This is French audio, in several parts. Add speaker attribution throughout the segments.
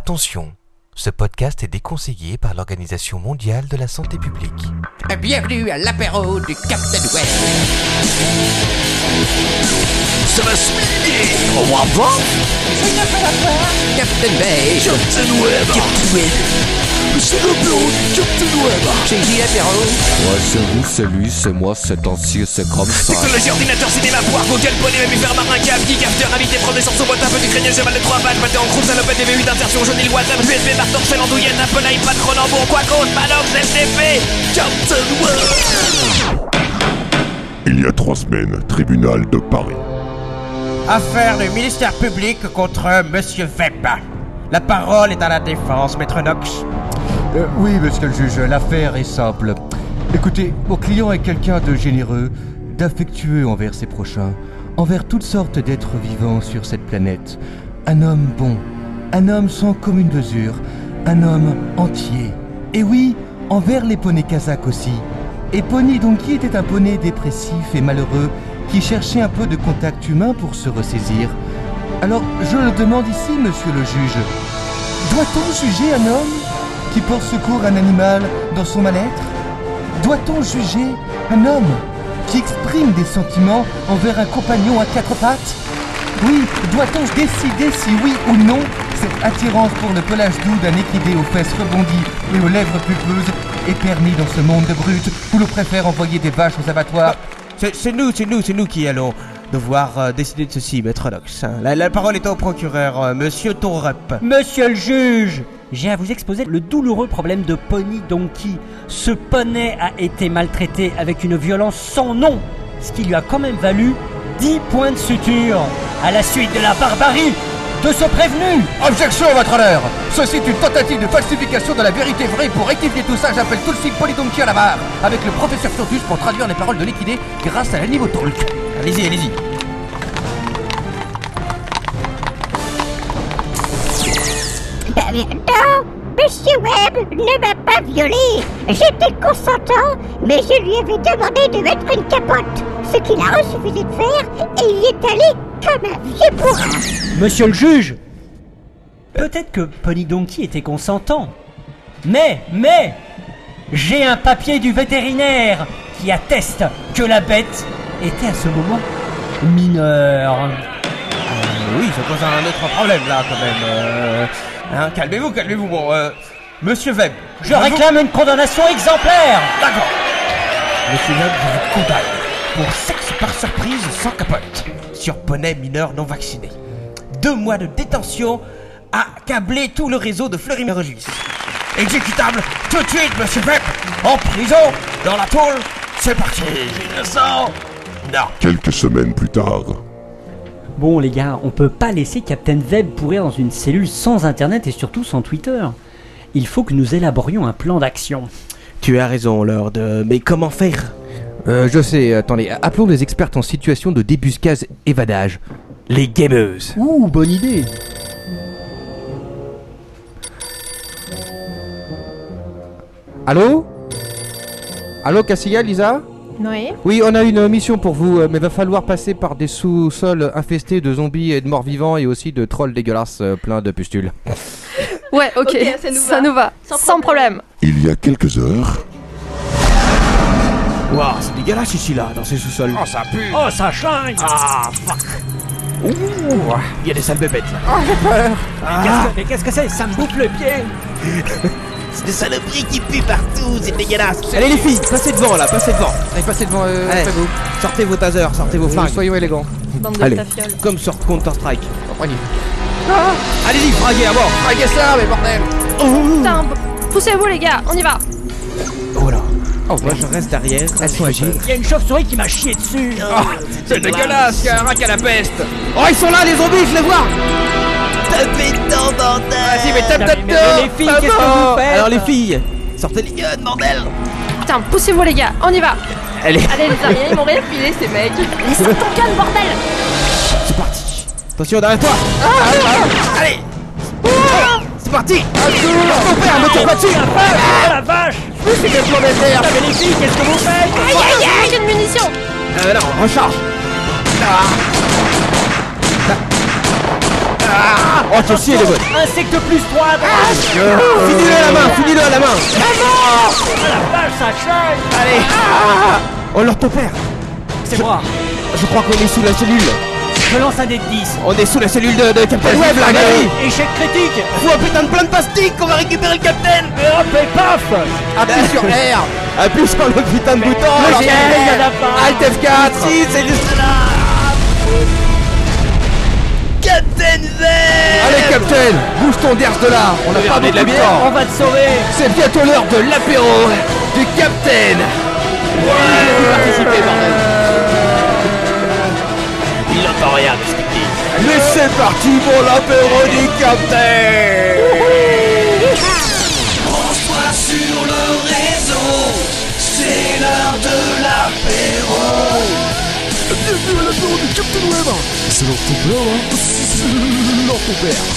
Speaker 1: Attention, ce podcast est déconseillé par l'Organisation mondiale de la santé publique.
Speaker 2: Bienvenue à l'apéro du Captain Web.
Speaker 3: Ça va se miner Au revoir, bon
Speaker 2: Captain Bay.
Speaker 3: Captain Web Captain Web C'est le bureau du Captain Web
Speaker 2: J'ai dit l'apéro.
Speaker 4: Moi, c'est vous, c'est lui, c'est moi, c'est ainsi, c'est comme ça.
Speaker 3: Technologie, ordinateur, cinéma, poire, Google, poney, même faire marin, câble, geek, after, invité, promesse, boîte, un petit crénier, cheval de trois pattes, pâté en croupe, salopette, DV8, insertion, jaune, île, WhatsApp, USB, barre, torchelle, andouillette, Apple, iPad, Cronenbourg, Quacos, Manox, FTP, Captain Web
Speaker 5: Il y a trois semaines, tribunal de Paris.
Speaker 6: Affaire du ministère public contre Monsieur Webb. La parole est à la défense, Maître Nox.
Speaker 7: Euh, oui, monsieur le juge, l'affaire est simple. Écoutez, mon client est quelqu'un de généreux, d'affectueux envers ses prochains, envers toutes sortes d'êtres vivants sur cette planète. Un homme bon, un homme sans commune mesure, un homme entier. Et oui, envers les poneys kazakhs aussi. Et Pony Donkey était un poney dépressif et malheureux qui cherchait un peu de contact humain pour se ressaisir. Alors, je le demande ici, monsieur le juge, doit-on juger un homme qui porte secours à un animal dans son mal-être Doit-on juger un homme qui exprime des sentiments envers un compagnon à quatre pattes Oui, doit-on décider si oui ou non cette attirance pour le pelage doux d'un équidé aux fesses rebondies et aux lèvres pulpeuses est permis dans ce monde de brutes où l'on préfère envoyer des vaches aux abattoirs
Speaker 6: C'est c'est nous, c'est nous, c'est nous qui allons devoir euh, décider de ceci, Maître Nox. hein. La, la parole est au procureur, euh, Monsieur Torup.
Speaker 8: Monsieur le juge, j'ai à vous exposer le douloureux problème de Pony Donkey. Ce poney a été maltraité avec une violence sans nom, ce qui lui a quand même valu 10 points de suture à la suite de la barbarie de ce prévenu.
Speaker 7: Objection, votre honneur Ceci est une tentative de falsification de la vérité vraie. Pour rectifier tout ça, j'appelle tout de suite Polydonki à la barre, avec le professeur Turtus pour traduire les paroles de l'équidé grâce à l'animotalk.
Speaker 6: Allez-y, allez-y.
Speaker 9: Non, Monsieur Webb ne m'a pas violée. J'étais consentant, mais je lui avais demandé de mettre une capote, ce qu'il a refusé de faire, et il y est allé comme un vieux bourrin.
Speaker 8: Monsieur le juge Peut-être que Pony Donkey était consentant. Mais, mais J'ai un papier du vétérinaire qui atteste que la bête était à ce moment mineure.
Speaker 6: Oui, ça pose un autre problème là, quand même. euh, hein, calmez-vous, calmez-vous. Bon, euh, Monsieur Webb,
Speaker 8: Je réclame une condamnation exemplaire
Speaker 6: vous- D'accord. Monsieur Webb, je vous condamne pour sexe par surprise sans capote sur poney mineur non vacciné. Deux mois de détention à câbler tout le réseau de Fleury-Mérogis. Exécutable tout de suite, Monsieur Webb, en prison, dans la tôle. C'est parti, innocent. Non.
Speaker 5: Quelques semaines plus tard,
Speaker 8: Bon les gars, on peut pas laisser Captain Webb pourrir dans une cellule sans internet et surtout sans Twitter. Il faut que nous élaborions un plan d'action.
Speaker 6: Tu as raison, Lord, euh, mais comment faire
Speaker 4: Euh, je sais, attendez, appelons des experts en situation de débuscage évadage. Les gameuses.
Speaker 8: Ouh, bonne idée
Speaker 4: Allô Allô, Cassia, Lisa
Speaker 10: Oui.
Speaker 4: Oui, on a une euh, mission pour vous, euh, mais va falloir passer par des sous-sols infestés de zombies et de morts vivants et aussi de trolls dégueulasses euh, pleins de pustules.
Speaker 10: Ouais, ok, ça, nous va. Sans, problème.
Speaker 5: il y a quelques heures,
Speaker 6: Waouh, c'est dégueulasse ici, là, dans ces sous-sols.
Speaker 8: Oh, ça change
Speaker 3: Ah,
Speaker 6: Il y a des sales bébêtes, là.
Speaker 8: Mais qu'est-ce que c'est Ça me bouffe le pied
Speaker 3: C'est des saloperies qui puent partout, c'est dégueulasse
Speaker 6: Allez, les filles, passez devant, là, passez devant.
Speaker 4: Allez, passez devant, euh,
Speaker 6: Allez.
Speaker 4: vous
Speaker 6: Sortez vos tasers, sortez vos flingues.
Speaker 4: Soyons élégants.
Speaker 10: Bande de
Speaker 4: Allez.
Speaker 10: tafioles.
Speaker 6: Comme sur Counter-Strike.
Speaker 4: On y va.
Speaker 6: Allez-y, fringuez à bord.
Speaker 10: Putain, poussez-vous les gars, on y va.
Speaker 6: Oh là. Moi, je reste derrière. Elles sont agiles.
Speaker 8: Il y a une chauve-souris qui m'a chié dessus Euh,
Speaker 3: C'est dégueulasse, y'a un rack à la peste
Speaker 6: Oh, ils sont là, les zombies, je les vois.
Speaker 3: Tapez-t'en, bordel Vas-y, mais
Speaker 8: Putain, mais- mais les filles, qu'est-ce que vous faites
Speaker 6: Alors, les filles, sortez les.
Speaker 3: gueules, bordel
Speaker 10: Putain, poussez-vous les gars, on y va.
Speaker 6: Allez.
Speaker 10: Allez les arrières, ils m'ont rien filé ces mecs. Laisse ton calme, bordel
Speaker 6: C'est parti. Attention, derrière toi. Allez. C'est parti. Qu'est-ce qu'on fait, un moteur voiture
Speaker 8: Oh la vache Putain, mais les filles, qu'est-ce que vous faites
Speaker 10: Aïe aïe aïe J'ai une munition
Speaker 6: Euh, non, recharge. Ah. Ah.
Speaker 3: Oh, celle-ci, elle est bonne.
Speaker 8: Insecte plus 3 à droite
Speaker 3: Finis-le à la main, finis-le à la main.
Speaker 8: Ah la vache, ça chaîne
Speaker 3: Allez. Oh, leur ton père.
Speaker 8: C'est moi
Speaker 3: Je crois qu'on est sous la cellule.
Speaker 8: Je lance un dé de 10
Speaker 3: On est sous la cellule de, de Captain Web, là, gars.
Speaker 8: Échec critique
Speaker 3: Faut un putain de plein de pastilles qu'on va récupérer le capitaine
Speaker 8: Et hop et paf
Speaker 3: Appuie sur R Appuie sur le putain de bouton
Speaker 8: Mais
Speaker 3: alors,
Speaker 8: j'ai-
Speaker 3: R,
Speaker 8: y en a pas.
Speaker 3: Alt F4
Speaker 11: Si, c'est juste là Captain Vert
Speaker 3: Allez Captain, bouge ton derse de là On a pas
Speaker 11: Regardez
Speaker 3: beaucoup
Speaker 11: de la
Speaker 3: de
Speaker 11: bière.
Speaker 3: temps
Speaker 8: On va te sauver
Speaker 3: C'est bientôt l'heure de l'apéro du Captain
Speaker 11: Il entend rien de ce qu'il dit.
Speaker 3: Mais c'est parti pour l'apéro du Captain
Speaker 11: Branche-toi sur le réseau, c'est l'heure de l'apéro.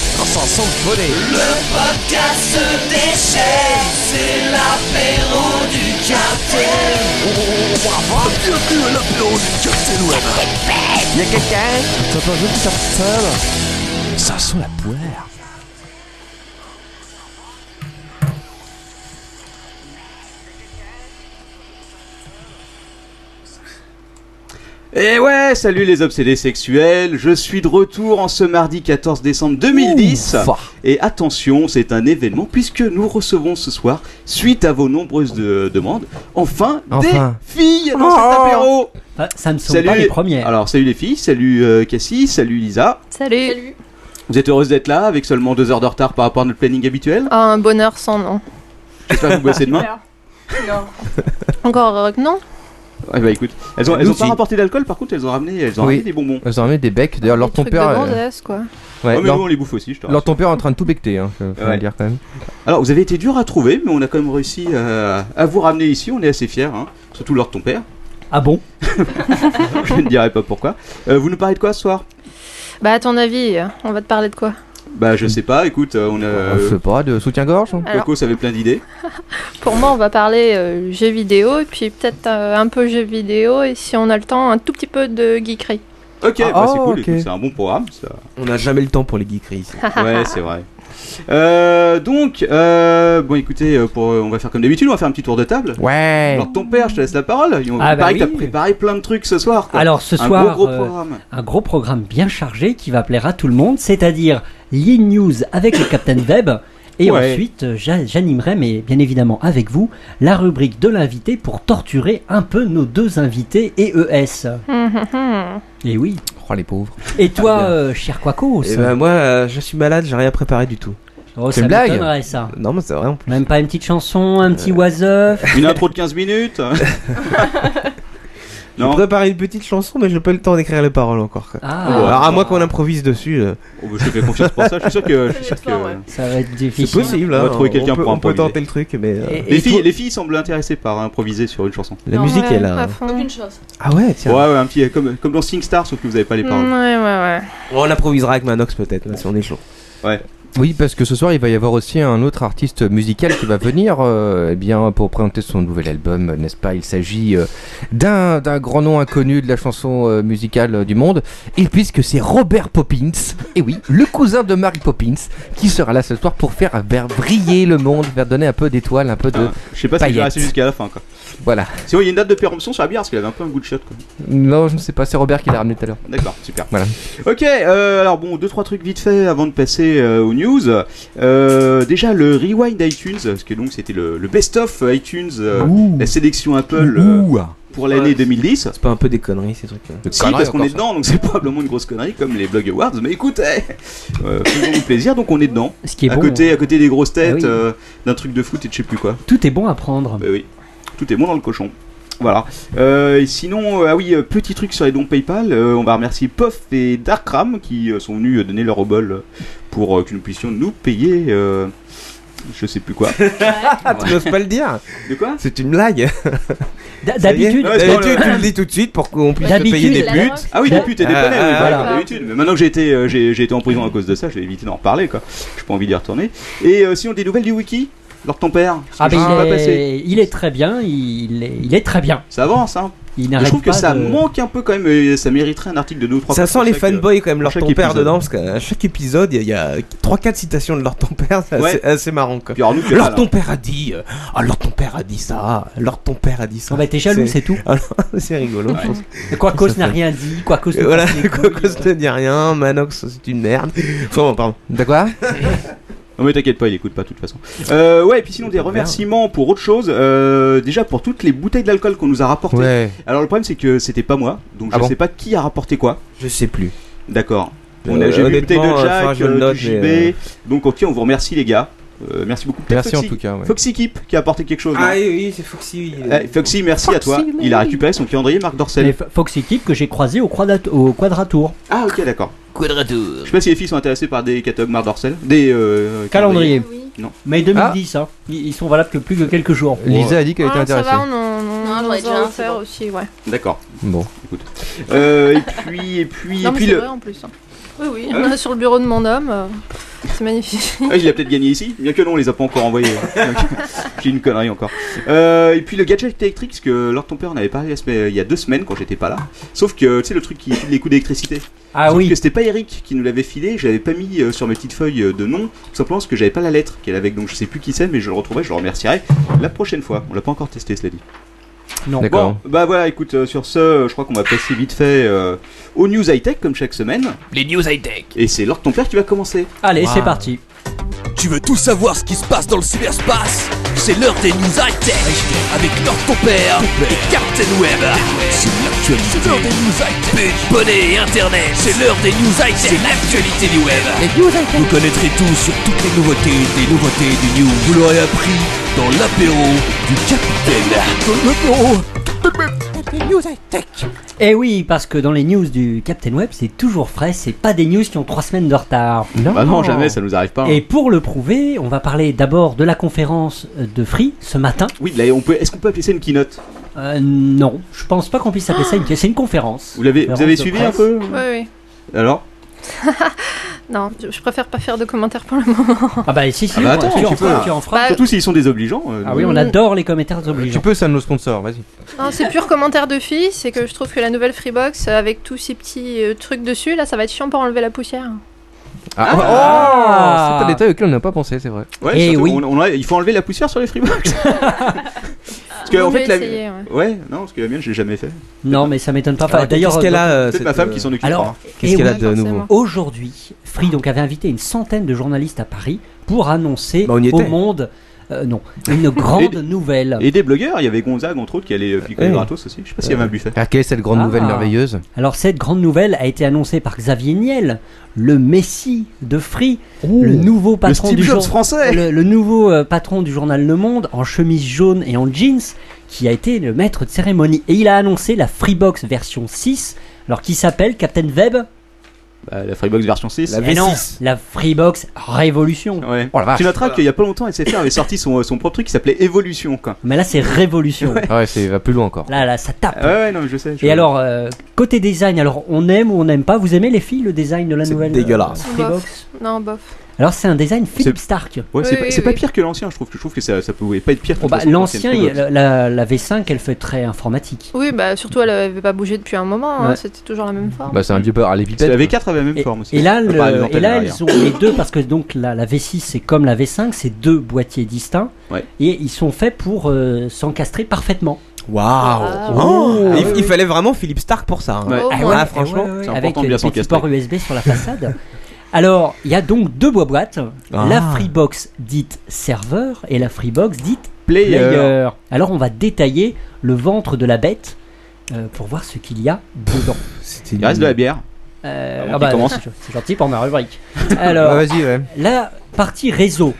Speaker 11: Bienvenue à l'apéro du Captain Web. C'est l'heure ton père, hein. C'est l'heure ton père. Ça sent le bonnet. Le podcast se déchaîne, c'est l'apéro du Captain.
Speaker 4: Et Eh ouais, salut les obsédés sexuels, je suis de retour en ce mardi 14 décembre 2010. Et attention, c'est un événement puisque nous recevons ce soir, suite à vos nombreuses de- demandes, enfin,
Speaker 3: Enfin.
Speaker 4: des filles dans cet
Speaker 3: Oh.
Speaker 4: apéro.
Speaker 8: Enfin, Ça ne sont pas les premières
Speaker 4: Alors salut les filles, salut euh, Cassie, salut Lisa.
Speaker 9: Salut.
Speaker 4: Vous êtes heureuse d'être là avec seulement deux heures de retard par rapport à notre planning habituel.
Speaker 9: Ah, un bonheur sans nom.
Speaker 4: J'espère que vous bossez demain.
Speaker 9: Encore heureux que non.
Speaker 4: Ouais, bah écoute, elles ont, elles ont
Speaker 3: Nous
Speaker 4: pas
Speaker 3: aussi.
Speaker 4: rapporté d'alcool, par contre elles ont ramené, elles ont
Speaker 3: Oui.
Speaker 4: ramené des bonbons.
Speaker 3: Ils ont ramené des becs, d'ailleurs leur
Speaker 9: Des
Speaker 3: ton
Speaker 9: trucs
Speaker 3: père...
Speaker 9: de
Speaker 3: euh,
Speaker 9: bandeuse, quoi.
Speaker 3: ouais,
Speaker 4: Ouais, mais
Speaker 3: leur-
Speaker 4: nous on les bouffe aussi, je te
Speaker 3: leur ton père est en train de tout becter, hein, faut faut
Speaker 4: Ouais.
Speaker 3: le dire quand même.
Speaker 4: Alors, vous avez été dur à trouver, mais on a quand même réussi euh, à vous ramener ici. On est assez fiers, hein. surtout lors de ton père.
Speaker 8: Ah bon
Speaker 4: Je ne dirai pas pourquoi. Euh, vous nous parlez de quoi ce soir
Speaker 9: Bah, à ton avis, euh, on va te parler de quoi
Speaker 4: Bah, je sais pas. Écoute, euh, on
Speaker 3: Oh,
Speaker 4: a. euh,
Speaker 3: Je
Speaker 8: Ah,
Speaker 3: sais pas, de soutien-gorge hein.
Speaker 9: Alors,
Speaker 4: Coco, ça avait plein d'idées.
Speaker 9: pour moi, on va parler euh, jeux vidéo et puis peut-être euh, un peu jeux vidéo et si on a le temps, un tout petit peu de geekery.
Speaker 4: Ok,
Speaker 3: Ah,
Speaker 4: bah, c'est
Speaker 3: oh,
Speaker 4: cool.
Speaker 3: ok.
Speaker 4: écoute, C'est un bon programme. Ça.
Speaker 6: On n'a jamais le temps pour les geekeries.
Speaker 4: Ouais, c'est vrai. Euh, donc, euh, bon, écoutez, euh, pour, euh, on va faire comme d'habitude. On va faire un petit tour de table.
Speaker 3: Ouais
Speaker 4: Alors, ton père, je te laisse la parole. Il
Speaker 8: Ah, bah
Speaker 4: paraît que
Speaker 8: oui.
Speaker 4: t'as préparé plein de trucs ce soir. quoi.
Speaker 8: Alors ce
Speaker 4: un
Speaker 8: soir,
Speaker 4: gros, gros
Speaker 8: euh,
Speaker 4: programme.
Speaker 8: un gros programme bien chargé qui va plaire à tout le monde, c'est-à-dire les news avec le Captain Web. Et
Speaker 4: Ouais.
Speaker 8: ensuite, euh, j'a- j'animerai, mais bien évidemment avec vous, la rubrique de l'invité pour torturer un peu nos deux invités EES. Et oui.
Speaker 3: Oh les pauvres
Speaker 8: Et toi, euh, cher Quacos
Speaker 6: Et ben moi, euh, je suis malade, j'ai rien préparé du tout.
Speaker 8: oh,
Speaker 3: c'est
Speaker 8: ça
Speaker 3: une blague
Speaker 8: m'étonnerait, ça.
Speaker 6: Non, mais c'est vrai en plus.
Speaker 8: Même pas une petite chanson, un petit was up
Speaker 4: Une intro de 15 minutes.
Speaker 6: J'ai
Speaker 4: non.
Speaker 6: préparé une petite chanson, mais j'ai pas eu le temps d'écrire les paroles encore. quoi.
Speaker 4: Ouais.
Speaker 8: Ah,
Speaker 6: Alors à moins qu'on improvise dessus, euh,
Speaker 4: Oh, bah, je te fais confiance pour ça. Je suis sûr que. Je suis sûr que...
Speaker 8: ça va être
Speaker 6: c'est
Speaker 8: difficile.
Speaker 6: possible.
Speaker 4: On va
Speaker 6: hein,
Speaker 4: trouver quelqu'un
Speaker 6: peut-
Speaker 4: pour
Speaker 6: on peut
Speaker 4: improviser.
Speaker 6: tenter le truc, mais euh,
Speaker 8: Et- et
Speaker 4: Les filles,
Speaker 8: toi-
Speaker 4: les filles semblent intéressées par improviser sur une chanson.
Speaker 6: la musique
Speaker 9: Ouais,
Speaker 6: est là.
Speaker 9: à
Speaker 6: hein.
Speaker 9: fond.
Speaker 6: Ah ouais,
Speaker 4: Ouais,
Speaker 6: tiens.
Speaker 4: ouais, un petit, comme, comme dans SingStar, sauf que vous avez pas les paroles.
Speaker 9: Mm, ouais, ouais, ouais.
Speaker 6: Bon, on improvisera avec Manox peut-être, là, si on est chaud.
Speaker 3: Oui, parce que ce soir, il va y avoir aussi un autre artiste musical qui va venir euh, eh bien, pour présenter son nouvel album, euh, n'est-ce pas Il s'agit euh, d'un d'un grand nom inconnu de la chanson euh, musicale euh, du monde. Et puisque c'est Robert Poppins, et oui, le cousin de Mary Poppins, qui sera là ce soir pour faire ver- briller le monde, faire donner un peu d'étoiles, un peu de...
Speaker 4: Ah, je sais pas si je vais
Speaker 3: Paillettes.
Speaker 4: rester jusqu'à la fin. Quoi.
Speaker 3: Voilà.
Speaker 4: Sinon, il y a une date de péremption sur la bière parce qu'il avait un peu un goût de shot. Quoi.
Speaker 3: Non, je ne sais pas, c'est Robert qui l'a ramené tout à l'heure.
Speaker 4: D'accord, super.
Speaker 3: Voilà.
Speaker 4: Ok, euh, alors bon, deux trois trucs vite fait avant de passer euh, aux news. Euh, déjà le rewind iTunes, parce que donc c'était le, le best-of iTunes, euh, la sélection Apple euh, pour l'année
Speaker 6: Ouais.
Speaker 4: 2010.
Speaker 6: C'est pas un peu des conneries ces trucs. là
Speaker 4: Si, parce qu'on est dedans, donc c'est probablement une grosse connerie comme les Blog Awards, mais écoute, eh, euh, faisons-nous plaisir, donc on est dedans.
Speaker 8: Ce qui est
Speaker 4: à,
Speaker 8: bon,
Speaker 4: côté, à côté des grosses têtes,
Speaker 8: Ah oui.
Speaker 4: euh, d'un truc de foot et de je sais plus quoi.
Speaker 8: hein. tout est bon à prendre.
Speaker 4: Bah oui, tout est bon dans le cochon. Voilà. Euh, et sinon, euh, ah oui, euh, petit truc sur les dons PayPal. euh, on va remercier Puff et Darkram qui euh, sont venus euh, donner leur obol euh, pour euh, que nous puissions nous payer. euh, je sais plus quoi.
Speaker 6: Ah, tu n'oses pas le dire
Speaker 4: De quoi
Speaker 6: C'est une blague
Speaker 8: D- D'habitude,
Speaker 4: Non, mais c'est
Speaker 6: D'habitude,
Speaker 4: bon, le-
Speaker 6: tu le dis tout de suite pour qu'on puisse te
Speaker 8: D'habitude,
Speaker 6: payer des
Speaker 9: la drogue.
Speaker 6: putes.
Speaker 4: Ah oui, les putes et des
Speaker 6: Ah,
Speaker 4: poneys, oui,
Speaker 6: ah,
Speaker 4: voilà,
Speaker 9: ah.
Speaker 4: comme d'habitude. Mais maintenant que j'ai été, euh, j'ai, j'ai été en prison à cause de ça, j'ai évité d'en reparler, quoi. J'ai pas envie d'y retourner. Et euh, sinon, des nouvelles du wiki Lord ton père parce que
Speaker 8: Ah,
Speaker 4: je
Speaker 8: ben,
Speaker 4: suis pas
Speaker 8: il,
Speaker 4: passé.
Speaker 8: est, il est très bien, il est, il est très bien.
Speaker 4: Ça avance, hein
Speaker 8: Il
Speaker 4: Je
Speaker 8: n'arrête
Speaker 4: trouve que
Speaker 8: pas
Speaker 4: ça
Speaker 8: de-
Speaker 4: manque un peu quand même, et ça mériterait un article de 2 ou 3
Speaker 6: Ça sent les
Speaker 4: euh,
Speaker 6: fanboys quand même, leur ton père dedans, parce qu'à chaque épisode, il y a 3-4 citations de leur ton père, c'est
Speaker 4: Ouais. hein.
Speaker 6: assez, assez marrant quoi.
Speaker 4: Puis alors, nous, t'es
Speaker 6: Leur
Speaker 4: là,
Speaker 6: ton
Speaker 4: là.
Speaker 6: père a dit, euh, ah, leur ton père a dit ça, leur ton père a dit ça.
Speaker 8: Oh, bah, t'es jaloux, c'est tout.
Speaker 6: Alors,
Speaker 8: bah,
Speaker 6: c'est rigolo. je pense.
Speaker 8: Quacos
Speaker 6: Ça fait-
Speaker 8: n'a rien dit, Quacos
Speaker 6: Et
Speaker 8: ne
Speaker 6: Voilà,
Speaker 8: casse les couilles.
Speaker 6: Quacos ne dit rien, Manox c'est une merde. Enfin, bon, pardon.
Speaker 3: D'accord
Speaker 4: Non mais t'inquiète pas, il écoute pas de toute façon. Euh, ouais, et puis sinon des remerciements pour autre chose. Euh, déjà pour toutes les bouteilles d'alcool qu'on nous a rapportées.
Speaker 3: Ouais.
Speaker 4: Alors le problème c'est que c'était pas moi, donc je
Speaker 6: Ah bon
Speaker 4: sais pas qui a rapporté quoi.
Speaker 6: Je sais plus.
Speaker 4: D'accord. On
Speaker 6: Euh,
Speaker 4: a j'ai vu une bouteille de
Speaker 6: honnêtement, euh, faudra que
Speaker 4: Jack,
Speaker 6: je le
Speaker 4: euh,
Speaker 6: note,
Speaker 4: du JB.
Speaker 6: mais, euh,
Speaker 4: Donc ok, on vous remercie les gars. Euh, merci beaucoup. Peut-être
Speaker 3: Merci en
Speaker 4: Foxy-
Speaker 3: tout cas, ouais.
Speaker 4: Foxy Keep qui a apporté quelque chose.
Speaker 6: Ah
Speaker 4: hein.
Speaker 6: oui, oui, c'est Foxy. il est-
Speaker 4: Eh, Foxy, merci à toi.
Speaker 6: Foxy,
Speaker 4: Il a récupéré son calendrier Marc
Speaker 8: Mais
Speaker 4: Dorcel.
Speaker 8: Fo- Fox Équipe que j'ai croisé au, quadrat- au Quadratour.
Speaker 4: Ah ok, d'accord.
Speaker 11: Quadratour.
Speaker 4: Je sais pas si les filles sont intéressées par des catalogues Marc Dorcel, des euh,
Speaker 8: Calendrier.
Speaker 4: calendriers. Non.
Speaker 8: Mais 2010, hein. ils ils sont valables que plus que quelques jours.
Speaker 3: Lisa a dit qu'elle était
Speaker 9: Ah, ça
Speaker 3: intéressée.
Speaker 9: va, on en, on
Speaker 12: Non,
Speaker 9: en
Speaker 12: j'en ai déjà
Speaker 9: a
Speaker 12: un,
Speaker 9: offert aussi, ouais.
Speaker 4: D'accord.
Speaker 3: Bon.
Speaker 4: Écoute. Euh, et puis et puis
Speaker 9: non,
Speaker 4: et
Speaker 9: mais
Speaker 4: puis
Speaker 9: c'est
Speaker 4: le.
Speaker 9: vrai en plus. hein. Oui, oui, il y en a sur le bureau de mon homme. euh, C'est magnifique.
Speaker 4: Ah, il a peut-être gagné ici, bien que non, on les a pas encore envoyés. Donc, J'ai une connerie encore. Euh, et puis le gadget électrique, parce que lors de ton père, on avait parlé la semaine- il y a deux semaines quand j'étais pas là. Sauf que tu sais le truc qui file les coups d'électricité.
Speaker 8: Ah
Speaker 4: Sauf
Speaker 8: oui.
Speaker 4: Que c'était pas Eric qui nous l'avait filé, je l'avais pas mis euh, sur mes petites feuilles euh, de nom, tout simplement parce que j'avais pas la lettre qu'elle avait. Donc je sais plus qui c'est, mais je le retrouverai, je le remercierai la prochaine fois. On l'a pas encore testé, cela dit.
Speaker 8: Non.
Speaker 4: Bon, bah voilà, écoute, euh, sur ce, euh, je crois qu'on va passer vite fait euh, aux news high-tech comme chaque semaine.
Speaker 11: Les news high-tech.
Speaker 4: Et c'est Lord ton père qui va commencer.
Speaker 8: Allez,
Speaker 4: Wow.
Speaker 8: c'est parti.
Speaker 11: Tu veux tout savoir ce qui se passe dans le cyberspace C'est l'heure des news high-tech avec Lord ton père et Captain Web. C'est l'actualité. C'est l'heure des news high-tech. Bonnet et Internet. C'est l'heure des news high-tech. C'est l'actualité du web.
Speaker 2: Les news high-tech.
Speaker 11: Vous connaîtrez tout sur toutes les nouveautés des nouveautés du news. Vous l'aurez appris dans l'apéro du Capitaine.
Speaker 8: Eh oui, parce que dans les news du Captain Web, c'est toujours frais, c'est pas des news qui ont trois semaines de retard. Non,
Speaker 4: Bah non, jamais, ça nous arrive pas. hein.
Speaker 8: Et pour le prouver, on va parler d'abord de la conférence de Free ce matin.
Speaker 4: Oui, là, on peut. Est-ce qu'on peut appeler ça une keynote
Speaker 8: Euh, non, je pense pas qu'on puisse appeler ça une. C'est une conférence.
Speaker 4: Vous l'avez, vous
Speaker 8: Conférence
Speaker 4: avez
Speaker 8: de
Speaker 4: suivi
Speaker 8: presse.
Speaker 4: un peu
Speaker 9: Oui, oui.
Speaker 4: Alors
Speaker 9: Non, je je préfère pas faire de commentaires pour le moment.
Speaker 8: Ah bah si, si,
Speaker 4: Ah bah
Speaker 8: tu,
Speaker 4: attends,
Speaker 8: en
Speaker 4: tu
Speaker 8: feras,
Speaker 4: peux.
Speaker 8: tu en feras.
Speaker 4: Surtout s'ils sont désobligeants. euh,
Speaker 8: Ah
Speaker 4: nous-
Speaker 8: oui, on adore les commentaires
Speaker 3: Tu
Speaker 8: obligeants.
Speaker 3: peux, ça de nos sponsors, vas-y.
Speaker 9: Non, c'est pur commentaire de fille, c'est que je trouve que la nouvelle Freebox, euh, avec tous ces petits euh, trucs dessus, là, ça va être chiant pour enlever la poussière.
Speaker 3: Ah,
Speaker 8: Ah.
Speaker 3: oh, C'est un détail auquel on n'a pas pensé, c'est vrai.
Speaker 4: Ouais,
Speaker 8: Eh
Speaker 4: surtout,
Speaker 8: oui.
Speaker 4: on- on a- il faut enlever la poussière sur les Freebox. parce que
Speaker 9: Vaut
Speaker 4: en fait,
Speaker 9: mieux
Speaker 4: la...
Speaker 9: essayer, ouais.
Speaker 4: non, parce que la mienne, je l'ai jamais fait.
Speaker 8: Non, mais ça
Speaker 4: Ah,
Speaker 8: m'étonne pas. Enfin,
Speaker 6: Alors,
Speaker 8: D'ailleurs,
Speaker 6: qu'est-ce qu'elle a euh,
Speaker 4: Peut-être
Speaker 6: cette,
Speaker 4: ma femme
Speaker 6: euh,
Speaker 4: qui s'en occupe.
Speaker 8: alors,
Speaker 6: Qu'est-ce
Speaker 8: eh
Speaker 6: qu'elle a
Speaker 8: oui,
Speaker 6: de
Speaker 9: forcément.
Speaker 6: nouveau
Speaker 8: Aujourd'hui, Free donc avait invité une centaine de journalistes à Paris pour annoncer
Speaker 6: Bah, on y
Speaker 8: au
Speaker 6: était.
Speaker 8: monde euh, non, une grande
Speaker 4: Et-
Speaker 8: nouvelle.
Speaker 4: Ah. Et des blogueurs, il y avait Gonzague entre autres qui allait euh, picoler
Speaker 6: Ouais.
Speaker 4: gratos aussi. Je sais pas s'il y avait un buffet.
Speaker 3: Ah, quelle est cette grande
Speaker 8: Ah.
Speaker 3: nouvelle merveilleuse
Speaker 8: Alors cette grande nouvelle a été annoncée par Xavier Niel, le messie de Free, le nouveau patron
Speaker 4: Steve
Speaker 8: du
Speaker 4: Jobs
Speaker 8: jour-
Speaker 4: français.
Speaker 8: le, le nouveau euh, patron du journal Le Monde en chemise jaune et en jeans qui a été le maître de cérémonie et il a annoncé la Freebox version 6 alors qui s'appelle Captain Web
Speaker 4: Bah, la Freebox version 6.
Speaker 6: La
Speaker 8: Eh non,
Speaker 6: V6.
Speaker 8: la Freebox Révolution.
Speaker 4: Ouais.
Speaker 3: Oh la vache.
Speaker 4: tu noteras qu'il y a pas longtemps, SFR avait sorti son, son propre truc qui s'appelait Evolution. Quoi.
Speaker 8: Mais là c'est révolution.
Speaker 3: Ah ouais, c'est va plus loin encore.
Speaker 8: Là là ça tape.
Speaker 4: Ah Ouais, ouais, non, mais je sais. je-
Speaker 8: Et alors, euh, côté design, alors on aime ou on n'aime pas, vous aimez les filles le design de la
Speaker 6: C'est
Speaker 8: nouvelle euh,
Speaker 6: dégueulasse.
Speaker 8: Freebox
Speaker 9: Non, bof.
Speaker 8: Alors c'est un design Philip Stark.
Speaker 4: Ouais, c'est
Speaker 9: Oui,
Speaker 4: pas-
Speaker 9: oui,
Speaker 4: c'est pas
Speaker 9: oui.
Speaker 4: pire que l'ancien, je trouve. que- Je trouve que ça, ça pouvait pas être pire que
Speaker 8: Oh, bah,
Speaker 4: l'ancienne
Speaker 8: L'ancien, il-
Speaker 4: Freebox.
Speaker 8: la, la- la V5, elle fait très informatique.
Speaker 9: Oui, bah surtout, elle avait pas bougé depuis un moment, hein,
Speaker 8: Ouais.
Speaker 9: c'était toujours la même forme.
Speaker 3: Bah, c'est un dieu à
Speaker 4: Parce que
Speaker 3: l'épipède.
Speaker 4: la V4 avait la même
Speaker 8: Et,
Speaker 4: forme aussi.
Speaker 8: et là, le-
Speaker 4: Enfin, les antennes
Speaker 8: et là
Speaker 4: derrière.
Speaker 8: elles ont les deux, parce que donc la, la V6 c'est comme la V5, c'est deux boîtiers distincts.
Speaker 4: Ouais.
Speaker 8: Et ils sont faits pour euh, s'encastrer parfaitement.
Speaker 6: Waouh
Speaker 9: Ah,
Speaker 6: Oh,
Speaker 9: oui,
Speaker 6: il,
Speaker 9: oui,
Speaker 6: il
Speaker 9: oui.
Speaker 6: fallait vraiment Philippe Stark pour ça. hein.
Speaker 4: Ouais.
Speaker 9: Au
Speaker 6: Ah,
Speaker 9: moins.
Speaker 6: ouais, franchement,
Speaker 8: ouais, ouais,
Speaker 4: c'est
Speaker 8: avec
Speaker 4: important de
Speaker 8: des
Speaker 4: bien
Speaker 8: petits
Speaker 4: s'encastrer.
Speaker 8: ports USB sur la façade. Alors, il y a donc deux bois boîtes, la
Speaker 6: Ah.
Speaker 8: Freebox dite serveur et la Freebox dite
Speaker 4: Player.
Speaker 8: Player. euh, Alors on va détailler le ventre de la bête euh, pour voir ce qu'il y a dedans.
Speaker 6: C'était
Speaker 4: Il reste de la bière.
Speaker 8: Euh,
Speaker 4: Avant qu'il commence.
Speaker 8: c'est gen- c'est gentil pour ma rubrique.
Speaker 3: Ah,
Speaker 8: Alors,
Speaker 3: vas-y, ouais.
Speaker 8: la partie réseau,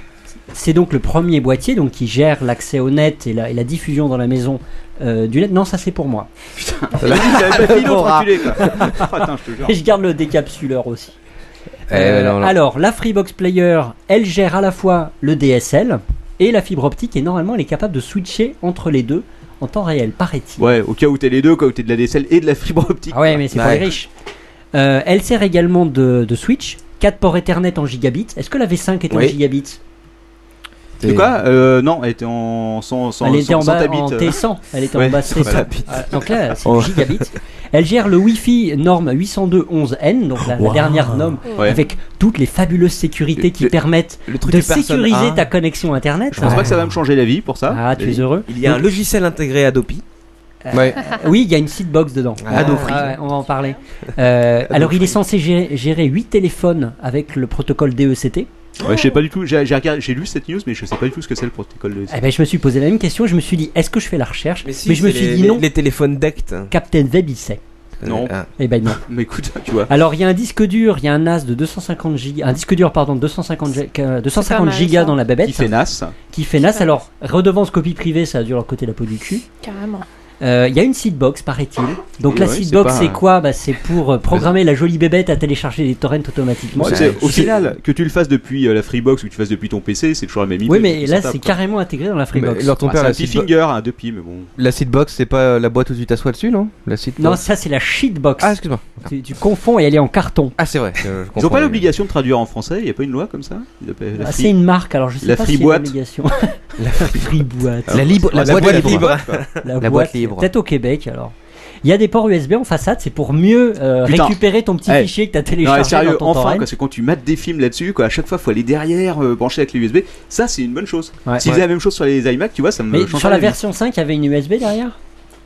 Speaker 8: c'est donc le premier boîtier donc, qui gère l'accès au net et la, et la diffusion dans la maison euh, du net. Non, ça c'est pour moi.
Speaker 4: Vas-y, j'avais pas fini l'autre
Speaker 6: Bora.
Speaker 4: enculé, quoi. Ah, Attends, je te jure.
Speaker 8: Et je garde le décapsuleur aussi.
Speaker 3: Eh,
Speaker 8: Euh,
Speaker 3: non, non.
Speaker 4: ah,
Speaker 8: Alors, la Freebox Player, elle gère à la fois le DSL et la fibre optique et normalement elle est capable de switcher entre les deux en temps réel, paraît-il.
Speaker 4: Ouais, au cas où t'es les deux, quoi, où t'es de la DSL et de la fibre optique.
Speaker 8: Ah ouais, mais c'est
Speaker 6: Ouais.
Speaker 8: pour les riches. Euh, elle sert également de, de switch, 4 ports Ethernet en gigabit. Est-ce que la V5 est en
Speaker 6: Oui.
Speaker 8: gigabit
Speaker 4: De quoi euh, Non, elle était en 100
Speaker 8: elle était en bas
Speaker 4: euh,
Speaker 8: en T100. Elle était en bas T100. Ah, Donc là, c'est le gigabit. Elle gère le Wi-Fi norme 802.11n, donc la, la
Speaker 6: Wow.
Speaker 8: dernière norme,
Speaker 6: Ouais.
Speaker 8: avec toutes les fabuleuses sécurités qui
Speaker 4: Le-
Speaker 8: permettent
Speaker 4: le truc
Speaker 8: de
Speaker 4: des personnes,
Speaker 8: sécuriser
Speaker 4: hein.
Speaker 8: ta connexion Internet.
Speaker 4: Je pense pas que ça va me changer la vie pour ça.
Speaker 8: Ah, tu
Speaker 4: Et-
Speaker 8: es heureux.
Speaker 4: Il y a un
Speaker 8: logiciel intégré Adopi.
Speaker 4: Ouais.
Speaker 8: Oui, il y a une seatbox dedans.
Speaker 4: Ah. Adofree.
Speaker 8: ouais, on va en parler. Euh, alors, il est censé gérer, gérer 8 téléphones avec le protocole E DECT.
Speaker 4: Ouais, je sais pas du tout. J'ai j'ai regardé- j'ai lu cette news, mais je sais pas du tout ce que c'est le protocole de.
Speaker 8: Eh ben, je me suis posé la même question. Je me suis dit, est-ce que je fais la recherche
Speaker 4: Mais si,
Speaker 8: je me
Speaker 4: c'est
Speaker 8: suis
Speaker 4: les-
Speaker 8: dit
Speaker 4: les-
Speaker 8: non.
Speaker 4: les téléphones
Speaker 6: DECT. Ah,
Speaker 8: Captain Web, il sait.
Speaker 4: Non.
Speaker 8: Eh ben non.
Speaker 4: Mais écoute, tu vois.
Speaker 8: Alors, il y a un disque dur, il y a un NAS de 250 gigas, un disque dur, pardon, de 250, gi- euh, 250
Speaker 4: mal,
Speaker 8: gigas
Speaker 4: ça.
Speaker 8: dans la babette.
Speaker 4: Qui fait NAS.
Speaker 8: Qui fait NAS. Alors, redevance copie privée, ça a dû leur coûter la peau du cul.
Speaker 9: Carrément.
Speaker 8: Euh, Il y a une seedbox, paraît-il. Donc,
Speaker 4: Oui,
Speaker 8: la
Speaker 4: oui,
Speaker 8: seedbox,
Speaker 4: c'est pas-
Speaker 8: c'est quoi bah, C'est pour euh, programmer la jolie bébête à télécharger des torrents automatiquement.
Speaker 4: C'est- au final, que tu le fasses depuis euh, la Freebox ou que tu le fasses depuis ton PC, c'est toujours la même idée.
Speaker 8: Oui, mais là,
Speaker 4: simple,
Speaker 8: c'est
Speaker 4: quoi.
Speaker 8: carrément intégré dans la Freebox.
Speaker 3: Mais leur ton
Speaker 4: Ah,
Speaker 3: père,
Speaker 4: c'est
Speaker 3: la
Speaker 4: un petit
Speaker 3: seatbox-
Speaker 4: finger, un deux pieds, mais bon.
Speaker 3: La seatbox, c'est pas la boîte où tu t'assois dessus, non La seatbox.
Speaker 8: Non, ça, c'est la shitbox.
Speaker 3: Ah, excuse-moi.
Speaker 8: Tu, tu confonds et elle est en carton.
Speaker 3: Ah, c'est vrai.
Speaker 4: Ils ont pas l'obligation de traduire en français. Il y a pas une loi comme ça Ils appellent la
Speaker 8: Ah,
Speaker 4: free-
Speaker 8: c'est une marque, alors je sais
Speaker 4: la
Speaker 8: pas
Speaker 4: free
Speaker 8: si
Speaker 4: boîte.
Speaker 8: l'obligation. la free boîte.
Speaker 3: Ah,
Speaker 4: La libre- la boîte libre. La boîte libre.
Speaker 8: Peut-être au Québec alors. Il y a des ports USB en façade, c'est pour mieux euh,
Speaker 4: Putain.
Speaker 8: récupérer ton petit
Speaker 4: Eh.
Speaker 8: fichier que t'as
Speaker 4: Non,
Speaker 8: téléchargé
Speaker 4: mais sérieux,
Speaker 8: dans ton hein.
Speaker 4: enfin,
Speaker 8: torrent.
Speaker 4: quoi, parce que quand tu mates des films là-dessus, quoi, à chaque fois, faut aller derrière, euh, brancher avec les USB. Ça, c'est une bonne chose.
Speaker 8: Ouais.
Speaker 4: S'ils
Speaker 8: Ouais.
Speaker 4: faisaient la même chose sur les iMac, tu vois, ça me
Speaker 8: Mais
Speaker 4: change
Speaker 8: sur la
Speaker 4: vie.
Speaker 8: version 5, il y avait une USB derrière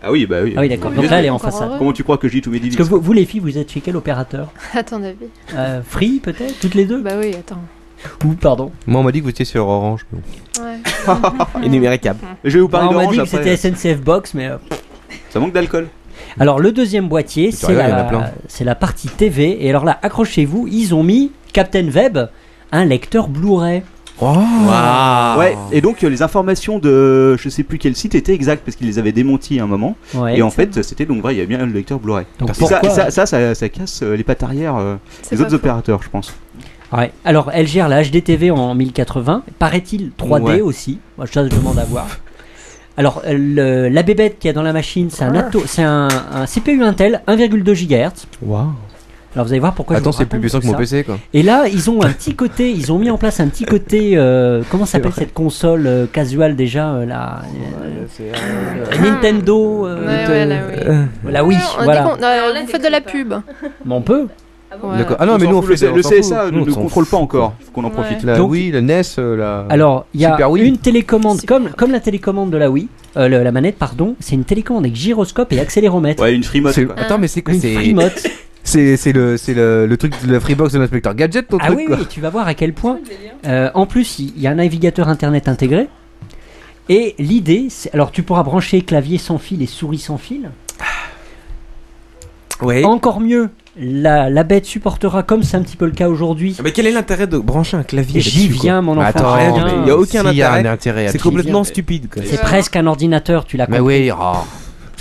Speaker 4: Ah oui, bah oui.
Speaker 8: Ah oui, d'accord. Donc là, elle est en façade.
Speaker 4: Comment tu crois que j'ai tous mes
Speaker 8: Parce que
Speaker 4: disques
Speaker 8: vous, vous, les filles, vous êtes chez quel opérateur
Speaker 9: À ton avis
Speaker 8: Euh, Free peut-être Toutes les deux
Speaker 9: Bah oui, attends.
Speaker 8: Ou pardon.
Speaker 3: Moi, on m'a dit que vous étiez sur Orange.
Speaker 9: Ouais.
Speaker 3: Et numéricable.
Speaker 4: Je vais vous
Speaker 8: Bah,
Speaker 4: parler
Speaker 8: on m'a dit
Speaker 4: d'Orange
Speaker 8: que
Speaker 4: après.
Speaker 8: c'était SNCF Box, mais. euh,
Speaker 4: Ça manque d'alcool.
Speaker 8: Alors le deuxième boîtier,
Speaker 4: tu
Speaker 8: c'est
Speaker 4: rigoles, il y en a plein.
Speaker 8: la, c'est la partie TV. Et alors là, accrochez-vous, ils ont mis Captain Web, un lecteur Blu-ray. Waouh.
Speaker 4: Ouais, et donc euh, les informations de je sais plus quel site étaient exactes parce qu'ils les avaient démenties à un moment.
Speaker 8: Ouais.
Speaker 4: et en fait, c'était donc vrai, il y a bien le lecteur Blu-ray.
Speaker 8: Donc
Speaker 4: Et ça,
Speaker 8: pourquoi-
Speaker 4: ça, ça, ça- ça casse euh, les pattes arrière euh,
Speaker 8: C'est
Speaker 4: des
Speaker 8: pas
Speaker 4: autres
Speaker 8: faux.
Speaker 4: opérateurs, je pense.
Speaker 8: Ouais. Alors elle gère la HDTV en 1080, paraît-il 3D
Speaker 4: Ouais.
Speaker 8: aussi. Moi ça je demande à voir. Alors euh, le- la bébête qu'il y a dans la machine, c'est un, Atto- c'est un, un CPU Intel 1,2 GHz. Alors vous allez voir pourquoi. je
Speaker 3: Attends,
Speaker 8: vous
Speaker 3: c'est plus
Speaker 8: raconte
Speaker 3: puissant
Speaker 8: tout
Speaker 3: que mon
Speaker 8: ça.
Speaker 3: PC, quoi.
Speaker 8: Et là, ils ont un petit côté, ils ont mis en place un petit côté. euh, comment s'appelle
Speaker 3: vrai.
Speaker 8: cette console euh, casual déjà euh, la, euh, euh, Nintendo. euh,
Speaker 9: Ah. Ouais, ouais, la Wii.
Speaker 8: euh, la Wii,
Speaker 9: On Ah
Speaker 8: voilà.
Speaker 9: dit qu'on- non, vous faites de la pub.
Speaker 8: Mais on peut.
Speaker 9: Ouais.
Speaker 3: D'accord. Ah non,
Speaker 4: On
Speaker 3: mais
Speaker 4: s'en
Speaker 3: nous, on
Speaker 4: fout, le-
Speaker 3: fait
Speaker 4: le CSA ne nous contrôle pas encore. Faut qu'on en
Speaker 9: profite.
Speaker 3: La
Speaker 8: Donc-
Speaker 3: Wii, la NES, euh,
Speaker 6: Ah
Speaker 3: la.
Speaker 8: Alors, il y a
Speaker 3: Super Wii.
Speaker 8: une télécommande comme comme la télécommande de la Wii, euh, le- la manette pardon, c'est une télécommande avec gyroscope et accéléromètre.
Speaker 4: Ouais, une frimote.
Speaker 3: C'est- Attends, mais c'est quoi
Speaker 8: euh, Une
Speaker 3: c'est-
Speaker 8: frimote.
Speaker 3: C'est c'est le, c'est le, le truc de la Freebox de l'inspecteur Gadget, ton
Speaker 8: Ah
Speaker 3: truc,
Speaker 8: oui,
Speaker 3: quoi.
Speaker 8: oui, tu vas voir à quel point. Euh, en plus, il il y a un navigateur internet intégré. Et l'idée, c'est. Alors, tu pourras brancher clavier sans fil et souris sans fil. Encore mieux, la, la bête supportera, comme c'est un petit peu le cas aujourd'hui.
Speaker 6: Ah, Mais quel est l'intérêt de brancher un clavier
Speaker 8: J'y
Speaker 6: là-dessus,
Speaker 8: viens,
Speaker 6: quoi
Speaker 8: mon enfant.
Speaker 6: Attends,
Speaker 8: j'y
Speaker 6: mais
Speaker 8: viens.
Speaker 6: il y a aucun intérêt. C'est complètement stupide. quoi.
Speaker 8: C'est presque un ordinateur, tu l'as compris.
Speaker 3: oui, oh.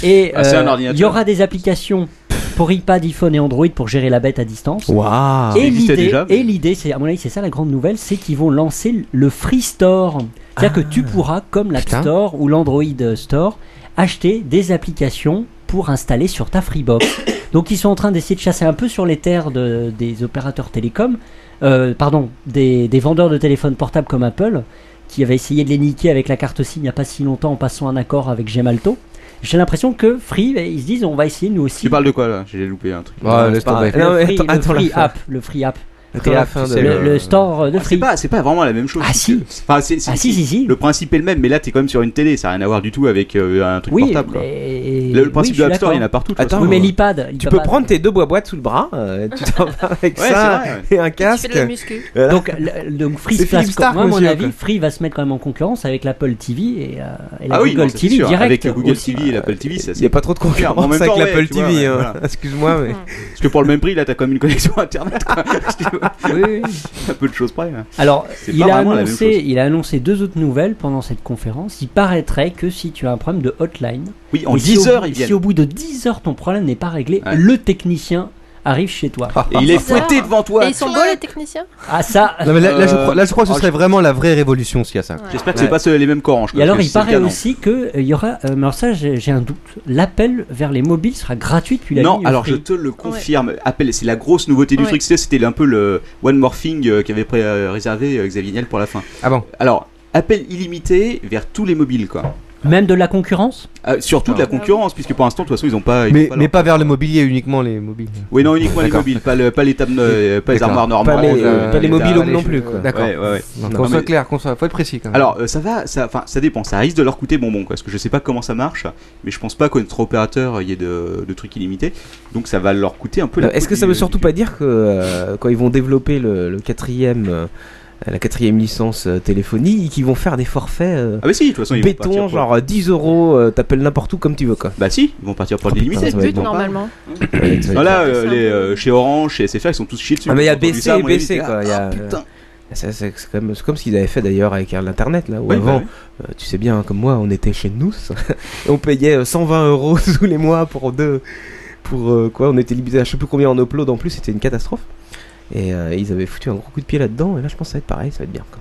Speaker 8: Et
Speaker 6: Ah, c'est un
Speaker 8: euh,
Speaker 6: ordinateur.
Speaker 8: il y aura des applications pour iPad, iPhone et Android pour gérer la bête à distance.
Speaker 6: Waouh. Ça
Speaker 8: Et
Speaker 6: existait
Speaker 8: l'idée,
Speaker 6: déjà, mais-
Speaker 8: et l'idée, c'est à mon avis, c'est ça la grande nouvelle, c'est qu'ils vont lancer le Free Store, c'est-à-dire que tu pourras, comme l'App Store ou l'Android Store, acheter des applications pour installer sur ta Freebox. Donc ils sont en train d'essayer de chasser un peu sur les terres de- des opérateurs télécoms, euh, pardon, des, des vendeurs de téléphones portables comme Apple, qui avait essayé de les niquer avec la carte SIM il n'y a pas si longtemps en passant un accord avec Gemalto. J'ai l'impression que Free, eh, ils se disent on va essayer nous aussi.
Speaker 4: Tu parles de quoi là J'ai loupé un truc.
Speaker 3: Ouais, laisse tomber.
Speaker 8: Le
Speaker 3: Non, mais
Speaker 8: free,
Speaker 3: attends-
Speaker 8: le
Speaker 3: attends la
Speaker 8: free
Speaker 3: fin.
Speaker 8: app, le free app.
Speaker 3: Attends la fin de-
Speaker 8: le, le store de
Speaker 4: Ah, c'est
Speaker 8: free.
Speaker 4: pas, c'est pas vraiment la même chose.
Speaker 8: Ah si.
Speaker 4: Enfin, c'est- c'est-
Speaker 8: Ah, si, si, si.
Speaker 4: Le principe est le même, mais là t'es quand même sur une télé, ça n'a rien à voir du tout avec euh, un truc
Speaker 8: Oui,
Speaker 4: portable. quoi.
Speaker 8: mais-
Speaker 4: Le, le principe
Speaker 8: oui,
Speaker 4: de
Speaker 8: je suis
Speaker 4: l'App Store, il y en a hein.
Speaker 8: d'accord.
Speaker 4: partout. de toute
Speaker 6: Attends,
Speaker 4: façon.
Speaker 6: mais
Speaker 8: l'iPad,
Speaker 6: Tu peux prendre tes deux boîtes sous le bras, euh, tu t'en vas avec
Speaker 4: Ouais,
Speaker 6: ça
Speaker 4: c'est vrai,
Speaker 6: et un casque. Voilà.
Speaker 8: Donc, le- donc Free
Speaker 6: C'est
Speaker 8: se place
Speaker 6: Philippe Stark,
Speaker 8: moi, à mon
Speaker 6: monsieur,
Speaker 8: avis,
Speaker 6: quoi.
Speaker 8: Free va se mettre quand même en concurrence avec l'Apple TV et, euh, et la
Speaker 4: Ah oui,
Speaker 8: Google
Speaker 4: non, c'est
Speaker 8: TV
Speaker 4: sûr,
Speaker 8: direct.
Speaker 4: Avec le Google
Speaker 8: aussi.
Speaker 4: TV et l'Apple TV, ça
Speaker 6: Il y a pas trop de concurrence
Speaker 4: En même
Speaker 6: avec
Speaker 4: temps,
Speaker 6: l'Apple
Speaker 4: ouais, tu vois,
Speaker 6: TV,
Speaker 4: ouais,
Speaker 6: hein.
Speaker 4: voilà.
Speaker 6: Excuse-moi, mais.
Speaker 4: Parce que pour le même prix, là t'as quand même une connexion internet. Quoi. Un peu de choses près. hein.
Speaker 8: Alors,
Speaker 4: C'est
Speaker 8: il
Speaker 4: pas
Speaker 8: a,
Speaker 4: vraiment la même
Speaker 8: annoncé,
Speaker 4: chose.
Speaker 8: il a annoncé deux autres nouvelles pendant cette conférence. Il paraîtrait que si tu as un problème de hotline,
Speaker 4: Oui, en
Speaker 8: et si
Speaker 4: 10
Speaker 8: au bout-
Speaker 4: heures, ils viennent.
Speaker 8: Si au bout de 10 heures ton problème n'est pas réglé,
Speaker 4: Ouais. Ah.
Speaker 8: le technicien arrive chez toi.
Speaker 4: Et il est fouetté devant toi.
Speaker 9: Et ils sont beaux les techniciens
Speaker 8: Ah ça
Speaker 3: Non, mais là, là, je crois, là, Euh, oh, je crois que ce serait vraiment la vraie révolution s'il y a ça.
Speaker 4: Ah, J'espère que c'est pas ce- les mêmes corps
Speaker 8: Et alors, il paraît aussi que euh, il y aura. euh, mais alors, ça, j'ai j'ai un doute. L'appel vers les mobiles sera gratuit depuis la
Speaker 4: Non,
Speaker 8: ligne
Speaker 4: alors
Speaker 8: free.
Speaker 4: je te le confirme. Apple, c'est la grosse nouveauté du
Speaker 8: Ouais.
Speaker 4: truc. C'était un peu le One More Thing euh, qu'avait pré- euh, réservé euh, Xavier Niel pour la fin.
Speaker 3: Ah bon
Speaker 4: Alors, Appel illimité vers tous les mobiles, quoi.
Speaker 8: Même de la concurrence
Speaker 4: Euh, surtout de
Speaker 9: Ah.
Speaker 4: la concurrence, puisque pour l'instant, de toute façon, ils n'ont pas. ils ont
Speaker 3: Mais,
Speaker 4: pas
Speaker 3: mais pas vers le mobilier, uniquement les mobiles.
Speaker 4: Oui, non, uniquement les
Speaker 3: D'accord.
Speaker 4: mobiles, pas, le, pas les tables, euh, pas les
Speaker 3: D'accord.
Speaker 4: armoires normandes.
Speaker 3: Pas les, euh,
Speaker 4: euh,
Speaker 3: pas les mobiles hommes non
Speaker 4: tables-
Speaker 3: plus, quoi. D'accord.
Speaker 4: Ouais, ouais, ouais.
Speaker 3: Non,
Speaker 4: Non,
Speaker 3: qu'on soit
Speaker 4: mais-
Speaker 3: clair, qu'on soit, faut être précis quand même.
Speaker 4: Alors, euh, ça va, ça, enfin, ça dépend, ça risque de leur coûter bonbon, quoi, parce que je sais pas comment ça marche, mais je pense pas qu'au notre opérateur, il y ait de, de trucs illimités, donc ça va leur coûter un peu la
Speaker 6: Euh, Est-ce
Speaker 4: peau
Speaker 6: que ça
Speaker 4: du-
Speaker 6: veut surtout pas dire que euh, quand ils vont développer le, le quatrième, euh, la quatrième licence euh, téléphonie, qu'ils vont faire des forfaits euh,
Speaker 4: Ah bah si, de toute façon, ils vont
Speaker 6: béton,
Speaker 4: partir pour-
Speaker 6: genre euh, 10 euros, euh, t'appelles n'importe où comme tu veux quoi.
Speaker 4: Bah si, ils vont partir
Speaker 6: Oh,
Speaker 4: pour de l'illimité.
Speaker 9: C'est le but normalement.
Speaker 4: Voilà, euh, les, euh, chez Orange, chez SFR, ils sont tous chiés dessus.
Speaker 6: Ah mais il y a
Speaker 4: Ils ont entendu
Speaker 6: BC
Speaker 4: ça, à
Speaker 6: et
Speaker 4: mon avis,
Speaker 6: BC
Speaker 4: ils
Speaker 6: quoi. Euh,
Speaker 4: étaient,
Speaker 6: il y
Speaker 4: ah,
Speaker 6: a-
Speaker 4: putain.
Speaker 6: Ça, C'est c'est comme, c'est comme ce qu'ils avaient fait d'ailleurs avec euh, l'internet là. Où
Speaker 4: Oui, bah
Speaker 6: avant,
Speaker 4: oui.
Speaker 6: euh, tu sais bien, comme moi, on était chez nous, et on payait euh, 120 euros tous les mois pour deux. Pour euh, quoi On était limité à je sais plus combien en upload en plus, c'était une catastrophe. Et euh, ils avaient foutu un gros coup de pied là-dedans, et là je pense que ça va être pareil, ça va être bien quoi.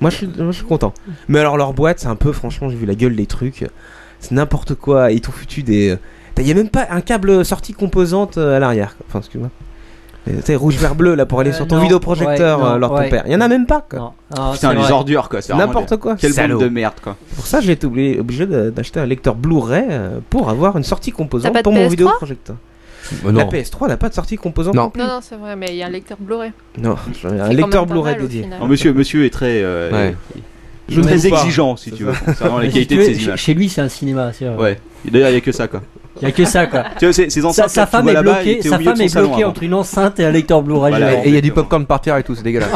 Speaker 6: Moi, je suis, moi, je suis content. Mais alors leur boîte, c'est un peu, franchement, j'ai vu la gueule des trucs. C'est n'importe quoi. Ils t'ont foutu des. euh, Il n'y a même pas un câble sortie composante euh, à l'arrière. quoi. Enfin, excuse-moi. Euh, Tu sais, rouge, vert, bleu, là, pour aller
Speaker 8: Euh,
Speaker 6: sur ton
Speaker 8: non,
Speaker 6: vidéoprojecteur,
Speaker 8: ouais, non,
Speaker 6: euh, leur ton
Speaker 8: ouais.
Speaker 6: père. Il n'y en a même pas, quoi.
Speaker 8: Non. Ah,
Speaker 4: Putain,
Speaker 8: c'est
Speaker 4: les
Speaker 8: vrai.
Speaker 4: ordures, quoi. c'est vraiment
Speaker 6: N'importe
Speaker 4: des-
Speaker 6: quoi.
Speaker 4: Quelle bande
Speaker 6: Salaud.
Speaker 4: de merde, quoi.
Speaker 6: Pour ça, j'ai été obligé, obligé de- d'acheter un lecteur Blu-ray euh, pour avoir une sortie composante
Speaker 9: pas de
Speaker 6: pour mon
Speaker 9: PS3?
Speaker 6: vidéoprojecteur.
Speaker 3: Bah non.
Speaker 6: la PS3 n'a pas de sortie composante non, plus.
Speaker 9: Non, non, c'est vrai, mais il y a un lecteur Blu-ray.
Speaker 6: Non, j'en ai un
Speaker 9: quand
Speaker 6: lecteur
Speaker 9: même pas
Speaker 6: Blu-ray
Speaker 9: mal, au
Speaker 6: dédié.
Speaker 9: final.
Speaker 4: Non, monsieur, monsieur est très, euh,
Speaker 6: Ouais.
Speaker 4: est
Speaker 6: Je ne
Speaker 4: très
Speaker 6: trouve pas.
Speaker 4: exigeant, si tu veux, concernant la
Speaker 8: Si
Speaker 4: qualité
Speaker 8: tu
Speaker 4: de
Speaker 8: veux,
Speaker 4: ses
Speaker 8: chez-
Speaker 4: images.
Speaker 8: Chez lui, c'est un cinéma, c'est vrai.
Speaker 4: Ouais. Et D'ailleurs, il n'y a que ça, quoi.
Speaker 8: Il n'y a que ça, quoi.
Speaker 4: Tu vois, ces- ces
Speaker 8: Sa-
Speaker 4: enceintes,
Speaker 8: sa
Speaker 4: là, que tu
Speaker 8: femme
Speaker 4: vois
Speaker 8: est
Speaker 4: là-bas,
Speaker 8: bloquée,
Speaker 4: elles étaient au
Speaker 8: sa
Speaker 4: milieu de
Speaker 8: femme est
Speaker 4: son salon
Speaker 8: bloquée
Speaker 4: avant.
Speaker 8: entre une enceinte et un lecteur Blu-ray.
Speaker 4: Voilà,
Speaker 8: géant.
Speaker 3: et il y a du popcorn par terre et tout, c'est dégueulasse.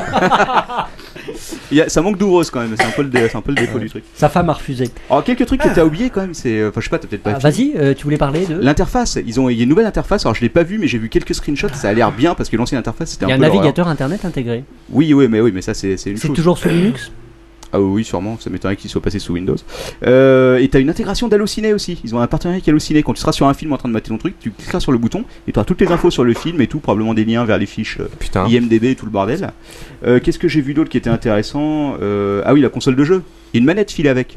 Speaker 4: Il y a- ça manque d'ouvreuse quand même, c'est un peu le, dé- c'est un peu le défaut du truc.
Speaker 8: Sa femme a refusé.
Speaker 4: Alors, quelques trucs que t'as oublié quand même, c'est. euh, Enfin, je sais pas, t'as peut-être pas.
Speaker 8: Ah, Vas-y, euh, tu voulais parler de.
Speaker 4: L'interface, ils ont, il y a une nouvelle interface. Alors, je l'ai pas vue, mais j'ai vu quelques screenshots. Ça a l'air bien parce que l'ancienne interface, c'était
Speaker 8: Il
Speaker 4: un
Speaker 8: y
Speaker 4: peu.
Speaker 8: a un
Speaker 4: l'horreur.
Speaker 8: navigateur internet intégré.
Speaker 4: Oui, oui, mais oui, mais ça, c'est c'est une
Speaker 8: C'est
Speaker 4: chose.
Speaker 8: toujours sous Linux
Speaker 4: Ah oui, sûrement, ça m'étonnerait qu'il soit passé sous Windows. Euh, et t'as une intégration d'Hallociné aussi. Ils ont un partenariat avec Hallociné. Quand tu seras sur un film en train de mater ton truc, tu cliqueras sur le bouton et tu auras toutes les infos sur le film et tout, probablement des liens vers les fiches euh,
Speaker 3: Putain.
Speaker 4: IMDB et tout le bordel. Euh, Qu'est-ce que j'ai vu d'autre qui était intéressant Euh, Ah oui, la console de jeu. Et Une manette file avec.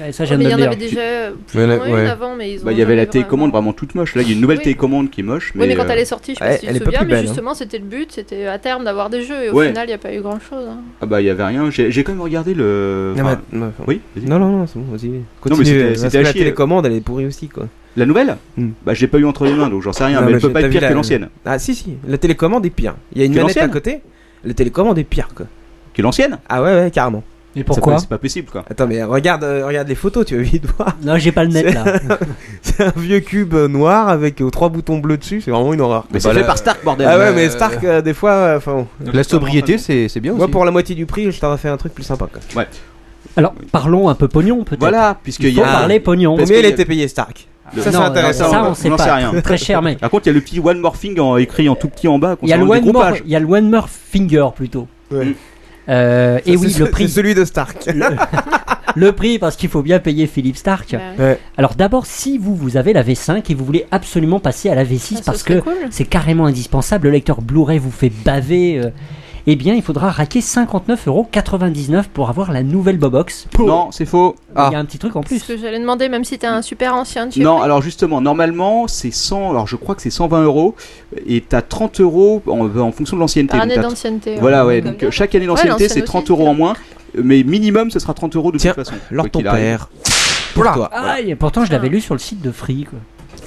Speaker 8: Ouais, Eh, Ça,
Speaker 9: Mais
Speaker 8: j'aime
Speaker 9: il y
Speaker 8: bien.
Speaker 9: en
Speaker 8: le
Speaker 9: avait
Speaker 8: dire.
Speaker 9: déjà plus
Speaker 4: Mais
Speaker 9: ou
Speaker 4: la-
Speaker 9: moins une
Speaker 4: ouais.
Speaker 9: avant, mais ils ont.
Speaker 4: Bah, il y avait la
Speaker 9: jamais
Speaker 4: télécommande vraiment toute moche. Là, il y a une nouvelle
Speaker 9: Oui.
Speaker 4: télécommande qui est moche. Mais,
Speaker 9: Oui, mais quand elle est
Speaker 4: euh,
Speaker 9: sortie, je
Speaker 4: elle-
Speaker 9: sais pas si
Speaker 4: elle
Speaker 9: tu
Speaker 4: est
Speaker 9: te
Speaker 4: pas
Speaker 9: souviens,
Speaker 4: plus
Speaker 9: mais
Speaker 4: belle, hein.
Speaker 9: justement, c'était le but, c'était à terme d'avoir des jeux, et au
Speaker 4: Ouais.
Speaker 9: final, il n'y a pas eu grand chose.
Speaker 4: Ah bah, il y avait rien. J'ai j'ai quand même regardé le.
Speaker 6: Non,
Speaker 4: enfin,
Speaker 6: mais- non, enfin-
Speaker 4: oui, vas-y.
Speaker 6: non, non, non, c'est bon, vas-y.
Speaker 4: Non, mais
Speaker 6: Continue.
Speaker 4: c'était-
Speaker 6: parce
Speaker 4: c'était
Speaker 6: que
Speaker 4: à
Speaker 6: la
Speaker 4: chier.
Speaker 6: télécommande, elle est pourrie aussi, quoi.
Speaker 4: La nouvelle
Speaker 6: Hmm.
Speaker 4: Bah, j'ai pas eu entre les mains, donc j'en sais rien.
Speaker 6: Non,
Speaker 8: bah,
Speaker 4: mais elle
Speaker 6: je-
Speaker 4: peut pas
Speaker 6: t'as
Speaker 4: être
Speaker 6: vu
Speaker 4: pire
Speaker 6: la-
Speaker 8: euh,
Speaker 4: que l'ancienne.
Speaker 6: Ah si si, la télécommande est pire. Il y a une
Speaker 4: Que
Speaker 6: manette à
Speaker 4: l'ancienne
Speaker 6: côté. La télécommande est pire quoi.
Speaker 4: Que l'ancienne
Speaker 6: Ah ouais ouais carrément.
Speaker 8: Mais
Speaker 4: Ça,
Speaker 8: pourquoi
Speaker 4: C'est pas possible, quoi.
Speaker 6: Attends mais regarde euh, regarde les photos, tu vas vite voir.
Speaker 8: Non, j'ai pas le net
Speaker 6: C'est-
Speaker 8: là.
Speaker 6: c'est un vieux cube euh, noir avec euh, trois boutons bleus dessus, c'est vraiment une horreur.
Speaker 4: Mais
Speaker 6: quoi.
Speaker 4: c'est
Speaker 3: bah,
Speaker 4: fait
Speaker 3: la-
Speaker 4: par Stark, bordel.
Speaker 6: Ah ouais
Speaker 3: euh,
Speaker 6: mais Stark euh, des fois euh, enfin bon.
Speaker 3: La sobriété, c'est c'est bien
Speaker 6: Moi
Speaker 3: aussi.
Speaker 6: pour la moitié du prix, je t'aurais fait un truc plus sympa quoi.
Speaker 8: Alors, parlons un peu pognon, peut-être.
Speaker 4: Voilà, puisqu'il
Speaker 8: Il
Speaker 4: y
Speaker 8: faut
Speaker 4: a.
Speaker 8: parler pognon.
Speaker 4: Parce
Speaker 6: Combien
Speaker 4: qu'il
Speaker 6: il
Speaker 4: y a-
Speaker 6: était payé Stark
Speaker 4: Le-
Speaker 6: Ça c'est
Speaker 8: Non,
Speaker 6: intéressant.
Speaker 8: Ça,
Speaker 4: on
Speaker 8: on sait
Speaker 4: n'en
Speaker 8: pas.
Speaker 4: sait rien.
Speaker 8: Très cher, mec.
Speaker 4: Par contre, il y a le petit One More Thing en écrit en tout petit en bas.
Speaker 8: Il y a le
Speaker 4: concernant des hein.
Speaker 8: one more,
Speaker 4: groupages.
Speaker 8: il y a le one more finger plutôt.
Speaker 6: Ouais.
Speaker 8: Euh, et
Speaker 6: Ça,
Speaker 8: oui,
Speaker 6: c'est
Speaker 8: le
Speaker 6: ce-
Speaker 8: prix.
Speaker 6: c'est celui de Stark.
Speaker 8: Le prix, parce qu'il faut bien payer Philippe Stark.
Speaker 6: Ouais.
Speaker 8: Alors d'abord, si vous, vous avez la V5 et vous voulez absolument passer à la V6
Speaker 9: Ah, ce
Speaker 8: parce
Speaker 9: serait
Speaker 8: que
Speaker 9: cool.
Speaker 8: c'est carrément indispensable, le lecteur Blu-ray vous fait baver, euh, eh bien il faudra raquer 59,99€ pour avoir la nouvelle Bobox.
Speaker 4: Non, c'est faux.
Speaker 3: Ah.
Speaker 8: Il y a un petit truc en
Speaker 9: C'est
Speaker 8: plus.
Speaker 9: ce que j'allais demander, même si t'es un super ancien de chez
Speaker 4: Non,
Speaker 9: Free.
Speaker 4: alors justement, normalement, c'est 100. Alors je crois que c'est 120 euros. Et t'as 30 euros en, en fonction de l'ancienneté.
Speaker 9: Par
Speaker 4: Donc,
Speaker 9: année
Speaker 4: t'as-
Speaker 9: d'ancienneté.
Speaker 4: Voilà,
Speaker 9: hein.
Speaker 4: ouais. Donc euh, chaque année d'ancienneté,
Speaker 9: l'ancienne
Speaker 4: c'est
Speaker 9: aussi,
Speaker 4: 30
Speaker 9: c'est
Speaker 4: euros en
Speaker 9: vrai.
Speaker 4: moins. Mais minimum, ce sera 30 euros de
Speaker 6: Tiens,
Speaker 4: toute façon.
Speaker 6: Lors
Speaker 4: quoi
Speaker 6: ton
Speaker 4: qu'il arrive.
Speaker 6: père. Pour toi.
Speaker 8: Ah, et pourtant je l'avais lu sur le site de Free. Quoi.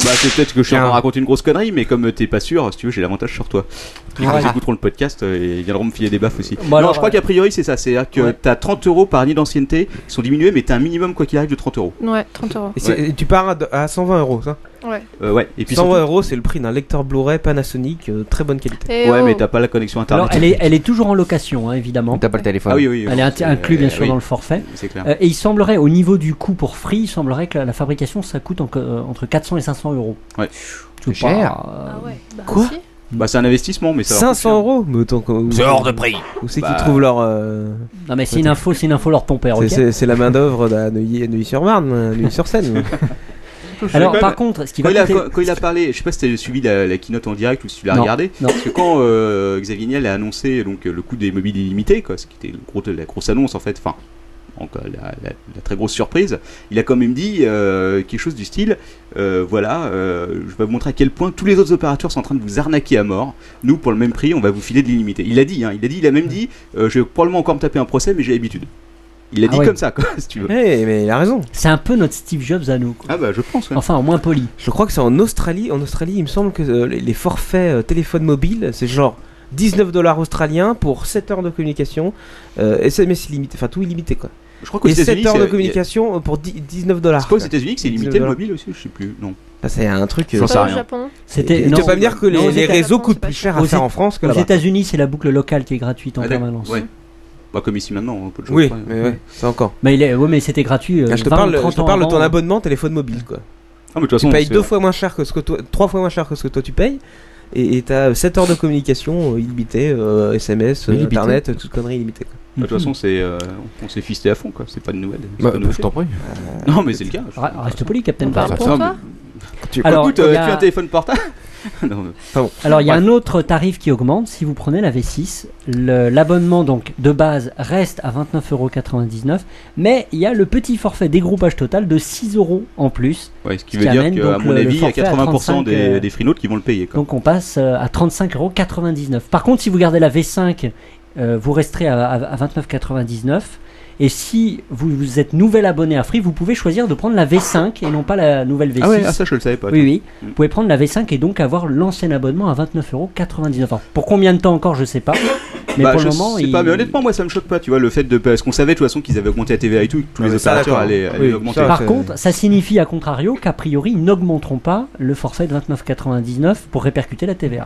Speaker 4: Bah, c'est peut-être que je suis en train de
Speaker 6: Tiens.
Speaker 4: raconter une grosse connerie, mais comme euh, t'es pas sûr, si tu veux, j'ai l'avantage sur toi. Ils
Speaker 8: Ouais.
Speaker 4: écouteront le podcast euh, et ils viendront me filer des baffes aussi.
Speaker 8: Bon,
Speaker 4: non,
Speaker 8: alors,
Speaker 4: je crois
Speaker 8: euh,
Speaker 4: qu'a priori, c'est ça. C'est-à-dire que
Speaker 8: ouais.
Speaker 4: t'as 30 euros par année d'ancienneté qui sont diminués, mais t'as un minimum, quoi qu'il arrive, de 30 euros.
Speaker 9: Ouais, 30 euros.
Speaker 6: Et c'est- et tu pars à de- à 120 euros ça.
Speaker 9: Ouais.
Speaker 4: Euh, ouais, et puis
Speaker 6: 120
Speaker 4: surtout-
Speaker 6: euros c'est le prix d'un lecteur Blu-ray Panasonic euh, très bonne qualité.
Speaker 9: Et
Speaker 4: Ouais,
Speaker 9: oh.
Speaker 4: mais t'as pas la connexion internet.
Speaker 8: Alors elle est, elle est toujours en location, hein, évidemment.
Speaker 3: T'as pas le téléphone.
Speaker 4: Ah oui, oui. oui.
Speaker 8: Elle est int- inclue bien
Speaker 4: Euh,
Speaker 8: sûr
Speaker 4: oui,
Speaker 8: dans le forfait.
Speaker 4: C'est clair.
Speaker 8: Euh, et il semblerait, au niveau du coût pour Free, il semblerait que la, la fabrication ça coûte en- euh, entre 400 et 500 euros.
Speaker 4: Ouais.
Speaker 8: C'est
Speaker 3: C'est cher.
Speaker 8: pas, euh,
Speaker 9: Ah ouais. bah
Speaker 6: Quoi
Speaker 9: si.
Speaker 4: Bah, c'est un investissement, mais ça.
Speaker 6: 500 euros Mais autant qu'on-
Speaker 11: C'est hors de prix.
Speaker 6: Où c'est
Speaker 4: Bah.
Speaker 6: qu'ils trouvent leur. euh,
Speaker 8: Non mais c'est une info, c'est une info leur pompère,
Speaker 6: c'est-
Speaker 8: ok
Speaker 6: C'est c'est la main-d'œuvre à Neuilly- Neuilly-sur-Marne, euh, Neuilly-sur-Seine.
Speaker 8: Alors
Speaker 4: quand
Speaker 8: par
Speaker 4: même-
Speaker 8: contre, ce qui
Speaker 4: Quand
Speaker 8: va
Speaker 4: il, a,
Speaker 8: coûter...
Speaker 4: quand- quand il a parlé, je sais pas si t'as suivi la, la keynote en direct ou si tu l'as
Speaker 8: Non,
Speaker 4: regardé,
Speaker 8: non.
Speaker 4: parce que quand euh, Xavier Niel a annoncé donc euh, le coût des mobiles illimités, quoi, ce qui était le gros, la grosse annonce en fait, enfin donc, euh, la, la- la très grosse surprise, il a quand même dit euh, quelque chose du style, euh, voilà, euh, je vais vous montrer à quel point tous les autres opérateurs sont en train de vous arnaquer à mort. Nous, pour le même prix, on va vous filer de l'illimité. Il l'a dit, hein, il a dit, il a même dit, euh, je vais probablement encore me taper un procès, mais j'ai l'habitude. Il l'a dit
Speaker 8: Ah ouais.
Speaker 4: comme ça, quoi, si tu veux.
Speaker 6: Eh, mais il a raison.
Speaker 8: C'est un peu notre Steve Jobs à nous. quoi.
Speaker 4: Ah bah je pense. ouais.
Speaker 8: Enfin, au moins poli.
Speaker 6: Je crois que c'est en Australie. En Australie, il me semble que euh, les les forfaits euh, téléphone mobile, c'est genre 19 dollars australiens pour 7 heures de communication. Euh, SMS illimité, enfin tout illimité quoi.
Speaker 4: Je crois qu'aux
Speaker 6: Et
Speaker 4: États-Unis,
Speaker 6: 7 heures
Speaker 4: c'est-
Speaker 6: de communication euh, pour 10 19 dollars.
Speaker 4: C'est pas aux États-Unis que c'est limité le mobile aussi Je sais plus. Non.
Speaker 6: Ah, c'est un truc.
Speaker 4: J'en sais rien.
Speaker 8: C'était-
Speaker 6: Tu
Speaker 8: non.
Speaker 6: peux pas me dire que
Speaker 8: Non,
Speaker 6: les,
Speaker 8: aux
Speaker 6: les
Speaker 8: États-
Speaker 6: réseaux coûtent plus cher à
Speaker 8: Aux
Speaker 6: faire
Speaker 8: Éta-
Speaker 6: en France que
Speaker 8: Aux
Speaker 6: là-bas.
Speaker 8: États-Unis, c'est la boucle locale qui est gratuite en
Speaker 4: Ah, d'accord.
Speaker 8: permanence.
Speaker 4: Ouais. Bah, comme ici maintenant, un peu de choses
Speaker 6: Oui,
Speaker 4: près.
Speaker 6: mais ouais, c'est encore.
Speaker 8: Mais il est, ouais, mais c'était gratuit. euh,
Speaker 6: Ah, je te
Speaker 8: 20 ou
Speaker 6: parle, je
Speaker 8: 30
Speaker 6: te
Speaker 8: ans
Speaker 6: parle de ton
Speaker 8: avant.
Speaker 6: abonnement téléphone mobile quoi.
Speaker 4: Ah, mais de toute façon,
Speaker 6: tu payes
Speaker 4: c'est-
Speaker 6: deux fois moins cher que ce que toi, trois fois moins cher que ce que toi tu payes, et et t'as 7 heures de communication euh, illimitée, euh, SMS, euh,
Speaker 3: Illimitée.
Speaker 6: internet, euh, toute connerie illimitée. Quoi.
Speaker 4: Bah, De toute façon, c'est euh, on s'est fisté à fond, quoi. C'est pas de nouvelles. c'est
Speaker 3: Bah,
Speaker 4: pas de nouveauté.
Speaker 3: je t'en prie.
Speaker 4: Non, mais c'est le cas. je-
Speaker 8: Ra- Ah, Reste poli, Captain
Speaker 9: Parle
Speaker 8: Barbe.
Speaker 9: pour
Speaker 4: Non,
Speaker 9: toi.
Speaker 4: mais- Tu
Speaker 8: Alors,
Speaker 4: écoute,
Speaker 8: il y
Speaker 4: euh, tu
Speaker 8: a-
Speaker 4: as un téléphone portable Non, mais-
Speaker 8: Alors il y a un autre tarif qui augmente si vous prenez la V6. Le- L'abonnement donc de base reste à 29,99€, mais il y a le petit forfait dégroupage total de 6 euros en plus.
Speaker 4: Ouais, ce qui
Speaker 8: Ce
Speaker 4: veut
Speaker 8: qui
Speaker 4: dire
Speaker 8: amène
Speaker 4: qu'à
Speaker 8: donc
Speaker 4: mon
Speaker 8: le- le
Speaker 4: avis, il y a
Speaker 8: forfait à
Speaker 4: 80% des,
Speaker 8: 35, euh,
Speaker 4: des freeloads qui vont le payer. Quoi.
Speaker 8: Donc on passe euh, à 35,99€. Par contre si vous gardez la V5, euh, vous resterez à, à- à 29,99€. Et si vous, vous êtes nouvel abonné à Free, vous pouvez choisir de prendre la V5 et non pas la nouvelle V6.
Speaker 4: ah ouais, ah, ça je le savais pas.
Speaker 8: Oui, oui.
Speaker 4: Mm.
Speaker 8: Vous pouvez prendre la V5 et donc avoir l'ancien abonnement à 29,99€. Enfin, pour combien de temps encore, je sais pas. Mais
Speaker 4: Bah,
Speaker 8: pour
Speaker 4: je
Speaker 8: le moment,
Speaker 4: sais
Speaker 8: il...
Speaker 4: pas, mais honnêtement, moi ça me choque pas, tu vois, le fait de. Parce qu'on savait de toute façon qu'ils avaient augmenté la TVA et tout, que tous
Speaker 6: Non,
Speaker 4: les
Speaker 6: Ah, mais ça,
Speaker 4: opérateurs
Speaker 6: d'accord.
Speaker 4: allaient, allaient
Speaker 6: Oui,
Speaker 4: augmenter.
Speaker 6: ça,
Speaker 8: Par
Speaker 6: c'est-
Speaker 8: contre, ça signifie, à contrario, qu'a priori, ils n'augmenteront pas le forfait de 29,99€ pour répercuter la TVA.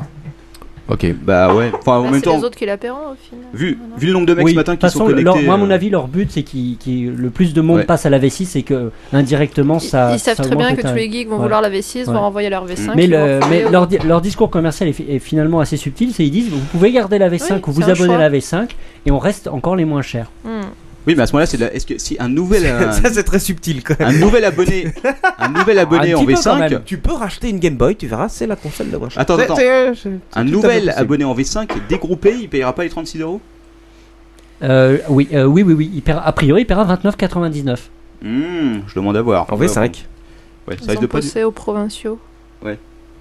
Speaker 3: Ok.
Speaker 4: Bah ouais, enfin en
Speaker 9: Bah,
Speaker 4: même
Speaker 9: c'est
Speaker 4: temps,
Speaker 9: les autres qui la paieront au final.
Speaker 4: vu, vu le nombre de mecs
Speaker 8: Oui,
Speaker 4: ce matin
Speaker 8: de
Speaker 4: qui
Speaker 8: toute façon,
Speaker 4: sont connectés.
Speaker 8: leur- moi, à mon
Speaker 4: euh,
Speaker 8: avis, leur but, c'est qu'il qu'il- le plus de monde
Speaker 4: Ouais.
Speaker 8: passe à la V6 et que indirectement,
Speaker 9: Ils-
Speaker 8: ça.
Speaker 9: ils savent
Speaker 8: ça
Speaker 9: très
Speaker 8: augmente
Speaker 9: bien
Speaker 8: le
Speaker 9: que tous
Speaker 8: tarif.
Speaker 9: les geeks vont
Speaker 8: Voilà.
Speaker 9: vouloir la V6,
Speaker 8: Ouais.
Speaker 9: vont renvoyer leur V5.
Speaker 8: Mais,
Speaker 9: ils vont
Speaker 8: le,
Speaker 9: refiler
Speaker 8: mais
Speaker 9: au-
Speaker 8: leur, di- leur discours commercial est, fi- est finalement assez subtil, c'est ils disent vous pouvez garder la V5
Speaker 9: Oui,
Speaker 8: ou vous
Speaker 9: c'est un
Speaker 8: abonner à
Speaker 9: choix.
Speaker 8: la V5 et on reste encore les moins chers.
Speaker 9: Hmm.
Speaker 4: Oui, mais à ce moment-là, c'est de la- est-ce que si un nouvel, euh,
Speaker 6: ça c'est très subtil quoi.
Speaker 4: un nouvel abonné, un nouvel abonné
Speaker 8: Un
Speaker 4: en
Speaker 8: petit peu quand
Speaker 4: V5,
Speaker 8: même.
Speaker 6: Tu peux racheter une Game Boy, tu verras, c'est la console de moi.
Speaker 4: Attends, attends. un nouvel
Speaker 6: possible.
Speaker 4: abonné en V5 dégroupé, il payera pas les 36 euros
Speaker 8: Euh, oui, euh, oui, oui, oui. Il paiera- a priori, il paiera 29,99.
Speaker 4: Hmm, Je demande à voir.
Speaker 6: Ah, En V5.
Speaker 4: Ouais, ça
Speaker 9: Ils
Speaker 4: risque
Speaker 9: ont
Speaker 4: de pas.
Speaker 9: pensé aux provinciaux.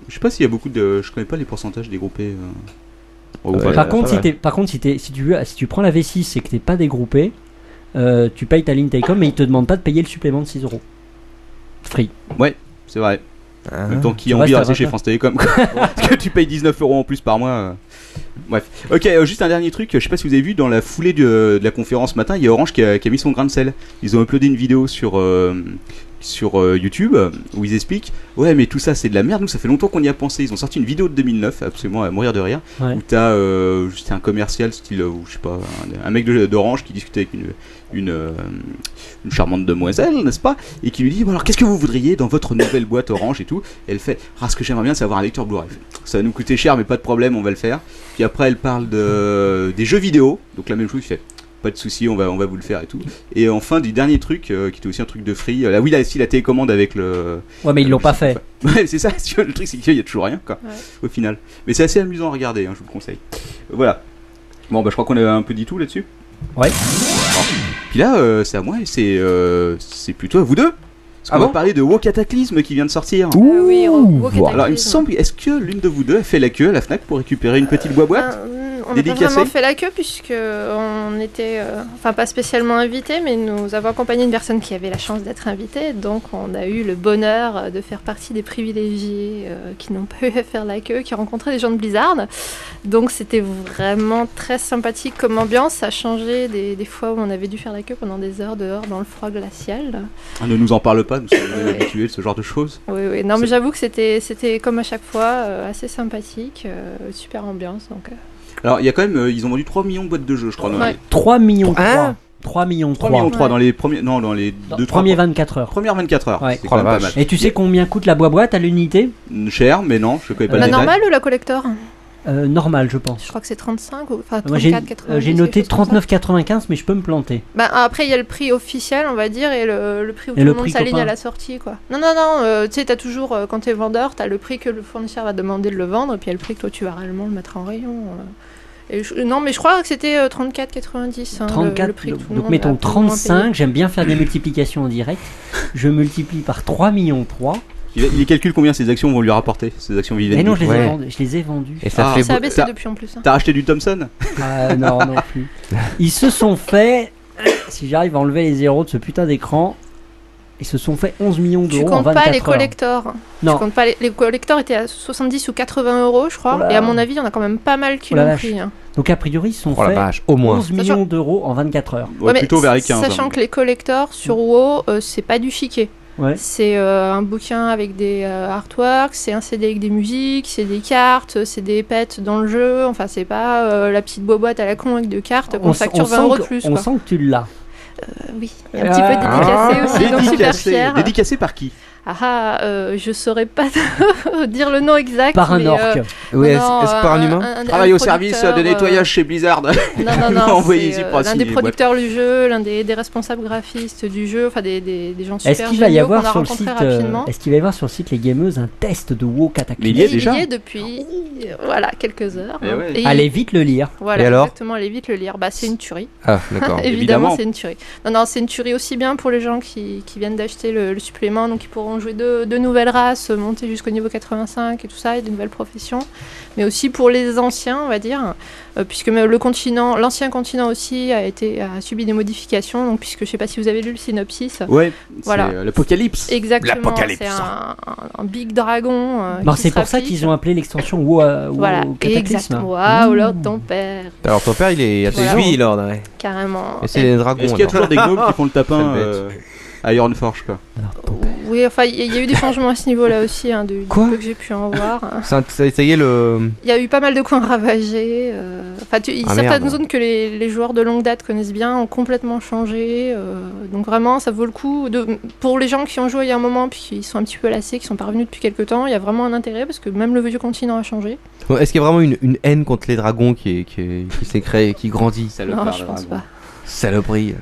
Speaker 4: Je sais pas s'il y a beaucoup de. Je connais pas les pourcentages dégroupés. euh. Oh,
Speaker 6: Ah Ouais.
Speaker 4: enfin,
Speaker 8: par,
Speaker 6: pas
Speaker 8: contre, si
Speaker 6: mal.
Speaker 8: t'es- par contre, si, t'es- si, tu, veux- si tu prends la V6 et que t'es pas dégroupé, euh, tu payes ta ligne Telecom, mais ils te demandent pas de payer le supplément de 6 euros. Free.
Speaker 4: C'est vrai. En même temps, qui
Speaker 8: Hein Tu
Speaker 4: a
Speaker 8: vois,
Speaker 4: envie de
Speaker 8: ça
Speaker 4: rester
Speaker 8: va
Speaker 4: chez
Speaker 8: pas.
Speaker 4: France Télécom quoi. Parce que tu payes 19 euros en plus par mois. euh. Bref. Ok, euh, juste un dernier truc. Je sais pas si vous avez vu, dans la foulée de, de la conférence ce matin, il y a Orange qui a, qui a mis son grain de sel. Ils ont uploadé une vidéo sur. euh, sur euh, YouTube, euh, où ils expliquent Ouais, mais tout ça c'est de la merde, nous ça fait longtemps qu'on y a pensé. Ils ont sorti une vidéo de 2009, absolument à mourir de rire,
Speaker 8: Ouais.
Speaker 4: où t'as euh, c'était un commercial, style, euh, ou je sais pas, un, un mec de- d'Orange qui discutait avec une, une, euh, une charmante demoiselle, n'est-ce pas Et qui lui dit Bon, alors qu'est-ce que vous voudriez dans votre nouvelle boîte Orange et tout Et Elle fait Ah, ce que j'aimerais bien, c'est avoir un lecteur Blu-ray. Ça va nous coûter cher, mais pas de problème, on va le faire. Puis après, elle parle de, des jeux vidéo, donc la même chose, il fait Pas de souci, on va, on va vous le faire et tout. Et enfin, du dernier truc, euh, qui était aussi un truc de free, euh, là, oui, là, si la télécommande avec le.
Speaker 8: Ouais, mais ils l'ont pas fait.
Speaker 4: Ouais, c'est ça, si tu veux, le truc, c'est qu'il y a toujours rien, quoi,
Speaker 9: Ouais.
Speaker 4: au final. Mais c'est assez amusant à regarder, hein, je vous le conseille. Voilà. Bon, bah, je crois qu'on a un peu dit tout là-dessus.
Speaker 8: Ouais.
Speaker 4: Bon. Puis là, euh, c'est à moi et c'est euh, c'est plutôt à vous deux. Parce
Speaker 3: Ah
Speaker 4: qu'on
Speaker 3: bon
Speaker 4: va parler de WoW Cataclysme qui vient de sortir.
Speaker 9: Ah oui, Ro-
Speaker 4: Alors,
Speaker 9: Walk
Speaker 4: il me
Speaker 9: Cataclysm.
Speaker 4: semble, est-ce que l'une de vous deux a fait la queue à la Fnac pour récupérer une petite boîte boîte
Speaker 9: Euh, On n'a pas
Speaker 4: Dédicacée
Speaker 9: vraiment fait la queue puisque on était, euh, enfin pas spécialement invité, mais nous avons accompagné une personne qui avait la chance d'être invitée, donc on a eu le bonheur euh, de faire partie des privilégiés euh, qui n'ont pas eu à faire la queue, qui rencontraient des gens de Blizzard. Donc c'était vraiment très sympathique comme ambiance, ça a changé des, des fois où on avait dû faire la queue pendant des heures dehors dans le froid glacial.
Speaker 4: Ah, Ne nous en parle pas, nous sommes
Speaker 9: Ouais.
Speaker 4: habitués de ce genre de choses.
Speaker 9: Oui, oui, non mais
Speaker 4: C'est-
Speaker 9: j'avoue que c'était, c'était comme à chaque fois euh, assez sympathique, euh, super ambiance donc. euh,
Speaker 4: Alors, il y a quand même, euh, ils ont vendu 3 millions de boîtes de jeux, je crois. Dans
Speaker 9: Ouais.
Speaker 4: les...
Speaker 8: 3 millions 3.
Speaker 3: Hein
Speaker 8: 3 millions
Speaker 4: 3
Speaker 8: 3.
Speaker 4: millions
Speaker 9: Ouais.
Speaker 4: 3 dans les premiers. Non, dans les
Speaker 8: Dans-
Speaker 4: 2
Speaker 8: Premier 24 heures.
Speaker 4: Première 24 heures.
Speaker 8: Ouais.
Speaker 4: C'est
Speaker 3: Oh
Speaker 4: quand
Speaker 3: la
Speaker 4: même pas
Speaker 3: vache.
Speaker 4: mal.
Speaker 8: Et tu sais combien coûte la boîte à l'unité
Speaker 4: Cher, mais non, je connais pas le
Speaker 9: la
Speaker 4: détail.
Speaker 9: normale ou la collector
Speaker 8: euh, Normal, je
Speaker 9: Je
Speaker 8: pense.
Speaker 9: crois que c'est 35 ou enfin, 34,
Speaker 8: Moi j'ai euh,
Speaker 9: 90,
Speaker 8: j'ai noté
Speaker 9: quelque chose comme ça.
Speaker 8: 39,95, mais je peux me planter.
Speaker 9: Bah, après, il y a le prix officiel, on va dire, et le, le prix
Speaker 8: Et
Speaker 9: où tout
Speaker 8: le
Speaker 9: le monde
Speaker 8: prix
Speaker 9: s'aligne
Speaker 8: copain.
Speaker 9: à la sortie, quoi. Non, non, non, euh, tu sais, t'as toujours, euh, quand t'es vendeur, t'as le prix que le fournisseur va demander de le vendre, et puis il y a le prix que toi tu vas réellement le mettre en rayon. euh. Et je- non, mais je crois que c'était euh, 34,90 hein, le- le,
Speaker 8: 34,
Speaker 9: prix que tout le
Speaker 8: donc
Speaker 9: monde a
Speaker 8: mettons
Speaker 9: plus ou moins payé.
Speaker 8: 35, j'aime bien faire des multiplications en direct. Je multiplie par 3 millions 3.
Speaker 4: Il, il calcule combien ces actions vont lui rapporter, ces actions vivantes.
Speaker 8: Et non, je les, ai
Speaker 3: Ouais.
Speaker 8: vendus, je les ai vendus.
Speaker 3: Et ça
Speaker 4: Ah,
Speaker 3: fait
Speaker 9: Ça a
Speaker 3: beau-
Speaker 9: baissé
Speaker 4: T'as-
Speaker 9: depuis en plus. hein.
Speaker 4: T'as acheté du Thompson
Speaker 8: Ah non, non plus. Ils se sont fait si j'arrive à enlever les zéros de ce putain d'écran, ils se sont fait 11 millions
Speaker 9: Tu
Speaker 8: d'euros en
Speaker 9: comptes
Speaker 8: 24
Speaker 9: pas les
Speaker 8: heures.
Speaker 9: collectors.
Speaker 8: Non.
Speaker 9: Tu comptes pas les... les collectors étaient à 70 ou 80 euros, je crois.
Speaker 8: Oh là
Speaker 9: et
Speaker 8: là.
Speaker 9: à mon avis, il y en a quand même pas mal qui
Speaker 8: Oh la
Speaker 9: l'ont
Speaker 8: vache.
Speaker 9: pris. hein.
Speaker 8: Donc a priori, ils se sont
Speaker 3: Oh la
Speaker 8: fait
Speaker 3: vache, au moins.
Speaker 8: 11 millions d'euros en 24 heures.
Speaker 9: Ouais, mais Sachant
Speaker 4: hein.
Speaker 9: que les collectors
Speaker 4: Mm.
Speaker 9: sur WoW, euh, c'est pas du chiquet.
Speaker 8: Ouais.
Speaker 9: C'est euh, un bouquin avec des euh, artworks, c'est un CD avec des musiques, c'est des cartes, c'est des pets dans le jeu. Enfin, c'est pas euh, la petite boîte à la con avec deux cartes qu'on
Speaker 8: s-
Speaker 9: facture 20
Speaker 8: sent
Speaker 9: euros
Speaker 8: que-
Speaker 9: de plus.
Speaker 8: on
Speaker 9: quoi.
Speaker 8: sent que tu l'as.
Speaker 9: Euh, oui, un petit peu dédicacé aussi, donc super fière.
Speaker 4: Ah, Dédicacé par qui
Speaker 9: Ah ah, euh, je saurais pas dire le nom exact.
Speaker 4: Par un
Speaker 9: mais,
Speaker 4: orc.
Speaker 9: euh,
Speaker 4: Oui,
Speaker 9: non, non,
Speaker 4: est-ce
Speaker 9: euh,
Speaker 4: par un humain Travaille au service
Speaker 9: producteur,
Speaker 4: de nettoyage
Speaker 9: euh,
Speaker 4: chez Blizzard.
Speaker 9: Non, non, non.
Speaker 4: Envoyez-y
Speaker 9: c'est, euh,
Speaker 4: pour
Speaker 9: l'un
Speaker 4: assigner
Speaker 9: des
Speaker 4: les boîtes.
Speaker 9: producteurs du jeu, l'un des, des responsables graphistes du jeu, enfin des, des, des gens super
Speaker 8: Est-ce qu'il va y
Speaker 9: géniaux qu'on
Speaker 8: avoir
Speaker 9: a
Speaker 8: sur le
Speaker 9: rencontrés
Speaker 8: site euh,
Speaker 9: rapidement.
Speaker 8: Est-ce qu'il va y avoir sur le site les gameuses un test de WoW Cataclysm
Speaker 9: Et y est depuis euh, voilà, quelques heures. hein. Et il-
Speaker 8: Allez vite le lire.
Speaker 9: Voilà, exactement, allez vite le lire. Bah, c'est une tuerie.
Speaker 8: Ah, d'accord.
Speaker 9: Évidemment,
Speaker 8: Évidemment.
Speaker 9: c'est une tuerie. Non, non, c'est une tuerie aussi bien pour les gens qui, qui viennent d'acheter le, le supplément, donc ils pourront jouer deux, deux nouvelles races, euh, monter jusqu'au niveau 85 et tout ça, et de nouvelles professions. Mais aussi pour les anciens, on va dire, euh, puisque même le continent, l'ancien continent aussi a, été, a subi des modifications, donc puisque je sais pas si vous avez lu le synopsis.
Speaker 4: Ouais,
Speaker 9: voilà.
Speaker 4: c'est euh, l'apocalypse.
Speaker 9: Exactement,
Speaker 4: L'apocalypse.
Speaker 9: c'est un, un- un big dragon. euh,
Speaker 8: Non,
Speaker 9: qui
Speaker 8: c'est
Speaker 9: se
Speaker 8: pour ça
Speaker 9: trafique.
Speaker 8: qu'ils ont appelé l'extension WoW, euh, WoW Mmh.
Speaker 9: Voilà,
Speaker 8: Cataclysm.
Speaker 9: exactement. Waouh, Lord ton père.
Speaker 6: Ah.
Speaker 3: Alors ton père, il est
Speaker 9: Voilà.
Speaker 3: Oui, Lord, ouais.
Speaker 9: Carrément.
Speaker 3: Et c'est les dragons.
Speaker 4: Est-ce qu'il y a
Speaker 3: alors.
Speaker 4: toujours des gnomes qui font le tapin
Speaker 3: Sale bête.
Speaker 4: euh, à Ironforge quoi
Speaker 9: Oui, enfin, il y, il y a eu des changements à ce niveau-là aussi, hein, du, du peu que j'ai pu en voir.
Speaker 3: Ça, ça- ça y est, le.
Speaker 9: Il y a eu pas mal de coins ravagés. euh, Enfin, tu- il y a
Speaker 3: Ah,
Speaker 9: certaines
Speaker 3: merde.
Speaker 9: zones que les, les joueurs de longue date connaissent bien ont complètement changé. euh, donc vraiment, ça vaut le coup. De, pour les gens qui ont joué il y a un moment, puis qui sont un petit peu lassés, qui sont pas revenus depuis quelques temps, il y a vraiment un intérêt parce que même le vieux continent a changé.
Speaker 3: Bon, Est-ce qu'il y a vraiment une, une haine contre les dragons qui est- qui est- qui s'est créée, qui grandit
Speaker 9: non, je pense pas.
Speaker 3: Saloperie.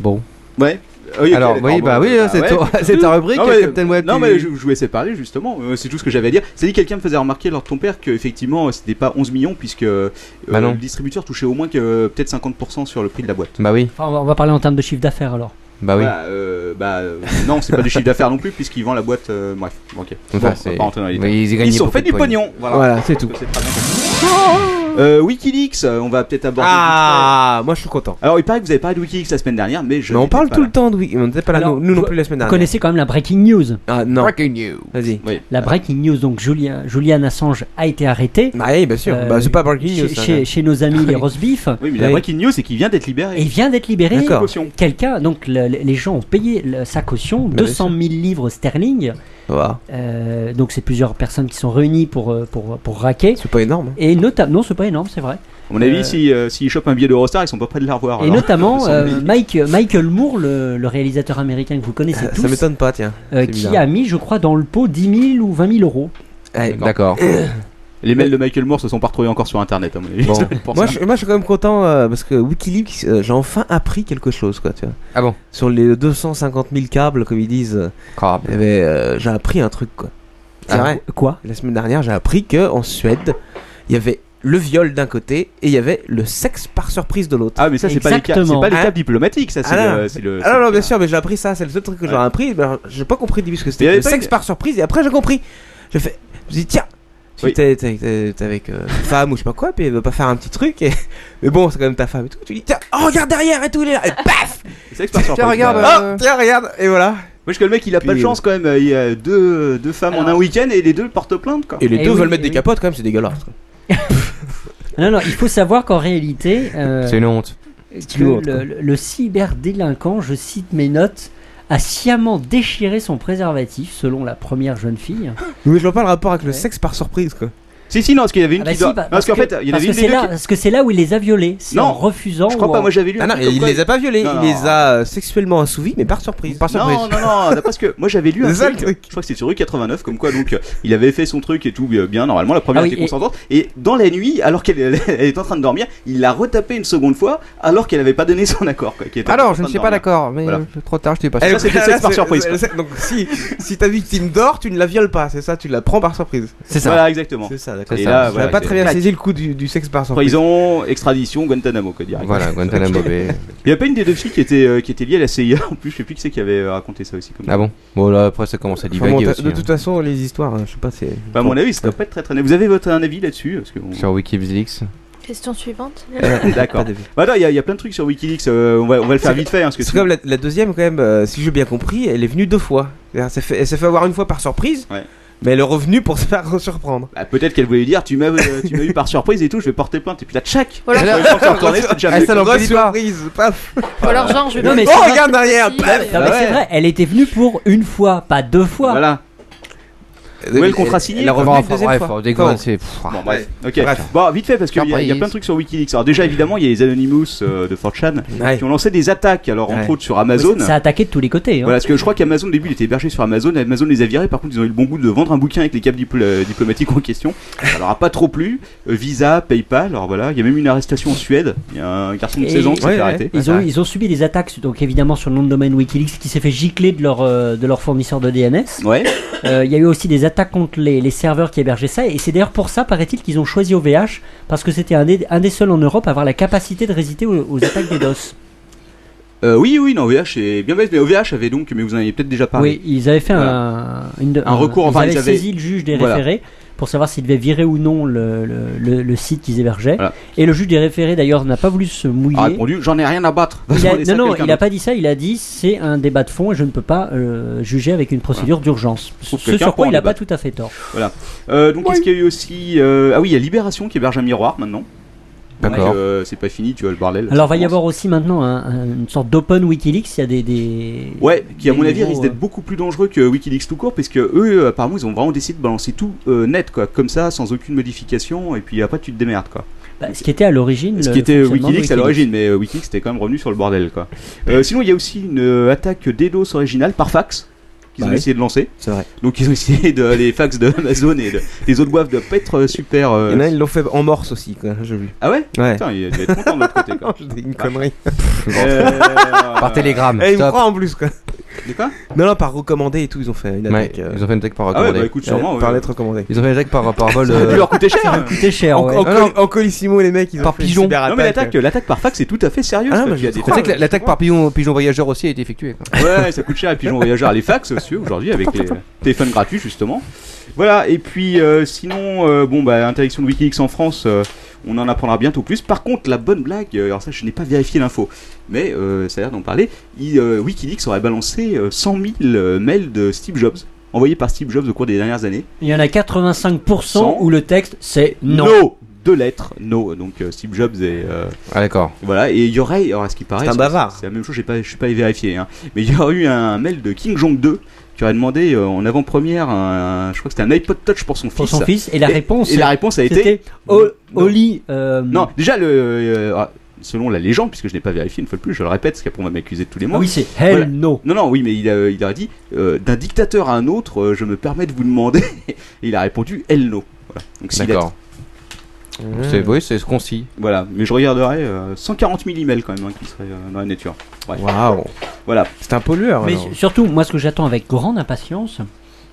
Speaker 3: Bon.
Speaker 4: Ouais. Ah oui, ok,
Speaker 3: Alors,
Speaker 4: d'accord,
Speaker 3: oui,
Speaker 4: bon,
Speaker 3: bah oui,
Speaker 4: bah,
Speaker 3: c'est
Speaker 4: ouais.
Speaker 3: ton- c'est ta rubrique,
Speaker 4: Non, mais,
Speaker 3: Captain Web,
Speaker 4: non,
Speaker 3: tu-
Speaker 4: mais je, je voulais séparer justement. euh, c'est tout ce que j'avais à dire. C'est dit quelqu'un me faisait remarquer lors de ton père que effectivement euh, c'était pas 11 millions puisque euh,
Speaker 3: Bah non.
Speaker 4: le distributeur touchait au moins que euh, peut-être 50% sur le prix de la boîte.
Speaker 3: Bah oui.
Speaker 8: Enfin, on va- on va parler en termes de chiffre d'affaires alors.
Speaker 3: Bah oui.
Speaker 4: Voilà, euh, bah euh, non, c'est pas du chiffre d'affaires non plus puisqu'il vend la boîte. euh, bref, ok.
Speaker 3: Enfin,
Speaker 4: Bon, on va
Speaker 3: c'est-
Speaker 4: pas rentrer dans les
Speaker 3: mais ils y
Speaker 4: détails.
Speaker 3: gagnaient
Speaker 4: Ils ont
Speaker 3: beaucoup
Speaker 4: fait
Speaker 3: de
Speaker 4: du
Speaker 3: pognon.
Speaker 4: pognon. Voilà,
Speaker 3: Voilà, c'est tout.
Speaker 4: très bien compris. Euh, WikiLeaks, euh, on va peut-être aborder.
Speaker 6: Ah, moi je suis content.
Speaker 4: Alors il paraît que vous avez parlé de WikiLeaks la semaine dernière, mais je.
Speaker 6: Mais on
Speaker 4: n'étais
Speaker 6: parle
Speaker 4: pas
Speaker 6: tout
Speaker 4: là.
Speaker 6: le temps de Wiki. On n'était pas là, nous,
Speaker 8: Alors,
Speaker 6: nous Ah, non
Speaker 8: vous-
Speaker 6: plus la semaine
Speaker 8: Vous
Speaker 3: Ah,
Speaker 6: dernière.
Speaker 8: connaissez quand même la breaking news.
Speaker 6: Ah non.
Speaker 3: Breaking news.
Speaker 6: Vas-y.
Speaker 4: Oui.
Speaker 8: La breaking news, donc Julian, Julian Assange a été arrêté. euh,
Speaker 6: oui, bien sûr. Bah, c'est pas breaking
Speaker 8: chez,
Speaker 6: news, ça, Ah
Speaker 8: Chez,
Speaker 6: ouais.
Speaker 8: chez nos amis les roast beef.
Speaker 4: Oui, mais la breaking news, c'est qu'il vient d'être libéré.
Speaker 8: Et il vient d'être libéré.
Speaker 4: D'accord.
Speaker 8: Quelqu'un, donc le- le- les gens ont payé le- sa caution,
Speaker 6: Bah, bien
Speaker 8: 200 000 livres sterling.
Speaker 6: Bah,
Speaker 8: Euh, donc c'est plusieurs personnes qui sont réunies pour, euh, pour, pour raquer.
Speaker 6: C'est pas énorme. hein.
Speaker 8: Et notamment, non, c'est pas énorme, c'est vrai.
Speaker 4: À mon avis,
Speaker 8: Euh,
Speaker 4: si, euh, s'ils chopent un billet d'Eurostar, ils sont pas près de la revoir.
Speaker 6: Oh
Speaker 8: Et
Speaker 4: alors.
Speaker 8: notamment
Speaker 4: Ils sont-
Speaker 8: euh, Mike, Michael Moore, le, le réalisateur américain que vous connaissez tous.
Speaker 6: Ça m'étonne pas, tiens.
Speaker 8: euh,
Speaker 6: C'est
Speaker 8: qui
Speaker 6: bizarre.
Speaker 8: a mis, je crois, dans le pot 10 000 ou 20 000 euros.
Speaker 6: Eh,
Speaker 3: D'accord.
Speaker 4: Les mails de Michael Moore se sont pas retrouvés encore sur internet, à mon avis.
Speaker 6: Bon.
Speaker 4: Ça doit être pour
Speaker 6: moi,
Speaker 4: ça.
Speaker 6: je, moi, je suis quand même content euh, parce que WikiLeaks, euh, j'ai enfin appris quelque chose, quoi, tu vois.
Speaker 3: Ah bon
Speaker 6: Sur les 250 000 câbles, comme ils disent, euh, il y avait, euh, j'ai appris un truc, quoi. C'est
Speaker 8: Ah,
Speaker 6: vrai.
Speaker 8: Quoi
Speaker 6: La semaine dernière, j'ai appris que en Suède, il y avait le viol d'un côté et il y avait le sexe par surprise de l'autre.
Speaker 4: Ah, mais ça, c'est pas les câbles- c'est pas les câbles diplomatiques, ça, c'est
Speaker 6: Ah,
Speaker 4: le-
Speaker 6: non.
Speaker 4: c'est le-
Speaker 6: Ah,
Speaker 4: c'est
Speaker 6: non,
Speaker 4: le-
Speaker 6: non, bien sûr, mais j'ai appris ça, c'est le seul truc que j'ai
Speaker 4: Ouais.
Speaker 6: appris. mais alors, J'ai pas compris au début ce que
Speaker 4: Mais il y
Speaker 6: c'était.
Speaker 4: avait
Speaker 6: Le
Speaker 4: pas
Speaker 6: sexe
Speaker 4: une-
Speaker 6: par surprise, et après j'ai compris. J'ai fait, je me suis dit, tiens, si
Speaker 4: Oui.
Speaker 6: t'es t'es- t'es- t'es avec euh, une femme ou je sais pas quoi, puis elle veut pas faire un petit truc, et... mais bon, c'est quand même ta femme et tout. Tu dis, tiens, oh, regarde derrière et tout, il est là, et paf
Speaker 4: C'est vrai que c'est par surprise,
Speaker 6: regarde,
Speaker 4: là.
Speaker 6: oh, tiens, regarde, et voilà.
Speaker 4: Parce que le mec, il a pas
Speaker 6: Puis,
Speaker 4: de chance quand même. Il y a deux, deux femmes en un week-end et les deux portent plainte, quoi.
Speaker 6: Et les deux veulent mettre des capotes quand même, c'est dégueulasse. quoi.
Speaker 8: Non, non, il faut savoir qu'en réalité. euh,
Speaker 3: C'est une honte.
Speaker 8: que le, le- le cyberdélinquant, je cite mes notes, a sciemment déchiré son préservatif, selon la première jeune fille.
Speaker 6: Mais je vois pas le rapport avec le sexe par surprise, quoi.
Speaker 4: Si, si, non, parce qu'il y avait une
Speaker 8: Ah bah
Speaker 4: qui
Speaker 8: si,
Speaker 4: doit-
Speaker 8: bah,
Speaker 4: non, parce qu'en fait, il y en
Speaker 8: parce
Speaker 4: avait
Speaker 8: que
Speaker 4: une des
Speaker 8: c'est
Speaker 4: deux
Speaker 8: là,
Speaker 4: qui-
Speaker 8: parce que c'est là où il les a violés, c'est
Speaker 4: Non,
Speaker 8: en refusant.
Speaker 4: je crois
Speaker 8: ou
Speaker 4: pas,
Speaker 8: en-
Speaker 4: moi, j'avais lu un
Speaker 6: Ah non,
Speaker 4: truc comme
Speaker 6: il
Speaker 4: quoi-
Speaker 6: les a pas violés,
Speaker 4: Non,
Speaker 6: il
Speaker 4: non.
Speaker 6: les a euh, sexuellement assouvis, mais par surprise.
Speaker 3: Ah,
Speaker 6: Par surprise.
Speaker 4: Non, non, non, d'après ce que moi j'avais lu un
Speaker 6: C'est ça,
Speaker 4: truc,
Speaker 6: le truc.
Speaker 4: je crois que c'était sur rue 89, comme quoi donc euh, il avait fait son truc et tout euh, bien, normalement la première
Speaker 8: Ah oui,
Speaker 4: était
Speaker 8: et-
Speaker 4: consentante, et... dans la nuit, alors qu'elle elle était en train de dormir, il l'a retapé une seconde fois alors qu'elle avait pas donné son accord. Quoi, qui était en
Speaker 3: Alors, je
Speaker 4: train
Speaker 3: ne
Speaker 4: de
Speaker 3: suis pas
Speaker 4: dormir.
Speaker 3: d'accord, mais
Speaker 4: Voilà.
Speaker 3: euh, trop tard, je t'ai pas
Speaker 4: Ça,
Speaker 6: Eh,
Speaker 4: c'est le
Speaker 6: là,
Speaker 4: sexe par
Speaker 6: c'est-
Speaker 4: surprise,
Speaker 6: c'est-
Speaker 4: quoi.
Speaker 6: c'est- Donc si, si ta victime dort, tu ne la violes pas, c'est ça, tu la prends par surprise.
Speaker 3: C'est ça.
Speaker 4: Voilà, exactement.
Speaker 6: C'est ça, d'accord.
Speaker 4: Et
Speaker 6: Et
Speaker 4: là,
Speaker 6: là,
Speaker 4: voilà,
Speaker 6: pas
Speaker 4: c'est-
Speaker 6: très bien
Speaker 4: clac.
Speaker 6: saisi le coup du, du sexe par surprise.
Speaker 4: Prison, extradition, Guantanamo, quoi, direct.
Speaker 3: Voilà, Guantanamo Bay.
Speaker 4: Il y a pas une des deux filles qui était, euh, qui était liée à la CIA en plus, je sais plus qui c'est qui avait euh, raconté ça aussi. Comme
Speaker 3: Ah bon Bon, là, après, ça commence à
Speaker 6: Enfin, bon,
Speaker 3: divaguer
Speaker 6: t'as-
Speaker 3: aussi.
Speaker 6: de
Speaker 3: hein.
Speaker 6: toute façon, les histoires, euh, je sais pas, c'est.
Speaker 4: Bah, à mon avis, ça doit pas être très très net. Vous avez votre un avis là-dessus parce que on-
Speaker 3: Sur Wikileaks.
Speaker 9: Question suivante.
Speaker 3: Euh,
Speaker 4: D'accord. Bah non, il y, a- il y a plein de trucs sur Wikileaks. euh, on, va, on va le faire vite fait. hein, parce que
Speaker 6: C'est comme la, la deuxième, quand même, euh, si j'ai bien compris, elle est venue deux fois. C'est-à-dire, Elle s'est fait, elle s'est fait avoir une fois par surprise, mais elle est revenue pour se faire surprendre.
Speaker 4: Ah, Peut-être qu'elle voulait dire tu m'as euh, tu m'as eu par surprise et tout, je vais porter plainte. Et puis là, tchac
Speaker 6: Voilà.
Speaker 4: Elle a- elle s'est retournée, c'était déjà
Speaker 3: Eh,
Speaker 6: Ah,
Speaker 4: mieux.
Speaker 6: ça l'en
Speaker 4: Grosse
Speaker 6: dit pas.
Speaker 4: surprise.
Speaker 6: Paf
Speaker 9: Ou alors, genre, je vais
Speaker 8: Non, mais
Speaker 9: pas-
Speaker 8: c'est
Speaker 9: Oh,
Speaker 8: vrai-
Speaker 9: regarde derrière,
Speaker 8: Non,
Speaker 9: paf.
Speaker 8: mais
Speaker 4: Bah
Speaker 9: Ah ouais.
Speaker 8: c'est vrai, elle était venue pour une fois, pas deux fois.
Speaker 4: Voilà. Où est le contrat signé
Speaker 3: elle est revenue Enfin, une deuxième bref, fois. on déconne,
Speaker 4: Pardon.
Speaker 3: c'est- pff,
Speaker 4: Bon, bah, bref.
Speaker 3: ouais.
Speaker 4: Ok.
Speaker 3: Bref.
Speaker 4: Bon, vite fait, parce qu'il y, a- il y a plein de trucs sur Wikileaks. Alors, déjà, évidemment, il y a les Anonymous euh, de 4chan qui ont lancé des attaques, alors entre
Speaker 8: Ouais.
Speaker 4: autres sur Amazon.
Speaker 8: Mais Ça a attaqué de tous les côtés. hein.
Speaker 4: Voilà, parce que je crois qu'Amazon, au début, il était hébergé sur Amazon. Amazon les a virés. Par contre, ils ont eu le bon goût de vendre un bouquin avec les câbles dipl- euh, diplomatiques en question. Ça leur a pas trop plu. Euh, Visa, PayPal, alors voilà. Il y a même une arrestation en Suède. Il y a un garçon de
Speaker 8: Et
Speaker 4: 16 ans qui s'est fait arrêter.
Speaker 8: Ils ont, ils ont subi des attaques, donc évidemment sur le nom de domaine Wikileaks qui s'est fait gicler de leur, euh, de leur fournisseur de DNS.
Speaker 4: Ouais.
Speaker 8: Euh, Il y a eu aussi des attaques contre les, les serveurs qui hébergeaient ça, et c'est d'ailleurs pour ça, paraît-il, qu'ils ont choisi OVH, parce que c'était un des, un des seuls en Europe à avoir la capacité de résister aux, aux attaques des DOS.
Speaker 4: Euh, oui, oui, non, OVH est bien bête, mais OVH avait donc, mais vous en avez peut-être déjà parlé.
Speaker 8: Oui, ils avaient fait
Speaker 4: Voilà.
Speaker 8: un, une-
Speaker 4: Un recours,
Speaker 8: ils
Speaker 4: enfin,
Speaker 8: avaient
Speaker 4: ils avaient-
Speaker 8: saisi le juge des
Speaker 4: Voilà.
Speaker 8: référés pour savoir s'ils devaient virer ou non le, le- le- le site qu'ils hébergeaient.
Speaker 4: Voilà. Ah,
Speaker 8: Et le juge des référés, d'ailleurs, n'a pas voulu se mouiller.
Speaker 4: a répondu, j'en ai rien à battre.
Speaker 8: Il a-
Speaker 4: Laissez à
Speaker 8: non, non,
Speaker 4: quelqu'un
Speaker 8: il n'a
Speaker 4: d'autre.
Speaker 8: pas dit ça, il a dit c'est un débat de fond et je ne peux pas euh, juger avec une procédure d'urgence.
Speaker 4: Sauf
Speaker 8: Ce
Speaker 4: quelqu'un
Speaker 8: sur
Speaker 4: pour
Speaker 8: quoi
Speaker 4: en
Speaker 8: il n'a pas tout
Speaker 4: débattre.
Speaker 8: à fait tort.
Speaker 4: Voilà. Euh, donc, qu'est-ce qu'il y a eu aussi euh, Ah oui, il y a Libération qui héberge un miroir maintenant.
Speaker 8: D'accord.
Speaker 4: Donc, euh, c'est pas fini, tu vois le bordel.
Speaker 8: Alors, va y
Speaker 4: Ça commence.
Speaker 8: avoir aussi maintenant un- un- une sorte d'open Wikileaks, il y a des. des
Speaker 4: Ouais, qui à
Speaker 8: des
Speaker 4: mon avis
Speaker 8: nouveaux,
Speaker 4: risque d'être
Speaker 8: euh,
Speaker 4: beaucoup plus dangereux que Wikileaks tout court, puisque eux, euh, apparemment, ils ont vraiment décidé de balancer tout euh, net, quoi, comme ça, sans aucune modification, et puis après tu te démerdes, quoi.
Speaker 8: bah, ce qui était à l'origine.
Speaker 4: Ce
Speaker 8: le
Speaker 4: qui était euh,
Speaker 8: fonctionnement de
Speaker 4: Wikileaks à l'origine, mais euh, Wikileaks était quand même revenu sur le bordel, quoi. Euh, sinon, il y a aussi une euh, attaque DDoS originale par fax qu'ils
Speaker 6: Bah
Speaker 4: ont
Speaker 6: oui.
Speaker 4: essayé de lancer.
Speaker 6: C'est vrai.
Speaker 4: Donc ils ont essayé de les fax de Amazon et de- les autres boivent de pas être euh, super. euh,
Speaker 6: Il y en a, ils l'ont fait en morse aussi, quoi, j'ai vu.
Speaker 4: Ah ouais,
Speaker 6: Ouais.
Speaker 4: Putain, il devait être content de l'autre côté, quoi.
Speaker 6: Une connerie.
Speaker 4: Par télégramme,
Speaker 6: Et Eh, ils me
Speaker 4: stop.
Speaker 6: croient en plus, quoi.
Speaker 4: De quoi
Speaker 6: Non, non, par recommandé et tout, ils ont fait une attaque.
Speaker 4: euh,
Speaker 3: Ouais, ils ont fait une attaque par
Speaker 6: Ah ouais,
Speaker 3: recommandé.
Speaker 6: bah écoute, sûrement,
Speaker 3: Par
Speaker 6: ouais.
Speaker 3: lettre recommandée. Ils ont fait une attaque par, par vol. euh,
Speaker 6: Ça a dû leur
Speaker 4: coûter cher, Ça a hein. coûté cher,
Speaker 6: En,
Speaker 4: ouais.
Speaker 6: en
Speaker 4: Ah
Speaker 6: col- en colissimo, les mecs, ils ont
Speaker 3: Par
Speaker 6: fait une
Speaker 3: pigeon.
Speaker 6: cyberattaque.
Speaker 4: Non mais l'attaque, l'attaque par fax c'est tout à fait sérieux.
Speaker 6: Ah,
Speaker 4: parce
Speaker 6: mais
Speaker 4: qu'il y a
Speaker 6: je
Speaker 4: des
Speaker 3: Tu sais que
Speaker 4: trucs-
Speaker 3: l'attaque par pigeon, pigeon voyageur aussi a été effectuée. quoi.
Speaker 4: Ouais, ça coûte cher les pigeons voyageurs, les fax aussi aujourd'hui avec les téléphones gratuits justement. Voilà, et puis euh, sinon, euh, bon bah interdiction de Wikileaks en France, euh, on en apprendra bientôt plus. Par contre, la bonne blague, euh, alors ça je n'ai pas vérifié l'info, mais euh, ça a l'air d'en parler, il, euh, Wikileaks aurait balancé euh, 100 000 euh, mails de Steve Jobs, envoyés par Steve Jobs au cours des dernières années.
Speaker 8: Il y en a 85%
Speaker 4: Sans-
Speaker 8: où le texte c'est non.
Speaker 4: No Deux lettres, no, donc euh, Steve Jobs et... euh,
Speaker 3: Ah d'accord.
Speaker 4: Voilà, et il y aurait, alors à ce qui paraît,
Speaker 6: C'est un
Speaker 4: c'est-
Speaker 6: bavard.
Speaker 4: C'est la même chose, j'ai pas- je suis pas allé vérifier, hein. mais il y aurait eu un mail de King Jong 2 qui aurait demandé euh, en avant-première, un- je crois que c'était un iPod Touch pour son
Speaker 8: Pour
Speaker 4: fils.
Speaker 8: son fils, et la réponse.
Speaker 4: et la réponse a été
Speaker 8: c'était O- Oli. euh,
Speaker 4: non, déjà le. euh, ah, Selon la légende, puisque je n'ai pas vérifié une fois de plus, je le répète, parce qu'après on va m'accuser de tous les mots.
Speaker 8: Ah oui, c'est hell no.
Speaker 4: Non, non, oui, mais il a, il a dit euh, d'un dictateur à un autre, euh, je me permets de vous demander. et il a répondu hell no. Voilà. Donc, six
Speaker 3: D'accord.
Speaker 4: lettres.
Speaker 3: C'est oui, c'est ce qu'on s'y.
Speaker 4: Voilà, mais je regarderai euh, 140 000 emails quand même hein, qui seraient euh, dans la nature. Bref.
Speaker 6: Waouh.
Speaker 4: Voilà.
Speaker 6: C'est un pollueur.
Speaker 8: Mais
Speaker 6: alors.
Speaker 8: su- surtout, moi, ce que j'attends avec grande impatience,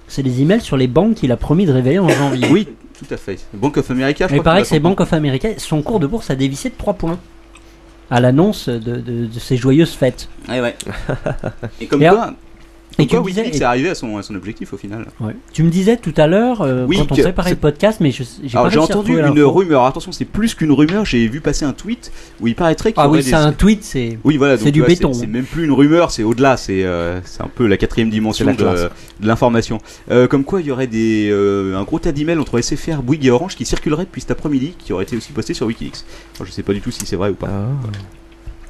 Speaker 8: c'est des emails sur les banques qu'il a promis de révéler en janvier.
Speaker 4: Oui, tout à fait. Bank of America, Ah, je
Speaker 8: Mais
Speaker 4: crois
Speaker 8: pareil,
Speaker 4: qu'il
Speaker 8: ces
Speaker 4: va s'en
Speaker 8: Bank of America, son cours de bourse a dévissé de 3 points à l'annonce de, de- de ces joyeuses fêtes.
Speaker 4: prendre. Eh Ouais, ouais. Et comme
Speaker 8: Et
Speaker 4: quoi,
Speaker 8: alors-
Speaker 4: comme
Speaker 8: et tu
Speaker 4: quoi
Speaker 8: me disais-
Speaker 4: Wikileaks
Speaker 8: et-
Speaker 4: est arrivé à son, à son objectif au final.
Speaker 8: Ouais. Tu me disais tout à l'heure, euh,
Speaker 4: Oui,
Speaker 8: quand on
Speaker 4: que-
Speaker 8: séparait le
Speaker 4: c'est-
Speaker 8: podcast, mais je- j'ai pas
Speaker 4: Alors j'ai
Speaker 8: réussi à
Speaker 4: entendu
Speaker 8: retrouver
Speaker 4: une
Speaker 8: l'info.
Speaker 4: rumeur, attention c'est plus qu'une rumeur, j'ai vu passer un tweet où il paraîtrait qu'il y
Speaker 8: Ah oui,
Speaker 4: aurait
Speaker 8: c'est
Speaker 4: des-
Speaker 8: un tweet, c'est
Speaker 4: Oui, voilà, donc,
Speaker 8: c'est
Speaker 4: tu
Speaker 8: du
Speaker 4: vois,
Speaker 8: béton. hein.
Speaker 4: C'est même plus une rumeur, c'est au-delà, c'est euh, c'est un peu la quatrième dimension
Speaker 6: C'est la
Speaker 4: de,
Speaker 6: classe.
Speaker 4: de l'information. Euh, comme quoi, il y aurait des, euh, un gros tas d'emails entre SFR, Bouygues et Orange qui circulerait depuis cet après-midi, qui aurait été aussi posté sur Wikileaks. Alors, je sais pas du tout si c'est vrai ou pas.
Speaker 8: Ah.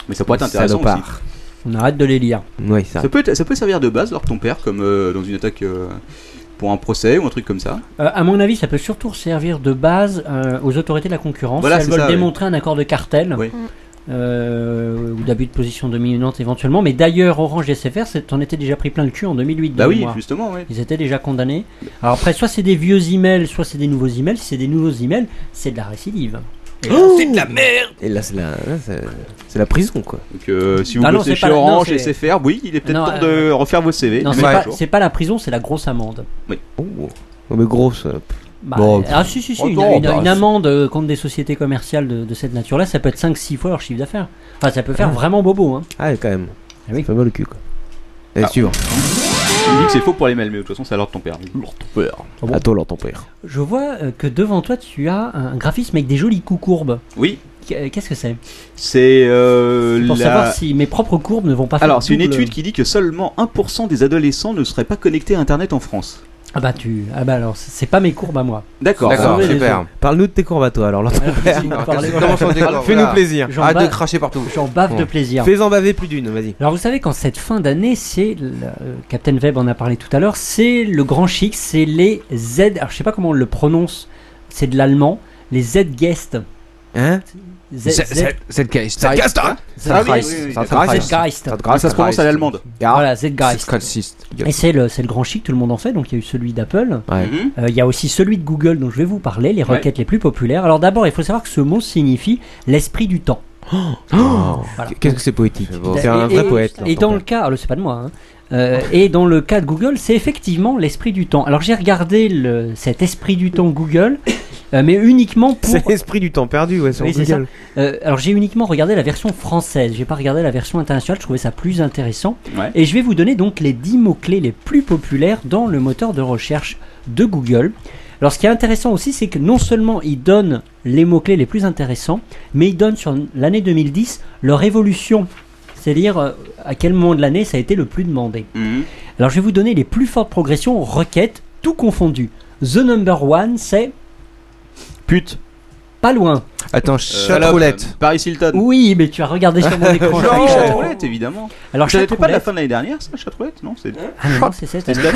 Speaker 4: Mais ça pourrait être intéressant aussi.
Speaker 6: Salopard.
Speaker 8: On arrête de les lire.
Speaker 6: Oui, ça.
Speaker 4: Ça peut, être- ça peut servir de base lors de ton père, comme euh, dans une attaque euh, pour un procès ou un truc comme ça.
Speaker 8: Euh, à mon avis, ça peut surtout servir de base euh, aux autorités de la concurrence.
Speaker 4: Voilà,
Speaker 8: si elles
Speaker 4: c'est
Speaker 8: veulent
Speaker 4: ça, oui.
Speaker 8: démontrer un accord de cartel euh, ou d'abus de position dominante éventuellement. Mais d'ailleurs, Orange et SFR s'en étaient déjà pris plein le cul en 2008. de
Speaker 4: Bah oui,
Speaker 8: mémoire.
Speaker 4: justement, ouais.
Speaker 8: Ils étaient déjà condamnés. Alors après, soit c'est des vieux emails, soit c'est des nouveaux emails. Si c'est des nouveaux emails, c'est de la récidive. Et là, c'est de la merde
Speaker 6: Et là, c'est la, là, c'est- c'est la prison, quoi.
Speaker 4: Donc, euh, si vous
Speaker 8: Ah non,
Speaker 4: bossez
Speaker 8: c'est
Speaker 4: chez
Speaker 8: pas la- non,
Speaker 4: Orange
Speaker 8: c'est-
Speaker 4: et SFR, oui, il est peut-être
Speaker 8: Non,
Speaker 4: temps
Speaker 8: euh,
Speaker 4: de refaire vos CV.
Speaker 8: Non,
Speaker 4: de
Speaker 8: c'est
Speaker 4: mettre à
Speaker 8: pas,
Speaker 4: jour.
Speaker 8: c'est pas la prison, c'est la grosse amende.
Speaker 4: Oui.
Speaker 6: Non, mais grosse. euh, pff.
Speaker 8: Bah,
Speaker 6: Bon,
Speaker 8: ah si si si,
Speaker 6: oh,
Speaker 8: une,
Speaker 6: non,
Speaker 8: une-
Speaker 6: bah,
Speaker 8: une amende euh, contre des sociétés commerciales de, de cette nature-là, ça peut être 5-6 fois leur chiffre d'affaires. Enfin, ça peut faire
Speaker 6: Ah.
Speaker 8: vraiment bobo. Hein.
Speaker 6: Ah, quand même.
Speaker 8: Ah oui.
Speaker 6: Ça fait mal au cul, quoi. Allez, Eh, suivant.
Speaker 4: Tu dis que c'est faux pour les mêmes, mais de toute façon, c'est alors de ton père. L'ordre de ton père.
Speaker 6: À toi, l'ordre de ton père.
Speaker 8: Je vois euh, que devant toi, tu as un graphisme avec des jolis coups courbes.
Speaker 4: Oui.
Speaker 8: euh, Qu'est-ce que c'est
Speaker 4: C'est euh,
Speaker 8: Pour
Speaker 4: la-
Speaker 8: savoir si mes propres courbes ne vont pas faire
Speaker 4: Alors, c'est une
Speaker 8: double-
Speaker 4: étude qui dit que seulement 1% des adolescents ne seraient pas connectés à Internet en France.
Speaker 8: Ah bah tu. Ah bah alors, c'est pas mes courbes à moi.
Speaker 4: D'accord. Ah,
Speaker 6: D'accord,
Speaker 8: Désolé,
Speaker 6: super.
Speaker 8: les gens.
Speaker 6: Parle-nous de tes courbes à toi, alors, l'ordre de ton
Speaker 8: Alors,
Speaker 6: père.
Speaker 8: vas-y,
Speaker 6: Alors,
Speaker 8: parlez-
Speaker 6: qu'est-ce que- commence ton décor,
Speaker 8: Fais-nous
Speaker 3: Ah,
Speaker 6: voilà.
Speaker 8: plaisir. J'en
Speaker 6: Arrête
Speaker 8: bave-
Speaker 6: de cracher partout.
Speaker 8: J'en bave de
Speaker 6: Bon.
Speaker 8: plaisir.
Speaker 6: Fais-en baver plus d'une, vas-y.
Speaker 8: Alors vous savez qu'en cette fin d'année, c'est le- euh, Captain Web en a parlé tout à l'heure, c'est le grand chic, c'est les Z. Alors je sais pas comment on le prononce, c'est de l'allemand, les Z guest.
Speaker 6: Hein
Speaker 8: Z,
Speaker 3: Z- Z- Zeitgeist. Zeitgeist, hein Zeitgeist. Zeitgeist.
Speaker 8: Zeitgeist.
Speaker 3: Zeitgeist. Ça Ah, se prononce à l'allemande.
Speaker 8: Voilà, Zeitgeist.
Speaker 3: Zeitgeist.
Speaker 8: Et c'est le, c'est le grand chic, tout le monde en fait. Donc il y a eu celui d'Apple. Euh,
Speaker 3: Ouais.
Speaker 8: Il
Speaker 4: Mhm,
Speaker 8: y a aussi celui de Google dont je vais vous parler, les
Speaker 3: Ouais.
Speaker 8: requêtes les plus populaires. Alors d'abord, il faut savoir que ce mot signifie l'esprit du temps. Voilà.
Speaker 6: Qu'est-ce que c'est poétique
Speaker 8: Et-
Speaker 6: Oh C'est un vrai
Speaker 8: et-
Speaker 6: poète.
Speaker 8: Et dans le cas, alors, c'est pas de moi. hein. Euh, et dans le cas de Google, c'est effectivement l'esprit du temps. Alors j'ai regardé le- cet esprit du temps Google, euh, mais uniquement pour.
Speaker 6: C'est l'esprit du temps perdu, ouais, sur
Speaker 8: Oui, c'est
Speaker 6: Google.
Speaker 8: ça. Euh, alors j'ai uniquement regardé la version française, j'ai pas regardé la version internationale, je trouvais ça plus intéressant.
Speaker 6: Ouais.
Speaker 8: Et je vais vous donner donc les 10 mots-clés les plus populaires dans le moteur de recherche de Google. Alors ce qui est intéressant aussi, c'est que non seulement ils donnent les mots-clés les plus intéressants, mais ils donnent sur l'année 2010 leur évolution. C'est-à-dire euh, à quel moment de l'année ça a été le plus demandé.
Speaker 4: mhm.
Speaker 8: Alors je vais vous donner les plus fortes progressions requêtes, tout confondu. The number one, c'est...
Speaker 4: Pute.
Speaker 8: Pas loin.
Speaker 3: Attends, chatroulette.
Speaker 4: Euh, Paris Hilton.
Speaker 8: Oui, mais tu as regardé sur mon écran.
Speaker 4: Non,
Speaker 8: Chatroulette.
Speaker 4: chatroulette, évidemment.
Speaker 8: Alors,
Speaker 4: Ça n'était pas de la
Speaker 8: chatroulette-
Speaker 4: fin de l'année dernière, ça, chatroulette Non, c'est.
Speaker 8: Ah non, non, c'est
Speaker 4: C'est
Speaker 8: ça, c'est ça.
Speaker 4: cette année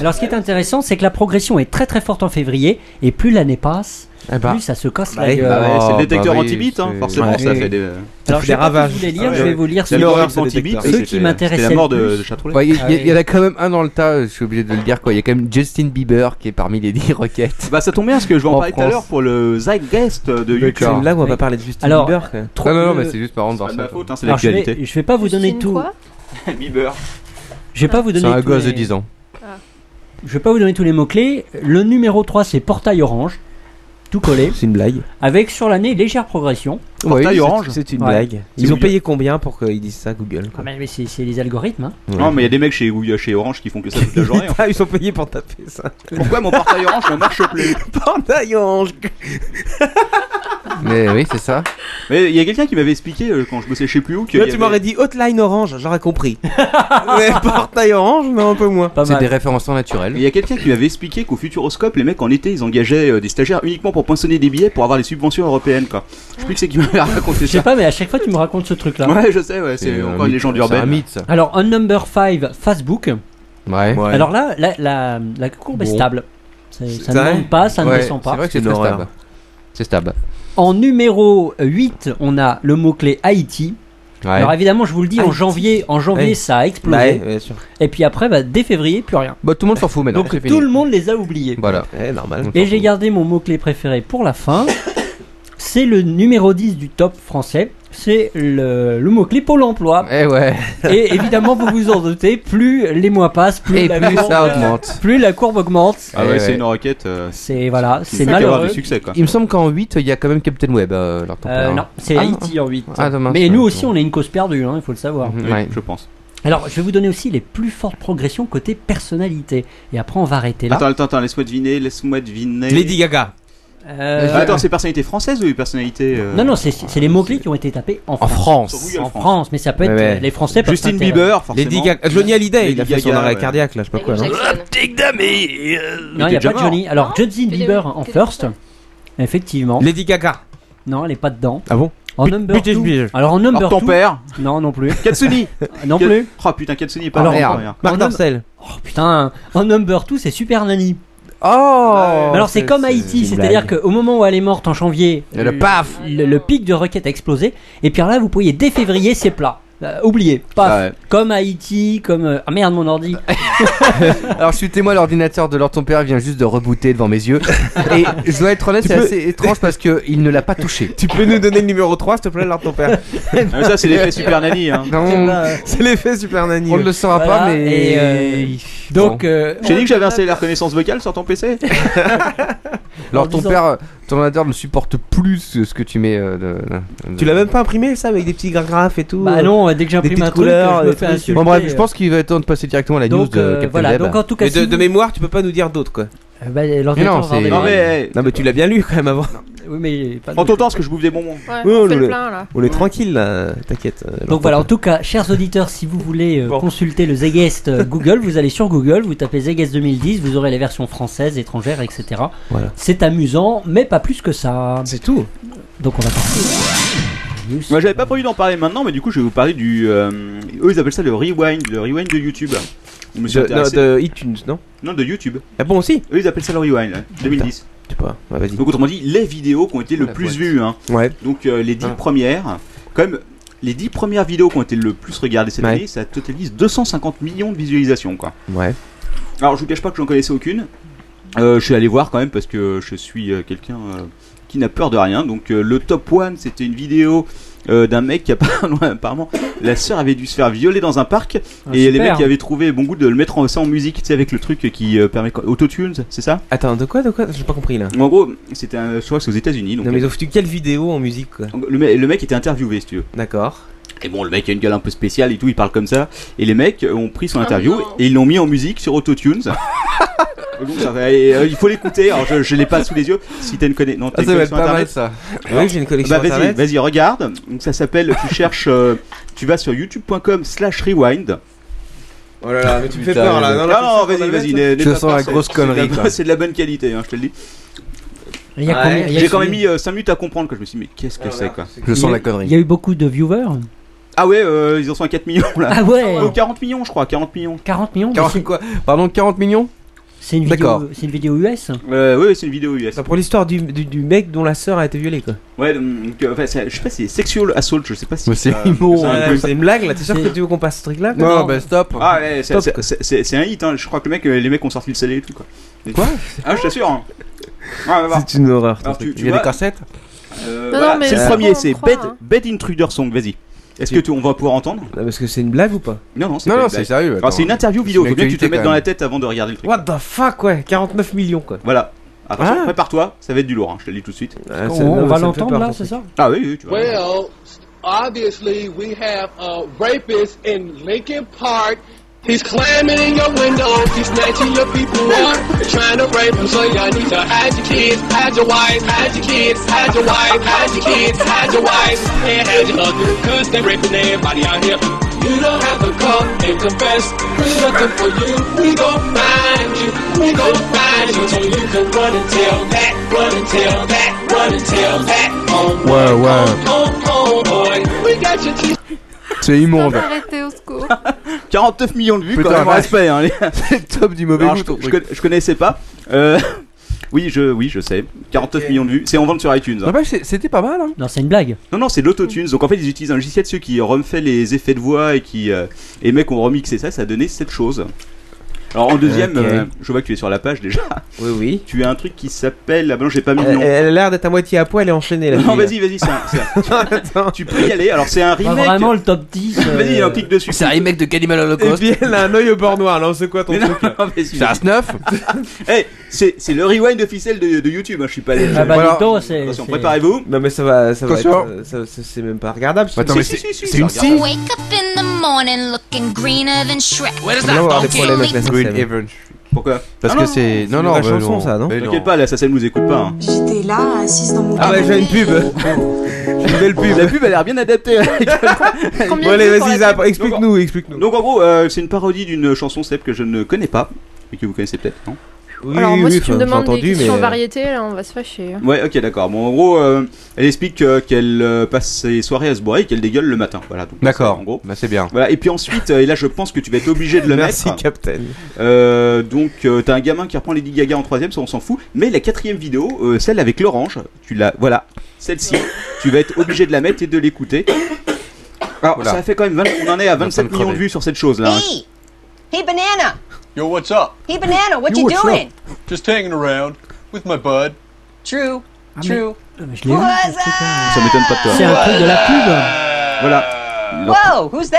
Speaker 8: Alors, ce qui est intéressant, c'est que la progression est très très forte en février, et plus l'année passe, plus ça se casse
Speaker 4: Bah
Speaker 8: la
Speaker 4: oui,
Speaker 8: gueule.
Speaker 4: bah ouais, c'est le détecteur anti-bit, hein, forcément,
Speaker 6: Ouais.
Speaker 4: ça fait des.
Speaker 8: Alors, je vais pas tous vous les
Speaker 3: Ah,
Speaker 8: lire, je vais vous lire
Speaker 4: C'est
Speaker 8: ceux-
Speaker 4: l'horreur
Speaker 8: ceux
Speaker 4: anti-bit.
Speaker 8: qui m'intéressaient.
Speaker 4: C'est la mort
Speaker 8: le
Speaker 4: de,
Speaker 8: plus.
Speaker 4: de Chatroulette.
Speaker 3: Ouais, Il y, il y en a quand même un dans le tas, euh, je suis obligé de le dire quoi. Il y a quand même Justin Bieber qui est parmi les 10 requêtes.
Speaker 4: Bah ça tombe bien parce que je vais en,
Speaker 3: En
Speaker 4: parler tout à
Speaker 3: France.
Speaker 4: l'heure pour le Zeitgeist de YouTube.
Speaker 3: D'accord. Là, on va pas
Speaker 4: Oui.
Speaker 3: parler de Justin Alors, Bieber, quoi. trop- Non, non, non, mais c'est juste par contre dans
Speaker 4: C'est
Speaker 3: ça,
Speaker 4: pas ma
Speaker 3: quoi.
Speaker 4: faute, hein, c'est
Speaker 8: Alors, je
Speaker 4: l'actualité.
Speaker 8: vais, je vais pas vous donner tout.
Speaker 4: Bieber.
Speaker 8: Je vais pas vous donner.
Speaker 3: C'est un
Speaker 8: tous
Speaker 3: gosse de
Speaker 8: les-
Speaker 3: 10 ans.
Speaker 8: Je vais pas vous donner tous les mots clés. Le numéro 3 c'est portail orange, tout collé.
Speaker 6: C'est une blague.
Speaker 8: Avec sur l'année légère progression.
Speaker 6: Ouais, c'est- C'est une
Speaker 8: Ouais.
Speaker 6: blague. Ils ont payé combien pour qu'ils disent ça, Google quoi
Speaker 8: Ah, mais c'est c'est les algorithmes. hein.
Speaker 4: Non mais il y a des mecs chez, Google- chez Orange qui font que ça toute la journée. hein.
Speaker 6: Ils sont payés pour taper ça.
Speaker 4: Pourquoi mon portail orange ne marche plus
Speaker 6: Portail orange
Speaker 3: Mais oui, c'est ça.
Speaker 4: Mais il y a quelqu'un qui m'avait expliqué euh, quand je bossais chez plus haut que.
Speaker 6: Là, tu m'aurais dit hotline orange, j'aurais compris. mais portail orange, non, un peu moins.
Speaker 3: C'est des références naturelles.
Speaker 4: Il y a quelqu'un qui m'avait expliqué qu'au Futuroscope, les mecs en été, ils engageaient euh, des stagiaires uniquement pour poinçonner des billets pour avoir les subventions européennes, quoi. Je sais plus que c'est qui m'avait raconté
Speaker 8: Je sais
Speaker 4: ça.
Speaker 8: pas, mais à chaque fois tu me racontes ce truc là.
Speaker 4: Ouais, je sais, ouais, c'est C'est encore un une mythe, légende c'est urbaine. un mythe, ça.
Speaker 8: Alors, on number 5, Facebook.
Speaker 3: Ouais.
Speaker 8: Alors là, la, la, la courbe est
Speaker 3: Bon.
Speaker 8: stable. C'est- Ça
Speaker 3: C'est
Speaker 8: ne
Speaker 3: vrai
Speaker 8: monte pas, ça ne
Speaker 3: Ouais,
Speaker 8: descend pas.
Speaker 3: C'est vrai que c'est très stable. C'est stable.
Speaker 8: En numéro 8, on a le mot-clé Haïti.
Speaker 3: Ouais.
Speaker 8: Alors évidemment, je vous le dis, en
Speaker 3: Haïti.
Speaker 8: janvier, en janvier
Speaker 3: Ouais.
Speaker 8: ça a explosé.
Speaker 3: Bah ouais, bien sûr.
Speaker 8: Et puis après, bah, dès février, plus rien.
Speaker 3: Bah, tout le monde s'en fout maintenant.
Speaker 8: Donc
Speaker 3: c'est
Speaker 8: tout
Speaker 3: fini.
Speaker 8: le monde les a oubliés.
Speaker 3: Voilà.
Speaker 6: Eh, normal.
Speaker 8: Et j'ai gardé mon mot-clé préféré pour la fin. C'est le numéro 10 du top français. C'est le, le mot-clé Pôle emploi.
Speaker 3: Et Eh ouais.
Speaker 8: Et évidemment, vous vous en doutez, plus les mois passent, plus,
Speaker 3: Et
Speaker 8: la
Speaker 3: plus
Speaker 8: courbe-
Speaker 3: ça augmente.
Speaker 8: Plus la courbe augmente.
Speaker 4: Ah ouais,
Speaker 3: Eh
Speaker 4: c'est
Speaker 3: ouais.
Speaker 4: une requête. euh,
Speaker 8: C'est voilà,
Speaker 4: qui
Speaker 8: c'est
Speaker 4: peut avoir
Speaker 8: malheureux.
Speaker 4: du succès, quoi.
Speaker 3: Il me semble qu'en 8, il y a quand même Captain Web. euh, alors, ton
Speaker 8: Euh,
Speaker 3: père.
Speaker 8: non, c'est
Speaker 3: Ah,
Speaker 8: Haïti en 8.
Speaker 3: Ah, dommage.
Speaker 8: Mais nous aussi, on est une cause perdue, hein, il faut le savoir.
Speaker 3: Mhm, Oui, ouais.
Speaker 4: je pense.
Speaker 8: Alors, je vais vous donner aussi les plus fortes progressions côté personnalité. Et après, on va arrêter là.
Speaker 4: Attends, attends, attends, laisse-moi deviner, laisse-moi deviner.
Speaker 8: Lady
Speaker 6: Gaga.
Speaker 8: Euh,
Speaker 4: Attends, c'est personnalité française ou personnalité. euh,
Speaker 8: Non, non, c'est c'est les mots-clés qui ont été tapés en France.
Speaker 4: France. Oui, en
Speaker 8: En
Speaker 4: France.
Speaker 8: France, mais ça peut être.
Speaker 6: Ouais, ouais.
Speaker 8: Les Français peuvent
Speaker 4: Justin
Speaker 8: s'intéresser.
Speaker 4: Bieber, forcément.
Speaker 6: Lady Gaga. euh, Johnny Hallyday, il a
Speaker 4: Lady
Speaker 6: fait son
Speaker 4: Gaga,
Speaker 6: arrêt
Speaker 4: ouais.
Speaker 6: cardiaque, là, je sais pas quoi. non
Speaker 8: Non, il n'y a pas de Johnny. Alors, Justin Bieber en first. Effectivement.
Speaker 6: Lady Gaga.
Speaker 8: Non, elle n'est pas dedans.
Speaker 6: Ah bon
Speaker 8: En number
Speaker 6: Britney
Speaker 8: 2.
Speaker 6: Spears.
Speaker 8: Alors, en number
Speaker 4: Alors, ton
Speaker 8: 2.
Speaker 4: père
Speaker 8: Non, non plus.
Speaker 4: Katsuni
Speaker 8: Non plus.
Speaker 4: Oh putain, Katsuni est pas
Speaker 8: Alors,
Speaker 4: là.
Speaker 8: en-
Speaker 4: rien.
Speaker 8: en num- Oh putain, en number 2, c'est Super Nanny.
Speaker 3: Oh
Speaker 8: Alors c'est comme Haïti,
Speaker 6: une
Speaker 8: c'est-à-dire
Speaker 6: blague.
Speaker 8: qu'au moment où elle est morte en janvier,
Speaker 6: Et le paf
Speaker 8: le, le pic de requête a explosé. Et puis alors là, vous pourriez dès février, c'est plat. Euh, oubliez, paf.
Speaker 3: Ah ouais.
Speaker 8: Comme Haïti, comme euh, ah merde mon ordi.
Speaker 3: Alors, je suis témoin, l'ordinateur de leur ton père vient juste de rebooter devant mes yeux. Et je dois être honnête,
Speaker 6: Tu
Speaker 3: c'est
Speaker 6: peux-
Speaker 3: assez étrange parce qu'il ne l'a pas touché.
Speaker 6: Tu peux nous donner le numéro 3, s'il te plaît, l'art de ton père
Speaker 4: Ah, mais ça, c'est l'effet Super Nanny. Hein.
Speaker 8: Mmh.
Speaker 3: Non,
Speaker 6: C'est l'effet Super Nanny.
Speaker 3: on ne le saura
Speaker 8: Voilà,
Speaker 3: pas, mais.
Speaker 8: et, euh,
Speaker 3: Bon.
Speaker 8: donc euh,
Speaker 4: J'ai dit que j'avais installé la reconnaissance vocale sur ton PC
Speaker 3: Alors ton
Speaker 6: disant-
Speaker 3: père, euh, ton ordinateur ne supporte plus ce ce que tu mets. euh, de- de-
Speaker 6: Tu l'as même pas imprimé ça avec des petits graphes et tout
Speaker 3: Bah
Speaker 6: euh,
Speaker 3: non, dès que
Speaker 6: des
Speaker 3: j'imprime
Speaker 6: petites
Speaker 3: un truc,
Speaker 6: couleurs,
Speaker 3: je me
Speaker 6: des
Speaker 3: fais
Speaker 6: trucs.
Speaker 8: euh.
Speaker 3: insulter, Bon, bref, je pense qu'il va être temps de passer directement à la news
Speaker 6: Donc,
Speaker 3: de
Speaker 6: euh,
Speaker 3: Captain
Speaker 6: voilà,
Speaker 3: Web.
Speaker 6: donc en tout cas,
Speaker 3: Mais de-
Speaker 6: si
Speaker 3: de
Speaker 6: vous-
Speaker 3: mémoire, tu peux pas nous dire d'autres quoi.
Speaker 8: Euh, bah,
Speaker 3: Mais non,
Speaker 8: l'ordinateur va
Speaker 3: c'est-
Speaker 8: avoir des-
Speaker 6: Non, mais tu l'as bien lu quand même avant.
Speaker 8: Oui, mais pas
Speaker 4: Prends
Speaker 8: de-
Speaker 4: ton temps parce que je bouffe des bonbons.
Speaker 9: Ouais,
Speaker 6: Oui,
Speaker 9: on
Speaker 6: on
Speaker 9: fait le
Speaker 6: est-
Speaker 9: plein, là.
Speaker 6: On est tranquille là, t'inquiète. euh,
Speaker 8: Donc voilà, en tout cas, chers auditeurs, si vous voulez euh, consulter le Zegest euh, Google, vous allez sur Google, vous tapez Zegest 2010, vous aurez les versions françaises, étrangères, etc.
Speaker 6: Voilà.
Speaker 8: C'est amusant, mais pas plus que ça.
Speaker 6: C'est tout.
Speaker 8: Donc on va partir. Ah,
Speaker 4: Moi j'avais pas prévu d'en parler maintenant, mais du coup je vais vous parler du. euh, eux ils appellent ça le rewind, le rewind de YouTube. Je me suis
Speaker 6: De-
Speaker 4: intéressé-
Speaker 6: non, de iTunes, non
Speaker 4: Non, de YouTube.
Speaker 6: Ah bon aussi
Speaker 4: Eux ils appellent ça le rewind, hein, ouais, 2010.
Speaker 6: Je sais pas, ouais, vas-y.
Speaker 4: Donc autrement dit, les vidéos qui ont été le
Speaker 6: La
Speaker 4: plus
Speaker 6: boîte.
Speaker 4: vues. hein.
Speaker 6: Ouais.
Speaker 4: Donc euh, les 10 premières, quand même, les 10 premières vidéos qui ont été le plus regardées cette
Speaker 6: Ouais.
Speaker 4: année, ça totalise 250 millions de visualisations quoi.
Speaker 6: Ouais.
Speaker 4: Alors je vous cache pas que j'en connaissais aucune. Euh, je suis allé voir quand même parce que je suis euh, quelqu'un euh, qui n'a peur de rien. Donc euh, le top one c'était une vidéo euh, d'un mec qui apparemment, apparemment la sœur avait dû se faire violer dans un parc
Speaker 6: Ah,
Speaker 4: et les
Speaker 6: super.
Speaker 4: mecs avaient trouvé bon goût de le mettre en, ça en musique, tu sais avec le truc qui euh, permet autotunes, c'est ça
Speaker 6: Attends, de quoi, de quoi J'ai pas compris là.
Speaker 4: En gros, c'était un, je crois que c'est aux États-Unis. donc-
Speaker 6: Non, mais ils ont foutu quelle vidéo en musique quoi
Speaker 4: le, mec- le mec était interviewé, si tu veux.
Speaker 6: D'accord.
Speaker 4: Et bon, le mec a une gueule un peu spéciale et tout, il parle comme ça. Et les mecs euh, ont pris son interview et ils l'ont mis en musique sur Autotunes. Donc, ça va, et, euh, il faut l'écouter, alors je, je l'ai pas sous les yeux. Si t'as une connexion.
Speaker 6: Ah, ça doit être pas mal, ça. Oui, j'ai une connexion
Speaker 4: Bah, vas-y,
Speaker 6: Internet.
Speaker 4: vas-y, regarde. Donc ça s'appelle, tu cherches, euh, tu vas sur youtube.com/slash rewind.
Speaker 6: Oh là là, mais tu me fais
Speaker 4: Putain,
Speaker 6: peur là.
Speaker 4: mais-
Speaker 6: Non,
Speaker 4: Non,
Speaker 6: la
Speaker 4: non,
Speaker 6: connexion
Speaker 4: vas-y,
Speaker 6: Internet,
Speaker 4: vas-y.
Speaker 6: là.
Speaker 4: n'aie- n'aie
Speaker 3: Je
Speaker 4: pas
Speaker 3: sens
Speaker 4: peur,
Speaker 3: la
Speaker 4: c'est-
Speaker 3: grosse
Speaker 4: c'est
Speaker 3: connerie,
Speaker 4: de la-
Speaker 3: quoi.
Speaker 4: C'est de la bonne qualité, hein, je te le dis.
Speaker 8: Il y a combien- il Ah, y a
Speaker 4: J'ai quand même
Speaker 8: combien-
Speaker 4: mis 5 minutes à comprendre que je me suis dit, mais qu'est-ce que c'est quoi
Speaker 8: Il y a- Il y a eu beaucoup de viewers.
Speaker 4: Ah ouais, euh, ils en sont à 4 millions là.
Speaker 8: Ah ouais.
Speaker 4: Oh, 40 millions, je crois, 40 millions.
Speaker 8: 40 millions
Speaker 4: Quarante-
Speaker 8: mais
Speaker 3: Quoi Pardon, 40 millions
Speaker 8: C'est une
Speaker 3: D'accord.
Speaker 8: vidéo, c'est une vidéo US.
Speaker 4: Euh, oui, c'est une vidéo US.
Speaker 6: Pour l'histoire du, du, du mec dont la sœur a été violée quoi.
Speaker 4: Ouais, donc, euh, enfin, c'est- je sais pas si c'est sexual assault, je sais pas si.
Speaker 6: Mais c'est
Speaker 4: ça-
Speaker 6: immonde.
Speaker 4: ça-
Speaker 6: Ouais, c'est une blague, là, t'es sûr que tu veux qu'on passe ce truc là
Speaker 4: Non,
Speaker 6: bah
Speaker 3: stop.
Speaker 4: Ah ouais, c'est-
Speaker 6: Stop,
Speaker 4: c'est- c'est c'est- c'est un hit, hein. je crois que le mec, euh, les mecs ont sorti le CD et tout quoi. Quoi Ah, je t'assure. hein. Ah,
Speaker 6: C'est une horreur.
Speaker 4: Alors,
Speaker 6: ton
Speaker 4: tu-
Speaker 6: truc.
Speaker 4: tu vois- euh,
Speaker 6: Non,
Speaker 4: voilà,
Speaker 6: non, mais
Speaker 4: C'est le
Speaker 6: je
Speaker 4: premier,
Speaker 6: crois, on
Speaker 4: c'est
Speaker 6: croit,
Speaker 4: Bed,
Speaker 6: hein.
Speaker 4: Bed Intruder Song, vas-y. Est-ce que tu, on va pouvoir entendre
Speaker 6: Ah, Parce que c'est une blague ou pas
Speaker 4: Non, non, c'est
Speaker 6: Non,
Speaker 4: pas
Speaker 6: non,
Speaker 4: une
Speaker 6: c'est
Speaker 4: blague.
Speaker 6: sérieux,
Speaker 4: Alors, C'est
Speaker 6: attends.
Speaker 4: une interview
Speaker 6: C'est
Speaker 4: vidéo,
Speaker 6: une
Speaker 4: faut bien que tu te
Speaker 6: actualité,
Speaker 4: mettes
Speaker 6: quand
Speaker 4: dans
Speaker 6: même.
Speaker 4: la tête avant de regarder le truc.
Speaker 6: What the fuck, ouais, 49 millions quoi.
Speaker 4: Voilà. Attention,
Speaker 6: Ah.
Speaker 4: prépare-toi, ça va être du lourd, hein, je te le dis tout de suite.
Speaker 6: ça- On- non, on mais va ça me fait l'entendre, peur, là, ton c'est
Speaker 8: ça
Speaker 4: Ah oui, oui, tu vois.
Speaker 12: Well, obviously, we have a rapist in Lincoln Park. He's climbing in your windows. He's snatching your people up, trying to rape them. So y'all need to hide your kids, hide your wife, hide your kids, hide your wife, hide your kids, hide your wife, and hide your husband, cause they're raping everybody out here. You don't have to come and confess. We're looking for you. We gon' find you. We gon' find you. So you can run and tell that, run and tell that, run and tell that. Oh, on
Speaker 3: Ouais, ouais. C'est immonde.
Speaker 9: Arrêtez au secours.
Speaker 4: 49 millions de vues,
Speaker 3: Putain,
Speaker 4: quand même,
Speaker 3: vache.
Speaker 4: respect, hein, les-
Speaker 3: C'est le top du mauvais
Speaker 4: Alors,
Speaker 3: goût.
Speaker 4: je, je conna- je connaissais pas. Euh, oui, je, oui, je sais. 49 millions de vues. C'est en vente sur iTunes. hein.
Speaker 3: Ah bah, c'est- C'était pas mal, hein.
Speaker 8: Non, c'est une blague.
Speaker 4: Non, non, c'est de l'autotune. Donc en fait, ils utilisent un logiciel de ceux qui refait les effets de voix et qui. euh, et les mecs ont remixé ça, ça a donné cette chose. Alors en deuxième,
Speaker 6: Ok.
Speaker 4: euh, je vois que tu es sur la page déjà.
Speaker 6: Oui, oui. Eh,
Speaker 4: Tu as un truc qui s'appelle. Ah ben non, j'ai pas mis le
Speaker 6: Elle,
Speaker 4: nom.
Speaker 6: elle a l'air d'être à moitié à poil et enchaînée là.
Speaker 4: Non, vas-y, vas-y, c'est un- c'est un- Tu peux y aller. Alors c'est
Speaker 6: Bah,
Speaker 4: un remake.
Speaker 8: vraiment le top euh, 10.
Speaker 4: Vas-y, un clic dessus. C'est un remake de Cannibal
Speaker 6: Et puis elle a un œil au bord noir là, c'est quoi ton truc là
Speaker 4: C'est
Speaker 6: un
Speaker 3: snuff
Speaker 4: Eh, c'est c'est le rewind officiel de, de YouTube, hein, je suis pas allé.
Speaker 6: Ah bah,
Speaker 4: Voilà.
Speaker 6: dis donc,
Speaker 8: c'est-
Speaker 4: Attention,
Speaker 6: c'est-
Speaker 4: préparez-vous.
Speaker 6: Non mais ça va, ça va être,
Speaker 4: Attention.
Speaker 6: euh, ça- ça- c'est même pas regardable.
Speaker 4: Attends, mais Si, c'est- si, si, c'est une si.
Speaker 13: Wake up in the morning looking greener than Shrek.
Speaker 4: What is
Speaker 6: On va avoir des problèmes avec la
Speaker 3: Green
Speaker 6: sorcière.
Speaker 3: Evans.
Speaker 4: Pourquoi
Speaker 3: Parce
Speaker 4: Ah
Speaker 3: que c'est. Non,
Speaker 6: une
Speaker 3: non,
Speaker 6: vraie
Speaker 3: bah
Speaker 6: chanson, ça, non
Speaker 3: Mais
Speaker 4: T'inquiète pas, là, ça, ça ne nous écoute pas. hein.
Speaker 14: J'étais là, assise dans mon
Speaker 6: Ah bah j'ai une pub.
Speaker 4: Une belle pub. Oh, La pub a l'air bien adaptée.
Speaker 6: Bon, allez, vas-y, Zap, explique-nous, explique-nous.
Speaker 4: Donc en gros, euh, c'est une parodie d'une chanson célèbre que je ne connais pas, mais que vous connaissez peut-être, non
Speaker 6: Oui,
Speaker 9: Alors, moi, si tu me demandes des
Speaker 6: euh,
Speaker 4: euh,
Speaker 9: questions variété, là, on va se fâcher. hein.
Speaker 4: Ouais, ok, d'accord. Bon, en gros, euh, elle explique euh, qu'elle euh, passe ses soirées à se bourrer et qu'elle dégueule le matin. Voilà. donc,
Speaker 3: D'accord.
Speaker 4: c'est- En gros.
Speaker 3: Bah, c'est bien.
Speaker 4: Voilà. Et puis ensuite, euh, et là, je pense que tu vas être obligé de le
Speaker 6: Merci,
Speaker 4: mettre.
Speaker 6: Captain.
Speaker 4: Euh, donc, euh, t'as un gamin qui reprend Lady Gaga en troisième, ça on s'en fout. Mais la quatrième vidéo, euh, celle avec l'orange, tu l'as, voilà, celle-ci, tu vas être obligé de la mettre et de l'écouter. Alors,
Speaker 3: Oula.
Speaker 4: ça fait quand même 20 on en est à
Speaker 3: train de
Speaker 4: 27 millions de
Speaker 3: crever.
Speaker 4: vues sur cette chose-là. hein.
Speaker 15: Hey! Hey, Banana!
Speaker 12: Yo, what's up?
Speaker 15: Hey, Banana, what
Speaker 12: Yo,
Speaker 15: you
Speaker 12: what's
Speaker 15: doing?
Speaker 12: Just hanging around with my bud.
Speaker 15: True,
Speaker 8: Ah,
Speaker 12: mais-
Speaker 15: true.
Speaker 8: Je l'ai vu,
Speaker 15: What's
Speaker 4: Ça m'étonne pas de toi.
Speaker 8: C'est un truc de la pub.
Speaker 4: Voilà.
Speaker 15: up? Whoa, who's that?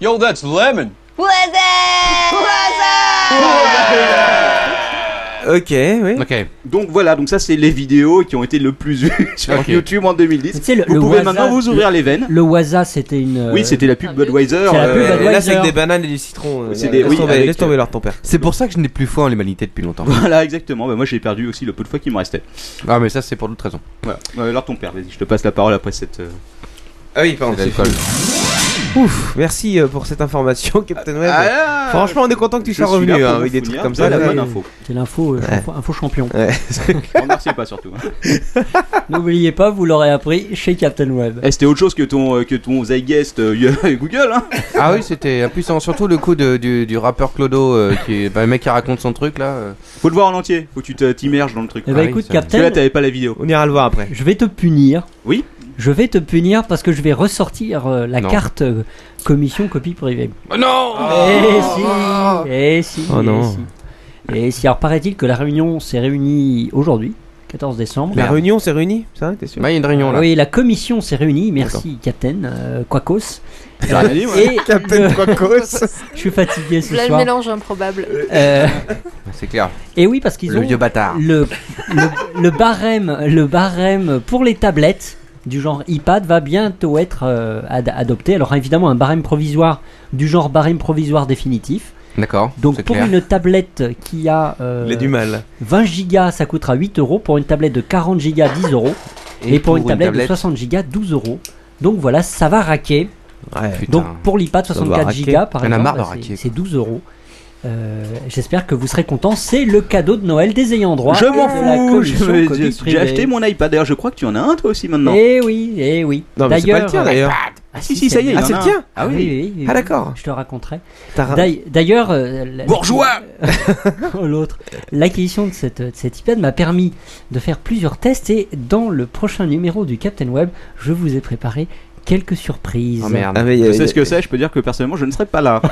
Speaker 12: Yo, that's Lemon.
Speaker 15: What's up? What's up?
Speaker 6: Ok, oui.
Speaker 4: Donc voilà, donc ça c'est les vidéos qui ont été le plus vues sur
Speaker 6: Ok.
Speaker 4: YouTube en 2010.
Speaker 8: Tu sais, le-
Speaker 4: vous
Speaker 8: le
Speaker 4: pouvez
Speaker 8: Waza-
Speaker 4: maintenant vous ouvrir
Speaker 8: le-
Speaker 4: les veines.
Speaker 8: Le Waza, c'était une.
Speaker 4: Oui, c'était la pub Budweiser.
Speaker 8: Euh, C'est la pub
Speaker 4: euh,
Speaker 8: Budweiser.
Speaker 4: et là, c'est avec des-
Speaker 6: bananes et du citron. euh,
Speaker 4: C'est
Speaker 6: voilà.
Speaker 4: des-
Speaker 6: Laisse
Speaker 4: oui,
Speaker 6: tomber,
Speaker 4: avec-
Speaker 6: laisse tomber leur ton père.
Speaker 3: C'est pour ça que je n'ai plus foi en l'humanité depuis longtemps.
Speaker 4: Voilà, exactement. Bah, moi j'ai perdu aussi le peu de fois qui me restait.
Speaker 3: Ah, mais ça c'est pour d'autres raisons.
Speaker 4: Voilà. Ouais, alors ton père, vas-y, je te passe la parole après cette. euh,
Speaker 6: Ah oui, pardon,
Speaker 4: Cette
Speaker 6: c'est
Speaker 4: alcool.
Speaker 6: Ouf, merci euh, pour cette information, Captain Web.
Speaker 4: ah, là,
Speaker 6: Franchement, on est content que tu
Speaker 4: je
Speaker 6: sois
Speaker 4: suis
Speaker 6: revenu
Speaker 4: là pour
Speaker 6: hein,
Speaker 4: vous
Speaker 6: avec des trucs
Speaker 4: fournir
Speaker 6: comme
Speaker 4: de
Speaker 6: ça.
Speaker 4: la
Speaker 6: là.
Speaker 4: bonne info.
Speaker 8: C'est l'info, euh,
Speaker 6: Ouais.
Speaker 8: info- info champion.
Speaker 6: Ouais.
Speaker 4: Remerciez pas surtout. hein.
Speaker 8: N'oubliez pas, vous l'aurez appris chez Captain Web.
Speaker 4: Eh, c'était autre chose que ton euh, que ton Zyguest euh, Google. Hein.
Speaker 3: Ah oui, c'était impuissant. Surtout le coup de- du, du rappeur Clodo, euh, qui, est- bah, le mec qui raconte son truc là. euh.
Speaker 4: Faut le voir en entier. Faut que tu te- t'immerges dans le truc.
Speaker 8: Eh ben, Ah oui, écoute, ça- Captain-
Speaker 4: Parce que Là, t'avais pas la vidéo.
Speaker 6: On ira le voir après.
Speaker 8: Je vais te punir.
Speaker 4: Oui.
Speaker 8: Je vais te punir parce que je vais ressortir euh, la
Speaker 6: Non.
Speaker 8: carte euh, commission copie privée.
Speaker 3: Oh non
Speaker 4: Oh.
Speaker 8: Eh si Eh si
Speaker 6: Oh
Speaker 8: eh
Speaker 6: non.
Speaker 8: si. Et si, alors paraît-il que la réunion s'est réunie aujourd'hui, 14 décembre.
Speaker 6: La réunion s'est réunie, ça, t'es sûr
Speaker 3: Bah, il y a une réunion là.
Speaker 8: Oui, la commission s'est réunie, merci Captain euh, Quacos.
Speaker 3: J'ai rien dit, moi. Captain Quacos.
Speaker 8: Je suis fatigué ce
Speaker 9: Là, le
Speaker 8: soir.
Speaker 9: mélange improbable.
Speaker 8: Euh,
Speaker 3: C'est clair.
Speaker 8: et oui, parce qu'ils
Speaker 3: Le
Speaker 8: ont
Speaker 3: vieux bâtard.
Speaker 8: Le, le- le barème, le barème pour les tablettes du genre iPad va bientôt être euh, ad- adopté. Alors évidemment, un barème provisoire du genre barème provisoire définitif.
Speaker 3: D'accord.
Speaker 8: Donc
Speaker 3: c'est
Speaker 8: pour
Speaker 3: clair.
Speaker 8: une tablette qui a euh,
Speaker 6: Il a du mal.
Speaker 8: 20 gigas, ça coûtera 8 euros. Pour une tablette de 40 gigas, 10 euros. Et,
Speaker 3: Et
Speaker 8: pour, une
Speaker 3: pour une
Speaker 8: tablette, de
Speaker 3: tablette
Speaker 8: 60 gigas, 12 euros. Donc voilà, ça va raquer.
Speaker 3: putain.
Speaker 8: Donc pour l'iPad
Speaker 3: Ça doit
Speaker 8: 64
Speaker 3: raquer.
Speaker 8: gigas, par
Speaker 3: On en a
Speaker 8: exemple,
Speaker 3: marre de
Speaker 8: bah, c'est-
Speaker 3: raquer,
Speaker 8: c'est 12 euros. Euh, J'espère que vous serez contents. C'est le cadeau de Noël des ayants droit.
Speaker 4: Je m'en
Speaker 8: et de la
Speaker 4: fous.
Speaker 8: commission
Speaker 4: je- je-
Speaker 8: copie
Speaker 4: J'ai
Speaker 8: privée.
Speaker 4: acheté mon iPad. D'ailleurs, je crois que tu en as un toi aussi maintenant.
Speaker 8: Eh oui, eh oui.
Speaker 4: Non, mais c'est pas le tien, d'ailleurs.
Speaker 8: Ah,
Speaker 4: si, ça y est, il y en a un.
Speaker 8: Ah
Speaker 4: Ah
Speaker 8: oui,
Speaker 4: oui.
Speaker 8: oui, oui,
Speaker 4: Ah,
Speaker 8: oui.
Speaker 4: d'accord. Ah.
Speaker 8: Je te raconterai.
Speaker 6: T'as ra-
Speaker 8: D'ail- D'ailleurs, euh, la- la-
Speaker 6: Bourgeois
Speaker 8: Oh, L'autre. L'acquisition de cette, de cette iPad m'a permis de faire plusieurs tests et dans le prochain numéro du Captain Web, je vous ai préparé quelques
Speaker 3: oh,
Speaker 4: Ah,
Speaker 8: surprises.
Speaker 6: Ah,
Speaker 4: je sais ce que c'est. Je peux dire que personnellement, je ne serai pas là.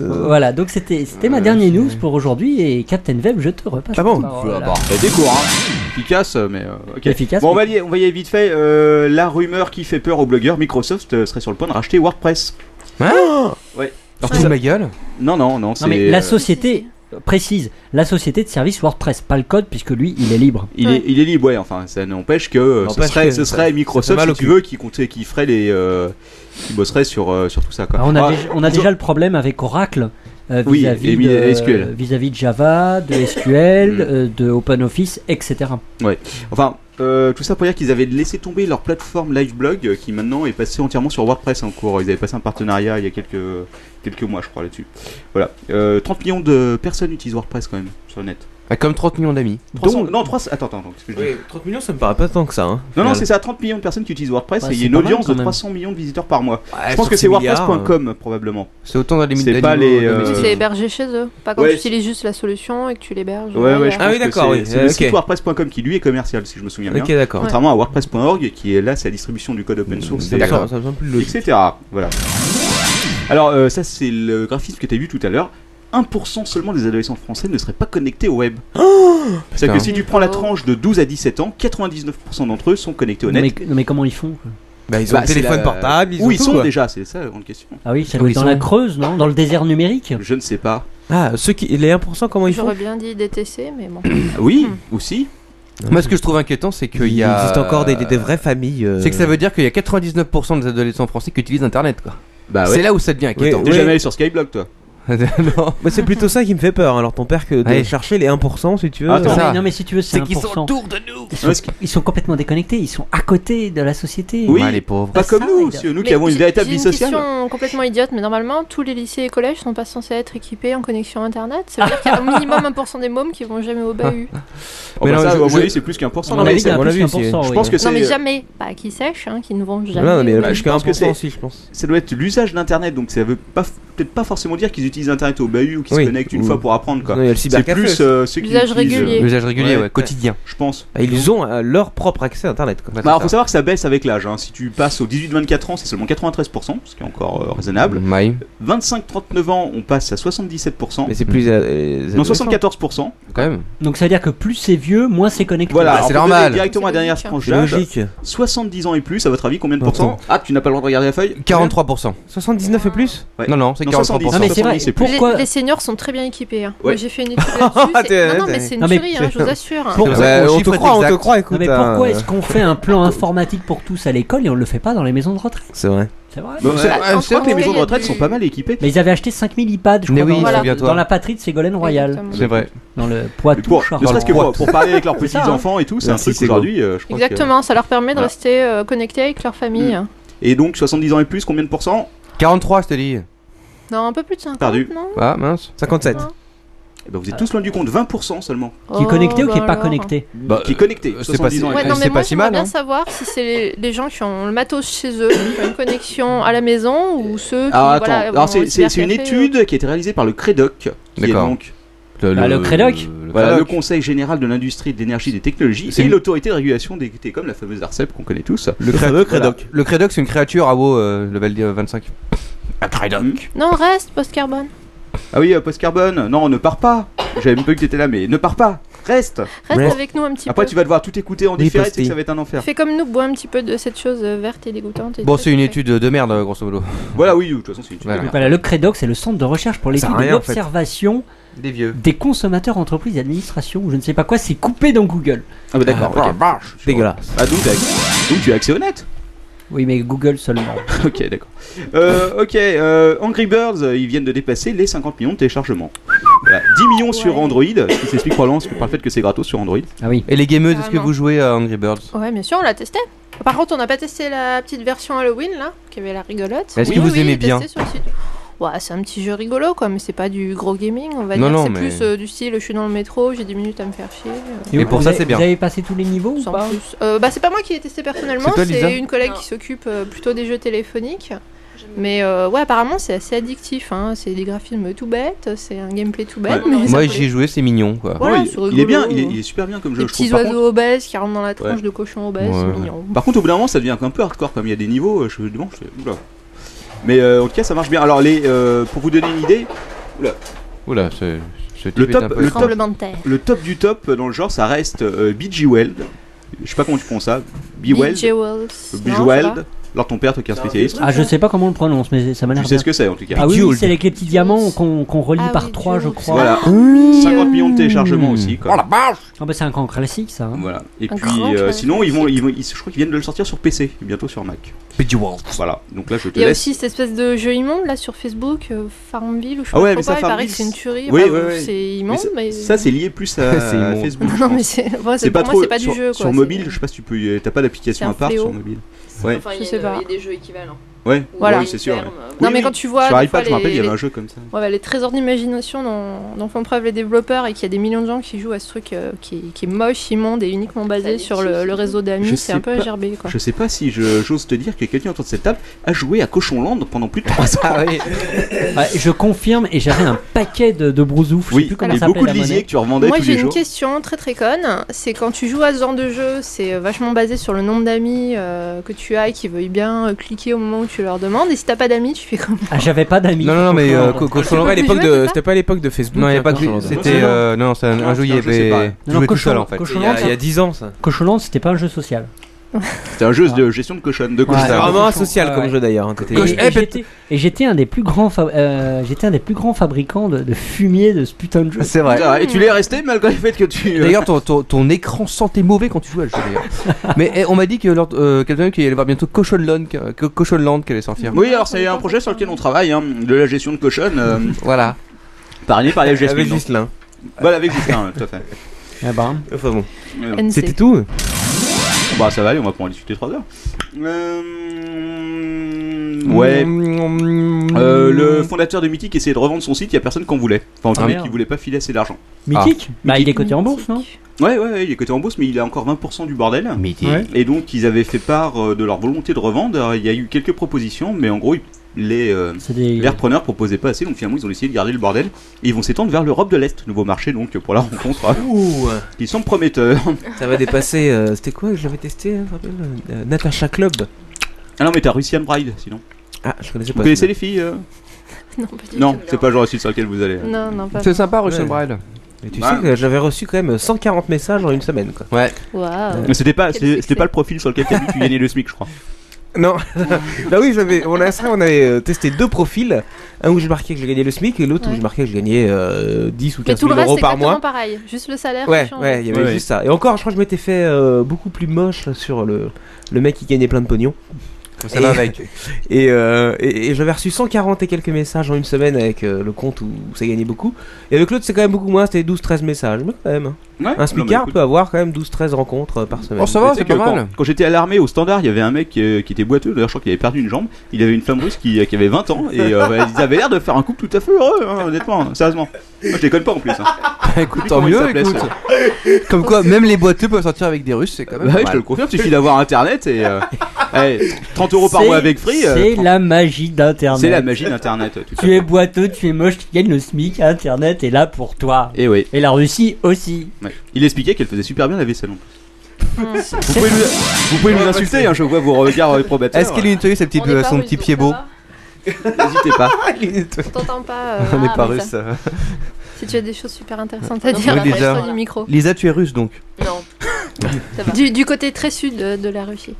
Speaker 8: Voilà, donc c'était c'était ma dernière news pour aujourd'hui et Captain Web, je te repasse.
Speaker 4: Ah bon
Speaker 8: la parole.
Speaker 4: Des cours, hein. Efficace, mais. euh, ok.
Speaker 8: Efficace,
Speaker 4: Bon, on
Speaker 8: mais-
Speaker 4: va, y, on va y aller vite fait. Euh, la rumeur qui fait peur aux blogueurs, Microsoft euh, serait sur le point de racheter WordPress.
Speaker 3: Hein
Speaker 4: Ouais.
Speaker 3: Alors, ma gueule
Speaker 4: Non, non, non. c'est
Speaker 8: Non mais la
Speaker 4: euh,
Speaker 8: société précise, la société de service WordPress, pas le code puisque lui il est libre.
Speaker 4: Il, est, il est libre, ouais, enfin, ça n'empêche que euh, ce
Speaker 8: N'empêche
Speaker 4: serait,
Speaker 8: que
Speaker 4: ce
Speaker 8: ça-
Speaker 4: serait
Speaker 8: ça fait
Speaker 4: Microsoft,
Speaker 8: mal
Speaker 4: si
Speaker 8: au
Speaker 4: tu
Speaker 8: cul.
Speaker 4: veux, qui, comptait- qui ferait les. euh, qui bosserait sur, euh, sur tout ça, quoi.
Speaker 8: Ah, on a,
Speaker 4: Ah,
Speaker 8: déjà, on a déjà le problème avec Oracle euh,
Speaker 4: Oui,
Speaker 8: vis-à-vis
Speaker 4: et mi-
Speaker 8: de-
Speaker 4: SQL.
Speaker 8: vis-à-vis de Java, de
Speaker 4: Hmm.
Speaker 8: SQL, euh, de OpenOffice, etc.
Speaker 4: Ouais. Enfin, euh, tout ça pour dire qu'ils avaient laissé tomber leur plateforme LiveBlog euh, qui maintenant est passée entièrement sur WordPress en cours. Ils avaient passé un partenariat il y a quelques, quelques mois, je crois, là-dessus. Voilà. Euh, 30 millions de personnes utilisent WordPress quand même, sur le net.
Speaker 3: Ah, Comme 30 millions d'amis.
Speaker 4: 300 non, 300. Attends, attends, attends, qu'est-ce que je dis
Speaker 6: Oui, 30 millions, ça me paraît pas tant que ça. Hein.
Speaker 4: Non, non,
Speaker 6: Regarde.
Speaker 4: c'est ça, 30 millions de personnes qui utilisent WordPress
Speaker 6: Ouais,
Speaker 4: et il y
Speaker 6: c'est
Speaker 4: a une
Speaker 6: pas mal,
Speaker 4: audience
Speaker 6: quand
Speaker 4: de
Speaker 6: même.
Speaker 4: 300 millions de visiteurs par mois.
Speaker 6: Ouais,
Speaker 4: je pense
Speaker 6: sur
Speaker 4: Ah, que
Speaker 6: ces
Speaker 4: c'est euh
Speaker 6: milliards,
Speaker 4: WordPress.com probablement.
Speaker 3: C'est autant dans les
Speaker 4: C'est pas
Speaker 3: d'animaux,
Speaker 4: les.
Speaker 3: euh,
Speaker 4: euh,
Speaker 3: domestiques.
Speaker 9: C'est hébergé chez eux. Pas quand
Speaker 4: ouais.
Speaker 9: tu utilises juste la solution et que tu l'héberges.
Speaker 4: Ouais, ouais, je
Speaker 9: Ah
Speaker 4: pense
Speaker 9: oui,
Speaker 4: que
Speaker 9: d'accord,
Speaker 4: c'est-
Speaker 9: oui.
Speaker 4: C'est le
Speaker 6: Euh,
Speaker 4: site
Speaker 6: ok.
Speaker 4: WordPress.com qui lui est commercial, si je me souviens
Speaker 6: euh. Ok,
Speaker 4: bien.
Speaker 6: d'accord.
Speaker 4: Contrairement à WordPress.org qui est là, c'est la distribution du code open source.
Speaker 6: Ça me
Speaker 4: et,
Speaker 6: semble-
Speaker 4: euh,
Speaker 6: ça me semble plus logique.
Speaker 4: etc. Voilà. Alors, euh, ça, c'est le graphisme que tu as vu tout à l'heure. 1% seulement des adolescents français ne seraient pas connectés au web. C'est-à-dire que si tu prends la tranche de 12 à 17 ans, 99% d'entre eux sont connectés au
Speaker 8: Non
Speaker 4: net.
Speaker 8: mais, non, mais comment ils font quoi
Speaker 6: ils ont le
Speaker 4: c'est
Speaker 6: téléphone portable, ils
Speaker 4: Où
Speaker 6: ont
Speaker 4: ils
Speaker 6: tout,
Speaker 4: sont
Speaker 6: quoi.
Speaker 4: déjà C'est ça la grande question.
Speaker 8: Ah oui, ça doit être dans la Creuse, non Dans le désert numérique
Speaker 4: Je ne sais pas.
Speaker 6: Ah, ceux qui, les 1%, comment ils font
Speaker 9: J'aurais bien dit DTC, mais bon.
Speaker 4: Ah Oui, aussi.
Speaker 3: Moi, ce que je trouve inquiétant, c'est qu'il y a.
Speaker 6: Il existe encore des- des- des vraies familles, euh,
Speaker 3: C'est que ça veut dire qu'il y a 99% des adolescents français qui utilisent Internet, quoi.
Speaker 4: Bah ouais.
Speaker 3: C'est là où ça devient inquiétant.
Speaker 4: T'es jamais allé sur Skyblock, toi
Speaker 3: Non.
Speaker 6: Bah, c'est plutôt ça qui me fait peur. Alors, ton père, que de
Speaker 3: Ouais.
Speaker 6: chercher les 1%, si tu veux.
Speaker 8: Non, mais, Ah non, mais si tu veux, c'est
Speaker 3: C'est qu'ils sont
Speaker 8: 1%.
Speaker 3: autour
Speaker 4: de nous.
Speaker 8: Ils sont, ils sont complètement déconnectés, ils sont à côté de la société.
Speaker 4: Oui, Ouais, les pauvres. pas comme nous, si- nous qui
Speaker 9: Mais
Speaker 4: avons une
Speaker 9: j'ai-
Speaker 4: véritable
Speaker 9: j'ai
Speaker 4: vie sociale.
Speaker 9: Une question complètement idiote, mais normalement, tous les lycées et collèges sont pas censés être équipés en connexion internet. Ça veut dire qu'il y a au minimum 1% des mômes qui vont jamais au bahut.
Speaker 4: Oh,
Speaker 6: Mais
Speaker 4: bah
Speaker 6: non,
Speaker 4: ça,
Speaker 6: je-
Speaker 4: à mon
Speaker 6: je-
Speaker 4: avis, c'est plus qu'un pour cent.
Speaker 6: À
Speaker 4: Non,
Speaker 6: mon
Speaker 4: mais
Speaker 6: avis,
Speaker 4: c'est-
Speaker 6: à mon avis, c'est-
Speaker 4: Je pense que c'est. euh,
Speaker 9: Non, mais jamais. Pas qui sèche, hein, qui ne vont jamais.
Speaker 6: Non, mais
Speaker 9: au
Speaker 6: elle
Speaker 9: bahut.
Speaker 6: marche que
Speaker 4: pense
Speaker 6: 1%
Speaker 4: c'est-
Speaker 6: aussi, je pense.
Speaker 4: Ça doit être l'usage d'Internet, donc ça veut pas, peut-être pas forcément dire qu'ils utilisent Internet au bahut ou qu'ils
Speaker 6: Oui.
Speaker 4: se connectent une
Speaker 6: Ou-
Speaker 4: fois pour apprendre. quoi.
Speaker 6: Non, il y a le
Speaker 4: c'est
Speaker 6: cybercafé
Speaker 4: plus
Speaker 6: aussi.
Speaker 4: euh, ceux qui
Speaker 9: L'usage
Speaker 4: utilisent, euh,
Speaker 9: régulier.
Speaker 3: L'usage régulier, ouais, quotidien.
Speaker 4: Je pense.
Speaker 6: Bah, ils ont euh, leur propre accès à Internet. Quoi.
Speaker 4: Bah, alors, faut savoir que ça baisse avec l'âge. hein. Si tu passes aux 18-24 ans, c'est seulement 93%, ce qui est encore euh, raisonnable. 25-39 ans, on passe à 77%.
Speaker 6: Mais c'est plus, euh, les
Speaker 4: non,
Speaker 6: adolescents.
Speaker 4: 74%.
Speaker 3: Quand même.
Speaker 8: Donc ça veut dire que plus c'est vieux, moins c'est connecté.
Speaker 4: Voilà, alors, pour donner Directement à la
Speaker 9: hein.
Speaker 4: dernière tranche
Speaker 6: C'est
Speaker 4: d'âge.
Speaker 6: logique.
Speaker 4: 70 ans et plus, à votre avis, combien de pourcents
Speaker 6: Attends.
Speaker 4: Ah, tu n'as pas le droit de regarder la feuille
Speaker 3: 43%.
Speaker 6: 79 et plus
Speaker 4: Ouais.
Speaker 3: Non, non, c'est 43%.
Speaker 4: 70,
Speaker 3: Non, mais c'est vrai,
Speaker 4: 70, c'est plus.
Speaker 9: Les, les seniors sont très bien équipés. hein. Moi,
Speaker 4: Ouais. Ah,
Speaker 9: j'ai fait une étude là-dessus. c'est- non, non, mais c'est une
Speaker 8: Non, mais-
Speaker 9: tuerie, hein, je vous assure.
Speaker 8: Pour-
Speaker 6: Ah
Speaker 3: Bah,
Speaker 6: Ouais, Ouais, on on te chiffre croit, on te exact. croit, écoute,
Speaker 8: Non, mais pourquoi
Speaker 6: hein,
Speaker 8: est-ce qu'on fait un plan informatique pour tous à l'école et on le fait pas dans les maisons de retraite
Speaker 6: C'est vrai.
Speaker 8: C'est vrai.
Speaker 4: Bon, c'est-
Speaker 8: Voilà,
Speaker 4: ouais, c'est vrai que les maisons de
Speaker 8: il y a
Speaker 4: retraite
Speaker 8: du-
Speaker 4: sont pas mal équipées.
Speaker 8: Mais ils avaient acheté 5000 iPads, je
Speaker 4: Mais
Speaker 8: crois,
Speaker 4: oui,
Speaker 8: dans, la-
Speaker 4: souviens-toi.
Speaker 8: dans la patrie de Ségolène Royal.
Speaker 9: Exactement. C'est
Speaker 3: vrai.
Speaker 8: Dans le Poitou.
Speaker 4: Pour-
Speaker 8: Charles.
Speaker 4: ne serait-ce que
Speaker 8: Dans le
Speaker 4: pour, pour parler avec leurs
Speaker 8: C'est ça, hein.
Speaker 4: petits-enfants et tout, c'est un
Speaker 6: Merci,
Speaker 4: truc
Speaker 6: c'est
Speaker 4: aujourd'hui, euh, je crois que-
Speaker 9: Exactement, ça leur permet de
Speaker 4: Voilà.
Speaker 9: rester euh, connectés avec leur famille.
Speaker 4: Mm. Et donc, 70 ans et plus, combien de pourcents
Speaker 3: 43, je te dis.
Speaker 9: Non, un peu plus de 50,
Speaker 4: Perdu.
Speaker 9: non
Speaker 3: Ah, mince.
Speaker 6: 57.
Speaker 4: Eh ben, vous êtes tous loin du compte, 20% seulement.
Speaker 9: Qui est connecté ou qui est Oh, pas bah alors.
Speaker 8: connecté
Speaker 3: Bah,
Speaker 4: Qui est connecté.
Speaker 3: c'est pas si- hein.
Speaker 4: 70 ans et
Speaker 9: Ouais,
Speaker 4: plus.
Speaker 9: non, mais moi, j'aimerais bien savoir si c'est les, les gens qui ont le matos chez eux, qui ont une connexion à la maison, ou ceux
Speaker 4: Alors
Speaker 9: qui.
Speaker 3: Ah,
Speaker 4: attends,
Speaker 9: voilà,
Speaker 4: alors,
Speaker 9: vont au
Speaker 4: c'est- c'est c'est une
Speaker 9: cybercafé,
Speaker 4: étude qui a été réalisée par le CREDOC. qui est
Speaker 3: D'accord.
Speaker 4: donc
Speaker 3: Le-
Speaker 8: Bah, le le- Crédoc.
Speaker 4: Voilà,
Speaker 3: Crédoc.
Speaker 4: le Conseil Général de l'Industrie, de l'Énergie et des Technologies
Speaker 3: C'est
Speaker 4: et
Speaker 3: une-
Speaker 4: l'Autorité de Régulation des Télécoms, la fameuse ARCEP E qu'on connaît tous.
Speaker 3: Le
Speaker 4: fameux
Speaker 3: Crédoc. Le Crédoc, c'est une créature à WoW, euh, level euh, 25.
Speaker 4: Un Crédoc.
Speaker 9: ou- euh. Non, reste, post-carbone.
Speaker 4: Hum. Ah oui, euh, post-carbone, non, ne pars pas. J'avais même pas vu que t'étais là, mais ne pars pas. Reste.
Speaker 9: Reste avec nous un petit
Speaker 4: Après,
Speaker 9: peu.
Speaker 4: tu vas devoir tout écouter en
Speaker 3: Oui,
Speaker 4: différé, c'est
Speaker 3: Posty.
Speaker 4: que ça va être un enfer.
Speaker 9: Fais comme nous, bois un petit peu de cette chose euh, verte et dégoûtante. et
Speaker 3: Bon,
Speaker 9: tout,
Speaker 3: c'est une
Speaker 9: après.
Speaker 3: étude de merde, euh, grosso modo.
Speaker 4: Voilà, oui, de toute façon, c'est une étude.
Speaker 3: Voilà.
Speaker 8: Donc voilà, le CREDOC, c'est le centre de recherche pour l'étude
Speaker 3: Ça a
Speaker 8: et
Speaker 3: rien, en fait.
Speaker 8: l'observation
Speaker 3: Des vieux.
Speaker 8: des consommateurs, entreprises, administrations, ou je ne sais pas quoi, c'est coupé dans Google.
Speaker 4: Ah bah d'accord, ok.
Speaker 8: Dégueulasse.
Speaker 4: Ah donc, t'as- donc tu as accès au net
Speaker 8: Oui, mais Google seulement.
Speaker 4: Ok, d'accord. Euh, ok, euh, Angry Birds, euh, ils viennent de dépasser les 50 millions de téléchargements. Voilà, 10 millions sur Android, ce qui s'explique probablement par le fait que c'est gratos sur Android.
Speaker 8: Ah oui.
Speaker 3: Et les gameuses, est-ce que
Speaker 9: Carrément.
Speaker 3: vous jouez à Angry Birds
Speaker 9: Ouais, bien sûr, on l'a testé. Par contre, on n'a pas testé la petite version Halloween, là, qui avait la rigolote.
Speaker 3: Est-ce que vous aimez
Speaker 9: il est testé
Speaker 3: bien
Speaker 9: sur le site. Ouais, c'est un petit jeu rigolo, quoi, mais c'est pas du gros gaming, on va
Speaker 3: Non,
Speaker 9: dire.
Speaker 3: non,
Speaker 9: c'est
Speaker 3: mais-
Speaker 9: plus euh, du style, je suis dans le métro, j'ai 10 minutes à me faire chier. euh,
Speaker 3: Et pour ça,
Speaker 8: vous
Speaker 3: c'est
Speaker 8: avez-
Speaker 3: bien.
Speaker 8: Vous avez passé tous les niveaux ou
Speaker 9: sans
Speaker 8: pas
Speaker 9: plus. Euh, bah, c'est pas moi qui l'ai testé personnellement,
Speaker 8: C'est toi, Lisa
Speaker 9: c'est une collègue qui s'occupe euh, plutôt des jeux téléphoniques. Mais euh, ouais, apparemment, c'est assez addictif. hein, C'est des graphismes tout bêtes, c'est un gameplay tout bête. mais ça
Speaker 3: Moi,
Speaker 9: plaît.
Speaker 3: j'y ai joué, c'est mignon, quoi.
Speaker 9: Voilà,
Speaker 4: Ouais, il-
Speaker 9: c'est
Speaker 4: il, est
Speaker 9: rigolo.
Speaker 4: bien, il est, il est super bien comme jeu,
Speaker 9: Des
Speaker 4: je trouve.
Speaker 9: hein. petits
Speaker 4: Par
Speaker 9: oiseaux
Speaker 4: contre,
Speaker 9: obèses qui rentrent dans la tronche
Speaker 4: Ouais.
Speaker 9: de cochon obèse,
Speaker 4: Ouais,
Speaker 9: c'est
Speaker 4: ouais.
Speaker 9: mignon.
Speaker 4: par contre, au bout d'un moment, ça devient un peu hardcore, comme il y a des niveaux, euh, je me demande, je fais, oula. Mais euh, en tout cas, ça marche bien. Alors, les, euh, pour vous donner une idée, oula,
Speaker 3: Oula, ce, ce type
Speaker 4: le
Speaker 3: est un
Speaker 4: top,
Speaker 3: peu.
Speaker 4: le top,
Speaker 9: Tremblement de terre.
Speaker 4: le top du top euh, dans le genre, ça reste euh, BG Weld. Je sais pas comment tu prends ça. BG Weld.
Speaker 9: BG Wells.
Speaker 4: BG
Speaker 9: Non, ça va.
Speaker 4: Weld. Alors, ton père, toi qui es un spécialiste.
Speaker 8: Ah, je sais pas comment on le prononce, mais ça m'a l'air.
Speaker 4: Tu sais
Speaker 8: bien.
Speaker 4: ce que c'est en tout cas.
Speaker 8: Ah oui, oui,
Speaker 4: Duel.
Speaker 8: c'est avec les petits diamants qu'on qu'on relie
Speaker 9: Ah
Speaker 8: par
Speaker 9: oui,
Speaker 8: 3, je
Speaker 9: Duel.
Speaker 8: crois.
Speaker 4: Voilà. 50 millions de téléchargements aussi. Quoi.
Speaker 8: Ah bah, c'est un grand classique ça. hein.
Speaker 4: Voilà. Et puis,
Speaker 8: Un grand
Speaker 4: euh,
Speaker 8: classique.
Speaker 4: sinon, ils vont, ils vont, ils- je crois qu'ils viennent de le sortir sur PC, et bientôt sur Mac. Voilà. Donc là, je te
Speaker 9: Il y a
Speaker 4: laisse.
Speaker 9: aussi cette espèce de jeu immonde là sur Facebook, euh, Farmville ou je sais
Speaker 4: Ah ouais,
Speaker 9: pas
Speaker 4: mais
Speaker 9: quoi,
Speaker 4: ça,
Speaker 9: il paraît
Speaker 4: Farmville,
Speaker 9: que c'est une tuerie.
Speaker 4: Oui,
Speaker 9: Bah,
Speaker 4: ouais, ouais.
Speaker 9: C'est immonde,
Speaker 4: ça-
Speaker 9: mais.
Speaker 4: Ça, c'est lié plus à
Speaker 3: C'est immonde.
Speaker 4: Facebook. je
Speaker 9: Non,
Speaker 4: pense.
Speaker 9: mais c'est. moi, c'est-
Speaker 4: C'est pas
Speaker 9: pour
Speaker 4: trop
Speaker 9: moi, c'est pas
Speaker 4: sur,
Speaker 9: du jeu
Speaker 4: sur
Speaker 9: quoi.
Speaker 4: mobile. Je sais pas si tu peux. y- T'as pas d'application
Speaker 9: C'est
Speaker 4: à
Speaker 9: un
Speaker 4: part sur
Speaker 9: fléau.
Speaker 4: mobile. Ouais.
Speaker 14: Enfin, il y,
Speaker 9: Je
Speaker 14: a
Speaker 9: sais
Speaker 14: de-
Speaker 9: pas.
Speaker 14: il y a des jeux équivalents.
Speaker 4: Ouais.
Speaker 14: Ou
Speaker 4: ouais,
Speaker 14: des
Speaker 4: c'est sûr.
Speaker 14: termes,
Speaker 4: ouais.
Speaker 14: euh,
Speaker 9: Non,
Speaker 4: Oui,
Speaker 9: mais
Speaker 4: oui.
Speaker 9: quand tu vois.
Speaker 4: Sur
Speaker 9: des
Speaker 4: iPad,
Speaker 9: fois,
Speaker 4: je me rappelle, il y
Speaker 9: les-
Speaker 4: avait un jeu comme ça.
Speaker 9: Ouais, bah, les trésors d'imagination dont, dont font preuve les développeurs et qu'il y a des millions de gens qui jouent à ce truc euh, qui, qui est moche, immonde et uniquement basé sur le, le réseau
Speaker 4: Je
Speaker 9: d'amis, c'est
Speaker 4: sais
Speaker 9: un peu
Speaker 4: pas-
Speaker 9: gerbé quoi.
Speaker 4: Je sais pas si je- j'ose te dire que quelqu'un autour de cette table a joué à Cochonland pendant plus de 3 ans.
Speaker 8: Ah Ouais, Bah, je confirme, et j'avais un paquet de, de brousouf. je sais plus comment
Speaker 4: et
Speaker 8: ça
Speaker 4: beaucoup de
Speaker 8: s'appelait, la
Speaker 4: lisiers
Speaker 8: monnaie.
Speaker 4: que tu revendais
Speaker 9: Moi
Speaker 4: tous
Speaker 9: j'ai
Speaker 4: les
Speaker 9: une
Speaker 4: jours.
Speaker 9: question très très conne, c'est quand tu joues à ce genre de jeu, c'est vachement basé sur le nombre d'amis euh, que tu as et qui veuillent bien euh, cliquer au moment où tu leur demandes, et si t'as pas d'amis, tu fais comment
Speaker 8: Ah, j'avais pas d'amis.
Speaker 3: Non, non, non, mais euh, Co-
Speaker 8: Cochon- C'est
Speaker 3: Cochon
Speaker 8: pas
Speaker 3: Laurel,
Speaker 8: plus
Speaker 3: l'époque
Speaker 8: joué,
Speaker 3: de.
Speaker 8: c'est ça
Speaker 3: C'était pas à l'époque de Facebook. Non, il y a pas que. C'était.
Speaker 8: Non,
Speaker 3: euh, Non, non, c'est un un jeu, il y
Speaker 8: c'est un jeu séparé.
Speaker 3: avait.
Speaker 8: Non, non,
Speaker 3: Joué tout
Speaker 8: Cochon-
Speaker 3: seul en fait.
Speaker 8: Cochon Laurel,
Speaker 4: euh,
Speaker 8: c'est un-
Speaker 3: ans ça.
Speaker 8: Cochonland, c'était pas un jeu social.
Speaker 4: C'était un jeu
Speaker 8: Ah.
Speaker 4: de gestion de cochon. De cochon.
Speaker 6: C'est vraiment
Speaker 8: Cochon-
Speaker 6: asocial comme
Speaker 8: ouais.
Speaker 6: jeu d'ailleurs. hein,
Speaker 4: Eh,
Speaker 6: t'étais-
Speaker 8: Et, et j'étais- et j'étais un des plus grands, fa- euh, j'étais un des plus grands fabricants de, de fumier de ce putain de jeu.
Speaker 4: Ah.
Speaker 3: C'est vrai.
Speaker 4: Et tu l'es resté malgré le fait que tu. euh,
Speaker 3: D'ailleurs, ton, ton, ton écran sentait mauvais quand tu jouais à le jeu d'ailleurs. Mais eh, on m'a dit que lors- euh, quelqu'un qui allait voir bientôt Cochonland, que- Cochonland qui allait sortir.
Speaker 4: Oui, alors c'est un projet sur lequel on travaille, hein, de la gestion de cochon. euh,
Speaker 3: Voilà.
Speaker 4: parrainé par les gestes.
Speaker 3: Avec Ghislain.
Speaker 4: Voilà, avec Ghislain, euh, tout à fait.
Speaker 8: Ah bah.
Speaker 6: Enfin bon.
Speaker 4: Euh,
Speaker 6: C'était tout
Speaker 4: Bah, ça va aller, on va pas en discuter 3 heures. Euh, Ouais.
Speaker 8: hmm.
Speaker 4: Euh, le fondateur de Mythic essayait de revendre son site, il y a personne qui en voulait. Enfin, en tout
Speaker 8: Ah,
Speaker 4: cas,
Speaker 8: merde.
Speaker 4: qui voulait pas filer assez d'argent.
Speaker 8: Mythique Bah, il est coté en bourse, non
Speaker 4: Ouais, ouais, ouais, il est coté en bourse, mais il a encore 20% du bordel.
Speaker 8: Ouais.
Speaker 4: Et donc, ils avaient fait part euh, de leur volonté de revendre. Alors, Il y a eu quelques propositions, mais en gros, ils- les, euh,
Speaker 8: des-
Speaker 4: les repreneurs proposaient pas assez, donc finalement, ils ont décidé de garder le bordel. Et ils vont s'étendre vers l'Europe de l'Est, nouveau marché donc pour la rencontre. euh,
Speaker 6: Ouh
Speaker 4: qui sont prometteurs.
Speaker 6: Ça va dépasser. euh, C'était quoi que je l'avais testé hein, je me rappelle, euh, Natacha Club.
Speaker 4: Ah non, mais t'as Russian Bride, sinon.
Speaker 6: Ah, je connaissais
Speaker 4: Vous
Speaker 6: pas.
Speaker 4: connaissez les filles euh
Speaker 9: Non, pas du
Speaker 4: Non,
Speaker 9: tout.
Speaker 4: c'est pas le genre de site sur lequel vous allez. hein.
Speaker 9: Non, non, pas
Speaker 3: C'est sympa, Russian
Speaker 6: Ouais.
Speaker 3: Bride.
Speaker 6: Et tu
Speaker 4: Ouais.
Speaker 6: sais que j'avais reçu quand même 140 messages en une semaine, quoi.
Speaker 3: Ouais.
Speaker 9: Waouh.
Speaker 4: Mais c'était pas,
Speaker 9: Quel
Speaker 4: c'était
Speaker 9: succès.
Speaker 4: c'était pas le profil sur lequel t'as vu que tu gagnais le SMIC, je crois.
Speaker 6: Non, bah oui, j'avais, on, a, ça, on avait euh, testé deux profils, un où je marquais que je gagnais le SMIC et l'autre où
Speaker 9: Ouais.
Speaker 6: je marquais que je gagnais euh, 10 ou
Speaker 9: Mais
Speaker 6: 15
Speaker 9: tout
Speaker 6: 000
Speaker 9: le reste,
Speaker 6: euros
Speaker 9: c'est
Speaker 6: par
Speaker 9: exactement
Speaker 6: mois.
Speaker 9: pareil. hein. Juste le salaire.
Speaker 6: Ouais,
Speaker 9: qui change.
Speaker 6: ouais, il y avait
Speaker 4: Ouais.
Speaker 6: juste ça. Et encore, je crois que je m'étais fait euh, beaucoup plus moche là, sur le, le mec qui gagnait plein de pognon.
Speaker 3: Ça va avec.
Speaker 6: Et, euh, et- et j'avais reçu 140 et quelques messages en une semaine avec euh, le compte où ça gagnait beaucoup. Et avec l'autre, c'est quand même beaucoup moins, c'était 12-13 messages. Mais quand même. hein.
Speaker 4: Ouais. Non,
Speaker 6: Un
Speaker 4: mais
Speaker 6: smicard
Speaker 4: écoute.
Speaker 6: peut avoir quand même 12-13 rencontres euh, par semaine.
Speaker 3: Oh,
Speaker 4: Tu sais que Quand, quand j'étais à l'armée au standard, il y avait un mec euh, qui était boiteux. D'ailleurs, je crois qu'il avait perdu une jambe. Il avait une femme russe qui, qui avait 20 ans et euh, bah, ils avaient l'air de faire un couple tout à fait heureux, hein, honnêtement, sérieusement. Moi, je les connais pas en plus. hein.
Speaker 3: écoute,
Speaker 4: Oublie
Speaker 3: tant
Speaker 4: comment il
Speaker 3: mieux,
Speaker 4: s'appelait,
Speaker 3: écoute.
Speaker 4: ce-
Speaker 3: Comme quoi, même les boiteux peuvent sortir avec des Russes, c'est quand même.
Speaker 4: Bah
Speaker 3: pas
Speaker 4: ouais, je
Speaker 3: mal.
Speaker 4: te le confirme, il suffit d'avoir internet et euh, ouais, 30 euros par
Speaker 8: C'est-
Speaker 4: mois avec free. euh,
Speaker 8: C'est
Speaker 4: 30
Speaker 8: la magie d'Internet.
Speaker 4: C'est la magie d'Internet. tout à
Speaker 8: Tu
Speaker 4: fait.
Speaker 8: es boiteux, tu es moche, tu gagnes le SMIC, Internet est là pour toi.
Speaker 4: Et Eh oui.
Speaker 8: Et la Russie aussi.
Speaker 4: Ouais. Il expliquait qu'elle faisait super bien la vaisselle. en plus.
Speaker 3: Hmm.
Speaker 4: Vous pouvez nous, vous pouvez nous insulter, hein, je vois vos regards euh, probateurs.
Speaker 3: Est-ce qu'il lui nettoyait sa petite,
Speaker 9: On est
Speaker 3: euh,
Speaker 9: pas
Speaker 3: son
Speaker 9: russe,
Speaker 3: petit
Speaker 9: donc
Speaker 3: pied
Speaker 9: ça
Speaker 3: beau
Speaker 9: va.
Speaker 4: N'hésitez pas.
Speaker 9: On t'entend pas. euh,
Speaker 3: On n'est
Speaker 9: ah,
Speaker 3: pas
Speaker 9: mais
Speaker 3: russe.
Speaker 9: ça-
Speaker 3: ça va.
Speaker 9: Si tu as des choses super intéressantes à
Speaker 3: Oui,
Speaker 9: dire,
Speaker 3: Lisa.
Speaker 9: reste du micro.
Speaker 3: Lisa, tu es russe donc.
Speaker 9: Non. du, du côté très sud euh, de, de la Russie.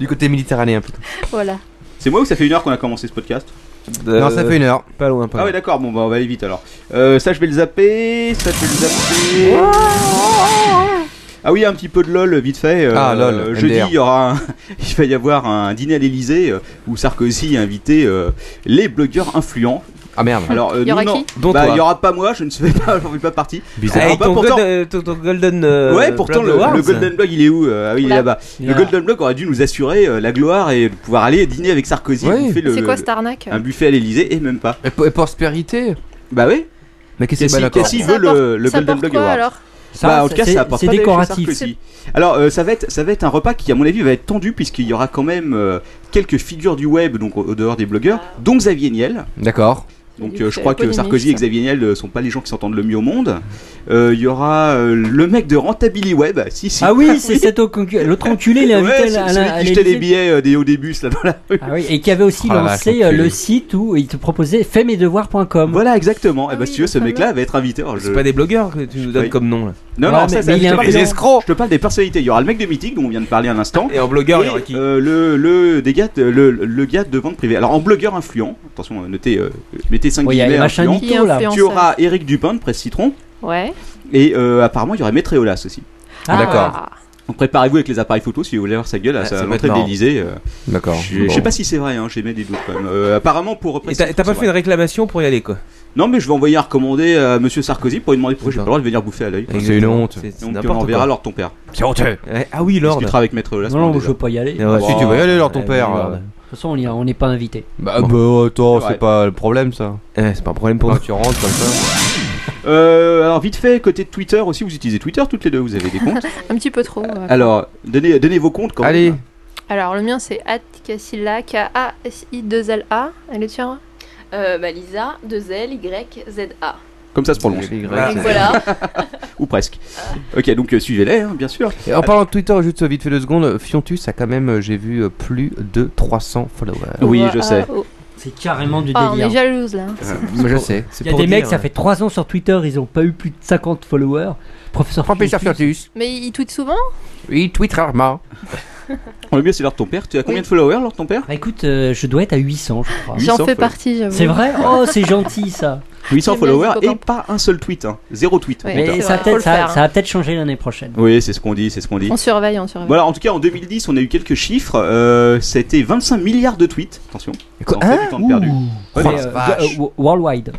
Speaker 3: du côté méditerranéen plutôt.
Speaker 9: Voilà.
Speaker 4: C'est moi ou ça fait une heure qu'on a commencé ce podcast Euh,
Speaker 3: Non, ça fait une heure.
Speaker 6: Pas loin, pas
Speaker 4: Ah ouais d'accord, bon bah on va aller vite alors. Euh, ça je vais le zapper, ça je vais le zapper. Ah oui, un petit peu de LOL vite fait. Euh,
Speaker 3: Ah, LOL,
Speaker 4: Jeudi,
Speaker 3: MDR.
Speaker 4: il y aura un- il va y avoir un dîner à l'Elysée où Sarkozy a invité euh, les blogueurs influents.
Speaker 3: Ah merde.
Speaker 4: Alors euh,
Speaker 3: Il y aura
Speaker 4: nous, non,
Speaker 3: qui Dont
Speaker 4: Bah,
Speaker 3: toi.
Speaker 4: il y aura pas moi, je ne suis pas j'en fais pas partie.
Speaker 6: Bizarre.
Speaker 4: Ah,
Speaker 6: Et
Speaker 4: bah,
Speaker 6: Eh, ton
Speaker 4: pourtant-
Speaker 6: golden- ton- ton golden, euh,
Speaker 4: ouais, pourtant
Speaker 6: Blood
Speaker 4: le,
Speaker 6: Awards.
Speaker 4: le Golden Blog il est où Euh, Ah oui, il est
Speaker 9: Là.
Speaker 4: là-bas.
Speaker 6: Il est
Speaker 4: le
Speaker 6: là.
Speaker 4: Golden Blog aurait dû nous assurer euh, la gloire et de pouvoir aller dîner avec Sarkozy.
Speaker 3: Ouais.
Speaker 4: bouffer le-
Speaker 9: C'est quoi cette arnaque
Speaker 4: Un buffet à l'Elysée et même pas.
Speaker 3: Et pour, et prospérité
Speaker 4: Bah oui.
Speaker 3: Mais qu'est-ce que
Speaker 4: Cassie-
Speaker 3: c'est d'accord
Speaker 4: Cassie
Speaker 9: Ça
Speaker 4: veut le,
Speaker 9: apporte-
Speaker 4: le
Speaker 9: ça
Speaker 4: Golden
Speaker 9: apporte
Speaker 4: Blog
Speaker 9: quoi,
Speaker 4: Award.
Speaker 9: alors
Speaker 4: Bah,
Speaker 8: Ça,
Speaker 4: en tout cas,
Speaker 8: c'est-
Speaker 4: ça apporte
Speaker 8: c'est
Speaker 4: pas des
Speaker 8: décoratif.
Speaker 4: choses Sarkozy. Alors, euh, ça, va être, ça va être un repas qui, à mon avis, va être tendu, puisqu'il y aura quand même euh, quelques figures du web, donc au, au dehors des blogueurs, dont Xavier Niel.
Speaker 3: D'accord.
Speaker 4: Donc,
Speaker 9: Il
Speaker 4: euh, je
Speaker 9: Ah. fait
Speaker 4: crois que
Speaker 9: polémiste.
Speaker 4: Sarkozy et Xavier Niel ne sont pas les gens qui s'entendent le mieux au monde. Euh, Il y aura euh, le mec de Rentability Web. Si, si.
Speaker 8: Ah oui, c'est cet enculé, l'autre enculé, il est invité
Speaker 4: Ouais, c'est
Speaker 8: à la- à
Speaker 4: celui qui jetait
Speaker 8: l'Élysée.
Speaker 4: des billets euh, des hauts des bus là dans la rue.
Speaker 8: Ah oui, et qui avait aussi
Speaker 4: Oh la vache,
Speaker 8: lancé euh,
Speaker 4: l'enculé.
Speaker 8: le site où il te proposait faitmesdevoirs.com.
Speaker 4: Voilà, exactement. et bah,
Speaker 8: Ah,
Speaker 9: oui,
Speaker 4: si tu veux, ce
Speaker 9: le
Speaker 4: mec-là va être invité. Alors, je-
Speaker 6: C'est pas des blogueurs que tu nous donnes
Speaker 4: Oui.
Speaker 6: comme nom là.
Speaker 4: Non,
Speaker 8: Non,
Speaker 4: non,
Speaker 8: mais-
Speaker 4: ça, ça, je
Speaker 8: mais il est
Speaker 4: te parle des
Speaker 8: influent.
Speaker 4: escrocs. Je te parle des personnalités. Il y aura le mec de Mythique dont on vient de parler à l'instant.
Speaker 6: Et en blogueur, il y aura
Speaker 4: Et,
Speaker 6: qui
Speaker 4: euh, le, le, des gars de- le, le gars de vente privée. Alors en blogueur influent, attention, euh, notez, euh, mettez 5
Speaker 8: Oh, il y a les
Speaker 4: guillemets
Speaker 8: machins
Speaker 4: influent.
Speaker 9: Qui est
Speaker 8: mythos là.
Speaker 9: influenceur.
Speaker 4: Tu auras Eric Dupin de Presse Citron.
Speaker 9: Ouais.
Speaker 4: Et euh, apparemment, il y aurait Métréolas aussi.
Speaker 8: Ah,
Speaker 3: D'accord.
Speaker 4: Donc préparez-vous avec les appareils photos si vous voulez voir sa gueule à
Speaker 6: Ah,
Speaker 4: sa-
Speaker 6: ça
Speaker 4: à
Speaker 6: peut
Speaker 4: l'entrée
Speaker 6: être
Speaker 4: de l'Elysée. euh,
Speaker 3: D'accord.
Speaker 4: je je sais pas si c'est vrai, hein, j'ai mis des doutes quand même. Euh, apparemment pour
Speaker 6: Et
Speaker 4: Presse
Speaker 6: t'as
Speaker 4: Citron,
Speaker 6: t'as pas
Speaker 4: c'est
Speaker 6: fait une
Speaker 4: vrai.
Speaker 6: réclamation pour y aller quoi
Speaker 4: Non, mais je vais envoyer un recommandé à euh, monsieur Sarkozy pour lui demander pourquoi j'ai pas le droit de venir bouffer à l'œil.
Speaker 3: C'est une honte.
Speaker 6: C'est c'est
Speaker 4: Donc on
Speaker 6: n'importe
Speaker 4: enverra
Speaker 6: quoi.
Speaker 4: l'or ton père.
Speaker 3: C'est honteux.
Speaker 6: Ouais, Ah oui, Ah, Lord.
Speaker 4: Discutera avec Maître Olas.
Speaker 8: Non, non, je veux pas y aller. De
Speaker 6: Ouais,
Speaker 3: Si
Speaker 4: Oh.
Speaker 3: tu veux y aller, alors ton
Speaker 4: Eh,
Speaker 6: Ouais,
Speaker 3: père.
Speaker 6: Lord.
Speaker 3: euh,
Speaker 8: toute façon, on y- on n'est pas invité.
Speaker 3: Bah, bah attends,
Speaker 4: C'est
Speaker 3: c'est
Speaker 4: vrai.
Speaker 3: pas le problème ça.
Speaker 6: Ouais, Eh, C'est pas un problème pour
Speaker 4: Oh,
Speaker 3: Quand
Speaker 6: nous.
Speaker 3: tu rentres comme ça.
Speaker 4: Euh, alors vite fait, côté de Twitter aussi, vous utilisez Twitter toutes les deux, vous avez des comptes.
Speaker 9: Un petit peu trop. ouais.
Speaker 4: Alors, donnez, donnez vos comptes quand
Speaker 3: Allez,
Speaker 4: même.
Speaker 9: Alors, le mien, c'est Atkassila, K-A-S-I-2-L-A. Elle est hein tiens
Speaker 14: Euh, bah, Lisa, 2L, Y, Z, A.
Speaker 4: Comme ça se prononce.
Speaker 14: Donc voilà.
Speaker 4: Ou presque. Ok, donc euh, suivez-les, hein, bien sûr.
Speaker 3: Et en parlant de Twitter, juste vite fait deux secondes, Fiontus a quand même, euh, j'ai vu, euh, plus de 300 followers.
Speaker 4: Oui,
Speaker 9: Ouah,
Speaker 4: je sais.
Speaker 9: ah, oh.
Speaker 8: C'est carrément du
Speaker 9: Ah, on est
Speaker 8: délire.
Speaker 9: jalouse là.
Speaker 3: Mais je sais.
Speaker 6: C'est
Speaker 8: Il y a
Speaker 6: pour
Speaker 8: des
Speaker 6: dire,
Speaker 8: mecs, ça
Speaker 6: euh,
Speaker 8: fait 3 ans sur Twitter, ils ont pas eu plus de 50 followers. Professeur
Speaker 3: Professeur
Speaker 8: Fiontus,
Speaker 3: Fiontus,
Speaker 9: Mais il tweet souvent
Speaker 3: il tweet rarement.
Speaker 4: Ah. Le mieux, c'est l'heure de ton père. Tu as combien de followers, l'heure de ton père
Speaker 8: Bah écoute, euh, je dois être à 800, je crois.
Speaker 4: Oui.
Speaker 9: J'en
Speaker 4: 800 fois.
Speaker 9: fais partie, j'avoue.
Speaker 8: C'est vrai Oh, c'est gentil ça.
Speaker 4: 800
Speaker 9: J'ai mal
Speaker 4: followers
Speaker 9: dit,
Speaker 4: et
Speaker 9: copain.
Speaker 4: pas un seul tweet. hein. Zéro tweet.
Speaker 9: Ouais.
Speaker 4: Twitter.
Speaker 8: Mais
Speaker 9: c'est
Speaker 8: ça,
Speaker 9: vrai,
Speaker 8: peut
Speaker 9: faut le
Speaker 8: ça,
Speaker 9: faire. hein.
Speaker 8: ça va peut-être changer l'année prochaine.
Speaker 4: Oui, c'est ce qu'on dit, c'est ce qu'on dit.
Speaker 9: On surveille, on surveille.
Speaker 4: Voilà, en tout cas, en 2010, on a eu quelques chiffres. Euh, C'était 25 milliards de tweets. Attention.
Speaker 3: Quoi
Speaker 4: Ça en fait du temps de perdu. Ouais,
Speaker 8: Mais,
Speaker 4: mais-
Speaker 8: euh, euh, worldwide.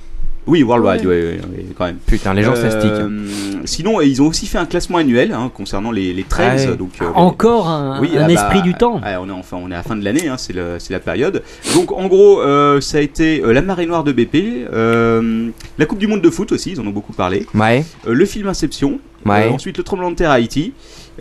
Speaker 4: Oui, worldwide, ouais, ouais, ouais, quand même.
Speaker 3: Putain, les gens
Speaker 4: Euh,
Speaker 3: s'astiquent.
Speaker 4: Sinon, ils ont aussi fait un classement annuel hein, concernant les, les trends.
Speaker 6: Ah ouais.
Speaker 4: donc, euh,
Speaker 8: Encore un,
Speaker 4: Oui,
Speaker 8: un
Speaker 4: ah bah,
Speaker 8: esprit du temps.
Speaker 4: ouais, on est enfin, on est à la fin de l'année, hein, c'est le- c'est la période. Donc en gros, euh, ça a été euh, la marée noire de BP, euh, la Coupe du Monde de foot aussi, ils en ont beaucoup parlé,
Speaker 3: Ouais.
Speaker 4: euh, le film Inception,
Speaker 3: Ouais.
Speaker 4: euh, ensuite le tremblement de terre à Haïti,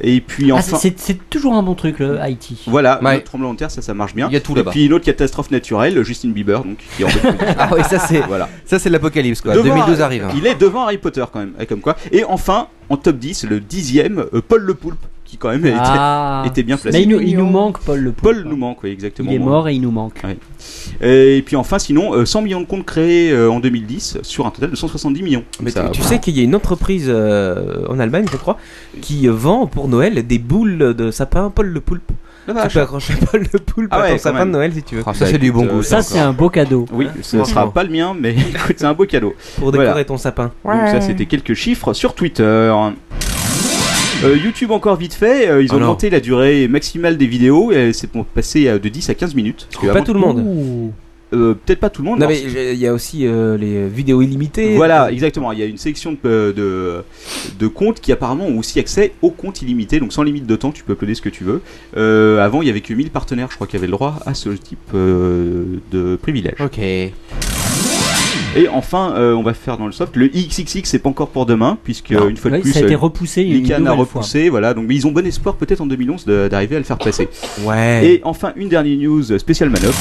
Speaker 4: et puis
Speaker 8: Ah,
Speaker 4: enfin.
Speaker 8: c'est- c'est c'est toujours un bon truc le Haïti.
Speaker 4: voilà,
Speaker 3: Ouais.
Speaker 4: le tremblement de terre, ça, ça marche bien.
Speaker 3: Il y a tout
Speaker 4: Et
Speaker 3: là-bas.
Speaker 4: puis une autre catastrophe naturelle, Justin Bieber, donc qui est en
Speaker 3: Ah oui, ça c'est
Speaker 4: voilà.
Speaker 3: ça c'est l'apocalypse quoi.
Speaker 4: Devant-
Speaker 3: 2012 arrive. hein.
Speaker 4: Il est devant Harry Potter quand même, et comme quoi. Et enfin, en top 10, le dixième, euh, Paul le Poulpe, qui quand même était,
Speaker 8: Ah.
Speaker 4: était bien placé.
Speaker 8: Mais il nous- il nous manque Paul le
Speaker 4: Paul nous manque, oui, exactement.
Speaker 8: Il est mort et il nous manque.
Speaker 4: Et puis enfin, sinon, euh, 100 millions de comptes créés euh, en 2010 sur un total de 170 millions.
Speaker 6: Mais
Speaker 4: Ça-
Speaker 6: tu, tu sais qu'il y a une entreprise euh, en Allemagne, je crois, qui vend pour Noël des boules de sapin Paul le Poulpe.
Speaker 4: La
Speaker 6: Tu
Speaker 4: vache.
Speaker 6: peux accrocher Paul le Poulpe
Speaker 4: Ah
Speaker 6: à
Speaker 4: ouais,
Speaker 6: ton
Speaker 4: quand
Speaker 6: sapin
Speaker 4: même.
Speaker 6: de Noël si tu veux.
Speaker 4: Ah, ça, c'est du bon goût, ça,
Speaker 8: Ça, c'est
Speaker 4: encore.
Speaker 8: un beau cadeau.
Speaker 4: Oui, ce ne sera pas le mien, mais écoute, c'est un beau cadeau.
Speaker 6: Pour décorer ton sapin.
Speaker 4: Donc ça,
Speaker 6: Ouais.
Speaker 4: c'était quelques chiffres sur Twitter. Euh, YouTube encore vite fait, euh, ils ont
Speaker 6: Alors.
Speaker 4: augmenté la durée maximale des vidéos et c'est pour- passé à de 10 à 15 minutes. Parce que
Speaker 6: Pas
Speaker 4: avant-
Speaker 6: tout le monde.
Speaker 4: Euh, Peut-être pas tout le monde.
Speaker 6: Non
Speaker 4: non,
Speaker 6: mais
Speaker 4: c'est-
Speaker 6: il y a aussi euh, les vidéos illimitées. Euh,
Speaker 4: Voilà, exactement. Il y a une section de, euh, de, de comptes qui apparemment ont aussi accès aux comptes illimités, donc sans limite de temps, tu peux uploader ce que tu veux. Euh, avant, il y avait que 1000 partenaires, je crois, qui avaient le droit à ce type euh, de privilège.
Speaker 6: Ok.
Speaker 4: Et enfin, euh, on va faire dans le soft. Le XXX, c'est pas encore pour demain, puisque
Speaker 6: Ah,
Speaker 8: Non.
Speaker 4: une fois de
Speaker 8: Ouais,
Speaker 4: plus,
Speaker 8: ça a été
Speaker 4: euh,
Speaker 8: repoussé une
Speaker 4: Lican a
Speaker 8: nouvelle
Speaker 4: repoussé, voilà. Donc, mais ils ont bon espoir peut-être en 2011 de- d'arriver à le faire passer.
Speaker 6: Ouais.
Speaker 4: Et enfin, une dernière news spéciale manœuvre.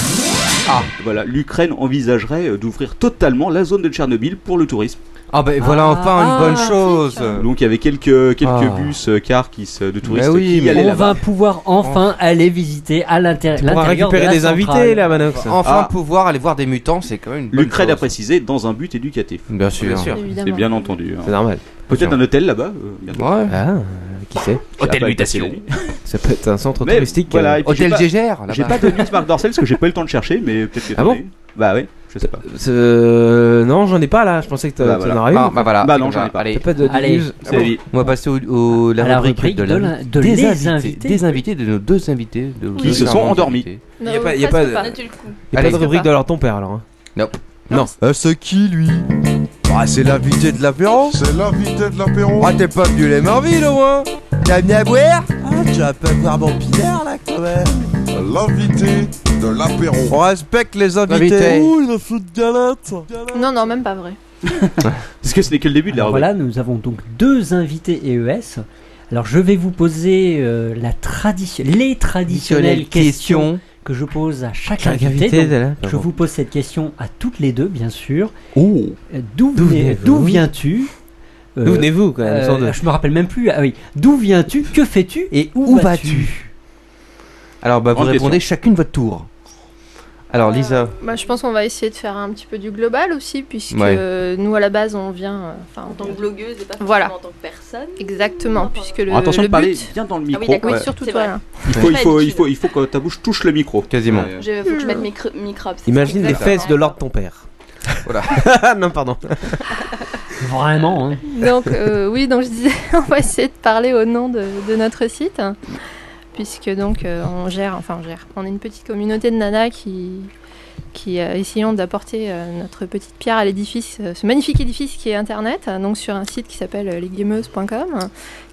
Speaker 4: Ah, voilà, l'Ukraine envisagerait euh, d'ouvrir totalement la zone de Tchernobyl pour le tourisme.
Speaker 3: Ah ben voilà enfin une bonne chose.
Speaker 4: Donc il y avait quelques, quelques
Speaker 3: Euh. Ah.
Speaker 4: bus, euh, cars qui se- de touristes
Speaker 3: Bah oui,
Speaker 4: qui allaient
Speaker 8: On va
Speaker 4: là-bas.
Speaker 8: pouvoir enfin aller visiter à l'intérieur. l'intérieur de la centrale.
Speaker 3: Enfin
Speaker 4: Ah.
Speaker 3: pouvoir aller voir des mutants, c'est quand même une bonne
Speaker 4: L'Ukraine a
Speaker 3: chose.
Speaker 4: précisé dans un but éducatif.
Speaker 3: Bien sûr. Bien sûr.
Speaker 4: c'est
Speaker 3: Évidemment.
Speaker 4: bien entendu. hein.
Speaker 6: C'est normal.
Speaker 4: Peut-être
Speaker 6: Bien.
Speaker 4: un hôtel là-bas. euh, bientôt.
Speaker 3: Ouais.
Speaker 6: Ah, qui sait
Speaker 4: Hôtel Mutation.
Speaker 6: Ça peut être un centre
Speaker 4: Mais
Speaker 6: touristique.
Speaker 4: voilà,
Speaker 6: euh,
Speaker 4: et puis j'ai pas- J'ai pas donné Marc Dorcel parce que j'ai pas eu le temps de chercher, mais peut-être que. t'en
Speaker 6: Ah
Speaker 4: as
Speaker 6: bon Ah
Speaker 4: eu. Bah oui, je sais pas.
Speaker 6: Euh, non, j'en ai pas là. Je pensais que t'en
Speaker 4: Bah
Speaker 6: t'en
Speaker 4: voilà.
Speaker 3: Ah
Speaker 6: aurais eu.
Speaker 4: Bah, bah voilà. Bah non,
Speaker 6: T'as
Speaker 4: j'en ai pas.
Speaker 6: T'as pas de
Speaker 3: Allez.
Speaker 6: news
Speaker 3: C'est dit. On va passer au, au- la,
Speaker 6: À la
Speaker 3: rubrique,
Speaker 6: rubrique
Speaker 3: de,
Speaker 6: de
Speaker 3: la-
Speaker 6: la- de
Speaker 3: des
Speaker 6: les
Speaker 3: invités,
Speaker 6: invités.
Speaker 3: des invités de nos deux invités de
Speaker 6: Qui se sont endormis.
Speaker 3: Il
Speaker 6: Non, Y a pas- y a pas presque de- pas.
Speaker 14: Tu le coup.
Speaker 6: Y a pas de rubrique de alors ton père alors. hein.
Speaker 3: Nope.
Speaker 6: Non.
Speaker 16: c'est qui lui Ah, c'est l'invité de l'apéro C'est l'invité de l'apéro Ah, t'es pas venu les Marville au moins T'as venu à boire Ah, tu vas pas boire mon pinard là quand même L'invité de l'apéro On respecte les invités
Speaker 3: Invité.
Speaker 16: Ouh, le flou de galette
Speaker 9: Non, non, même pas vrai.
Speaker 4: Parce que ce n'est que le début de la rubrique.
Speaker 8: Ah Voilà, nous avons donc deux invités EES. Alors je vais vous poser euh, la tradition, les traditionnelles
Speaker 3: Traditionnelles
Speaker 8: questions
Speaker 3: questions.
Speaker 8: que je pose à chaque
Speaker 3: Chaque
Speaker 8: invité.
Speaker 3: invité,
Speaker 8: Donc,
Speaker 3: de la-
Speaker 8: je
Speaker 3: pardon.
Speaker 8: vous pose cette question à toutes les deux, bien sûr.
Speaker 6: Oh.
Speaker 8: Euh, D'où
Speaker 6: D'où
Speaker 8: venez-
Speaker 6: venez-vous
Speaker 8: d'où viens-tu Euh,
Speaker 6: D'où venez-vous, quand même, sans doute.
Speaker 8: Je me rappelle même plus. Ah oui. D'où viens-tu Que fais-tu Et où,
Speaker 3: Où
Speaker 8: vas-tu
Speaker 3: Alors bah vous
Speaker 8: Grande
Speaker 3: répondez
Speaker 8: question.
Speaker 3: chacune votre tour. Alors Lisa.
Speaker 9: Bah, je pense qu'on va essayer de faire un petit peu du global aussi, puisque
Speaker 3: Ouais.
Speaker 9: euh, nous à la base on vient. euh, Enfin,
Speaker 14: En tant que blogueuse et pas forcément
Speaker 9: Voilà.
Speaker 14: en tant que personne.
Speaker 9: Exactement, puisque le.
Speaker 4: Bon, attention
Speaker 9: le
Speaker 4: de parler
Speaker 9: but-
Speaker 4: bien dans le
Speaker 9: Ah oui,
Speaker 4: micro.
Speaker 9: d'accord,
Speaker 4: ouais.
Speaker 9: oui, surtout toi là.
Speaker 4: Il faut, il faut, il faut, il faut que ta bouche touche le micro.
Speaker 3: Quasiment.
Speaker 14: Je, faut que je
Speaker 9: Hmm.
Speaker 14: mette mes cre- microbes.
Speaker 6: Imagine les
Speaker 14: Exactement.
Speaker 6: fesses de Lord ton père. non, pardon.
Speaker 8: Vraiment. hein.
Speaker 9: Donc, euh, oui, donc je disais, on va essayer de parler au nom de, de notre site, hein, puisque donc euh, on gère, enfin on gère, on est une petite communauté de nanas qui, qui euh, essayons d'apporter euh, notre petite pierre à l'édifice, euh, ce magnifique édifice qui est Internet, euh, donc sur un site qui s'appelle euh, lesgameuses.com, euh,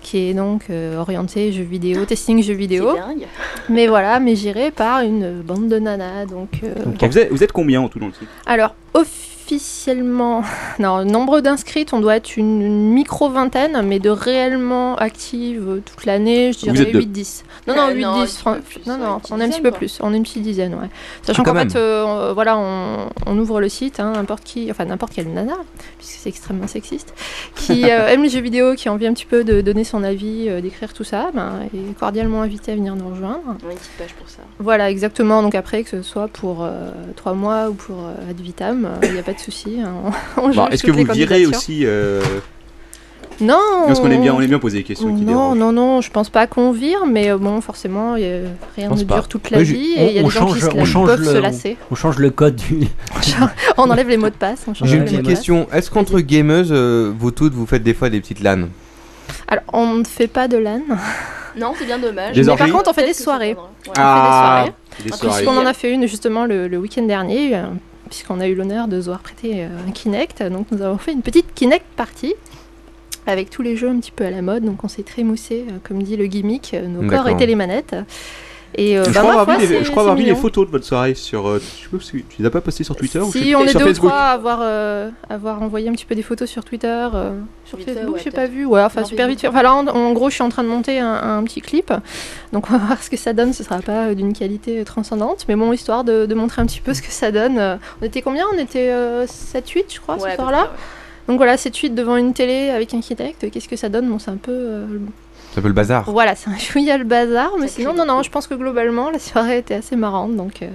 Speaker 9: qui est donc euh, orienté jeux vidéo, testing jeux vidéo.
Speaker 14: dingue.
Speaker 9: Mais voilà, mais géré par une euh, bande de nanas, donc. euh,
Speaker 4: Ok. Vous, êtes, vous êtes combien en tout dans le site
Speaker 9: alors, officiellement, non, nombre d'inscrites, on doit être une, une micro-vingtaine, mais de réellement actives euh, toute l'année, je
Speaker 4: Vous
Speaker 9: dirais
Speaker 4: êtes deux.
Speaker 9: 8-10. Non, non,
Speaker 14: Euh, non, un
Speaker 9: 8-10.
Speaker 14: petit
Speaker 9: fran- Non, non, on est un petit peu plus, on est une petite dizaine, ouais. Sachant
Speaker 14: Ah, quand
Speaker 9: qu'en
Speaker 14: même.
Speaker 9: fait, euh, on- voilà, on, on ouvre le site, hein, n'importe qui, enfin n'importe quelle nana, puisque c'est extrêmement sexiste, qui euh, aime les jeux vidéo, qui a envie un petit peu de donner son avis, euh, d'écrire tout ça, ben, est cordialement invité à venir nous rejoindre.
Speaker 14: On a une petite page pour ça.
Speaker 9: Voilà, exactement. Donc après, que ce soit pour euh, trois mois ou pour euh, ad vitam, euh, il n'y a pas de souci. hein. On, on
Speaker 4: Bon,
Speaker 9: juge
Speaker 4: Bah, Est-ce que
Speaker 9: toutes
Speaker 4: vous
Speaker 9: les
Speaker 4: virez
Speaker 9: candidatures.
Speaker 4: aussi euh,
Speaker 9: Non
Speaker 4: Parce qu'on aime bien, on aime bien poser des questions qui
Speaker 9: Oh, Non,
Speaker 4: dérangent.
Speaker 9: non, non, je pense pas qu'on vire, mais euh, bon, forcément, y a- rien ne dure toute la
Speaker 8: Oui, je-
Speaker 9: vie et il y a des gens qui se la- peuvent se
Speaker 8: le-
Speaker 9: lasser.
Speaker 8: on change le code du.
Speaker 9: On enlève les mots de passe. on change
Speaker 3: J'ai
Speaker 9: les
Speaker 3: une
Speaker 9: mots
Speaker 3: petite
Speaker 9: de passe.
Speaker 3: question. Est-ce qu'entre gameuses, euh, vous toutes, vous faites des fois des petites LAN
Speaker 9: Alors, on ne fait pas de LAN.
Speaker 14: Non, c'est bien dommage.
Speaker 3: Des
Speaker 9: mais
Speaker 3: orgies
Speaker 9: par contre, on fait des soirées. On fait
Speaker 3: Ah,
Speaker 9: des
Speaker 3: des
Speaker 9: soirées. hein. Bah,
Speaker 3: soirées.
Speaker 9: Puisqu'on en a fait une justement le, le week-end dernier, euh, puisqu'on a eu l'honneur de Zoar prêter euh, un Kinect. Donc, nous avons fait une petite Kinect party avec tous les jeux un petit peu à la mode. Donc, on s'est trémoussé, euh, comme dit le gimmick, euh, nos corps
Speaker 4: D'accord.
Speaker 9: étaient les manettes. Et euh,
Speaker 4: je,
Speaker 9: bah,
Speaker 4: crois
Speaker 9: ma
Speaker 4: avoir
Speaker 9: foi,
Speaker 4: vu les,
Speaker 9: c'est-
Speaker 4: je crois
Speaker 9: c'est
Speaker 4: avoir vu les
Speaker 9: mignon.
Speaker 4: photos de votre soirée sur. euh, je sais pas si tu les as pas postées sur Twitter ou je sais
Speaker 9: Si on
Speaker 4: plus,
Speaker 9: est
Speaker 4: sur
Speaker 9: deux ou
Speaker 4: Facebook.
Speaker 9: trois à avoir, euh, à avoir envoyé un petit peu des photos sur Twitter, euh, sur
Speaker 14: Vite fait,
Speaker 9: Facebook,
Speaker 14: ouais,
Speaker 9: j'ai pas
Speaker 14: peut-être.
Speaker 9: vu. Ouais, enfin
Speaker 14: Non,
Speaker 9: super
Speaker 14: Facebook.
Speaker 9: vite fait. Enfin là, en, en gros, je suis en train de monter un, un petit clip, donc on va voir ce que ça donne. Ce sera pas euh, d'une qualité transcendante, mais bon, histoire de, de montrer un petit peu ce que ça donne. Euh, On était combien On était 7-8, je crois,
Speaker 14: Ouais, à
Speaker 9: ce
Speaker 14: peu
Speaker 9: soir-là. Donc voilà, 7-8 devant une télé avec un Kinect, qu'est-ce que ça donne Bon, c'est un peu euh,
Speaker 3: C'est un peu le bazar.
Speaker 9: Voilà, c'est un chouïa le bazar, mais sinon, non, non, je pense que globalement, la soirée était assez marrante. Donc, euh,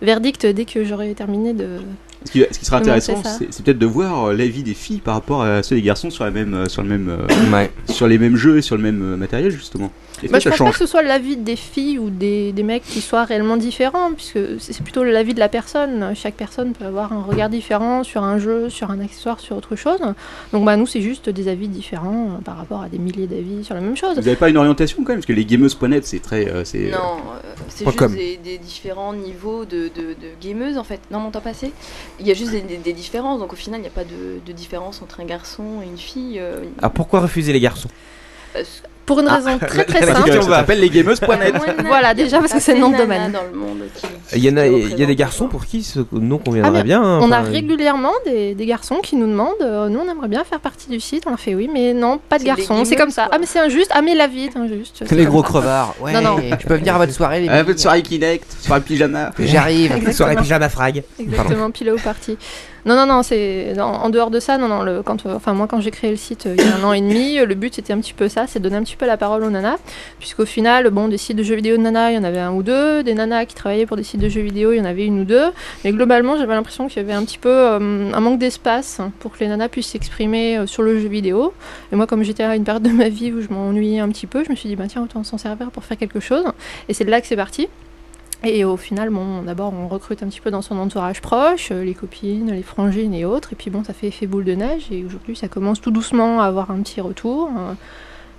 Speaker 9: verdict dès que j'aurai terminé de.
Speaker 4: Ce qui, ce qui sera
Speaker 9: de monter
Speaker 4: intéressant,
Speaker 9: ça.
Speaker 4: c'est c'est peut-être de voir euh, l'avis des filles par rapport à ceux des garçons sur, la même, euh, sur, le même, euh, sur les mêmes jeux et sur le même euh, matériel, justement. Est-ce
Speaker 9: Bah,
Speaker 4: que ça
Speaker 9: je pense pas que
Speaker 4: change
Speaker 9: ce soit l'avis des filles ou des, des mecs qui soit réellement différent, puisque c'est c'est plutôt l'avis de la personne. Chaque personne peut avoir un regard différent sur un jeu, sur un accessoire, sur autre chose. Donc bah, nous, c'est juste des avis différents euh, par rapport à des milliers d'avis sur la même chose.
Speaker 4: Vous n'avez pas une orientation quand même Parce que les gameuses.net, c'est très. euh, c'est, euh,
Speaker 14: Non, euh, c'est
Speaker 4: Point
Speaker 14: juste
Speaker 4: com.
Speaker 14: des, des différents niveaux de, de, de gameuses en fait. Non, mon temps passé, il y a juste des, des- des différences. Donc au final, il n'y a pas de, de différence entre un garçon et une fille. euh,
Speaker 6: Alors Ah, pourquoi refuser les garçons
Speaker 14: parce-
Speaker 9: Pour une raison très très simple.
Speaker 6: Ça s'appelle les
Speaker 9: gameuses.net. Voilà, déjà, parce que c'est le nom de domaine.
Speaker 6: Il y en a, il y a des garçons pour qui ce nom conviendrait
Speaker 9: Ah, mais
Speaker 6: bien. hein,
Speaker 9: on a
Speaker 6: enfin,
Speaker 9: régulièrement des, des garçons qui nous demandent euh, nous on aimerait bien faire partie du site on leur fait oui mais non pas de
Speaker 14: C'est des
Speaker 9: garçons c'est
Speaker 14: guillemets,
Speaker 9: comme ça ah mais c'est injuste ah mais la vie est injuste
Speaker 3: Les gros crevards.
Speaker 9: Ouais. Non, non.
Speaker 3: Tu peux venir à votre soirée, les
Speaker 4: Un peu de soirée Kinect, soirée pyjama.
Speaker 3: J'arrive.
Speaker 9: Exactement. Soirée pyjama
Speaker 6: frag.
Speaker 9: Exactement, pile ou partie. Non, non, non, c'est non, en dehors de ça. Non, non, le, quand, euh, enfin moi quand j'ai créé le site euh, il y a un an et demi, euh, le but c'était un petit peu ça, c'est de donner un petit peu la parole aux nanas, puisqu'au final, bon, des sites de jeux vidéo de nanas, il y en avait un ou deux, des nanas qui travaillaient pour des sites de jeux vidéo, il y en avait une ou deux, mais globalement, j'avais l'impression qu'il y avait un petit peu euh, un manque d'espace hein, pour que les nanas puissent s'exprimer euh, sur le jeu vidéo. Et moi, comme j'étais à une période de ma vie où je m'ennuyais un petit peu, je me suis dit, bah tiens, autant s'en servir pour faire quelque chose. Et c'est de là que c'est parti. Et au final, bon, d'abord, on recrute un petit peu dans son entourage proche, euh, les copines, les frangines et autres. Et puis bon, ça fait effet boule de neige. Et aujourd'hui, ça commence tout doucement à avoir un petit retour. euh.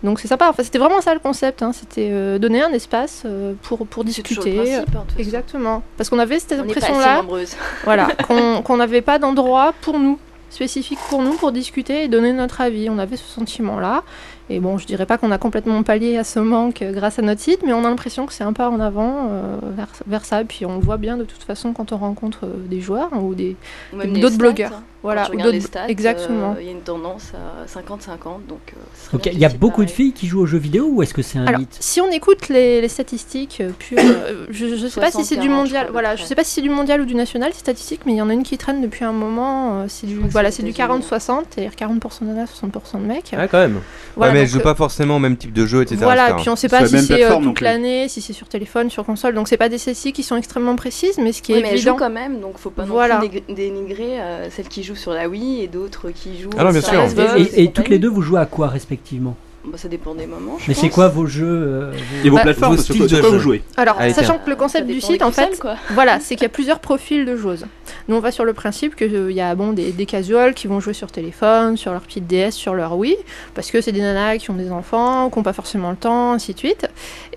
Speaker 9: Donc c'est sympa. Enfin, c'était vraiment ça le concept. hein. C'était euh, donner un espace euh, pour, pour
Speaker 14: toujours le
Speaker 9: discuter.
Speaker 14: principe, hein, de toute façon.
Speaker 9: Exactement. Parce qu'on avait cette
Speaker 14: On n'est pas assez
Speaker 9: impression-là.
Speaker 14: nombreuses.
Speaker 9: voilà, qu'on qu'on n'avait pas d'endroit pour nous, spécifique pour nous, pour discuter et donner notre avis. On avait ce sentiment-là. Et bon, je dirais pas qu'on a complètement pallié à ce manque euh, grâce à notre site, mais on a l'impression que c'est un pas en avant euh, vers, vers ça. Et puis on le voit bien de toute façon quand on rencontre euh, des joueurs hein, ou des
Speaker 14: Ou même les
Speaker 9: d'autres
Speaker 14: stats,
Speaker 9: blogueurs.
Speaker 14: hein.
Speaker 9: Voilà,
Speaker 14: Quand tu
Speaker 9: ou
Speaker 14: regardes les
Speaker 9: d'autres-
Speaker 14: stats,
Speaker 9: exactement.
Speaker 14: euh, Il y a une tendance à 50-50, donc euh, ce serait
Speaker 8: Donc
Speaker 14: bien
Speaker 8: il y a
Speaker 14: que tu
Speaker 8: beaucoup de filles qui jouent aux jeux vidéo ou est-ce que c'est un
Speaker 9: Alors,
Speaker 8: mythe
Speaker 9: si on écoute les, les statistiques euh, pures, euh, je ne sais pas si c'est
Speaker 14: 60-40,
Speaker 9: du
Speaker 14: je crois,
Speaker 9: mondial,
Speaker 14: à
Speaker 9: voilà,
Speaker 14: peu
Speaker 9: je
Speaker 14: près.
Speaker 9: sais pas si c'est du mondial ou du national ces statistiques, mais il y en a une qui traîne depuis un moment. euh, c'est du, voilà, c'est du 40-60, c'est-à-dire 40% de nanas, 60% de mecs.
Speaker 3: Ah, quand même.
Speaker 9: Voilà,
Speaker 3: ouais, mais
Speaker 9: donc,
Speaker 3: je joue
Speaker 9: euh,
Speaker 3: pas forcément au même type de jeu, etc.
Speaker 9: Voilà,
Speaker 3: etc.
Speaker 9: puis on sait pas si c'est euh, toute l'année, si c'est sur téléphone, sur console, donc c'est pas des statistiques qui sont extrêmement précises, mais ce qui
Speaker 14: Oui,
Speaker 9: est
Speaker 14: mais elles
Speaker 9: évident.
Speaker 14: jouent quand même, donc faut pas
Speaker 9: Voilà.
Speaker 14: non plus dég- dénigrer euh, celles qui jouent sur la Wii et d'autres qui jouent.
Speaker 8: Ah non, bien
Speaker 14: sur
Speaker 8: sûr.
Speaker 14: la Xbox
Speaker 8: Et, et
Speaker 14: compagnie.
Speaker 8: toutes les deux, vous jouez à quoi respectivement
Speaker 14: Bah, ça dépend des moments. je
Speaker 8: Mais c'est
Speaker 14: pense.
Speaker 8: quoi vos jeux euh, vos-
Speaker 4: Et vos Bah, plateformes, vos sur quoi- styles sur de quoi jeu. vous jouez
Speaker 9: Alors,
Speaker 3: Ah,
Speaker 8: Allez,
Speaker 9: sachant
Speaker 8: tiens.
Speaker 9: que le concept du
Speaker 14: dépend
Speaker 9: site,
Speaker 14: des
Speaker 9: en fait,
Speaker 14: consoles, quoi.
Speaker 9: voilà, c'est qu'il y a plusieurs profils de joueuses. Nous, on va sur le principe qu'il y a bon, des, des casuals qui vont jouer sur téléphone, sur leur petite DS, sur leur Wii, parce que c'est des nanas qui ont des enfants, qui n'ont pas forcément le temps, ainsi de suite.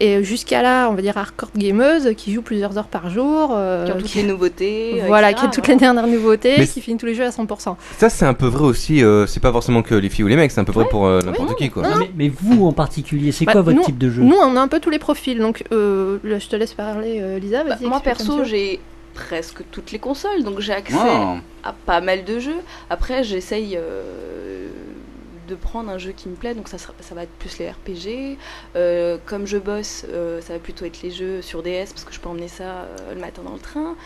Speaker 9: Et jusqu'à là, on va dire hardcore gameuses qui jouent plusieurs heures par jour. euh,
Speaker 14: Qui ont toutes les nouveautés, euh,
Speaker 9: Voilà,
Speaker 14: etc.,
Speaker 9: qui ont toutes les dernières nouveautés,
Speaker 3: Mais
Speaker 9: qui finissent tous les jeux à 100%.
Speaker 3: Ça, c'est un peu vrai aussi. euh, c'est pas forcément que les filles ou les mecs, c'est un peu vrai pour euh, n'importe qui, quoi.
Speaker 9: non, non.
Speaker 8: Mais, mais vous en particulier, c'est
Speaker 9: Bah,
Speaker 8: quoi votre
Speaker 9: nous-
Speaker 8: type de jeu
Speaker 9: Nous, on a un peu tous les profils, donc euh, là, je te laisse parler, euh, Lisa.
Speaker 14: Bah,
Speaker 9: vas-y,
Speaker 14: moi
Speaker 9: explique un
Speaker 14: perso,
Speaker 9: petit peu.
Speaker 14: j'ai presque toutes les consoles, donc j'ai accès
Speaker 9: Wow.
Speaker 14: à pas mal de jeux. Après, j'essaye euh, de prendre un jeu qui me plaît, donc ça, sera- ça va être plus les RPG. Euh, comme je bosse, euh, ça va plutôt être les jeux sur DS parce que je peux emmener ça euh, le matin dans le train.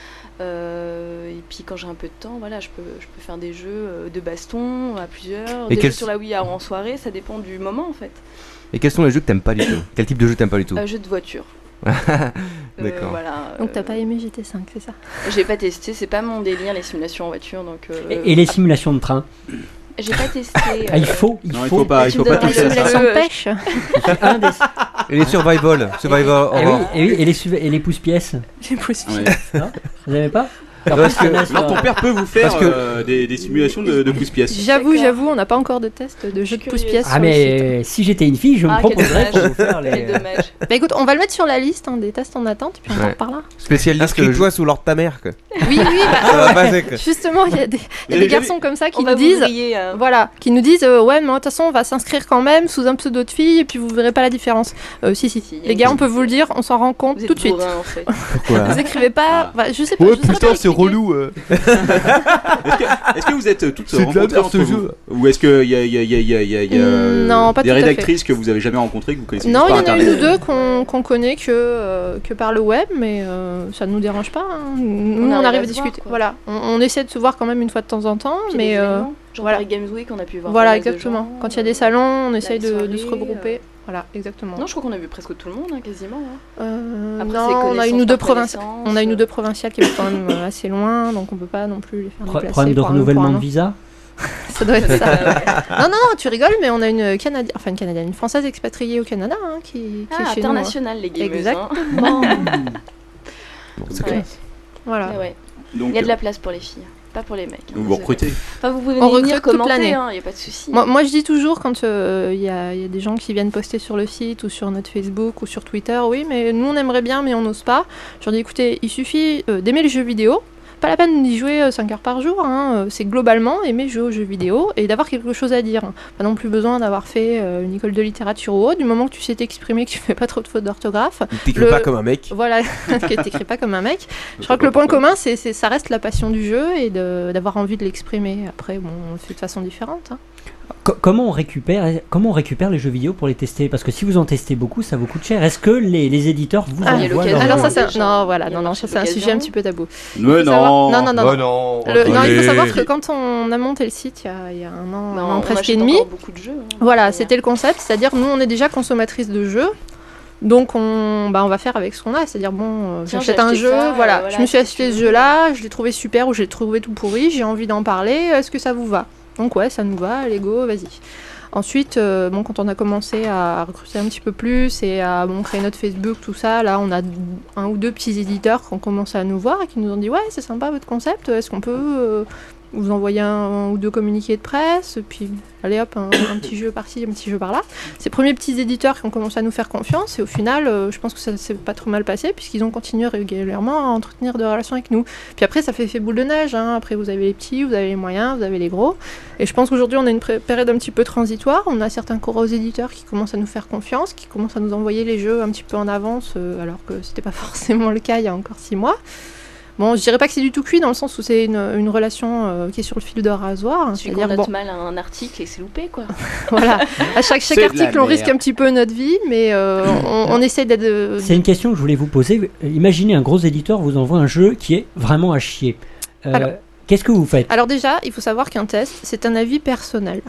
Speaker 14: Euh, et puis quand j'ai un peu de temps, voilà, je peux, je peux faire des jeux euh, de baston à plusieurs,
Speaker 3: Et
Speaker 14: des
Speaker 3: quels-
Speaker 14: jeux sur la Wii à- en soirée, ça dépend du moment en fait.
Speaker 3: Et quels sont les jeux que t'aimes pas du tout Quel type de jeu t'aimes pas du tout
Speaker 14: Euh, jeu de voiture. Euh,
Speaker 3: D'accord.
Speaker 14: voilà,
Speaker 9: Donc, t'as pas aimé GT5, c'est ça
Speaker 14: J'ai pas testé, c'est pas mon délire les simulations en voiture donc. euh,
Speaker 8: Et, et les simulations de train
Speaker 14: J'ai pas testé. euh,
Speaker 8: Ah, il faut, il Non, il faut. faut pas- il
Speaker 14: Tu
Speaker 8: faut
Speaker 14: me
Speaker 8: pas
Speaker 14: donneras
Speaker 8: toucher à
Speaker 14: le-
Speaker 8: ça.
Speaker 14: le-
Speaker 8: Simulation de
Speaker 14: euh,
Speaker 8: pêche.
Speaker 14: Un des-
Speaker 3: Et les survival Survival
Speaker 8: Eh
Speaker 3: horror.
Speaker 8: oui, et, oui, et les, suv- et les pousse-pièces
Speaker 9: Les
Speaker 4: pousse-pièces.
Speaker 8: Non Vous n'avez pas
Speaker 4: Parce que-
Speaker 8: Parce
Speaker 4: non,
Speaker 9: Ah,
Speaker 4: ton père peut vous faire
Speaker 3: Parce que-
Speaker 4: euh, des, des simulations de, de pouce-pièces.
Speaker 9: J'avoue, j'avoue, on n'a pas encore de test de jeu de pouce-pièce.
Speaker 8: Ah, mais si j'étais une fille, je me
Speaker 9: Ah, quel
Speaker 8: proposerais pour
Speaker 9: dommage.
Speaker 8: vous faire les. euh,
Speaker 9: Bah écoute, on va le mettre sur la liste hein, des tests en attente, et puis on en
Speaker 6: Ouais.
Speaker 9: reparlera.
Speaker 3: Spécialiste. euh,
Speaker 6: Inscris-toi sous l'ordre de ta mère, quoi.
Speaker 9: Oui, oui, bah,
Speaker 6: Ça
Speaker 14: Ah,
Speaker 6: va pas, c'est que-
Speaker 9: justement, il y a des, il y a
Speaker 6: Mais
Speaker 9: des
Speaker 6: j'ai-
Speaker 9: garçons comme ça qui
Speaker 14: On va
Speaker 9: nous
Speaker 14: vous
Speaker 9: disent,
Speaker 14: griller, hein.
Speaker 9: voilà, qui nous disent, euh, ouais, mais de toute façon, on va s'inscrire quand même sous un pseudo de fille, et puis vous verrez pas la différence. Euh, si, si, les gars, on peut vous le dire, on s'en rend compte tout de suite.
Speaker 14: bourrins, en fait. Ah.
Speaker 4: Pourquoi
Speaker 9: vous écrivez pas, bah, je sais pas. je sais pas
Speaker 4: c'est relou. euh. est-ce, que, est-ce que vous êtes euh, toutes
Speaker 16: C'est de la
Speaker 4: rencontrées
Speaker 16: merde,
Speaker 4: entre
Speaker 16: ce
Speaker 4: vous
Speaker 16: jeu.
Speaker 4: Ou est-ce qu'il y a, y a- y a- y a- y a- y a, euh,
Speaker 9: Non, pas
Speaker 4: des
Speaker 9: tout à fait.
Speaker 4: rédactrices que vous avez jamais rencontrées, que vous connaissez
Speaker 9: Non,
Speaker 4: juste
Speaker 9: il y
Speaker 4: par
Speaker 9: en a
Speaker 4: Internet
Speaker 9: une ou deux qu'on qu'on connaît que, euh, que par le web, mais euh, ça ne nous dérange pas. hein. Nous,
Speaker 14: On
Speaker 9: on,
Speaker 14: arrive
Speaker 9: arrive
Speaker 14: à
Speaker 9: à
Speaker 14: se voir,
Speaker 9: discuter. voilà, on, on essaie de se voir quand même une fois de temps en temps,
Speaker 14: Puis
Speaker 9: mais
Speaker 14: des
Speaker 9: euh,
Speaker 14: événements, Genre par les Games Week, on a pu voir. pas
Speaker 9: voilà,
Speaker 14: mal de gens. euh,
Speaker 9: exactement. Quand il y a des salons, on essaye de, de se
Speaker 14: soirée,
Speaker 9: regrouper. Voilà, exactement.
Speaker 14: euh, Non, je crois qu'on a vu presque tout le monde, hein, quasiment. hein.
Speaker 9: Euh,
Speaker 14: Après,
Speaker 9: non,
Speaker 14: c'est
Speaker 9: on a
Speaker 14: connaissance
Speaker 9: une ou deux
Speaker 14: par
Speaker 9: provinces.
Speaker 14: connaissance, euh.
Speaker 9: On a une ou deux provinciales qui sont quand même euh, assez loin, donc on peut pas non plus les faire
Speaker 8: Pro-
Speaker 9: déplacer.
Speaker 8: problème de
Speaker 9: pour un- pour
Speaker 8: renouvellement
Speaker 9: un
Speaker 8: de
Speaker 9: an.
Speaker 8: visa
Speaker 9: Ça doit être ça. non, non, non, tu rigoles, mais on a une Canadienne, enfin une Canadienne, une Française expatriée au Canada hein, qui, qui
Speaker 14: Ah,
Speaker 9: est chez nous, hein.
Speaker 14: internationale, les gameuses, hein.
Speaker 9: Exactement.
Speaker 6: c'est
Speaker 14: Ouais.
Speaker 6: classe.
Speaker 9: Voilà.
Speaker 14: Ouais, ouais.
Speaker 4: Donc,
Speaker 14: il y a
Speaker 4: euh,
Speaker 14: de la place pour les filles, pas pour les mecs. hein,
Speaker 4: Donc vous
Speaker 14: désolé.
Speaker 4: recrutez.
Speaker 14: Enfin, vous pouvez
Speaker 9: on
Speaker 14: venir
Speaker 9: recrute toute
Speaker 14: commenter,
Speaker 9: l'année.
Speaker 14: hein, y a pas de souci.
Speaker 9: Moi, moi, je dis toujours quand euh, il y, a- il y a des gens qui viennent poster sur le site ou sur notre Facebook ou sur Twitter, oui, mais nous on aimerait bien, mais on n'ose pas. Je leur dis écoutez, il suffit euh, d'aimer les jeux vidéo. Pas la peine d'y jouer 5 heures par jour, hein, euh, c'est globalement aimer jouer aux jeux vidéo et d'avoir quelque chose à dire. Pas non plus besoin d'avoir fait euh, une école de littérature ou autre, du moment que tu sais t'exprimer, que tu fais pas trop de fautes d'orthographe.
Speaker 6: t'écris pas comme un mec.
Speaker 9: Voilà, que t'écris pas comme un mec. Je crois que le point commun, c'est c'est- ça reste la passion du jeu et de- d'avoir envie de l'exprimer. Après, bon, on le fait de façon différente. hein.
Speaker 8: Co- comment on récupère comment on récupère les jeux vidéo pour les tester Parce que si vous en testez beaucoup, ça vous coûte cher. Est-ce que les, les éditeurs vous
Speaker 9: Ah,
Speaker 8: envoient leurs
Speaker 9: alors ça
Speaker 8: jeux
Speaker 9: c'est un... non voilà non non ça c'est un
Speaker 14: d'occasion.
Speaker 9: sujet un petit peu tabou.
Speaker 4: Mais
Speaker 9: Il faut savoir-
Speaker 4: non.
Speaker 9: non non non,
Speaker 4: Mais
Speaker 9: non.
Speaker 4: Oh non,
Speaker 9: Le- non, il faut
Speaker 4: attendez.
Speaker 9: savoir que quand on a monté le site il y a, il y a un an,
Speaker 14: Bah,
Speaker 9: un
Speaker 14: on
Speaker 9: an presque
Speaker 14: achète
Speaker 9: et demi,
Speaker 14: encore beaucoup de jeux, hein.
Speaker 9: voilà c'était le concept c'est à dire nous on est déjà consommatrice de jeux donc on bah, on va faire avec ce qu'on a c'est à dire bon euh,
Speaker 14: Tiens,
Speaker 9: j'achète
Speaker 14: j'ai
Speaker 9: un
Speaker 14: acheté
Speaker 9: jeu
Speaker 14: ça, euh,
Speaker 9: voilà
Speaker 14: voilà,
Speaker 9: je me
Speaker 14: si
Speaker 9: suis acheté ce jeu là je l'ai trouvé super ou j'ai trouvé tout pourri j'ai envie d'en parler est-ce que ça vous va donc ouais ça nous va allez go vas-y Ensuite, euh, bon, quand on a commencé à recruter un petit peu plus et à bon, créer notre Facebook, tout ça, là, on a un ou deux petits éditeurs qui ont commencé à nous voir et qui nous ont dit Ouais, c'est sympa votre concept, est-ce qu'on peut euh, vous envoyer un, un ou deux communiqués de presse Puis, allez hop, un, un petit jeu par-ci, un petit jeu par-là. Ces premiers petits éditeurs qui ont commencé à nous faire confiance, et au final, euh, je pense que ça s'est pas trop mal passé puisqu'ils ont continué régulièrement à entretenir de relations avec nous. Puis après, ça fait, fait boule de neige. hein. Après, vous avez les petits, vous avez les moyens, vous avez les gros. Et je pense qu'aujourd'hui, on a une pré- période un petit peu transitoire. On a certains gros éditeurs qui commencent à nous faire confiance, qui commencent à nous envoyer les jeux un petit peu en avance, euh, alors que c'était pas forcément le cas il y a encore six mois. Bon, je dirais pas que c'est du tout cuit dans le sens où c'est une, une relation euh, qui est sur le fil de rasoir. hein.
Speaker 14: Tu
Speaker 9: C'est-à-dire,
Speaker 14: condamnes
Speaker 9: bon,
Speaker 14: mal un article et c'est loupé, quoi.
Speaker 9: voilà. À chaque, chaque
Speaker 8: C'est de la
Speaker 9: article, on
Speaker 8: merde.
Speaker 9: risque un petit peu notre vie, mais euh, on, on essaie d'être. euh,
Speaker 8: C'est une question que je voulais vous poser. Imaginez un gros éditeur vous envoie un jeu qui est vraiment à chier. Euh,
Speaker 9: Alors-
Speaker 8: Qu'est-ce que vous faites
Speaker 9: Alors déjà, il faut savoir qu'un test, c'est un avis personnel.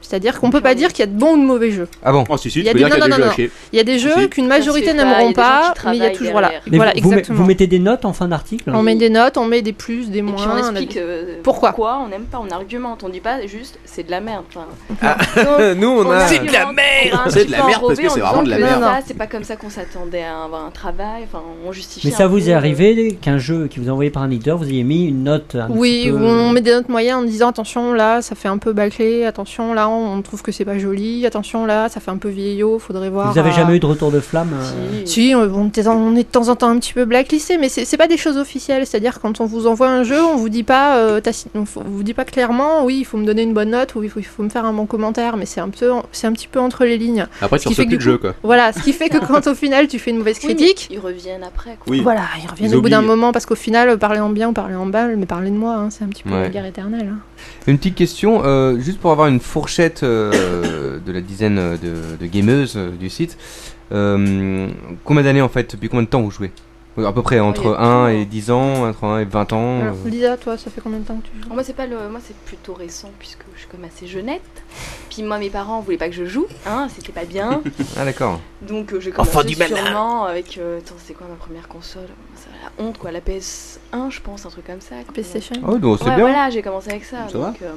Speaker 9: C'est-à-dire qu'on peut pas dire qu'il y a de bons ou de mauvais jeux.
Speaker 3: Ah bon
Speaker 4: Oh, si, si,
Speaker 9: Il
Speaker 4: tu
Speaker 9: y a
Speaker 4: peux
Speaker 9: des,
Speaker 4: dire qu'il y a des
Speaker 9: non, non,
Speaker 4: jeux
Speaker 9: non.
Speaker 4: à chier.
Speaker 9: Il y a des jeux
Speaker 4: si.
Speaker 9: qu'une
Speaker 14: Ça se
Speaker 9: majorité
Speaker 14: fait pas, Ah, il y a
Speaker 9: n'aimeront
Speaker 14: des gens
Speaker 9: pas,
Speaker 14: qui
Speaker 9: mais il y a
Speaker 14: travaillent
Speaker 9: toujours voilà,
Speaker 14: derrière.
Speaker 8: Mais
Speaker 9: voilà
Speaker 8: vous, vous met-
Speaker 9: exactement.
Speaker 8: vous mettez des notes en fin d'article
Speaker 9: On met des notes, on met des plus, des
Speaker 14: Et
Speaker 9: moins.
Speaker 14: puis on
Speaker 9: a
Speaker 14: explique
Speaker 9: des-
Speaker 14: euh,
Speaker 9: Pourquoi
Speaker 14: pourquoi on n'aime pas, on argumente, on dit pas juste c'est de la merde. enfin.
Speaker 6: Nous, on a.
Speaker 14: C'est de la merde
Speaker 6: C'est de la merde parce
Speaker 14: enrobé
Speaker 6: que
Speaker 14: en
Speaker 6: c'est
Speaker 14: disant
Speaker 6: vraiment de la
Speaker 14: que
Speaker 6: merde.
Speaker 14: ça, C'est pas comme ça qu'on s'attendait à avoir un travail, enfin on justifie.
Speaker 8: Mais
Speaker 14: un
Speaker 8: ça
Speaker 14: peu,
Speaker 8: vous est
Speaker 14: euh,
Speaker 8: arrivé qu'un jeu qui vous est envoyé par un éditeur, vous ayez mis une note un
Speaker 9: Oui,
Speaker 8: petit peu-
Speaker 9: on met des notes moyennes en disant attention là, ça fait un peu bâclé, attention là, on trouve que c'est pas joli, attention là, ça fait un peu vieillot, faudrait voir.
Speaker 8: Vous avez
Speaker 9: à-
Speaker 8: jamais eu de retour de flamme euh,
Speaker 9: Si, on on est on est de temps en temps un petit peu blacklisté, mais c'est c'est pas des choses officielles. C'est-à-dire quand on vous envoie un jeu, on vous dit pas, euh, taci- on f- on vous dit pas clairement, oui, il faut me donner une bonne note ou il faut, il faut me faire un bon commentaire, mais c'est un peu, c'est un petit peu entre les lignes.
Speaker 4: Après,
Speaker 9: Ce
Speaker 4: tu
Speaker 9: qui
Speaker 4: reçois
Speaker 9: fait que
Speaker 4: plus
Speaker 9: du
Speaker 4: de jeu,
Speaker 9: coup-
Speaker 4: quoi.
Speaker 9: Voilà, ce qui fait que quand au final tu fais une mauvaise
Speaker 14: oui, mais
Speaker 9: critique,
Speaker 14: Ils reviennent après, quoi.
Speaker 4: Oui.
Speaker 9: voilà, ils reviennent
Speaker 4: Ils
Speaker 9: au bout d'un
Speaker 4: oublient.
Speaker 9: moment parce qu'au final, euh, parler en bien ou parler en mal, mais parler de moi, hein, c'est un petit peu
Speaker 3: Ouais.
Speaker 9: la guerre éternelle. hein.
Speaker 3: Une petite question, euh, juste pour avoir une fourchette euh, de la dizaine euh, de, de gameuses euh, du site. Euh, combien d'années en fait Depuis combien de temps vous jouez À peu près
Speaker 14: il y
Speaker 3: entre
Speaker 14: a
Speaker 3: 1 et 10 ans, entre 1 et 20 ans.
Speaker 9: Alors,
Speaker 3: euh.
Speaker 9: Lisa, toi, ça fait combien de temps que tu joues
Speaker 14: Moi c'est pas le, moi c'est plutôt récent puisque je suis comme assez jeunette. Puis moi mes parents voulaient pas que je joue, hein, c'était pas bien.
Speaker 3: Ah d'accord.
Speaker 14: Donc euh, j'ai commencé
Speaker 3: Enfant du malin.
Speaker 14: sûrement avec. euh, attends, c'est quoi ma première console C'est la honte quoi, la PS1, je pense, un truc comme ça. quoi.
Speaker 9: PlayStation
Speaker 3: Oh, donc, c'est
Speaker 14: ouais,
Speaker 3: bien.
Speaker 14: Voilà, Ah, j'ai commencé avec ça.
Speaker 4: Ça
Speaker 14: donc, euh,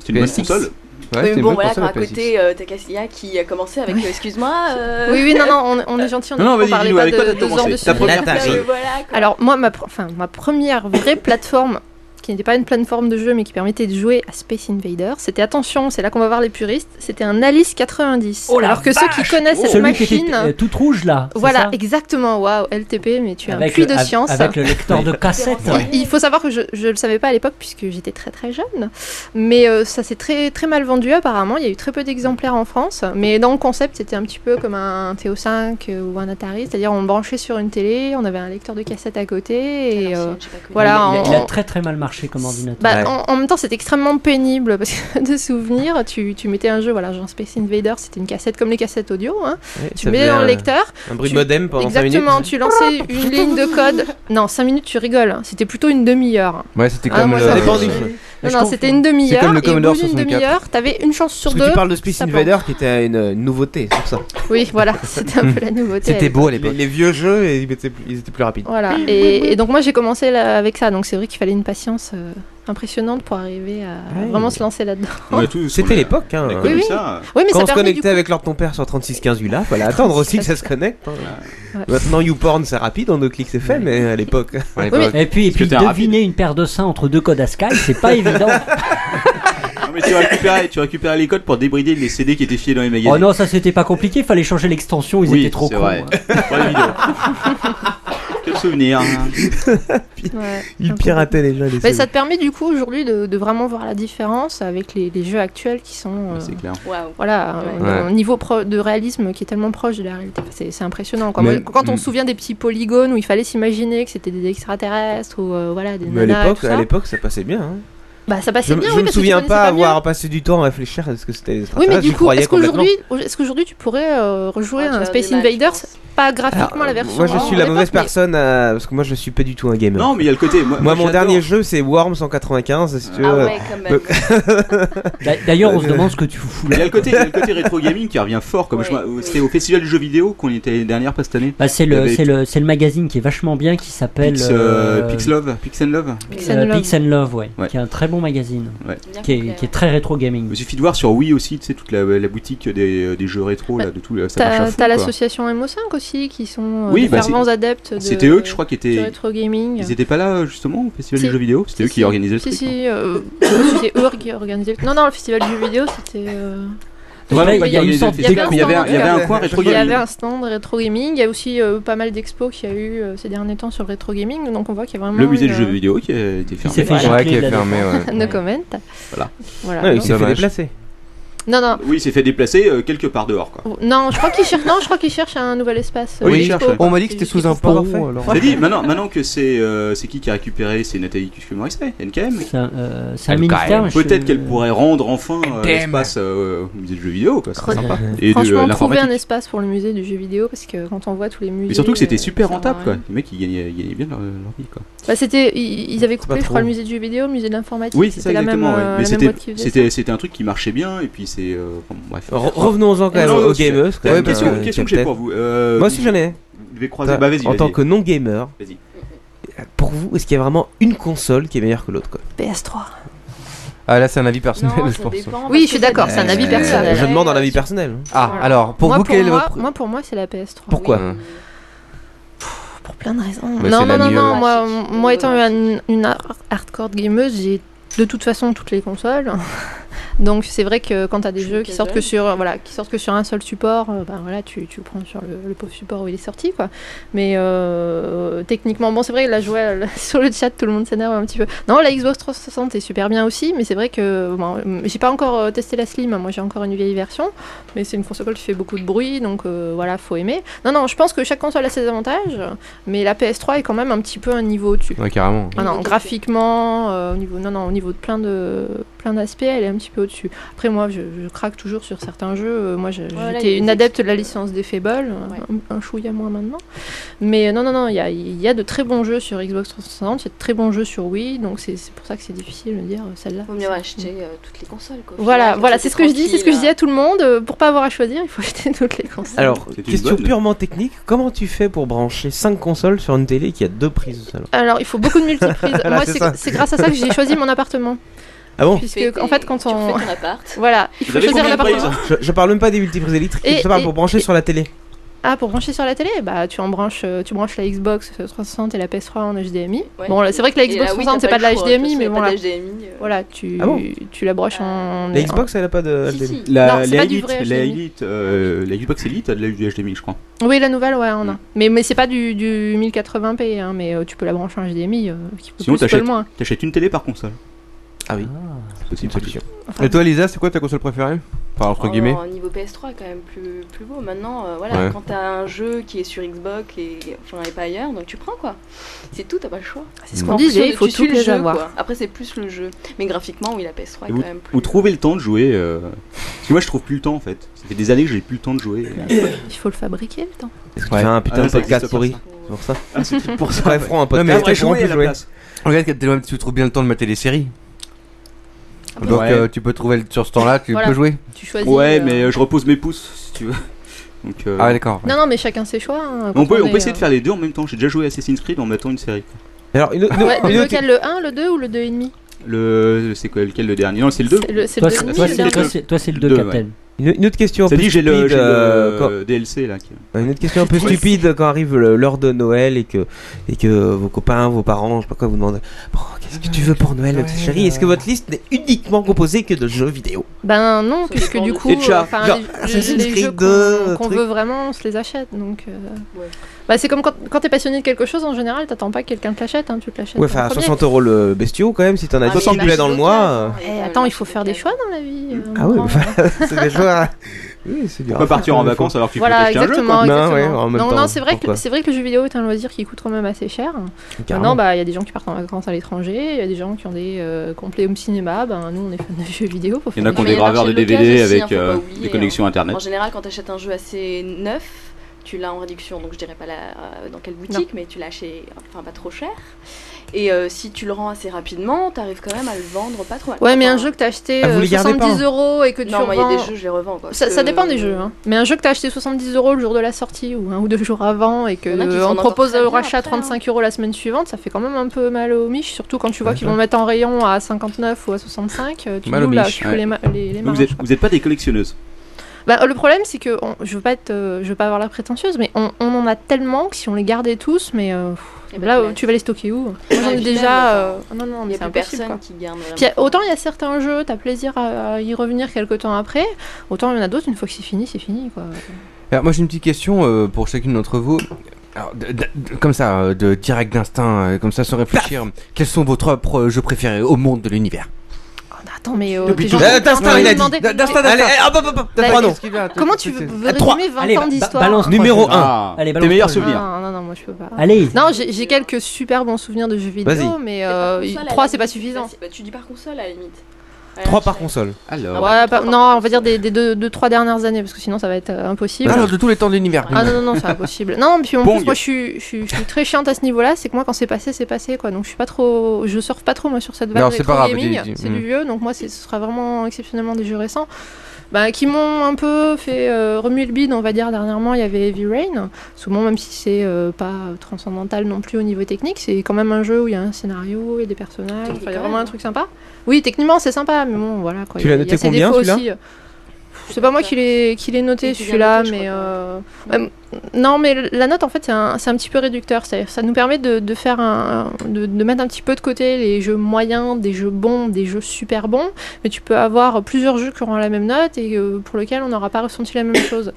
Speaker 4: C'est une bonne
Speaker 3: PS6.
Speaker 4: console.
Speaker 3: Ouais,
Speaker 14: oui,
Speaker 3: c'est
Speaker 14: mais
Speaker 3: une
Speaker 14: bon,
Speaker 3: bonne
Speaker 14: voilà,
Speaker 3: console,
Speaker 14: quand à
Speaker 3: la PS6.
Speaker 14: côté euh, Takashiya qui a commencé avec. euh, Excuse-moi. euh,
Speaker 9: Oui, oui, non, non, on, on est gentil, on
Speaker 14: Non, non,
Speaker 9: ne
Speaker 14: vas-y,
Speaker 9: parlait
Speaker 14: dis-nous,
Speaker 9: pas
Speaker 14: avec
Speaker 9: de,
Speaker 14: quoi t'as
Speaker 9: de ce genre
Speaker 14: commencé
Speaker 9: de
Speaker 14: Ta
Speaker 9: sujet.
Speaker 14: première Nathan. personne. Voilà, quoi.
Speaker 9: Alors, moi, ma, pr- enfin, ma première vraie plateforme qui n'était pas une plateforme de jeu mais qui permettait de jouer à Space Invader, c'était attention, c'est là qu'on va voir les puristes, c'était un Alice 90.
Speaker 8: Oh la
Speaker 9: Alors que ceux qui
Speaker 8: vache
Speaker 9: connaissent cette
Speaker 8: Celui
Speaker 9: machine.
Speaker 8: qui était euh, toute rouge là. c'est
Speaker 9: Voilà,
Speaker 8: ça
Speaker 9: exactement. Waouh, LTP, mais tu es un
Speaker 8: Avec
Speaker 9: puits
Speaker 8: le-
Speaker 9: de
Speaker 8: av-
Speaker 9: science.
Speaker 8: avec le lecteur de cassette. Ouais.
Speaker 9: Il faut savoir que je ne le savais pas à l'époque puisque j'étais très très jeune. Mais euh, ça s'est très très mal vendu apparemment. Il y a eu très peu d'exemplaires en France. Mais dans le concept, c'était un petit peu comme un TO5 euh, ou un Atari. C'est-à-dire on le branchait sur une télé, on avait un lecteur de cassette à côté. Et euh, voilà,
Speaker 8: il, a-
Speaker 9: on-
Speaker 8: il a très très mal marché. marcher comme ordinateur.
Speaker 9: Bah, en, en même temps, c'est extrêmement pénible parce que de souvenir, tu, tu mettais un jeu, voilà, genre Space Invader, c'était une cassette comme les cassettes audio. hein.
Speaker 6: Ouais,
Speaker 9: tu
Speaker 6: ça
Speaker 9: mets
Speaker 6: faisait
Speaker 9: dans
Speaker 6: un-
Speaker 9: le lecteur.
Speaker 6: un bruit
Speaker 9: tu-
Speaker 6: de modem pendant cinq
Speaker 9: Exactement,
Speaker 6: minutes.
Speaker 9: tu lançais une ligne de code. Non, 5 minutes, tu rigoles. hein. C'était plutôt une demi-heure.
Speaker 3: Ouais, c'était
Speaker 9: Ah,
Speaker 3: comme
Speaker 9: moi,
Speaker 3: le-
Speaker 9: ça
Speaker 3: Ça dépend
Speaker 9: me-
Speaker 3: du-
Speaker 9: Non,
Speaker 3: Je
Speaker 9: non,
Speaker 3: trouve-
Speaker 9: c'était une demi-heure.
Speaker 3: C'est comme le
Speaker 9: et
Speaker 3: Commodore
Speaker 9: au bout d'une
Speaker 3: 64.
Speaker 9: demi-heure, t'avais une chance sur
Speaker 6: Parce
Speaker 9: deux.
Speaker 6: que tu parles de Space
Speaker 9: ça
Speaker 6: Invader
Speaker 9: plante.
Speaker 6: qui était une euh, nouveauté, c'est pour ça.
Speaker 9: Oui, voilà, c'était un peu la nouveauté. à l'époque.
Speaker 6: Les, les vieux jeux, et ils étaient plus, ils étaient plus rapides.
Speaker 9: Voilà, et, et donc moi j'ai commencé là- avec ça, donc c'est vrai qu'il fallait une patience euh, impressionnante pour arriver à
Speaker 6: Ouais.
Speaker 9: vraiment se lancer là-dedans.
Speaker 6: C'était l'époque, hein.
Speaker 9: connu Oui, oui. ça. Oui, mais
Speaker 6: Quand
Speaker 9: ça
Speaker 6: on se
Speaker 9: permet, du
Speaker 6: connectait avec l'heure de ton père sur 3615 ULA, fallait attendre aussi que ça se connecte. hein.
Speaker 9: Ouais.
Speaker 6: Maintenant, YouPorn, c'est rapide, en deux clics, c'est fait, mais à l'époque.
Speaker 8: Et puis, et puis deviner une paire de seins entre deux codes ASCII, c'est pas évident.
Speaker 4: Non, mais tu récupérais, tu récupérais les codes pour débrider les CD qui étaient fiés dans les magasins.
Speaker 8: Oh non, ça c'était pas compliqué, fallait changer l'extension, ils
Speaker 4: Oui,
Speaker 8: étaient trop
Speaker 4: c'est
Speaker 8: cons. hein.
Speaker 4: vrai. Quel souvenir. hein.
Speaker 9: Ouais.
Speaker 6: Ils pirataient les jeux, les
Speaker 9: Mais
Speaker 6: CD.
Speaker 9: ça te permet du coup aujourd'hui de, de vraiment voir la différence avec les, les jeux actuels qui sont euh,
Speaker 4: clair.
Speaker 9: voilà euh,
Speaker 3: Ouais.
Speaker 9: un niveau pro- de réalisme qui est tellement proche de la réalité. Enfin, C'est, c'est impressionnant. quoi.
Speaker 3: Mais-
Speaker 9: Moi, quand
Speaker 6: hmm.
Speaker 9: on
Speaker 3: mm.
Speaker 9: se souvient des petits polygones où il fallait s'imaginer que c'était des extraterrestres ou euh, voilà des
Speaker 6: Mais à
Speaker 9: nanas et
Speaker 6: l'époque,
Speaker 9: tout
Speaker 6: à
Speaker 9: ça.
Speaker 6: l'époque, ça passait bien. hein.
Speaker 9: Bah, ça passait
Speaker 6: je
Speaker 9: bien,
Speaker 6: je
Speaker 9: oui,
Speaker 6: me
Speaker 9: parce que tu
Speaker 6: souviens
Speaker 9: connaissais
Speaker 6: pas
Speaker 9: pas
Speaker 6: avoir passé du temps à réfléchir à ce que c'était les
Speaker 9: Oui, mais
Speaker 6: extraterrestres,
Speaker 9: du
Speaker 6: j'y
Speaker 9: coup,
Speaker 6: croyais
Speaker 9: est-ce qu'aujourd'hui,
Speaker 6: complètement.
Speaker 9: est-ce qu'aujourd'hui tu pourrais euh, rejouer un Space Invaders pas graphiquement la version
Speaker 6: Moi, je suis
Speaker 9: de
Speaker 6: la
Speaker 9: l'époque,
Speaker 6: mauvaise
Speaker 9: mais-
Speaker 6: personne à- parce que moi, je suis pas du tout un gamer.
Speaker 4: Non, mais il y a le côté. Moi, moi,
Speaker 6: mon
Speaker 4: j'adore.
Speaker 6: dernier jeu, c'est Worms 195, si tu
Speaker 4: Ah
Speaker 6: veux.
Speaker 4: ouais, quand même.
Speaker 6: Peu-
Speaker 8: D'ailleurs, on se demande ce que tu fous
Speaker 4: Il y a
Speaker 8: là.
Speaker 4: le côté, il y a le côté rétro gaming qui revient fort. Comme je me- c'était au festival du jeu vidéo qu'on était l'année dernière pas cette année.
Speaker 8: Bah, c'est
Speaker 4: Il y
Speaker 8: le,
Speaker 4: avait
Speaker 8: c'est le, c'est le magazine qui est vachement bien qui s'appelle
Speaker 4: Pix, euh,
Speaker 8: euh,
Speaker 4: Pix Love, Pix and Love.
Speaker 8: Pix and Love, Pix and Love, ouais, qui est un très bon magazine,
Speaker 4: Bien
Speaker 8: qui, est, qui est très rétro gaming.
Speaker 4: Il suffit de voir sur Wii aussi, tu sais, toute la, la boutique des, des jeux rétro, là, de tout, là, ça marche à
Speaker 9: T'as
Speaker 4: fond,
Speaker 9: t'as
Speaker 4: quoi.
Speaker 9: l'association MO5 aussi qui sont euh,
Speaker 4: Oui,
Speaker 9: des
Speaker 4: bah,
Speaker 9: fervents
Speaker 4: c'est-
Speaker 9: adeptes de
Speaker 4: C'était eux que je crois qui
Speaker 9: du
Speaker 4: étaient.
Speaker 9: rétro gaming.
Speaker 4: Ils étaient pas là euh, justement au festival
Speaker 9: Si.
Speaker 4: du jeu vidéo, c'était eux qui organisaient le
Speaker 9: si,
Speaker 4: truc. hein.
Speaker 9: si, euh, je crois que c'était eux qui organisaient. le- Non, non, le festival du jeu vidéo, c'était. euh,
Speaker 4: Ouais,
Speaker 8: là,
Speaker 4: mais
Speaker 8: il y a
Speaker 4: pas
Speaker 8: une
Speaker 4: organisé
Speaker 8: sorte
Speaker 4: le festival,
Speaker 9: un
Speaker 4: mais il y avait
Speaker 9: stand,
Speaker 4: un- il y avait
Speaker 9: en
Speaker 4: un
Speaker 9: tout
Speaker 4: coin
Speaker 9: cas.
Speaker 4: rétro
Speaker 9: Il y
Speaker 4: gaming.
Speaker 9: avait un stand rétro gaming. Il y a aussi euh, pas mal d'expos qu'il y a eu euh, ces derniers temps sur le rétro gaming. Donc on voit qu'il y a vraiment.
Speaker 4: Le musée
Speaker 9: eu,
Speaker 4: du jeu
Speaker 9: euh,
Speaker 4: vidéo qui a été fermé.
Speaker 3: s'est fait Ouais, gicler qui est de la fermé,
Speaker 9: Défense. ouais. No comment.
Speaker 4: Voilà.
Speaker 9: Voilà, Ouais, il donc- s'est fait Dommage. déplacer. Non, non.
Speaker 4: Oui, il s'est fait déplacer euh, quelque part dehors quoi.
Speaker 9: Non, je crois qu'ils cherchent. Non, je crois qu'ils cherchent un nouvel espace. euh,
Speaker 4: Oui,
Speaker 9: expo.
Speaker 3: On m'a dit que c'était
Speaker 9: Ah
Speaker 3: sous un pont. alors.
Speaker 4: J'ai dit, maintenant, maintenant que c'est euh, c'est qui qui a récupéré, c'est Nathalie Cushke-Morisset, NKM.
Speaker 8: C'est un, euh, c'est un ministère, je-
Speaker 4: Peut-être qu'elle pourrait rendre enfin euh,
Speaker 8: NKM.
Speaker 4: l'espace euh, au musée du jeu vidéo, quoi, c'est
Speaker 9: Creuse.
Speaker 4: sympa. Et de
Speaker 9: Franchement,
Speaker 4: euh,
Speaker 9: trouver un
Speaker 4: l'informatique.
Speaker 9: espace pour le musée du jeu vidéo parce que quand on voit tous les musées.
Speaker 4: Mais surtout que c'était
Speaker 9: euh,
Speaker 4: super
Speaker 9: ça
Speaker 4: rentable,
Speaker 9: va
Speaker 4: quoi.
Speaker 9: rien.
Speaker 4: Les mecs, ils gagnaient, ils gagnaient bien leur, leur vie, quoi.
Speaker 9: Bah, c'était, ils ils avaient coupé,
Speaker 4: pas
Speaker 9: je crois,
Speaker 4: trop.
Speaker 9: le musée du jeu vidéo, le musée de l'informatique.
Speaker 4: Oui, c'est ça
Speaker 9: c'était la même,
Speaker 4: exactement. ouais.
Speaker 9: euh,
Speaker 4: Mais
Speaker 9: la même
Speaker 4: c'était-
Speaker 9: boîte qui faisait ça.
Speaker 4: c'était c'était un truc qui marchait bien et puis c'est euh, bon, bref.
Speaker 6: Re- Revenons-en quand même
Speaker 4: Non, non,
Speaker 6: aux
Speaker 4: c'est-
Speaker 6: gamers. quand
Speaker 4: Ouais, bah,
Speaker 6: même,
Speaker 4: Question
Speaker 6: euh,
Speaker 4: question que
Speaker 6: Captain.
Speaker 4: j'ai pour vous. euh,
Speaker 6: Moi aussi j'en ai.
Speaker 4: Vous devez croiser.
Speaker 6: Toi,
Speaker 4: Bah vas-y.
Speaker 6: En
Speaker 4: vas-y.
Speaker 6: tant que non gamer,
Speaker 4: Vas-y.
Speaker 6: pour vous, est-ce qu'il y a vraiment une console qui est meilleure que l'autre quoi
Speaker 9: PS3.
Speaker 3: Ah là, c'est un avis personnel,
Speaker 9: Non,
Speaker 3: je
Speaker 9: ça
Speaker 3: pense.
Speaker 9: dépend, parce Oui, je suis que ça d'accord, c'est un avis dépend. personnel.
Speaker 6: Euh, Je demande un avis personnel. hein.
Speaker 3: Ah,
Speaker 9: Voilà.
Speaker 3: alors, pour
Speaker 9: moi,
Speaker 3: vous, quel est
Speaker 9: moi-
Speaker 3: votre.
Speaker 9: Moi, pour moi, c'est la PS3.
Speaker 3: Pourquoi
Speaker 9: Pour plein de raisons.
Speaker 3: Bah,
Speaker 9: non,
Speaker 3: c'est
Speaker 9: non,
Speaker 3: la
Speaker 9: non,
Speaker 3: mieux.
Speaker 9: non, moi, moi étant une, une har- hardcore gameuse, j'ai de toute façon toutes les consoles. Donc c'est vrai que quand t'as des jeux qui sortent que sur euh, voilà qui sortent que sur un seul support, euh, ben voilà tu, tu prends sur le, le pauvre support où il est sorti quoi. Mais euh, techniquement bon c'est vrai là je vois là, sur le chat tout le monde s'énerve un petit peu. Non la Xbox 360 est super bien aussi, mais c'est vrai que bon, euh, j'ai pas encore euh, testé la Slim, hein, moi j'ai encore une vieille version, mais c'est une console qui fait beaucoup de bruit donc euh, voilà faut aimer. Non non je pense que chaque console a ses avantages, mais la PS3 est quand même un petit peu un niveau au-dessus.
Speaker 3: Ouais, carrément.
Speaker 9: Ah non, graphiquement, euh, au niveau, non, non, au niveau de plein de plein d'aspects, elle est un petit peu au-dessus. Après, moi, je, je craque toujours sur certains jeux. Euh, Moi, je-
Speaker 14: Voilà, il y a
Speaker 9: j'étais une
Speaker 14: des
Speaker 9: adepte de la licence des Fables, un, un chouïa moins maintenant. Mais euh, non, non, non, il y a, il y a de très bons jeux sur Xbox 360, il y a de très bons jeux sur Wii, donc c'est c'est pour ça que c'est difficile de dire euh, celle-là.
Speaker 14: Vaut mieux acheter euh, toutes les consoles. Quoi.
Speaker 9: Voilà,
Speaker 14: Finalement,
Speaker 9: voilà,
Speaker 14: t'es
Speaker 9: c'est ce que je dis, c'est ce que je dis
Speaker 14: tranquille,
Speaker 9: à tout le monde. euh, Pour pas avoir à choisir, il faut acheter toutes les consoles.
Speaker 6: Alors,
Speaker 4: C'est une
Speaker 6: question
Speaker 4: bonne.
Speaker 6: purement technique, comment tu fais pour brancher 5 consoles sur une télé qui a deux prises seulement
Speaker 9: Alors, il faut beaucoup de multiprises.
Speaker 6: Voilà,
Speaker 9: Moi,
Speaker 6: c'est
Speaker 9: c'est
Speaker 6: ça.
Speaker 9: c'est grâce à ça que j'ai choisi mon appartement.
Speaker 6: Ah bon
Speaker 9: Puisque, en fait, quand on. Voilà, il faut
Speaker 6: Vous avez
Speaker 9: choisir
Speaker 6: combien
Speaker 9: un
Speaker 6: de hein
Speaker 9: appartement.
Speaker 6: prises je, je parle même pas des multiprises électriques,
Speaker 9: Et-
Speaker 6: je te parle
Speaker 9: et-
Speaker 6: pour brancher sur la télé.
Speaker 9: Ah, pour brancher sur la télé, bah tu en branches, euh, tu branches la Xbox 360 et la PS3 en HDMI.
Speaker 14: Ouais.
Speaker 9: Bon, là, c'est vrai que la
Speaker 14: Et
Speaker 9: Xbox
Speaker 14: là, oui, t'as
Speaker 9: 360 c'est pas de
Speaker 14: pas
Speaker 9: la
Speaker 14: le choix, de toute
Speaker 9: HDMI,
Speaker 14: façon,
Speaker 9: mais
Speaker 14: y a
Speaker 9: bon,
Speaker 14: pas
Speaker 9: là,
Speaker 14: de HDMI,
Speaker 9: voilà, tu,
Speaker 6: Ah bon
Speaker 9: tu la branches en.
Speaker 6: La Xbox elle a pas de
Speaker 9: Si,
Speaker 6: HDMI.
Speaker 9: si. Non, c'est
Speaker 4: la
Speaker 9: pas du
Speaker 4: Elite,
Speaker 9: vrai
Speaker 4: la
Speaker 9: HDMI.
Speaker 4: Elite, euh, la Xbox Elite a de la HDMI, je crois.
Speaker 9: Oui, la nouvelle, ouais,
Speaker 6: Hmm.
Speaker 9: on a. Mais mais c'est pas du, du 1080p, hein, mais euh, tu peux la brancher en HDMI, euh, qui peut
Speaker 4: Sinon,
Speaker 9: plus, peut
Speaker 4: t'achètes
Speaker 9: le moins.
Speaker 4: t'achètes une télé par console.
Speaker 6: Ah oui, c'est aussi une solution.
Speaker 17: Et toi, Lisa, c'est quoi ta console préférée Enfin, entre guillemets.
Speaker 14: Oh, niveau PS3 quand même plus, plus beau. Maintenant, euh, voilà,
Speaker 17: Ouais.
Speaker 14: quand t'as un jeu qui est sur Xbox et enfin et pas ailleurs, donc tu prends quoi. C'est tout, t'as pas le choix.
Speaker 9: C'est ce qu'on
Speaker 14: En
Speaker 9: disait,
Speaker 14: fonction
Speaker 9: il
Speaker 14: de-
Speaker 9: faut
Speaker 14: tu
Speaker 9: tous
Speaker 14: suis le
Speaker 9: les
Speaker 14: jeu,
Speaker 9: avoir.
Speaker 14: quoi. Après c'est plus le jeu. Mais graphiquement, oui, la PS3 est
Speaker 4: Vous,
Speaker 14: quand même plus.
Speaker 4: vous trouvez le temps de jouer euh, Parce que moi je trouve plus le temps en fait. Ça fait des années que j'ai plus le temps de jouer.
Speaker 9: Il faut le fabriquer, le temps.
Speaker 6: Est-ce que tu fais un putain
Speaker 4: Ah,
Speaker 6: de
Speaker 4: ça existe
Speaker 6: podcast
Speaker 4: pas,
Speaker 6: pourri
Speaker 4: ça.
Speaker 6: C'est pour ça.
Speaker 4: Ah, c'est peut-être pour ça,
Speaker 6: Quand ils
Speaker 4: ouais.
Speaker 6: feront un
Speaker 4: Non, mais
Speaker 6: podcast,
Speaker 4: après,
Speaker 6: ils pourront
Speaker 4: jouer
Speaker 6: plus
Speaker 4: à la
Speaker 6: jouer.
Speaker 4: place.
Speaker 17: Regarde, Captain Web, tu trouves bien le temps de mater des séries.
Speaker 4: bah
Speaker 17: Donc
Speaker 4: ouais.
Speaker 17: euh, tu peux trouver le- sur ce temps-là, tu
Speaker 9: Voilà.
Speaker 17: peux jouer.
Speaker 9: Tu choisis,
Speaker 4: Ouais,
Speaker 9: euh,
Speaker 4: mais euh, je repose mes pouces si tu veux. Donc, euh,
Speaker 17: Ah, d'accord.
Speaker 9: Non, non, mais chacun ses choix. hein,
Speaker 4: On
Speaker 9: quand
Speaker 4: peut, on
Speaker 9: est,
Speaker 4: peut essayer de
Speaker 9: euh,
Speaker 4: faire les deux en même temps. J'ai déjà joué à Assassin's Creed en mettant une série.
Speaker 6: Alors, une,
Speaker 9: Ouais, mais lequel, le 1, le 2 ou le 2,5
Speaker 4: Le, c'est quoi, lequel le dernier Non, c'est le 2.
Speaker 9: C'est le- c'est le Toi, deux et c'est- demi, toi, le c'est- dernier. toi, c'est-
Speaker 8: toi, c'est le
Speaker 4: deux,
Speaker 6: deux,
Speaker 4: ouais.
Speaker 6: Captain. Une, une autre question un
Speaker 4: Ça
Speaker 6: peu
Speaker 4: dit, j'ai le,
Speaker 6: stupide,
Speaker 4: j'ai le,
Speaker 6: euh, quand-
Speaker 4: DLC là. qui-
Speaker 6: Une autre question un peu stupide quand arrive le- l'heure de Noël et que, et que vos copains, vos parents, je sais pas quoi, vous demandent Bon, qu'est-ce que tu veux pour Noël, ma petite chérie Est-ce que votre liste n'est uniquement composée que de jeux vidéo
Speaker 9: Ben non, puisque du coup,
Speaker 6: Et tu as-
Speaker 9: euh, enfin,
Speaker 6: genre,
Speaker 9: les- les-
Speaker 6: Assassin's
Speaker 9: les,
Speaker 6: Creed
Speaker 9: jeux
Speaker 6: 2,
Speaker 9: qu'on qu'on
Speaker 6: truc.
Speaker 9: veut vraiment, on se les achète. Donc, euh, bah, c'est comme quand, quand t'es passionné de quelque chose, en général, t'attends pas que quelqu'un te l'achète, hein, tu te l'achètes.
Speaker 6: Ouais,
Speaker 9: en
Speaker 6: enfin, à
Speaker 9: premier.
Speaker 6: 60 euros le bestiau quand même, si t'en as
Speaker 9: Ah,
Speaker 6: 60
Speaker 9: mais
Speaker 6: boulets dans le mois. euh,
Speaker 9: Eh, attends, il faut faire des choix dans la vie. euh,
Speaker 6: Ah ouais,
Speaker 9: bon.
Speaker 6: bah, c'est des joueurs. Oui, c'est bien.
Speaker 4: On peut partir en vacances alors que tu
Speaker 9: Voilà,
Speaker 4: peux t'acheter un jeu,
Speaker 9: exactement.
Speaker 4: quoi.
Speaker 9: exactement.
Speaker 6: Non, ouais, en même
Speaker 9: non,
Speaker 6: temps,
Speaker 9: non, c'est vrai, que-
Speaker 6: pourquoi
Speaker 9: c'est vrai que le jeu vidéo est un loisir qui coûte quand même assez cher.
Speaker 6: Carrément.
Speaker 9: Maintenant, bah, il y a des gens qui partent en vacances à l'étranger, il y a des gens qui ont des euh, complets home cinéma. Ben, nous, on est fans de jeux vidéo. faut
Speaker 4: Il y en a
Speaker 9: faire-
Speaker 4: qui ont
Speaker 14: Non,
Speaker 4: des
Speaker 14: mais
Speaker 4: graveurs de
Speaker 14: marché local
Speaker 4: DVD
Speaker 14: aussi, hein,
Speaker 4: avec
Speaker 14: faut pas
Speaker 4: euh,
Speaker 14: oublier,
Speaker 4: des connexions
Speaker 14: hein.
Speaker 4: internet.
Speaker 14: En général, quand tu achètes un jeu assez neuf, tu l'as en réduction, donc je dirais pas la- dans quelle boutique, mais tu l'as chez. Enfin, pas trop cher. Et euh, si tu le rends assez rapidement, tu arrives quand même à le vendre pas trop mal.
Speaker 9: Ouais, mais un
Speaker 14: Enfin,
Speaker 9: jeu que t'as acheté
Speaker 14: Ah, vous
Speaker 9: euh,
Speaker 14: les gardez
Speaker 9: 70
Speaker 14: pas
Speaker 9: euros et que tu
Speaker 14: Non, moi, il y a
Speaker 9: revends-
Speaker 14: des jeux, je les revends, quoi,
Speaker 9: ça,
Speaker 14: parce
Speaker 9: ça
Speaker 14: que-
Speaker 9: dépend des jeux. hein. Mais un jeu que t'as acheté 70 euros le jour de la sortie ou un ou deux jours avant et que
Speaker 14: Il y en a qui
Speaker 9: euh,
Speaker 14: se
Speaker 9: on
Speaker 14: vendent
Speaker 9: propose
Speaker 14: encore très
Speaker 9: au
Speaker 14: bien
Speaker 9: rachat
Speaker 14: après, hein.
Speaker 9: 35 euros la semaine suivante, ça fait quand même un peu mal aux miches, surtout quand tu vois
Speaker 4: Ouais,
Speaker 9: qu'ils
Speaker 4: ouais.
Speaker 9: vont mettre en rayon à 59 ou à 65. euh, Tu dis, oula, je peux
Speaker 4: Ouais.
Speaker 9: les, ma- les, les
Speaker 4: Donc,
Speaker 9: marins,
Speaker 4: vous, êtes, vous êtes pas des collectionneuses.
Speaker 9: bah, le problème, c'est que on- je veux pas être, euh, je veux pas avoir la prétentieuse, mais on, on en a tellement que si on les gardait tous, mais euh, pff, là, tu vas les stocker où Moi, j'en
Speaker 14: et
Speaker 9: ai
Speaker 14: puis
Speaker 9: déjà.
Speaker 14: même,
Speaker 9: euh, non, non,
Speaker 14: il y
Speaker 9: mais
Speaker 14: a
Speaker 9: c'est
Speaker 14: plus
Speaker 9: impossible.
Speaker 14: personne
Speaker 9: quoi.
Speaker 14: qui garde vraiment
Speaker 9: Puis, y a- autant il y a certains jeux, t'as plaisir à, à y revenir quelques temps après, autant il y en a d'autres. Une fois que c'est fini, c'est fini, quoi.
Speaker 17: Alors moi j'ai une petite question euh, pour chacune d'entre vous. Alors, de- de- de- comme ça, euh, de direct d'instinct, euh, comme ça sans réfléchir, quels sont vos trois pro- jeux préférés au monde de l'univers
Speaker 9: Attends, mais euh,
Speaker 17: Depuis
Speaker 9: les gens
Speaker 17: toujours.
Speaker 9: sont en train
Speaker 17: D'instinct, il
Speaker 9: de
Speaker 17: a
Speaker 9: me
Speaker 17: dit.
Speaker 9: demander-
Speaker 17: D'in- d'instinct,
Speaker 9: Mais-
Speaker 17: d'instinct.
Speaker 9: Allez,
Speaker 17: hop, hop, hop, hop,
Speaker 9: Bah,
Speaker 17: trois noms.
Speaker 9: qu'est-ce qu'il y a Comment tu veux, veux résumer 20
Speaker 17: bah,
Speaker 9: ans d'histoire
Speaker 6: Numéro 1.
Speaker 4: Ah.
Speaker 6: Allez,
Speaker 4: Tes meilleurs souvenirs.
Speaker 9: Non, non, non, moi je peux pas.
Speaker 6: Allez.
Speaker 9: Non, j'ai j'ai quelques super bons souvenirs de jeux vidéo,
Speaker 6: Vas-y.
Speaker 9: mais
Speaker 14: par
Speaker 9: euh,
Speaker 14: console, à la
Speaker 9: 3 c'est pas
Speaker 14: limite,
Speaker 9: suffisant.
Speaker 14: Bah, tu dis par console à la limite. À la
Speaker 6: 3
Speaker 14: limite.
Speaker 6: par console.
Speaker 17: Bah, Euh,
Speaker 4: Alors.
Speaker 9: Ah. Ouais, pas- non, on va dire des, des deux, deux, trois dernières années, parce que sinon ça va être euh, impossible.
Speaker 17: Alors de tous les temps de l'univers.
Speaker 9: Ah non, non, non, c'est impossible. Non, mais puis en
Speaker 17: Pong.
Speaker 9: plus, moi je suis, je, suis, je suis très chiante à ce niveau-là, c'est que moi quand c'est passé, c'est passé quoi. Donc je suis pas trop. Je surfe pas trop moi sur cette vague
Speaker 17: Non, c'est
Speaker 9: rétro
Speaker 17: pas grave,
Speaker 9: gaming.
Speaker 17: dis- dis-
Speaker 9: C'est
Speaker 17: mm.
Speaker 9: du vieux, donc moi c'est- ce sera vraiment exceptionnellement des jeux récents. Bah, qui m'ont un peu fait euh, remuer le bide, on va dire dernièrement, il y avait Heavy Rain. Souvent, même si c'est euh, pas transcendantal non plus au niveau technique, c'est quand même un jeu où il y a un scénario, il y a des personnages, enfin, il y a vraiment un truc sympa. Oui, techniquement c'est sympa, mais bon, voilà quoi.
Speaker 6: Tu
Speaker 9: Il y a-
Speaker 6: l'as
Speaker 9: il y a
Speaker 6: noté
Speaker 9: ses
Speaker 6: combien,
Speaker 9: défauts
Speaker 6: celui-là
Speaker 9: aussi. euh, C'est pas moi qui l'ai qui l'ai noté
Speaker 14: tu l'as
Speaker 9: celui-là,
Speaker 14: noté, je
Speaker 9: mais euh, euh, non, mais le- la note en fait c'est un, c'est un petit peu réducteur. C'est-à-dire, Ça nous permet de, de faire un, de, de mettre un petit peu de côté les jeux moyens, des jeux bons, des jeux super bons, mais tu peux avoir plusieurs jeux qui auront la même note et euh, pour lesquels on n'aura pas ressenti la même chose.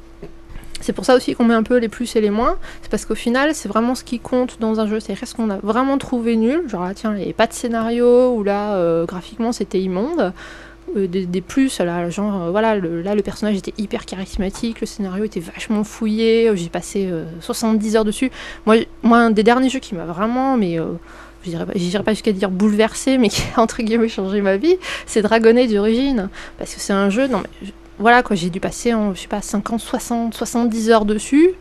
Speaker 9: C'est pour ça aussi qu'on met un peu les plus et les moins. C'est parce qu'au final, c'est vraiment ce qui compte dans un jeu. C'est-à-dire ce qu'on a vraiment trouvé nul. Genre là, tiens, il n'y avait pas de scénario, ou là, euh, graphiquement, c'était immonde. Euh, des, des plus, là, genre, euh, voilà, le, là, le personnage était hyper charismatique, le scénario était vachement fouillé, euh, j'ai passé euh, 70 heures dessus. Moi, j- moi, un des derniers jeux qui m'a vraiment, mais. euh, je dirais pas, j'irais pas jusqu'à dire bouleversé, mais qui a entre guillemets changé ma vie, c'est Dragon Age d'origine. Parce que c'est un jeu, non mais je- voilà quoi, j'ai dû passer, en, je sais pas, 50, 60, 70 heures dessus,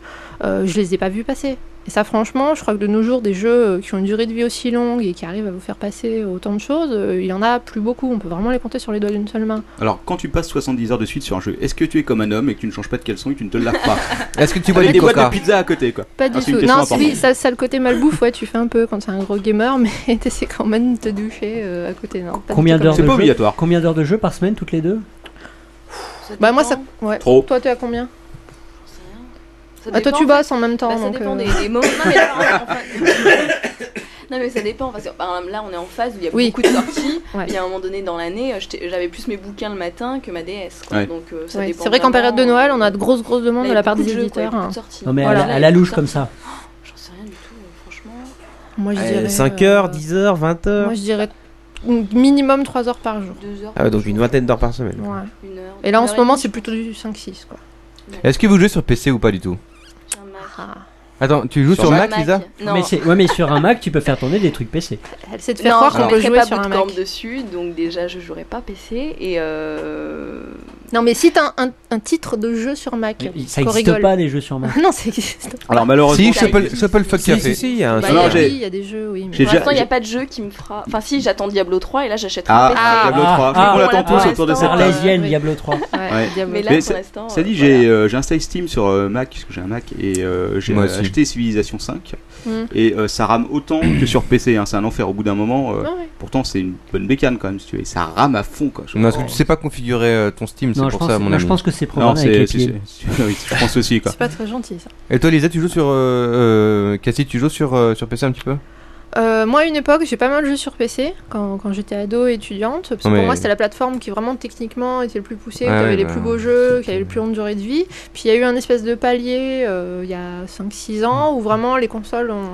Speaker 9: euh, je les ai pas vus passer. Et ça, franchement, je crois que de nos jours, des jeux euh, qui ont une durée de vie aussi longue et qui arrivent à vous faire passer autant de choses, euh, il y en a plus beaucoup, on peut vraiment les compter sur les doigts d'une seule main.
Speaker 4: Alors, quand tu passes 70 heures de suite sur un jeu, est-ce que tu es comme un homme et que tu ne changes pas de caleçon et que tu ne te laves pas
Speaker 17: Est-ce que tu
Speaker 4: bois
Speaker 17: bois
Speaker 4: des
Speaker 17: du
Speaker 4: boîtes
Speaker 17: Coca
Speaker 4: de pizza à côté quoi
Speaker 9: Pas
Speaker 4: Ah,
Speaker 9: du
Speaker 4: c'est une
Speaker 9: tout.
Speaker 4: question
Speaker 9: Non, c'est
Speaker 4: importante.
Speaker 9: oui, ça, ça, le côté malbouffe, ouais, tu fais un peu quand t'es un gros gamer, mais t'essaies quand même de te doucher euh, à côté. Non, pas du
Speaker 8: Combien
Speaker 9: tout
Speaker 8: d'heures
Speaker 9: comme
Speaker 8: de
Speaker 9: ça.
Speaker 8: jeu- Combien d'heures de jeu par semaine toutes les deux
Speaker 9: Bah moi ça. Ouais.
Speaker 8: Trop.
Speaker 9: Toi t'es à combien
Speaker 14: Ça
Speaker 9: Ah, toi,
Speaker 14: dépend,
Speaker 9: tu
Speaker 14: en fait.
Speaker 9: bosses en même temps,
Speaker 14: Bah, ça
Speaker 9: donc,
Speaker 14: dépend
Speaker 9: euh.
Speaker 14: des, des moments. Non mais, là, en- en fait- Non, mais ça dépend parce que par exemple, là on est en phase où il y a
Speaker 9: Oui.
Speaker 14: beaucoup de sorties.
Speaker 9: Ouais.
Speaker 14: Il y a un moment donné dans l'année, euh, j'étais- j'avais plus mes bouquins le matin que ma DS. quoi.
Speaker 8: Ouais.
Speaker 14: Donc euh, ça
Speaker 9: Ouais,
Speaker 14: dépend
Speaker 9: C'est vrai qu'en
Speaker 14: vraiment.
Speaker 9: période de Noël, on a de grosses grosses demandes
Speaker 14: Là, il
Speaker 9: de
Speaker 14: y a
Speaker 9: la part
Speaker 14: beaucoup
Speaker 9: des
Speaker 14: de jeux, quoi,
Speaker 9: éditeurs.
Speaker 14: il y a
Speaker 9: hein.
Speaker 14: beaucoup de sorties.
Speaker 8: Non mais
Speaker 9: Voilà.
Speaker 8: à, la, à la louche comme ça.
Speaker 14: J'en sais rien du tout, euh, franchement.
Speaker 9: Moi je dirais.
Speaker 6: 5h, 10h, 20h.
Speaker 9: Moi je dirais minimum 3 heures par jour.
Speaker 6: Ah ouais, donc une vingtaine d'heures par semaine.
Speaker 9: Ouais. Et là en ce moment c'est plutôt du 5-6 quoi.
Speaker 17: Est-ce que vous jouez sur PC ou pas du tout
Speaker 9: Ah.
Speaker 17: Attends, tu joues sur, Mac, Lisa
Speaker 9: Non.
Speaker 8: Mais c'est- ouais, mais sur un Mac, tu peux faire tourner des trucs PC.
Speaker 9: Elle sait te
Speaker 14: non,
Speaker 9: faire croire
Speaker 14: je
Speaker 9: qu'on peut
Speaker 14: mettrai
Speaker 9: jouer
Speaker 14: pas
Speaker 9: sur un Mac.
Speaker 14: Bootcamp dessus, donc déjà je jouerai pas PC et euh...
Speaker 9: Non mais si t'as un, un- un titre de jeu sur Mac,
Speaker 8: Ça
Speaker 9: qu'on
Speaker 8: n'existe
Speaker 9: rigole.
Speaker 8: pas les jeux sur Mac.
Speaker 9: non, ça existe.
Speaker 4: Alors malheureusement.
Speaker 6: Si, Shuffle-
Speaker 4: Shufflefuck
Speaker 6: Si, Café. si, si, il y a un-
Speaker 9: Bah,
Speaker 4: Non,
Speaker 9: oui,
Speaker 4: Ah, j'ai-
Speaker 9: il y a des jeux, oui. mais-
Speaker 4: J'ai
Speaker 14: Pour
Speaker 4: déjà-
Speaker 14: l'instant, il n'y a pas de jeu qui me fera. Enfin, si, j'attends Diablo 3 et là j'achèterai
Speaker 4: Ah,
Speaker 14: un PC.
Speaker 4: ah, Diablo 3. Je crois qu'on l'attend tous autour de cette table.
Speaker 8: Arlésienne, Diablo 3.
Speaker 4: Ouais.
Speaker 14: Mais là,
Speaker 4: Mais
Speaker 14: pour
Speaker 4: ça-
Speaker 14: l'instant.
Speaker 4: Ça dit, j'ai euh, j'ai installé Steam sur euh, Mac, parce que j'ai un Mac, et euh, j'ai
Speaker 17: Moi aussi.
Speaker 4: acheté Civilization 5.
Speaker 9: Mm.
Speaker 4: Et euh, ça rame autant que sur PC, hein, c'est un enfer au bout d'un moment. euh, Pourtant, c'est une bonne bécane quand même, si tu veux. Et ça rame à fond, quoi. Oh.
Speaker 17: Non, parce que tu sais pas configurer euh, ton Steam, c'est
Speaker 8: Non,
Speaker 17: pour
Speaker 8: je pense-
Speaker 17: ça, mon
Speaker 8: moi,
Speaker 17: ami.
Speaker 8: je pense que c'est
Speaker 4: programmé
Speaker 17: Non,
Speaker 4: avec
Speaker 17: c'est-
Speaker 4: les pieds.
Speaker 17: c'est- c'est- oui,
Speaker 4: je pense aussi, quoi.
Speaker 9: C'est pas très gentil ça.
Speaker 17: Et toi, Lisa, tu joues sur. euh, euh, Cassie, tu joues sur, euh, sur PC un petit peu
Speaker 9: Euh, moi, à une époque, j'ai pas mal joué sur PC quand, quand j'étais ado et étudiante. Parce que
Speaker 17: Non, mais-
Speaker 9: pour moi, c'était la plateforme qui vraiment techniquement était le plus poussée,
Speaker 17: Ah
Speaker 9: qui avait
Speaker 17: oui,
Speaker 9: les
Speaker 17: bah,
Speaker 9: plus beaux jeux, qui avait le plus longue durée de vie. Puis il y a eu un espèce de palier euh, il y a 5-6 ans où vraiment les consoles ont,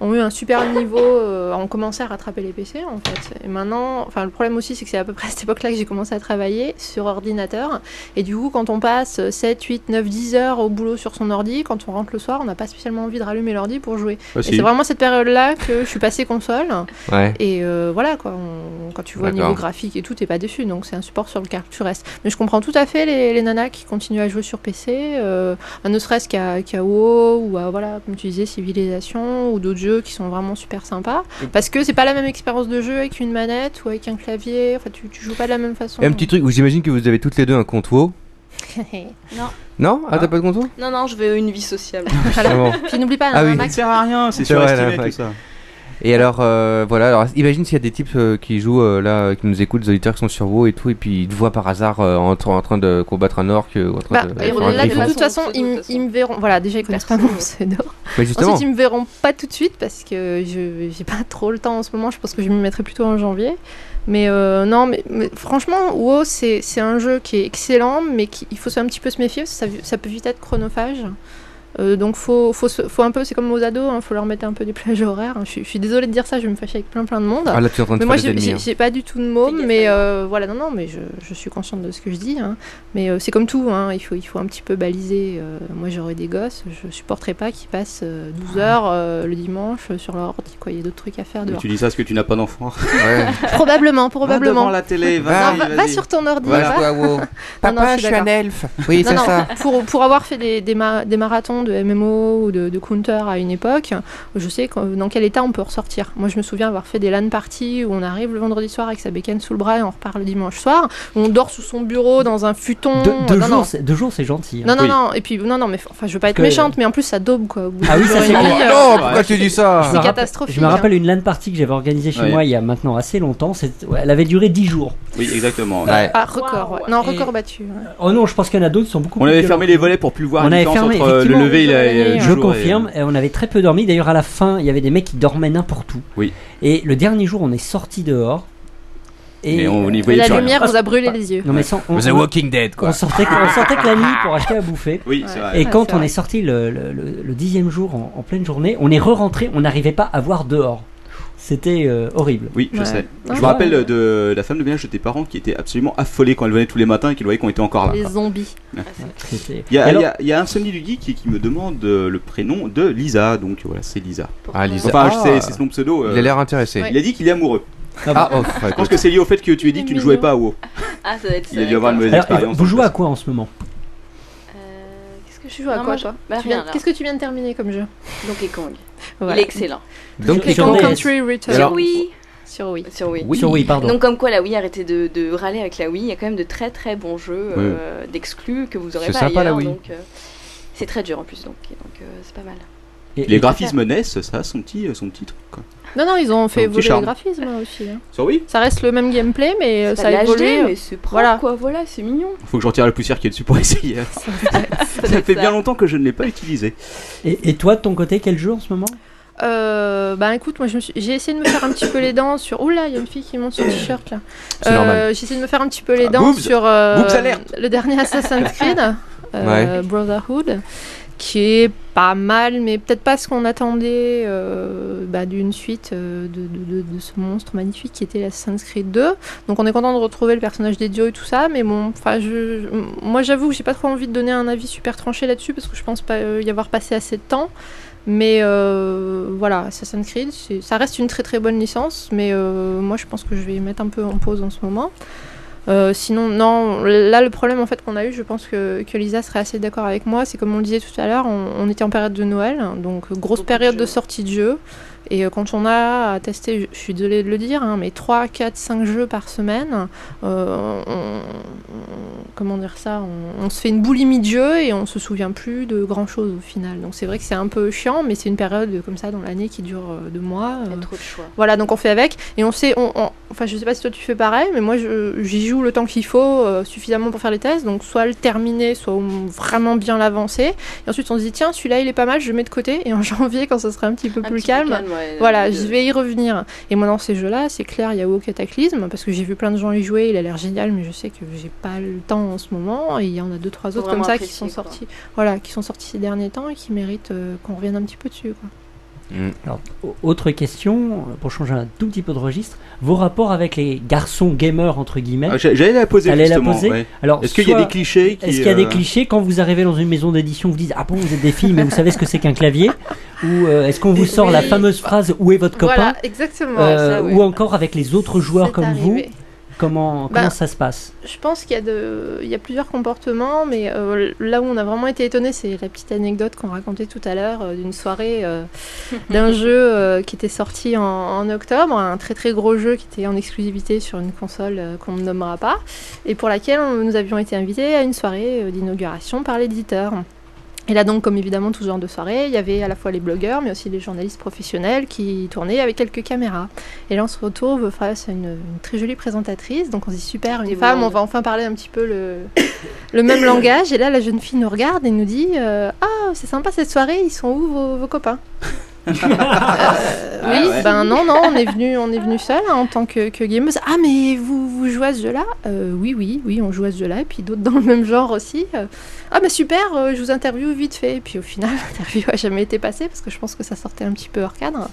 Speaker 9: ont eu un super niveau, euh, ont commencé à rattraper les PC en fait. Et maintenant, enfin, le problème aussi, c'est que c'est à peu près à cette époque-là que j'ai commencé à travailler sur ordinateur. Et du coup, quand on passe 7, 8, 9, 10 heures au boulot sur son ordi, quand on rentre le soir, on n'a pas spécialement envie de rallumer l'ordi pour jouer.
Speaker 17: Ouais,
Speaker 9: Et
Speaker 17: si.
Speaker 9: c'est vraiment cette période-là que je suis passée console.
Speaker 17: Ouais.
Speaker 9: Et euh, voilà, quoi. on- quand tu vois le niveau
Speaker 17: D'accord.
Speaker 9: graphique et tout, t'es pas déçu. Donc c'est un support sur lequel tu restes. Mais je comprends tout à fait les, les nanas qui continuent à jouer sur PC, euh, ne serait-ce qu'à qu'à WoW ou à, voilà, comme tu disais, Civilisation ou d'autres jeux qui sont vraiment super sympas. Parce que c'est pas la même expérience de jeu avec une manette ou avec un clavier. Enfin, tu, tu joues pas de la même façon.
Speaker 17: Et un petit truc où j'imagine que vous avez toutes les deux un compte WoW.
Speaker 14: Non.
Speaker 17: Non Ah, t'as pas de compte WoW
Speaker 14: Non, non, je veux une vie sociable.
Speaker 17: Ah bon.
Speaker 9: Puis n'oublie pas,
Speaker 17: Ah
Speaker 9: un
Speaker 17: oui.
Speaker 9: Mac-
Speaker 4: Ça sert à rien, c'est
Speaker 17: C'est vrai,
Speaker 4: surestimé
Speaker 17: là,
Speaker 4: tout
Speaker 17: ouais.
Speaker 4: ça.
Speaker 17: Et alors, euh, voilà, alors imagine s'il y a des types euh, qui jouent euh, là, euh, qui nous écoutent, des auditeurs qui sont sur WoW et tout, et puis ils te voient par hasard euh, en, tra- en train de combattre un orc euh, ou en train
Speaker 9: Bah,
Speaker 17: de.
Speaker 9: et
Speaker 17: sur un
Speaker 9: là, de
Speaker 17: griffon.
Speaker 9: toute façon, ils, m- ils me verront. Voilà, déjà, ils connaissent pas mon pseudo.
Speaker 17: Mais justement.
Speaker 9: Ensuite, ils me verront pas tout de suite parce que je j'ai pas trop le temps en ce moment. Je pense que je m'y mettrai plutôt en janvier. Mais euh, non, mais, mais franchement, WoW, c'est c'est un jeu qui est excellent, mais qui- il faut un petit peu se méfier parce que ça, ça peut vite être chronophage. Euh, donc faut, faut, se- faut un peu, c'est comme aux ados, hein, faut leur mettre un peu des plages horaires. hein. Je, suis- je suis désolée de dire ça, je vais me fâcher avec plein plein de monde.
Speaker 17: Ah, là, tu es en train de faire
Speaker 9: mais moi
Speaker 17: des
Speaker 9: j'ai-
Speaker 17: ennemis,
Speaker 9: j'ai
Speaker 17: hein.
Speaker 9: j'ai pas du tout de mots, mais euh, voilà, non, non, mais je, je suis consciente de ce que je dis. hein. Mais euh, c'est comme tout, hein, il, faut, il faut un petit peu baliser. euh, moi j'aurais des gosses, je supporterais pas qu'ils passent euh, 12 heures euh, le dimanche sur leur ordi, quoi. Il y a d'autres trucs à faire
Speaker 4: Mais
Speaker 9: dehors.
Speaker 4: tu dis ça parce que tu n'as pas d'enfant.
Speaker 9: Probablement, probablement.
Speaker 4: devant la télé,
Speaker 9: va,
Speaker 4: vas-y,
Speaker 9: va,
Speaker 4: vas-y.
Speaker 9: sur ton ordi.
Speaker 4: Voilà.
Speaker 9: va.
Speaker 4: Jouer à WoW.
Speaker 9: Non, non,
Speaker 17: Papa,
Speaker 9: suis
Speaker 17: je suis un
Speaker 9: d'accord.
Speaker 17: elfe. Oui,
Speaker 9: Non,
Speaker 17: c'est
Speaker 9: non,
Speaker 17: ça.
Speaker 9: Pour, pour avoir fait des, des, ma- des marathons de MMO ou de, de Counter à une époque, je sais que- dans quel état on peut ressortir. Moi, je me souviens avoir fait des LAN parties où on arrive le vendredi soir avec sa bécane sous le bras et on repart le dimanche soir. où on dort sous son bureau dans un futon.
Speaker 8: Deux, deux
Speaker 9: Mmh, Non, non.
Speaker 8: jours, c'est- deux jours, c'est gentil. hein.
Speaker 9: Non, non, non, et puis non, non, mais enfin, je veux pas être
Speaker 8: que-
Speaker 9: méchante, mais en plus ça daube quoi. au bout
Speaker 8: Ah
Speaker 9: de
Speaker 8: oui, ça
Speaker 9: jour et
Speaker 8: c'est
Speaker 9: demi,
Speaker 8: con.
Speaker 9: euh,
Speaker 17: tu dis ça
Speaker 8: Je me rappelle-
Speaker 9: catastrophique,
Speaker 8: Je me rappelle
Speaker 9: hein.
Speaker 8: une LAN party que j'avais organisée chez
Speaker 4: Ouais.
Speaker 8: moi il y a maintenant assez longtemps. C'est- ouais, elle avait duré 10 jours.
Speaker 4: Oui, exactement.
Speaker 8: Bah,
Speaker 9: Ah, record, ouais. Non, record battu. ouais.
Speaker 8: Oh non, je pense qu'il y en a d'autres qui sont beaucoup
Speaker 4: On
Speaker 8: plus
Speaker 4: avait
Speaker 8: violents.
Speaker 4: fermé les volets pour plus voir
Speaker 8: On
Speaker 4: la
Speaker 8: avait
Speaker 4: différence
Speaker 8: fermé,
Speaker 4: entre euh, le
Speaker 8: effectivement,
Speaker 4: lever et la- et euh, le
Speaker 8: Je
Speaker 4: jour et-
Speaker 8: confirme, et on avait très peu dormi. D'ailleurs, à la fin, il y avait des mecs qui dormaient n'importe où.
Speaker 4: Oui.
Speaker 8: Et le dernier jour, on est sorti dehors.
Speaker 4: Et on n'y
Speaker 9: Et la lumière vous a brûlé les yeux.
Speaker 8: Non, mais sans- on-
Speaker 17: The
Speaker 8: on-
Speaker 17: Walking Dead, quoi.
Speaker 8: On sortait, on sortait que la nuit pour acheter à bouffer.
Speaker 4: Oui, Ah, c'est vrai.
Speaker 8: Et
Speaker 4: Ouais,
Speaker 8: quand
Speaker 4: c'est
Speaker 8: on
Speaker 4: vrai.
Speaker 8: est sorti le, le- le- le dixième jour en, en pleine journée, on est re-rentré, on n'arrivait pas à voir dehors. C'était euh, horrible.
Speaker 4: Oui, je
Speaker 8: Ouais.
Speaker 4: sais.
Speaker 8: Ah,
Speaker 4: je
Speaker 8: ouais.
Speaker 4: me rappelle de la femme de ménage de tes parents qui était absolument affolée quand elle venait tous les matins et qui voyait qu'on était encore là.
Speaker 9: Les
Speaker 4: quoi.
Speaker 9: zombies.
Speaker 8: C'était-
Speaker 4: Il y, a,
Speaker 8: Et alors-
Speaker 4: il y a- il y a Insomnie du Geek qui, qui me demande euh, le prénom de Lisa, donc voilà, c'est Lisa.
Speaker 17: Ah, Lisa.
Speaker 4: Enfin,
Speaker 17: Ah.
Speaker 4: c'est c'est son pseudo. euh.
Speaker 17: Il a l'air intéressé.
Speaker 4: Il a dit qu'il est amoureux.
Speaker 8: Ah,
Speaker 17: bon. oh,
Speaker 4: Je pense
Speaker 17: écoute.
Speaker 4: que c'est lié au fait que tu lui as dit que tu ne jouais pas à WoW.
Speaker 14: Ah, ça va être ça.
Speaker 4: Il a dû avoir une mauvaise
Speaker 8: Alors,
Speaker 4: expérience.
Speaker 8: vous jouez à quoi en ce moment
Speaker 14: Qu'est-ce
Speaker 9: que Tu joues à quoi, toi Tu viens- Qu'est-ce que tu viens de terminer comme jeu
Speaker 14: Bah, Donkey Kong.
Speaker 9: Voilà.
Speaker 14: Il est excellent.
Speaker 9: Donkey Kong Country Returns.
Speaker 14: Sur Wii.
Speaker 9: Sur Wii.
Speaker 14: Sur Wii.
Speaker 8: Oui. Sur Wii, pardon.
Speaker 14: Donc comme quoi la Wii, arrêtez de, de râler avec la Wii. Il y a quand même de très très bons jeux euh, d'exclus que vous aurez
Speaker 4: C'est
Speaker 14: pas
Speaker 4: sympa, la
Speaker 14: ailleurs.
Speaker 4: Wii.
Speaker 14: donc, euh, c'est très dur en plus, donc, et donc euh, c'est pas mal.
Speaker 4: Les graphismes NES, ça a son petit, euh, son petit truc. quoi.
Speaker 9: Non, non, ils ont fait
Speaker 4: petit
Speaker 9: évoluer
Speaker 4: charme.
Speaker 9: le graphisme hein, aussi. hein.
Speaker 4: Sur Wii
Speaker 9: Ça reste le même gameplay, mais euh,
Speaker 14: C'est
Speaker 9: ça
Speaker 14: pas de
Speaker 9: a évolué.
Speaker 14: l'HD,
Speaker 9: euh,
Speaker 14: mais c'est propre,
Speaker 9: voilà.
Speaker 14: quoi. Voilà, c'est mignon.
Speaker 4: Faut que je retire la poussière qui est dessus pour essayer. ça fait bien longtemps que je ne l'ai pas utilisé.
Speaker 8: Et, et toi, de ton côté, quel jeu en ce moment
Speaker 9: Euh, bah écoute, moi je me suis- j'ai essayé de me faire un petit peu les dents sur. Oula, il y a une fille qui monte son t-shirt là. Euh,
Speaker 8: C'est normal.
Speaker 9: J'ai essayé de me faire un petit peu les
Speaker 8: Ah,
Speaker 9: dents
Speaker 8: boobs.
Speaker 9: sur euh,
Speaker 8: Boobs alert.
Speaker 9: le dernier Assassin's Creed, euh,
Speaker 17: Ouais.
Speaker 9: Brotherhood, qui est pas mal, mais peut-être pas ce qu'on attendait euh, bah, d'une suite euh, de, de- de- de ce monstre magnifique qui était Assassin's Creed 2. Donc on est content de retrouver le personnage des dieux et tout ça, mais bon, enfin, je, je- moi j'avoue que j'ai pas trop envie de donner un avis super tranché là-dessus parce que je pense pas euh, y avoir passé assez de temps. Mais euh, voilà, Assassin's Creed, c'est- ça reste une très très bonne licence, mais euh, moi je pense que je vais mettre un peu en pause en ce moment. Euh, sinon, non, là le problème en fait qu'on a eu, je pense que, que Lisa serait assez d'accord avec moi, c'est comme on le disait tout à l'heure, on, on était en période de Noël, donc euh, grosse période de, sortie de jeux. Et euh, quand on a à tester, je- je suis désolée de le dire, hein, mais 3, 4, 5 jeux par semaine, euh, on, on- comment dire ça, on, on se fait une boulimie de jeux et on se souvient plus de grand chose au final. Donc c'est vrai que c'est un peu chiant, mais c'est une période euh, comme ça dans l'année qui dure euh, deux mois. euh, voilà, donc on fait avec. Et on sait, on, on- enfin, je sais pas si toi tu fais pareil, mais moi je- j'y joue le temps qu'il faut, euh, suffisamment pour faire les tests. Donc soit le terminer, soit au- vraiment bien l'avancer. Et ensuite on se dit, tiens, celui-là il est pas mal, je le mets de côté. Et en janvier, quand ça sera un petit peu plus calme,
Speaker 14: calme, ouais,
Speaker 9: voilà,
Speaker 14: de-
Speaker 9: je vais y revenir. Et moi dans ces jeux-là, c'est clair, il y a au cataclysme, parce que j'ai vu plein de gens y jouer, il a l'air génial, mais je sais que j'ai pas le temps en ce moment. Et il y en a deux, trois
Speaker 14: Faut
Speaker 9: autres comme
Speaker 14: vraiment
Speaker 9: ça qui
Speaker 14: apprécier,
Speaker 9: sont
Speaker 14: quoi.
Speaker 9: sortis, voilà, qui sont sortis ces derniers temps et qui méritent euh, qu'on revienne un petit peu dessus. quoi.
Speaker 8: Alors, au- autre question, euh, pour changer un tout petit peu de registre, vos rapports avec les garçons gamers, entre guillemets.
Speaker 4: Ah, j'a- j'allais la poser,
Speaker 8: Allez
Speaker 4: justement,
Speaker 8: Eh la poser.
Speaker 4: ouais.
Speaker 8: Alors,
Speaker 4: Est-ce qu'il y a
Speaker 8: soit-
Speaker 4: des clichés qui,
Speaker 8: Est-ce qu'il y a des
Speaker 4: euh,
Speaker 8: clichés quand vous arrivez dans une maison d'édition, vous dites Ah bon, vous êtes des filles, mais vous savez ce que c'est qu'un clavier Ou euh, est-ce qu'on vous sort la
Speaker 9: Oui.
Speaker 8: fameuse phrase Où est votre copain
Speaker 9: Voilà, exactement.
Speaker 8: Euh,
Speaker 9: Ça, ouais.
Speaker 8: Ou encore avec les autres joueurs comme
Speaker 9: arrivé.
Speaker 8: vous, comment,
Speaker 9: Bah,
Speaker 8: comment ça se passe
Speaker 9: Je pense qu'il y, a de- il y a plusieurs comportements, mais euh, là où on a vraiment été étonné, c'est la petite anecdote qu'on racontait tout à l'heure euh, d'une soirée euh, d'un jeu euh, qui était sorti en, en octobre, un très très gros jeu qui était en exclusivité sur une console euh, qu'on ne nommera pas, et pour laquelle on- nous avions été invités à une soirée euh, d'inauguration par l'éditeur. Et là donc, comme évidemment tout ce genre de soirée, il y avait à la fois les blogueurs, mais aussi les journalistes professionnels qui tournaient avec quelques caméras. Et là, on se retrouve face à une, une très jolie présentatrice. Donc on se dit super, une femme, on
Speaker 14: blondes.
Speaker 9: va enfin parler un petit peu le, le même langage. Et là, la jeune fille nous regarde et nous dit euh, Ah, c'est sympa cette soirée. Ils sont où vos, vos copains Euh, Oui,
Speaker 14: Ah ouais.
Speaker 9: ben non, non, on est venu, on est venu seul hein, en tant que, que gameuse. Ah, mais vous, vous jouez à ce jeu-là Euh, Oui, oui, oui, on joue à ce jeu-là. Et puis d'autres dans le même genre aussi. Euh, ah, mais super, euh, je vous interviewe vite fait. Et puis au final, l'interview a jamais été passée parce que je pense que ça sortait un petit peu hors cadre.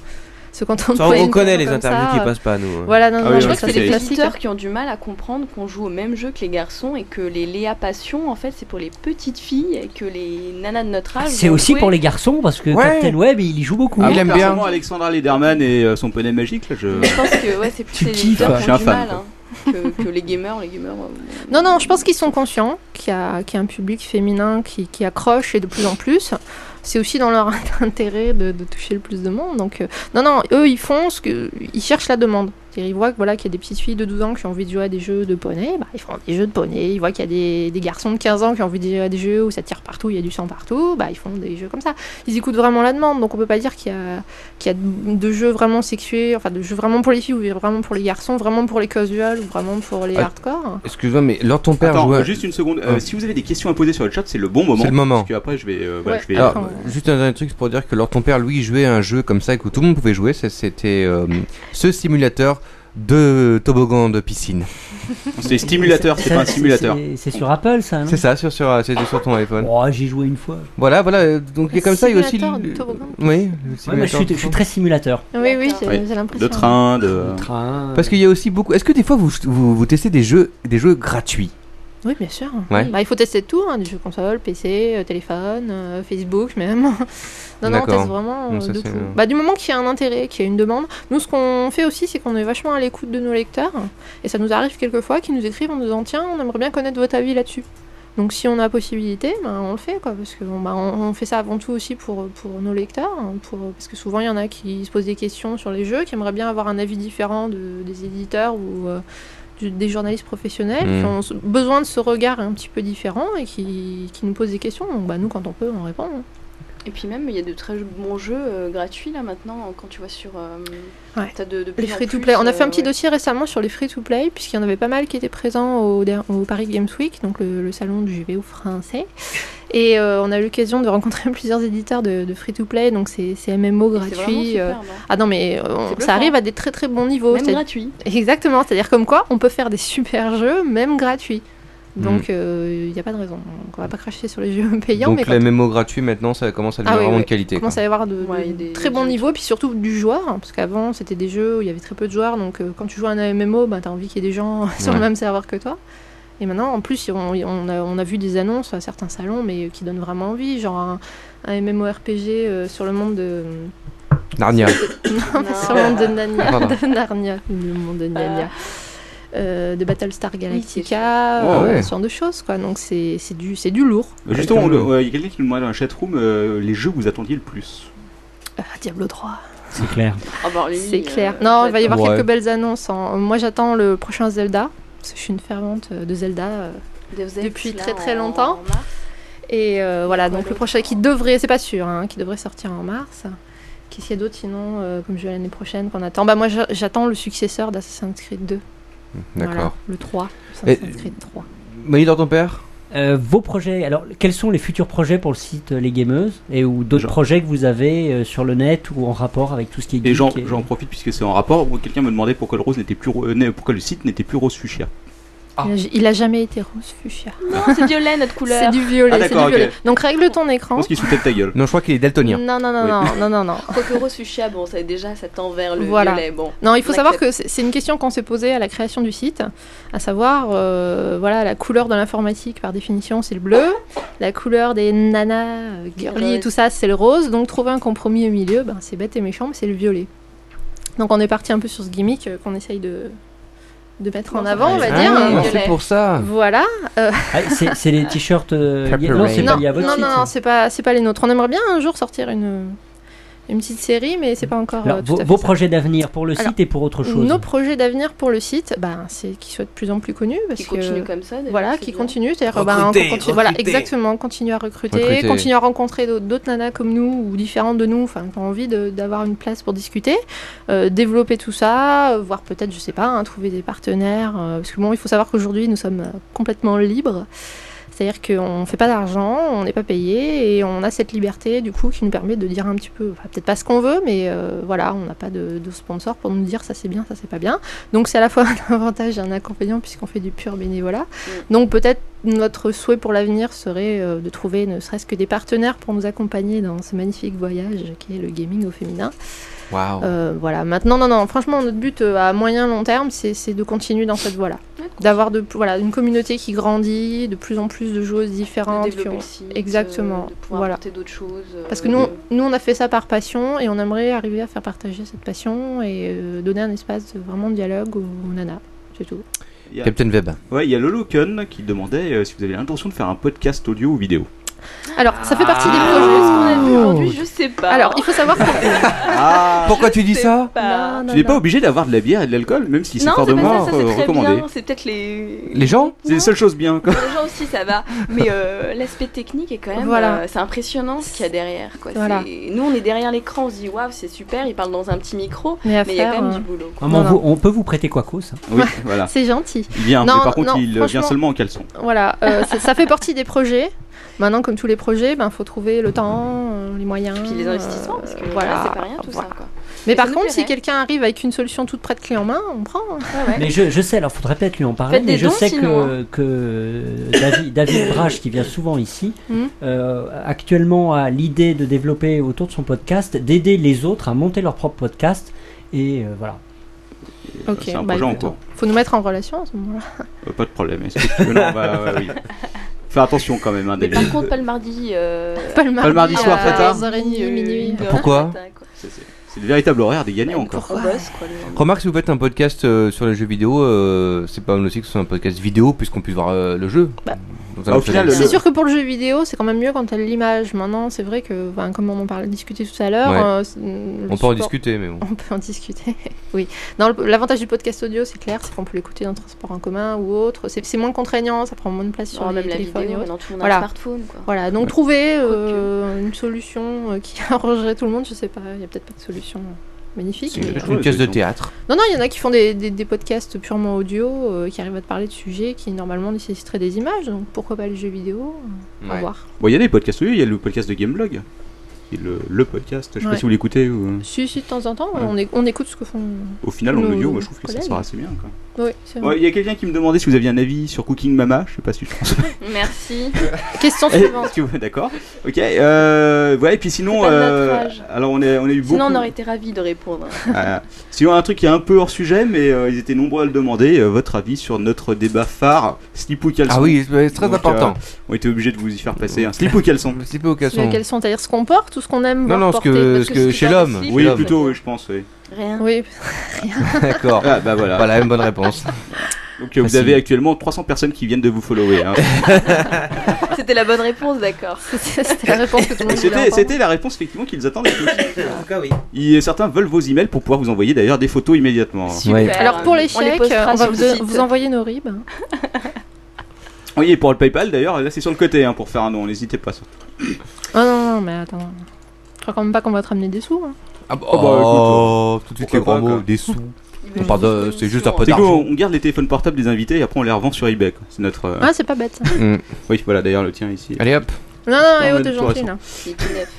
Speaker 9: Parce que quand on
Speaker 6: Ça,
Speaker 9: te pose
Speaker 6: on
Speaker 9: une
Speaker 6: connaît
Speaker 9: question
Speaker 6: les
Speaker 9: comme
Speaker 6: interviews
Speaker 9: ça,
Speaker 6: qui
Speaker 9: euh,
Speaker 6: passent pas, nous, hein.
Speaker 9: Voilà, non,
Speaker 6: Ah
Speaker 9: non,
Speaker 6: oui,
Speaker 9: je
Speaker 6: oui,
Speaker 9: pense que
Speaker 6: c'est vrai.
Speaker 9: c'est les
Speaker 14: les
Speaker 9: classiques.
Speaker 14: éditeurs qui ont du mal à comprendre qu'on joue au même jeu que les garçons et que les Léa Passion, en fait, c'est pour les petites filles et que les nanas de
Speaker 9: ah,
Speaker 14: notre âge.
Speaker 8: C'est
Speaker 14: vont
Speaker 8: aussi
Speaker 14: jouer.
Speaker 8: pour les garçons, parce que
Speaker 4: Ouais.
Speaker 8: Captain Web, il y joue beaucoup.
Speaker 4: Ah, moi, personnellement, Alexandra Lederman et euh, son poney magique, là, je.
Speaker 14: Je pense que ouais, c'est plus
Speaker 4: Tu
Speaker 14: les
Speaker 4: kiffes,
Speaker 14: éditeurs
Speaker 4: hein.
Speaker 14: qui
Speaker 4: Je suis
Speaker 14: ont
Speaker 4: un
Speaker 14: du
Speaker 4: fan,
Speaker 14: mal hein, que, que les gamers. Les gamers euh,
Speaker 9: Non, non, je pense qu'ils sont conscients qu'il y, a- qu'il y a un public féminin qui, qui accroche et de plus en plus. C'est aussi dans leur intérêt de, de toucher le plus de monde. Donc, euh, non, non, eux, ils font ce que. Ils cherchent la demande. C'est-à-dire, ils voient que, voilà, qu'il y a des petites filles de 12 ans qui ont envie de jouer à des jeux de poney, bah, ils font des jeux de poney. Ils voient qu'il y a des, des garçons de 15 ans qui ont envie de jouer à des jeux où ça tire partout, il y a du sang partout, bah, ils font des jeux comme ça. Ils écoutent vraiment la demande, donc on peut pas dire qu'il y a, qu'il y a de, de jeux vraiment sexués, enfin de jeux vraiment pour les filles ou vraiment pour les garçons, vraiment pour les casuals ou vraiment pour les
Speaker 3: Ah,
Speaker 9: hardcore.
Speaker 3: Excuse-moi, mais lors ton père
Speaker 4: Attends,
Speaker 3: jouait.
Speaker 4: juste une seconde. euh,
Speaker 3: Ah.
Speaker 4: Si vous avez des questions à poser sur le chat, c'est le bon moment.
Speaker 3: C'est le moment.
Speaker 4: Parce que après, je vais. euh, voilà,
Speaker 9: Ouais,
Speaker 4: je vais-
Speaker 3: Alors, juste un dernier truc pour dire que lors ton père, lui, jouait à un jeu comme ça que tout le monde pouvait jouer. ça, C'était euh, ce simulateur de toboggan de piscine.
Speaker 4: Ah C'est stimulateur, c'est pas un simulateur.
Speaker 8: c'est- C'est sur Apple, ça, non
Speaker 3: C'est ça, sur,
Speaker 17: euh,
Speaker 3: sur, c'était sur ton iPhone.
Speaker 8: Oh, j'y joué une fois.
Speaker 3: Voilà, voilà. euh, Donc il y a comme ça, il y a aussi.
Speaker 9: Simulateur
Speaker 3: le-
Speaker 9: de toboggan de
Speaker 3: Oui, le
Speaker 8: Ouais, mais je,
Speaker 3: simulateur
Speaker 8: suis,
Speaker 3: de
Speaker 8: je suis très simulateur.
Speaker 9: Oui, oui, j'ai
Speaker 3: Oui.
Speaker 9: j'ai l'impression.
Speaker 4: De train, de.
Speaker 8: train.
Speaker 3: Parce qu'il y a aussi beaucoup. Est-ce que des fois vous, vous, vous testez des jeux, des jeux gratuits
Speaker 9: Oui, bien sûr.
Speaker 3: Ouais.
Speaker 9: Bah, il faut tester tout, hein, des jeux console, PC, euh, téléphone, euh, Facebook même. non, non, on
Speaker 3: D'accord.
Speaker 9: teste vraiment euh,
Speaker 3: Non, ça,
Speaker 9: de
Speaker 3: c'est-
Speaker 9: tout. Bah, du moment qu'il y a un intérêt, qu'il y a une demande, nous, ce qu'on fait aussi, c'est qu'on est vachement à l'écoute de nos lecteurs. Et ça nous arrive quelquefois qu'ils nous écrivent en nous disant Tiens, on aimerait bien connaître votre avis là-dessus. Donc, si on a possibilité, ben, on le fait, quoi, parce que bon, bah, on, on fait ça avant tout aussi pour, pour nos lecteurs, hein, pour, parce que souvent il y en a qui se posent des questions sur les jeux, qui aimeraient bien avoir un avis différent de- des éditeurs ou euh, du- des journalistes professionnels,
Speaker 3: Mm.
Speaker 9: qui ont s- besoin de ce regard un petit peu différent et qui, qui nous posent des questions. Donc, bah, nous, quand on peut, on répond. hein.
Speaker 14: Et puis même, il y a de très bons jeux euh, gratuits là maintenant, quand tu vois sur. euh,
Speaker 9: Ouais.
Speaker 14: t'as de, de plus
Speaker 9: Les
Speaker 14: en plus,
Speaker 9: free-to-play. On a fait
Speaker 14: euh,
Speaker 9: un petit
Speaker 14: ouais.
Speaker 9: dossier récemment sur les free-to-play, puisqu'il y en avait pas mal qui étaient présents au, der- au Paris Games Week, donc le, le salon du VO français. Et euh, on a eu l'occasion de rencontrer plusieurs éditeurs de, de free-to-play, donc ces, ces MMO
Speaker 14: Et c'est vraiment
Speaker 9: gratuits.
Speaker 14: superbe,
Speaker 9: euh,
Speaker 14: hein.
Speaker 9: Ah non, mais euh, on-
Speaker 14: bluffant.
Speaker 9: ça arrive à des très très bons niveaux.
Speaker 14: Même
Speaker 9: c'est-
Speaker 14: gratuit.
Speaker 9: Exactement, c'est-à-dire comme quoi on peut faire des super jeux, même gratuits. Donc il n'y a pas de raison. Donc, on va pas cracher sur les jeux payants. mais
Speaker 3: Donc
Speaker 9: quand-
Speaker 3: les mémos gratuits maintenant, ça commence à
Speaker 9: Ah
Speaker 3: devenir
Speaker 9: oui,
Speaker 3: vraiment
Speaker 9: oui.
Speaker 3: de qualité. quoi.
Speaker 9: commence à y avoir de, de très bons niveaux, puis surtout du joueur, hein, parce qu'avant c'était des jeux où il y avait très peu de joueurs, donc euh, quand tu joues à un MMO, ben, t'as envie qu'il y ait des gens sur le
Speaker 18: Ouais.
Speaker 9: même serveur que toi. Et maintenant, en plus, on, on a, on a vu des annonces à certains salons, mais euh, qui donnent vraiment envie, genre un, un MMORPG euh, sur le monde de.
Speaker 3: Narnia.
Speaker 9: Non, sur le monde de Narnia,
Speaker 3: Pardon.
Speaker 9: de Narnia, le monde de Narnia. Euh, de Battlestar Galactica,
Speaker 4: Oh,
Speaker 9: euh,
Speaker 4: ouais.
Speaker 9: ce genre de choses quoi. Donc c'est c'est du, c'est du lourd.
Speaker 4: Euh, Justement, le- ouais, il y a quelqu'un qui nous demande dans la chatroom euh, les jeux que vous attendiez le plus.
Speaker 9: Ah, Diablo 3.
Speaker 8: C'est clair.
Speaker 14: Ah bah,
Speaker 9: C'est
Speaker 14: euh,
Speaker 9: clair. non, il va y avoir
Speaker 4: Ouais.
Speaker 9: quelques belles annonces. hein. Moi, j'attends le prochain Zelda. Parce que je suis une fervente euh, de Zelda euh, depuis très très longtemps. Et euh, voilà, donc le prochain qui devrait, c'est pas sûr, hein, qui devrait sortir en mars. Qu'est-ce qu'il y a d'autre sinon, euh, comme je vais l'année prochaine, qu'on attend Bah, moi, j'a- j'attends le successeur d'Assassin's Creed 2.
Speaker 3: D'accord.
Speaker 9: Voilà, le 3.
Speaker 3: Et-
Speaker 9: Assassin's Creed 3.
Speaker 3: Maï, dans ton père
Speaker 8: Euh, vos projets, alors quels sont les futurs projets pour le site euh, Les Gameuses et ou d'autres projets que vous avez euh, sur le net ou en rapport avec tout ce qui est
Speaker 4: Et j'en
Speaker 8: geek et-
Speaker 4: j'en profite puisque c'est en rapport. où Quelqu'un me demandait pourquoi le, rose n'était plus, ro- euh, n'est- pourquoi le site n'était plus rose fuchsia. Ah.
Speaker 9: Il, a, il a jamais été rose fuchsia.
Speaker 14: Non, c'est violet notre couleur.
Speaker 9: C'est du violet,
Speaker 4: Ah,
Speaker 9: c'est
Speaker 4: d'accord,
Speaker 9: du
Speaker 4: ok.
Speaker 9: violet. Donc règle ton
Speaker 4: Je
Speaker 9: écran.
Speaker 14: Oh.
Speaker 4: pense qu'il se foutait de ta gueule. Non, je crois qu'il est daltonien.
Speaker 9: Non, non, non, non, non, non, non.
Speaker 14: Quoique rose fuchsia, bon, ça, déjà, ça tend vers le
Speaker 9: Voilà.
Speaker 14: violet. Bon,
Speaker 9: Non, il faut
Speaker 14: on
Speaker 9: savoir
Speaker 14: accepte.
Speaker 9: que c'est c'est une question qu'on s'est posée à la création du site, à savoir, euh, voilà, la couleur de l'informatique par définition c'est le bleu, la couleur des nanas, euh, girly et tout ça c'est le rose, donc trouver un compromis au milieu, ben, c'est bête et méchant, mais c'est le violet. Donc on est parti un peu sur ce gimmick euh, qu'on essaye de, de mettre en avant, on va
Speaker 8: Ah,
Speaker 9: dire. hein.
Speaker 8: oui, c'est pour ça.
Speaker 9: Voilà. euh,
Speaker 8: Ah, c'est c'est les t-shirts. euh, y- non, c'est
Speaker 9: non,
Speaker 8: pas lié à votre
Speaker 9: non,
Speaker 8: site.
Speaker 9: non, non, c'est pas, c'est pas les nôtres. On aimerait bien un jour sortir une, une petite série, mais c'est pas encore.
Speaker 8: Alors,
Speaker 9: euh, tout
Speaker 8: vos,
Speaker 9: à fait
Speaker 8: vos
Speaker 9: ça.
Speaker 8: projets d'avenir pour le site
Speaker 9: Alors,
Speaker 8: et pour autre chose.
Speaker 9: Nos projets d'avenir pour le site, ben, c'est qu'ils soient de plus en plus connus. Parce
Speaker 14: Qu'ils continuent
Speaker 9: que,
Speaker 14: comme ça, déjà,
Speaker 9: Voilà,
Speaker 14: c'est
Speaker 9: qui
Speaker 14: bien.
Speaker 9: continuent. C'est-à-dire, ben,
Speaker 14: Recruter,
Speaker 9: qu'on continue- voilà,
Speaker 14: recruter.
Speaker 9: exactement, continuer à recruter,
Speaker 14: Recruter.
Speaker 9: continuer à rencontrer d'autres- d'autres nanas comme nous ou différentes de nous, enfin, qui ont envie de- d'avoir une place pour discuter, euh, développer tout ça, euh, voir peut-être, je sais pas, hein, trouver des partenaires. euh, parce que bon, il faut savoir qu'aujourd'hui, nous sommes euh, complètement libres. C'est-à-dire qu'on ne fait pas d'argent, on n'est pas payé et on a cette liberté du coup qui nous permet de dire un petit peu, enfin, peut-être pas ce qu'on veut, mais euh, voilà, on n'a pas de, de sponsor pour nous dire ça c'est bien, ça c'est pas bien. Donc c'est à la fois un avantage et un inconvénient puisqu'on fait du pur bénévolat. Donc peut-être notre souhait pour l'avenir serait euh, de trouver ne serait-ce que des partenaires pour nous accompagner dans ce magnifique voyage qui est le gaming au féminin.
Speaker 3: Waouh.
Speaker 9: Euh, voilà, maintenant, non, non, franchement, notre but euh, à moyen long terme, c'est c'est de continuer dans cette voie-là. D'avoir de- voilà, une communauté qui grandit, de plus en plus de joueuses différentes.
Speaker 14: développer
Speaker 9: qui ont-
Speaker 14: le site,
Speaker 9: Exactement.
Speaker 14: euh, de pouvoir
Speaker 9: voilà.
Speaker 14: apporter d'autres choses, euh,
Speaker 9: Parce que nous,
Speaker 14: de-
Speaker 9: nous, on a fait ça par passion et on aimerait arriver à faire partager cette passion et euh, donner un espace de vraiment de dialogue aux, aux nanas. C'est tout.
Speaker 4: Il y a-
Speaker 3: Captain Web.
Speaker 4: Ouais, il y a Lolokun qui demandait euh, si vous avez l'intention de faire un podcast audio ou vidéo.
Speaker 9: Alors, ça fait partie des
Speaker 14: Ah.
Speaker 9: projets.
Speaker 14: Est-ce qu'on a vu
Speaker 4: Oh.
Speaker 14: aujourd'hui Je sais pas.
Speaker 9: Alors, il faut savoir que.
Speaker 14: Ah,
Speaker 3: Pourquoi tu dis ça
Speaker 9: Non, non,
Speaker 4: Tu n'es pas
Speaker 9: non.
Speaker 4: obligé d'avoir de la bière et de l'alcool, même si c'est
Speaker 14: non, c'est pas ça,
Speaker 4: fortement
Speaker 14: ça,
Speaker 4: euh,
Speaker 14: c'est très
Speaker 4: recommandé.
Speaker 14: bien. C'est peut-être les.
Speaker 4: Les gens C'est les seules choses bien. quoi.
Speaker 14: Les gens aussi, ça va. Mais euh, l'aspect technique est quand même.
Speaker 9: Voilà.
Speaker 14: euh, c'est impressionnant ce qu'il y a derrière. Quoi.
Speaker 9: Voilà.
Speaker 14: C'est- Nous, on est derrière l'écran, on se dit waouh, c'est super, ils parlent dans un petit micro,
Speaker 9: Mais à
Speaker 14: mais il y a
Speaker 9: faire,
Speaker 14: quand même
Speaker 9: euh,
Speaker 14: du boulot.
Speaker 4: Ah,
Speaker 14: quoi.
Speaker 8: Maman,
Speaker 9: Non,
Speaker 8: vous- on peut vous prêter quoi ça
Speaker 4: Oui, voilà.
Speaker 9: C'est gentil.
Speaker 4: Il vient,
Speaker 9: Non,
Speaker 4: mais par contre,
Speaker 9: non,
Speaker 4: il euh, vient
Speaker 9: franchement-
Speaker 4: seulement en caleçon.
Speaker 9: Voilà, euh, ça, ça fait partie des projets. Maintenant, comme tous les projets, il faut trouver le temps, euh, les moyens.
Speaker 14: Puis les investissements, parce que voilà, c'est pas rien tout ça. Quoi.
Speaker 9: Mais
Speaker 14: Et
Speaker 9: par
Speaker 14: ça nous
Speaker 9: contre, si
Speaker 14: plairait.
Speaker 9: quelqu'un arrive avec une solution toute prête clé en main, on prend. hein.
Speaker 8: Mais je, je sais, alors faudrait peut-être lui en parler,
Speaker 9: Faites
Speaker 8: mais
Speaker 9: des
Speaker 8: je
Speaker 9: dons,
Speaker 8: sais
Speaker 9: sinon, hein.
Speaker 8: que, que David, David Brage, qui vient souvent ici,
Speaker 9: Hmm.
Speaker 8: euh, actuellement a l'idée de développer autour de son podcast, d'aider les autres à monter leur propre podcast, et euh, voilà.
Speaker 9: Ok,
Speaker 4: C'est un
Speaker 9: bah,
Speaker 4: projet en
Speaker 9: écoute,
Speaker 4: cours.
Speaker 9: Faut nous mettre en relation à ce moment-là.
Speaker 4: Euh, pas de problème. Est-ce que tu veux- non, bah, ouais, oui. Fais attention quand même, hein,
Speaker 14: Mais
Speaker 4: David.
Speaker 14: par contre, pas le mardi. euh,
Speaker 9: Pas le
Speaker 4: Pas le mardi soir, très tard.
Speaker 9: 11h30, minuit.
Speaker 3: Pourquoi
Speaker 4: C'est- c'est- C'est le véritable horaire des gagnants. quoi.
Speaker 14: On bosse, quoi. le-
Speaker 3: Remarque, si vous faites un podcast euh, sur les jeux vidéo, euh, c'est pas mal aussi que ce soit un podcast vidéo, puisqu'on puisse voir euh, le jeu. Dans un
Speaker 4: Bah, au
Speaker 3: autre
Speaker 4: final,
Speaker 3: jeu.
Speaker 9: C'est sûr que pour le jeu vidéo, c'est quand même mieux quand t'as l'image. Maintenant, c'est vrai que, enfin, comme on en parlait, discuté tout à l'heure.
Speaker 3: Ouais.
Speaker 9: euh, c'est- le
Speaker 3: On peut en
Speaker 9: support-
Speaker 3: discuter, mais bon.
Speaker 9: On peut en discuter, oui. Non, le- l'avantage du podcast audio, c'est clair, c'est qu'on peut l'écouter dans le transport en commun ou autre. C'est c'est moins contraignant, ça prend moins de place sur
Speaker 14: Oh,
Speaker 9: les
Speaker 14: même la
Speaker 9: téléphones
Speaker 14: vidéo,
Speaker 9: et autres.
Speaker 14: maintenant, tout le monde a un
Speaker 9: voilà.
Speaker 14: smartphone, quoi.
Speaker 9: Voilà, donc trouver euh, une solution euh, qui arrangerait tout le monde, je sais pas, il y a peut-être pas de solution euh, magnifique.
Speaker 3: C'est
Speaker 9: mais-
Speaker 3: juste une pièce de théâtre.
Speaker 9: non, non, il y en a qui font des, des- des podcasts purement audio, euh, qui arrivent à te parler de sujets qui normalement nécessiteraient des images, donc pourquoi pas les jeux vidéo euh,
Speaker 4: Ouais.
Speaker 9: À voir.
Speaker 4: Bon, il y a des podcasts audio, il y a le podcast de Gameblog. qui est Le, le podcast, je sais
Speaker 9: Ouais.
Speaker 4: pas si vous l'écoutez. Ou...
Speaker 9: Si, si, de temps en temps,
Speaker 4: Ouais.
Speaker 9: on, é- on écoute ce que font.
Speaker 4: Au final, en
Speaker 9: nos
Speaker 4: audio, moi, je trouve que ça
Speaker 9: collègues.
Speaker 4: sort assez bien. Quoi.
Speaker 9: Oui, c'est
Speaker 4: Ouais, Il
Speaker 9: vrai.
Speaker 4: y a quelqu'un qui me demandait si vous aviez un avis sur Cooking Mama. Je sais pas si je pense.
Speaker 14: Merci.
Speaker 9: Question suivante.
Speaker 4: Est-ce que vous- D'accord. Ok. Euh, ouais, et puis sinon,
Speaker 14: C'est pas de
Speaker 4: euh,
Speaker 14: notre âge.
Speaker 4: alors on a, on a eu beaucoup.
Speaker 14: Sinon, on aurait été ravis de répondre.
Speaker 4: Ah, sinon, un truc qui est un peu hors sujet, mais euh, ils étaient nombreux à le demander. euh, votre avis sur notre débat phare, slip ou caleçon
Speaker 17: Ah oui, c'est très important.
Speaker 4: on était obligé de vous y faire passer. un Slip ou caleçon
Speaker 3: euh,
Speaker 17: Slip ou
Speaker 9: Quels sont, c'est-à-dire ce qu'on porte ou ce qu'on aime
Speaker 4: Non,
Speaker 9: voir
Speaker 4: non, ce que-
Speaker 9: porter
Speaker 4: ce que- chez l'homme, oui, plutôt, oui, je pense, oui.
Speaker 9: Rien. Oui, rien.
Speaker 17: D'accord.
Speaker 4: Ah, bah voilà.
Speaker 17: Voilà, une bonne réponse.
Speaker 4: Donc euh, vous
Speaker 17: Facile.
Speaker 4: avez actuellement 300 personnes qui viennent de vous follower. hein.
Speaker 14: C'était la bonne réponse, d'accord.
Speaker 9: C'était la réponse que tout
Speaker 4: Et C'était c'était la réponse effectivement qu'ils attendaient. tous.
Speaker 14: En tout cas, oui.
Speaker 4: Il- certains veulent vos emails pour pouvoir vous envoyer d'ailleurs des photos immédiatement.
Speaker 14: Ouais.
Speaker 9: Alors pour les
Speaker 14: On les
Speaker 9: chèques,
Speaker 14: postera
Speaker 9: on va
Speaker 14: sur
Speaker 9: vous,
Speaker 14: le
Speaker 9: don-
Speaker 14: site.
Speaker 9: vous envoyer nos ribs.
Speaker 4: Oui, et pour le PayPal d'ailleurs, là c'est sur le côté hein, pour faire un nom, n'hésitez pas. surtout.
Speaker 9: Oh non, non, mais attends. Je crois quand même pas qu'on va te ramener des sous. hein.
Speaker 4: Ah
Speaker 17: bah, oh, tout de suite les grands mots, des sous. On parle de- c'est juste un peu
Speaker 4: C'est cool,
Speaker 17: d'argent.
Speaker 4: on garde les téléphones portables des invités et après on les revend sur eBay. quoi. C'est notre. euh,
Speaker 9: Ah, c'est pas bête ça.
Speaker 4: Oui, voilà d'ailleurs le tien ici.
Speaker 17: Allez hop.
Speaker 9: Non, non,
Speaker 4: Non,
Speaker 9: et oh,
Speaker 4: mais
Speaker 9: t'es
Speaker 4: tout
Speaker 9: gentil
Speaker 4: récent.
Speaker 9: là.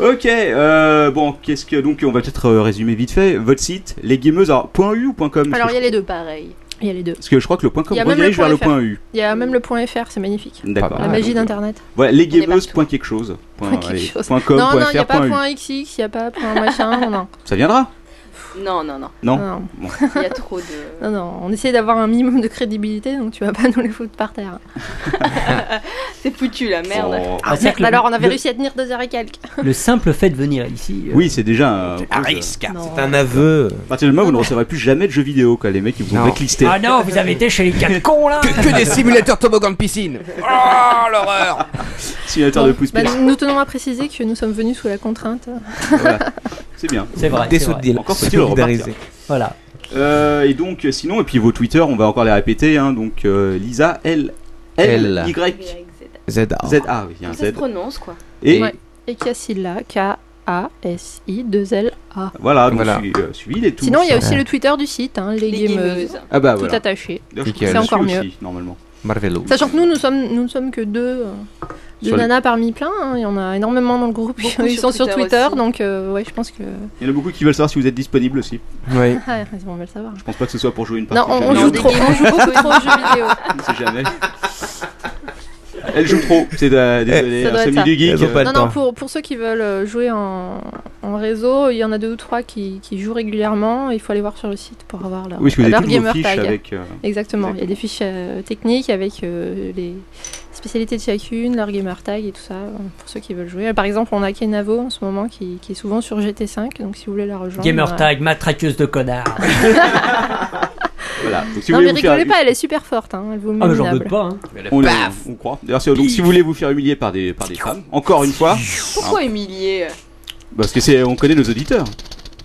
Speaker 4: Ok, euh, bon, qu'est-ce que. Donc on va peut-être euh, résumer vite fait. Votre site, lesgameuses, alors .eu ou .com parce
Speaker 9: Alors
Speaker 4: que
Speaker 9: il y a les deux. Pareil. Il y a les deux.
Speaker 4: je- Parce que je crois que le .com
Speaker 9: Il y a même le
Speaker 4: redirige vers
Speaker 9: point Ah,
Speaker 4: le
Speaker 9: .fr.
Speaker 4: point .eu.
Speaker 9: Il y a même le point .fr, c'est magnifique.
Speaker 4: D'accord.
Speaker 9: La magie d'internet.
Speaker 4: Voilà, lesgameuses, point quelque chose. Point,
Speaker 9: Quelque
Speaker 4: allez,
Speaker 9: chose.
Speaker 4: point .com,
Speaker 9: non,
Speaker 4: point
Speaker 9: non, il n'y a
Speaker 4: .fr,
Speaker 9: pas
Speaker 4: point .eu.
Speaker 9: point .xx, il n'y a pas point machin, non, non.
Speaker 4: Ça viendra
Speaker 14: Non, non, non.
Speaker 4: Non Bon.
Speaker 14: Il y a trop de.
Speaker 9: Non, non, on essaie d'avoir un minimum de crédibilité, donc tu vas pas nous les foutre par terre.
Speaker 14: C'est foutu la merde.
Speaker 4: Oh.
Speaker 8: Ah, c'est-à-dire que le-
Speaker 9: Alors, on avait
Speaker 8: le-
Speaker 9: réussi à tenir deux heures et quelques.
Speaker 8: Le simple fait de venir ici. euh,
Speaker 4: Oui, c'est déjà un,
Speaker 8: Un
Speaker 4: gros,
Speaker 8: risque.
Speaker 4: euh,
Speaker 8: Non.
Speaker 6: C'est un aveu.
Speaker 4: À partir du moment où vous ne recevrez plus jamais de jeux vidéo, quoi, les mecs, ils vous ont blacklisté.
Speaker 8: Ah non, vous avez été chez les quatre cons là
Speaker 17: Que des simulateurs toboggan de piscine. Oh l'horreur.
Speaker 4: Simulateur de pouce
Speaker 9: Bah,
Speaker 4: pisse.
Speaker 9: nous tenons à préciser que nous sommes venus sous la contrainte.
Speaker 4: Voilà. C'est bien.
Speaker 8: C'est vrai, Des c'est sauts de vrai. deal.
Speaker 4: Encore faut-il le
Speaker 8: Solidariser.
Speaker 4: repartir.
Speaker 8: Voilà.
Speaker 4: Euh, et donc, euh, sinon, et puis vos Twitter, on va encore les répéter. hein, donc, euh, Lisa, L, L,
Speaker 6: L.
Speaker 4: Y,
Speaker 6: Z
Speaker 4: Z, A, oui, il y a un
Speaker 14: Ça se
Speaker 4: Z.
Speaker 14: prononce quoi.
Speaker 4: Et
Speaker 9: Ouais. Et Cassila, K-A-S-I-2-L-A.
Speaker 4: voilà, donc suivez, euh, suivez les tous.
Speaker 9: Sinon, il y a aussi le Twitter du site, hein, les, gameuses.
Speaker 4: Ah bah
Speaker 9: Tout
Speaker 4: voilà.
Speaker 9: attaché.
Speaker 4: D'ailleurs, je
Speaker 9: C'est
Speaker 4: trouve que
Speaker 9: encore
Speaker 4: je suis
Speaker 9: mieux.
Speaker 4: aussi, normalement.
Speaker 17: Marvelo.
Speaker 9: Sachant que nous, nous sommes, nous ne sommes que deux, euh, deux
Speaker 4: Sur les-
Speaker 9: nanas parmi plein. hein, Il y en a énormément dans le groupe.
Speaker 14: Beaucoup
Speaker 9: Ils
Speaker 14: sur
Speaker 9: sont sur
Speaker 14: Twitter
Speaker 9: Twitter,
Speaker 14: aussi.
Speaker 9: donc euh, ouais, je pense que.
Speaker 4: Il y en a beaucoup qui veulent savoir si vous êtes disponible aussi.
Speaker 17: Oui.
Speaker 9: Ah, ils vont bien le savoir.
Speaker 4: Je pense pas que ce soit pour jouer une
Speaker 9: Non,
Speaker 4: partie.
Speaker 9: on,
Speaker 4: de
Speaker 9: on
Speaker 4: jeu
Speaker 9: joue
Speaker 4: vidéo.
Speaker 9: trop, on joue beaucoup trop aux jeux vidéo.
Speaker 4: On sait jamais. Elle joue trop. C'est euh, désolé,
Speaker 9: Ça
Speaker 4: hein,
Speaker 9: doit être
Speaker 4: Samy
Speaker 9: ça.
Speaker 4: du geek.
Speaker 9: non, non, pour, pour ceux qui veulent euh, jouer en, en réseau, il y en a deux ou trois qui, qui jouent régulièrement. Il faut aller voir sur le site pour avoir leur,
Speaker 4: Oui, parce que vous avez
Speaker 9: leur
Speaker 4: toutes vos
Speaker 9: gamer
Speaker 4: fiches
Speaker 9: tag.
Speaker 4: avec, euh,
Speaker 9: Exactement, il y a des fiches euh, techniques avec euh, les spécialités de chacune, leur gamer tag et tout ça, euh, pour ceux qui veulent jouer. Par exemple, on a Kenavo en ce moment qui, qui est souvent sur GT5, donc si vous voulez la rejoindre.
Speaker 8: Gamer
Speaker 9: euh,
Speaker 8: tag, matraqueuse de connard.
Speaker 4: Voilà. Donc, si
Speaker 9: non,
Speaker 4: vous
Speaker 9: mais
Speaker 4: voulez vous faire-
Speaker 9: rigolez pas, elle est super forte, hein, elle vous met
Speaker 8: Ah, mais
Speaker 9: une
Speaker 8: j'en
Speaker 9: nable.
Speaker 8: doute pas, hein.
Speaker 4: On, le-
Speaker 8: Paf
Speaker 4: on croit. D'ailleurs, si- donc si vous voulez vous faire humilier par des, par des femmes, encore une fois, Hein.
Speaker 14: Pourquoi humilier
Speaker 4: parce que c'est, on connaît nos auditeurs.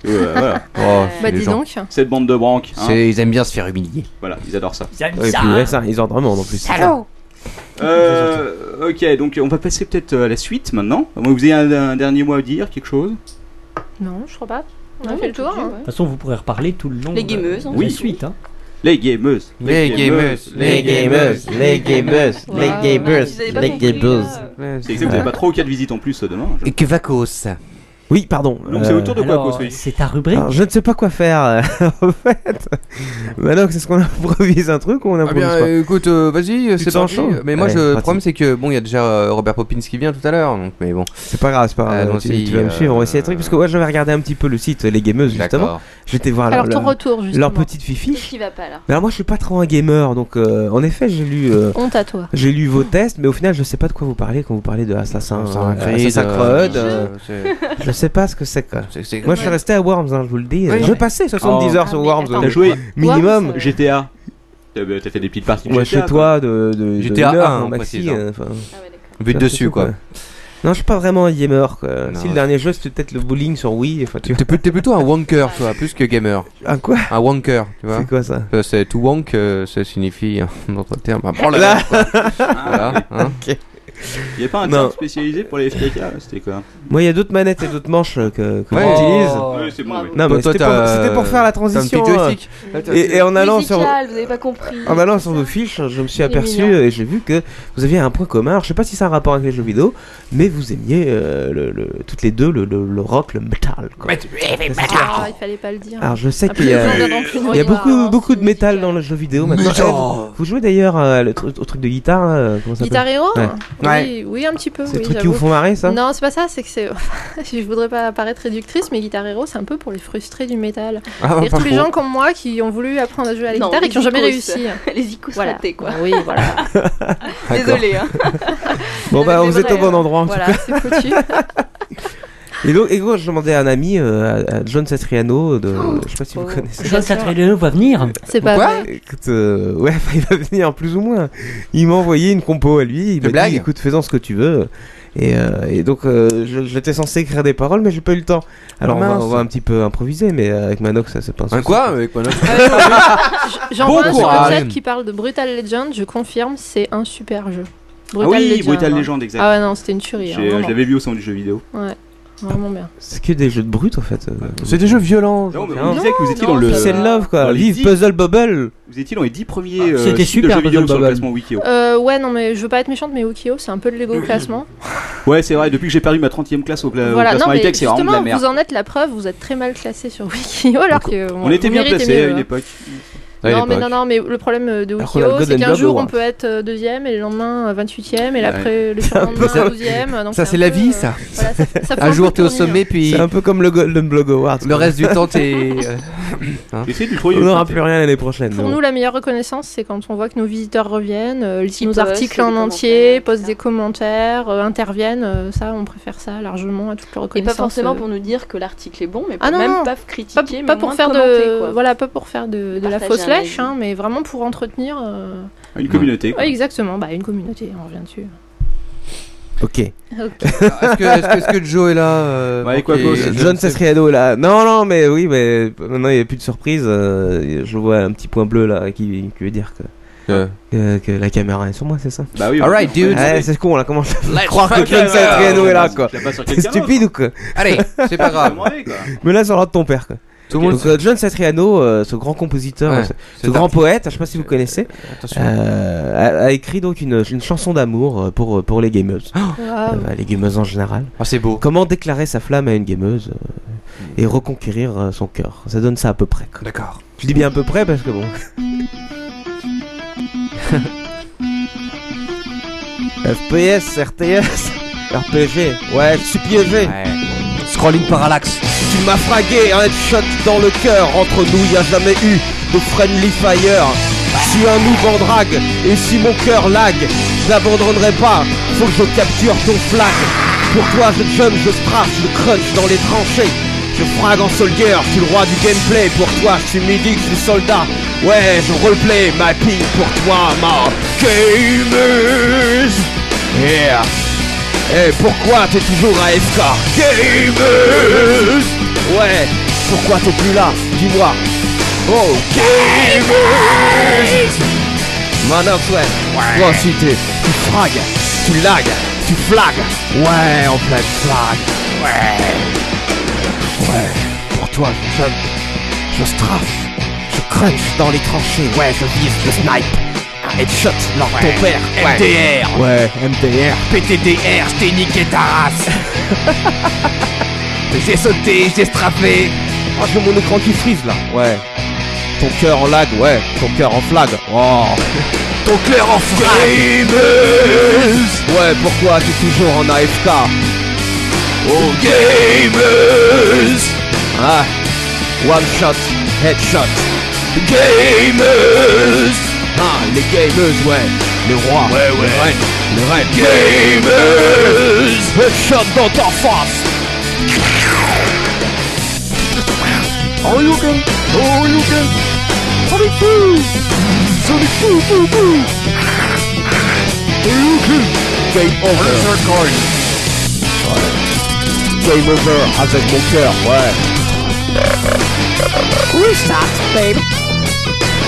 Speaker 4: Euh, voilà.
Speaker 17: Oh,
Speaker 14: Bah, dis donc.
Speaker 4: Cette bande de branques. hein.
Speaker 17: C'est- Ils aiment bien se faire humilier.
Speaker 4: Voilà, ils adorent ça.
Speaker 8: Ils aiment
Speaker 6: Ouais, et puis, ouais, ça, ils en demandent en plus.
Speaker 4: Euh, ok, donc on va passer peut-être euh, à la suite maintenant. À moins que Vous avez un, un dernier mot à dire, quelque chose
Speaker 9: Non, je crois pas. On a
Speaker 14: Non,
Speaker 9: fait le
Speaker 14: tout
Speaker 9: tour.
Speaker 14: dit,
Speaker 9: hein.
Speaker 8: De toute façon, vous pourrez reparler tout le long.
Speaker 14: Les
Speaker 8: de-
Speaker 14: gameuses, hein.
Speaker 8: de la
Speaker 4: Oui.
Speaker 8: suite, hein.
Speaker 4: Les gameuses.
Speaker 17: Les gameuses, les gameuses, les gameuses, les gameuses, les gameuses.
Speaker 14: euh,
Speaker 4: C'est exact, vous avez pas 3 ou 4 visites en plus euh, demain. je-
Speaker 17: Que vacos.
Speaker 6: Oui, pardon.
Speaker 4: Donc, c'est autour de quoi,
Speaker 6: Euh, alors,
Speaker 4: Cosplay
Speaker 8: C'est ta rubrique
Speaker 6: Alors, je ne sais pas quoi faire, euh, en fait. Bah donc, c'est ce qu'on improvise un truc ou on
Speaker 17: Ah
Speaker 6: improvise
Speaker 17: bien,
Speaker 6: pas
Speaker 17: euh, écoute, euh, vas-y, euh,
Speaker 6: Tu
Speaker 17: c'est
Speaker 6: te
Speaker 17: parti.
Speaker 6: sens chaud
Speaker 17: Mais moi,
Speaker 6: Allez,
Speaker 17: je- le
Speaker 6: pratique.
Speaker 17: problème, c'est que bon, il y a déjà euh, Robert Poppins qui vient tout à l'heure, donc mais bon.
Speaker 6: C'est pas grave, c'est pas grave.
Speaker 17: Ah, non,
Speaker 6: tu,
Speaker 17: si,
Speaker 6: tu vas me
Speaker 17: euh,
Speaker 6: suivre, on va essayer des trucs. Parce que ouais, j'avais regardé un petit peu le site euh, Les Gameuses, justement.
Speaker 17: D'accord.
Speaker 6: J'étais voir
Speaker 9: Alors,
Speaker 6: leur,
Speaker 9: ton retour, justement.
Speaker 6: leur petite fifi.
Speaker 14: Qu'est-ce qui va pas là
Speaker 6: Mais alors, moi, je suis pas trop un gamer, donc euh, en effet, j'ai lu. euh,
Speaker 9: Honte à toi.
Speaker 6: J'ai lu vos tests, mais au final, je sais pas de quoi vous parlez quand vous parlez de Assassin,
Speaker 17: Assassin's
Speaker 6: euh,
Speaker 17: Creed,
Speaker 6: Assassin's
Speaker 17: euh,
Speaker 6: Creed, euh,
Speaker 17: c'est-
Speaker 6: je sais pas ce que c'est quoi.
Speaker 17: c'est-
Speaker 6: Moi, je suis
Speaker 17: Ouais.
Speaker 6: resté à Worms, hein, je vous le dis.
Speaker 17: Oui.
Speaker 6: Je passais 70
Speaker 4: Oh.
Speaker 6: heures sur Worms.
Speaker 4: T'as joué
Speaker 6: euh, minimum.
Speaker 4: GTA. T'as t'as fait des petites parties. de
Speaker 6: Ouais,
Speaker 4: GTA,
Speaker 6: chez toi, de, de, de
Speaker 17: GTA
Speaker 6: une heure,
Speaker 17: 1,
Speaker 6: hein,
Speaker 17: on
Speaker 6: maxi,
Speaker 17: précise, hein.
Speaker 6: euh, enfin,
Speaker 14: Ah,
Speaker 17: But
Speaker 6: c'est
Speaker 17: dessus,
Speaker 6: tout,
Speaker 17: quoi.
Speaker 6: Non, je suis pas vraiment un gamer. Quoi.
Speaker 17: Non,
Speaker 6: si le
Speaker 17: ouais.
Speaker 6: dernier jeu, c'était peut-être le bowling sur Wii. Enfin, tu...
Speaker 17: T'es plut- t'es plutôt un wanker, toi, plus que gamer.
Speaker 6: Un quoi
Speaker 17: Un wanker, tu vois.
Speaker 6: C'est quoi ça
Speaker 17: Euh, C'est tout wank, euh, ça signifie, euh, dans ton terme, un branle
Speaker 6: Là.
Speaker 17: Ah, Voilà. hein.
Speaker 6: Ok.
Speaker 4: Il n'y avait pas un terme spécialisé pour les FKK euh, C'était quoi
Speaker 6: Moi, il y a d'autres manettes et d'autres manches euh, que, que
Speaker 4: Ouais.
Speaker 6: j'utilise.
Speaker 4: Oh. Ouais, c'est bon, oui.
Speaker 6: Non,
Speaker 4: Toi,
Speaker 6: mais
Speaker 4: toi,
Speaker 6: c'était pour,
Speaker 4: t'as-
Speaker 6: c'était pour faire la
Speaker 4: t'as un petit
Speaker 6: transition.
Speaker 4: joystick.
Speaker 6: euh,
Speaker 4: Attends,
Speaker 6: Et, et en allant sur,
Speaker 14: Musical, vous n'avez pas compris.
Speaker 6: en allant Ah bah sur vos fiches, hein, je me suis
Speaker 14: Il est
Speaker 6: aperçu
Speaker 14: mignon.
Speaker 6: euh, et j'ai vu que vous aviez un point commun. Alors, je sais pas si c'est un rapport avec les jeux vidéo, mais vous aimiez euh, le- le- toutes les deux le, le- le rock, le metal. quoi.
Speaker 9: Ah, il fallait pas le dire.
Speaker 6: Alors je sais
Speaker 14: Ah,
Speaker 9: Après,
Speaker 6: qu'il y
Speaker 9: on
Speaker 6: a,
Speaker 9: en a plus le
Speaker 6: euh, il y a
Speaker 9: droit.
Speaker 6: beaucoup, beaucoup de métal dans le jeu vidéo maintenant.
Speaker 9: Métal.
Speaker 11: Oh.
Speaker 6: Eh, vous- Vous jouez d'ailleurs euh, le tru- au truc de guitare, là, euh, comment ça
Speaker 9: Guitar
Speaker 6: s'appelle
Speaker 9: Hero
Speaker 6: Ouais.
Speaker 9: oui, oui, un petit peu.
Speaker 6: C'est le
Speaker 9: oui,
Speaker 6: truc qui
Speaker 9: j'avoue.
Speaker 6: vous font marrer, ça
Speaker 9: Non, c'est pas ça, c'est que c'est. je voudrais pas paraître réductrice, mais Guitar Hero, c'est un peu pour les frustrés du métal.
Speaker 6: Ah,
Speaker 9: C'est-à-dire
Speaker 6: pas
Speaker 9: tous les
Speaker 6: faux.
Speaker 9: gens comme moi qui ont voulu apprendre à jouer à la
Speaker 14: Non,
Speaker 9: guitare et
Speaker 14: les
Speaker 9: qui ont jamais
Speaker 14: icos.
Speaker 9: réussi.
Speaker 14: Les icos
Speaker 9: voilà.
Speaker 14: ratés, quoi.
Speaker 9: Oui, voilà.
Speaker 14: Désolé. Hein.
Speaker 6: Bon bah
Speaker 14: Mais
Speaker 6: vous êtes
Speaker 14: vrai,
Speaker 6: au bon endroit. en tout
Speaker 14: Voilà,
Speaker 6: cas.
Speaker 14: c'est foutu.
Speaker 6: Et donc, et donc, je demandais à un ami, euh, à, à John Satriano, de,
Speaker 14: Oh.
Speaker 6: je sais pas si vous connaissez.
Speaker 8: John Satriano va venir.
Speaker 9: C'est pas
Speaker 6: Quoi
Speaker 9: vrai.
Speaker 6: Écoute, euh, ouais, il va venir plus ou moins. Il m'a envoyé une compo à lui. Il m'a dit, écoute, fais-en ce que tu veux. Et, euh, et donc, euh, je- j'étais censé écrire des paroles, mais j'ai pas eu le temps.
Speaker 17: Ah,
Speaker 6: Alors, on va,
Speaker 17: mince.
Speaker 6: on va un petit peu improviser, mais euh, avec Manox, ça c'est pas un
Speaker 17: Hein, quoi avec Manox
Speaker 9: J'en
Speaker 6: Bon
Speaker 9: vois un sur le
Speaker 6: courage.
Speaker 9: chat qui parle de Brutal Legend, je confirme, c'est un super jeu.
Speaker 6: Ah
Speaker 4: oui, Brutal Legend, exact.
Speaker 9: Ah ouais, non, c'était une tuerie. hein,
Speaker 6: euh,
Speaker 4: J'ai-
Speaker 9: vraiment.
Speaker 4: Je l'avais vu au sein du jeu vidéo.
Speaker 9: Ouais, vraiment bien.
Speaker 6: C'est que des jeux de brut en fait. euh. C'est des jeux violents.
Speaker 4: Non, mais
Speaker 6: Hein.
Speaker 4: vous disiez que vous étiez dans le.
Speaker 6: Peace and Love
Speaker 4: dans
Speaker 6: quoi.
Speaker 4: les
Speaker 6: Vive
Speaker 4: dix-
Speaker 6: Puzzle Bubble.
Speaker 4: Vous étiez dans les 10 premiers. euh,
Speaker 6: C'était
Speaker 4: sites de
Speaker 6: super,
Speaker 4: jeux vidéo
Speaker 6: Puzzle
Speaker 4: sur le
Speaker 6: Bubble.
Speaker 4: classement Wikio.
Speaker 9: Euh, ouais, non, mais je veux pas être méchante, mais Wikio, c'est un peu le Lego classement.
Speaker 4: Ouais, c'est vrai, depuis que j'ai perdu ma 30 e classe au, cla- au
Speaker 9: voilà, non,
Speaker 4: classement
Speaker 9: mais
Speaker 4: high-tech, c'est vraiment de la
Speaker 9: justement,
Speaker 4: merde.
Speaker 9: vous en êtes la preuve, vous êtes très mal classé sur Wikio, alors que.
Speaker 4: On était bien placés
Speaker 9: hein.
Speaker 4: à une époque.
Speaker 9: euh, Non mais, non, non, mais le problème euh, de
Speaker 4: Alors qu'on a le
Speaker 9: Wikio, c'est
Speaker 4: Golden
Speaker 9: qu'un
Speaker 4: Globe
Speaker 9: jour on
Speaker 6: hein.
Speaker 4: Award.
Speaker 9: peut être euh, deuxième et le lendemain euh, 28e et l'après le
Speaker 6: C'est un peu
Speaker 9: surlendemain
Speaker 6: ça.
Speaker 9: 12e. donc
Speaker 6: Ça,
Speaker 9: un
Speaker 6: c'est la
Speaker 9: peu,
Speaker 6: vie,
Speaker 9: euh,
Speaker 6: ça.
Speaker 9: voilà, ça, fait- ça fait
Speaker 6: Un
Speaker 9: un
Speaker 6: jour,
Speaker 9: peu
Speaker 6: t'es au
Speaker 9: tourner,
Speaker 6: sommet,
Speaker 9: hein.
Speaker 6: puis- C'est un peu comme le Golden Blog Award. Le
Speaker 17: reste du temps, t'es. euh,
Speaker 4: J'essaie de
Speaker 6: On n'aura plus rien l'année prochaine. mais
Speaker 9: Pour
Speaker 6: bon.
Speaker 9: nous, la meilleure reconnaissance, c'est quand on voit que nos visiteurs reviennent, euh, lisent
Speaker 14: Qui
Speaker 9: nos
Speaker 14: postent
Speaker 9: articles
Speaker 14: des
Speaker 9: en entier, postent des commentaires, euh, interviennent. euh, ça, on préfère ça largement à toute la
Speaker 14: Et pas
Speaker 9: reconnaissance.
Speaker 14: forcément
Speaker 9: euh.
Speaker 14: pour nous dire que l'article est bon, mais pour
Speaker 9: Ah non,
Speaker 14: même
Speaker 9: non.
Speaker 14: pas critiquer,
Speaker 9: pas
Speaker 14: mais
Speaker 9: pour
Speaker 14: moins
Speaker 9: faire
Speaker 14: commenter,
Speaker 9: de
Speaker 14: quoi.
Speaker 9: voilà pas pour faire de, de la
Speaker 14: Partager
Speaker 9: fausse
Speaker 14: un
Speaker 9: lèche
Speaker 14: avis.
Speaker 9: hein, mais vraiment pour entretenir euh,
Speaker 4: Une communauté. quoi.
Speaker 9: ouais, exactement bah une communauté on revient dessus
Speaker 6: Ok.
Speaker 17: Est-ce que, est-ce que- est-ce que Joe est là euh,
Speaker 6: Ok,
Speaker 17: pour
Speaker 3: Oh,
Speaker 17: qu'il-
Speaker 6: John Sastriano là. Non, non, mais oui, mais maintenant il n'y a plus de surprise. euh, je vois un petit point bleu là qui, qui veut dire que. Que, que la caméra est sur moi, c'est ça
Speaker 4: Bah oui, on-
Speaker 6: Alright,
Speaker 4: on-
Speaker 6: dude.
Speaker 4: on-
Speaker 6: Ouais, c'est con, là, comment ça
Speaker 4: Let's
Speaker 6: croire que
Speaker 4: fuck
Speaker 6: John
Speaker 4: it.
Speaker 6: Satriano est là,
Speaker 4: Je
Speaker 6: quoi
Speaker 4: l'ai pas sur hein.
Speaker 6: C'est
Speaker 4: quelqu'un
Speaker 6: stupide
Speaker 4: d'autre.
Speaker 6: ou quoi
Speaker 4: Allez, c'est pas grave.
Speaker 6: Mais là, ça aura de ton père, quoi.
Speaker 17: Tout le monde
Speaker 6: Donc,
Speaker 17: sait.
Speaker 6: euh, John Satriano, euh, ce grand compositeur,
Speaker 17: Ouais,
Speaker 6: ce- ce
Speaker 17: cet
Speaker 6: grand
Speaker 17: artiste.
Speaker 6: poète, je sais pas si vous connaissez, euh, a, a écrit donc une, une chanson d'amour euh, pour, pour les gameuses.
Speaker 4: Oh,
Speaker 9: Waouh.
Speaker 6: Euh, les gameuses en général. c'est beau. Comment déclarer sa flamme à une gameuse euh, et reconquérir euh, son cœur Ça donne ça à peu près. D'accord. Je dis bien à peu près parce que bon. FPS, RTS, RPG. Ouais, je suis piégé. Scrolling parallax. Tu m'as fragué, un headshot dans le cœur. Entre nous, y a jamais eu de friendly fire. Si un nous en drague et si mon cœur lag, je n'abandonnerai pas. Faut que je capture ton flag. Pour toi, je jump, je strafe, je crunch dans les tranchées. Je frague en soldier, je suis le roi du gameplay Pour toi, je suis midi, je suis soldat Ouais, je roleplay, ma ping pour toi, ma gameuse Yeah Eh, pourquoi t'es toujours à FK Gameuse Ouais, pourquoi t'es plus là Dis-moi Oh, gameuse Manox, ouais. Toi aussi, t'es- tu fragues, tu lags, tu flagues. Ouais, en pleine flag. Ouais. Ouais. Pour toi, je jump, je strafe, je crunch dans les tranchées. Ouais, je vise, je snipe. Un headshot, lors de
Speaker 19: Ouais.
Speaker 6: ton père. Ouais.
Speaker 19: MDR.
Speaker 6: Ouais, MDR.
Speaker 19: PTDR, je t'ai niqué ta race J'ai sauté, j'ai strappé
Speaker 6: Oh, j'ai mon écran qui frise là. Ouais. Ton cœur en lag, ouais. Ton cœur en flag. Oh.
Speaker 19: Ton cœur en
Speaker 6: Gameuse Ouais, pourquoi tu es toujours en AFK Oh, Gameuse Ah, one shot, headshot. Gameuse Ah, les gameuses, ouais. Le roi, ouais, ouais. le reine, le reine. Gameuse Headshot dans ta face
Speaker 19: Oh Yuka Oh Yuka Sonic Boo Sonic Boo Boo Boo Oh Yuka
Speaker 6: Game over. Game over avec mon cœur, ouais.
Speaker 19: Restart, babe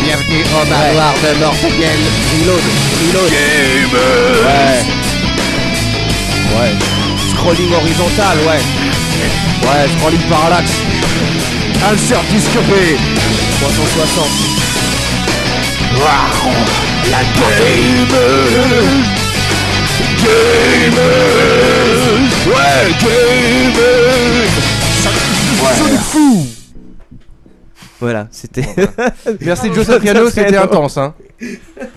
Speaker 19: Bienvenue au manoir de Morphiel Reload, reload Gamers Ouais
Speaker 18: Ouais. Scrolling horizontal, ouais. Ouais, scrolling parallaxe. Insert discopé. 360. Waouh, la game. Game. Ouais, game.
Speaker 16: Sonic fou.
Speaker 6: Voilà, c'était.
Speaker 3: Merci Joseph Piano, c'était intense. Hein.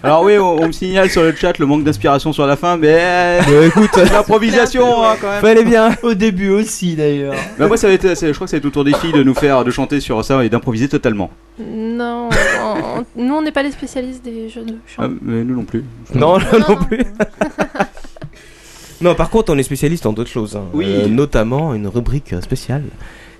Speaker 4: Alors oui, on, on me signale sur le chat le manque d'inspiration sur la fin, mais
Speaker 6: Bah, écoute,
Speaker 4: l'improvisation hein, quand même.
Speaker 6: Fallait bien.
Speaker 1: Au début aussi d'ailleurs.
Speaker 4: Bah, moi, ça va être, c'est- je crois que ça va être au tour des filles de nous faire de chanter sur ça et d'improviser totalement.
Speaker 9: Non, on- on- nous on n'est pas les spécialistes des jeux de chant.
Speaker 4: Ah, mais nous Ah, non plus.
Speaker 6: Non, non, non plus. non, par contre, on est spécialiste en d'autres choses. hein.
Speaker 4: Oui.
Speaker 6: notamment une rubrique euh, spéciale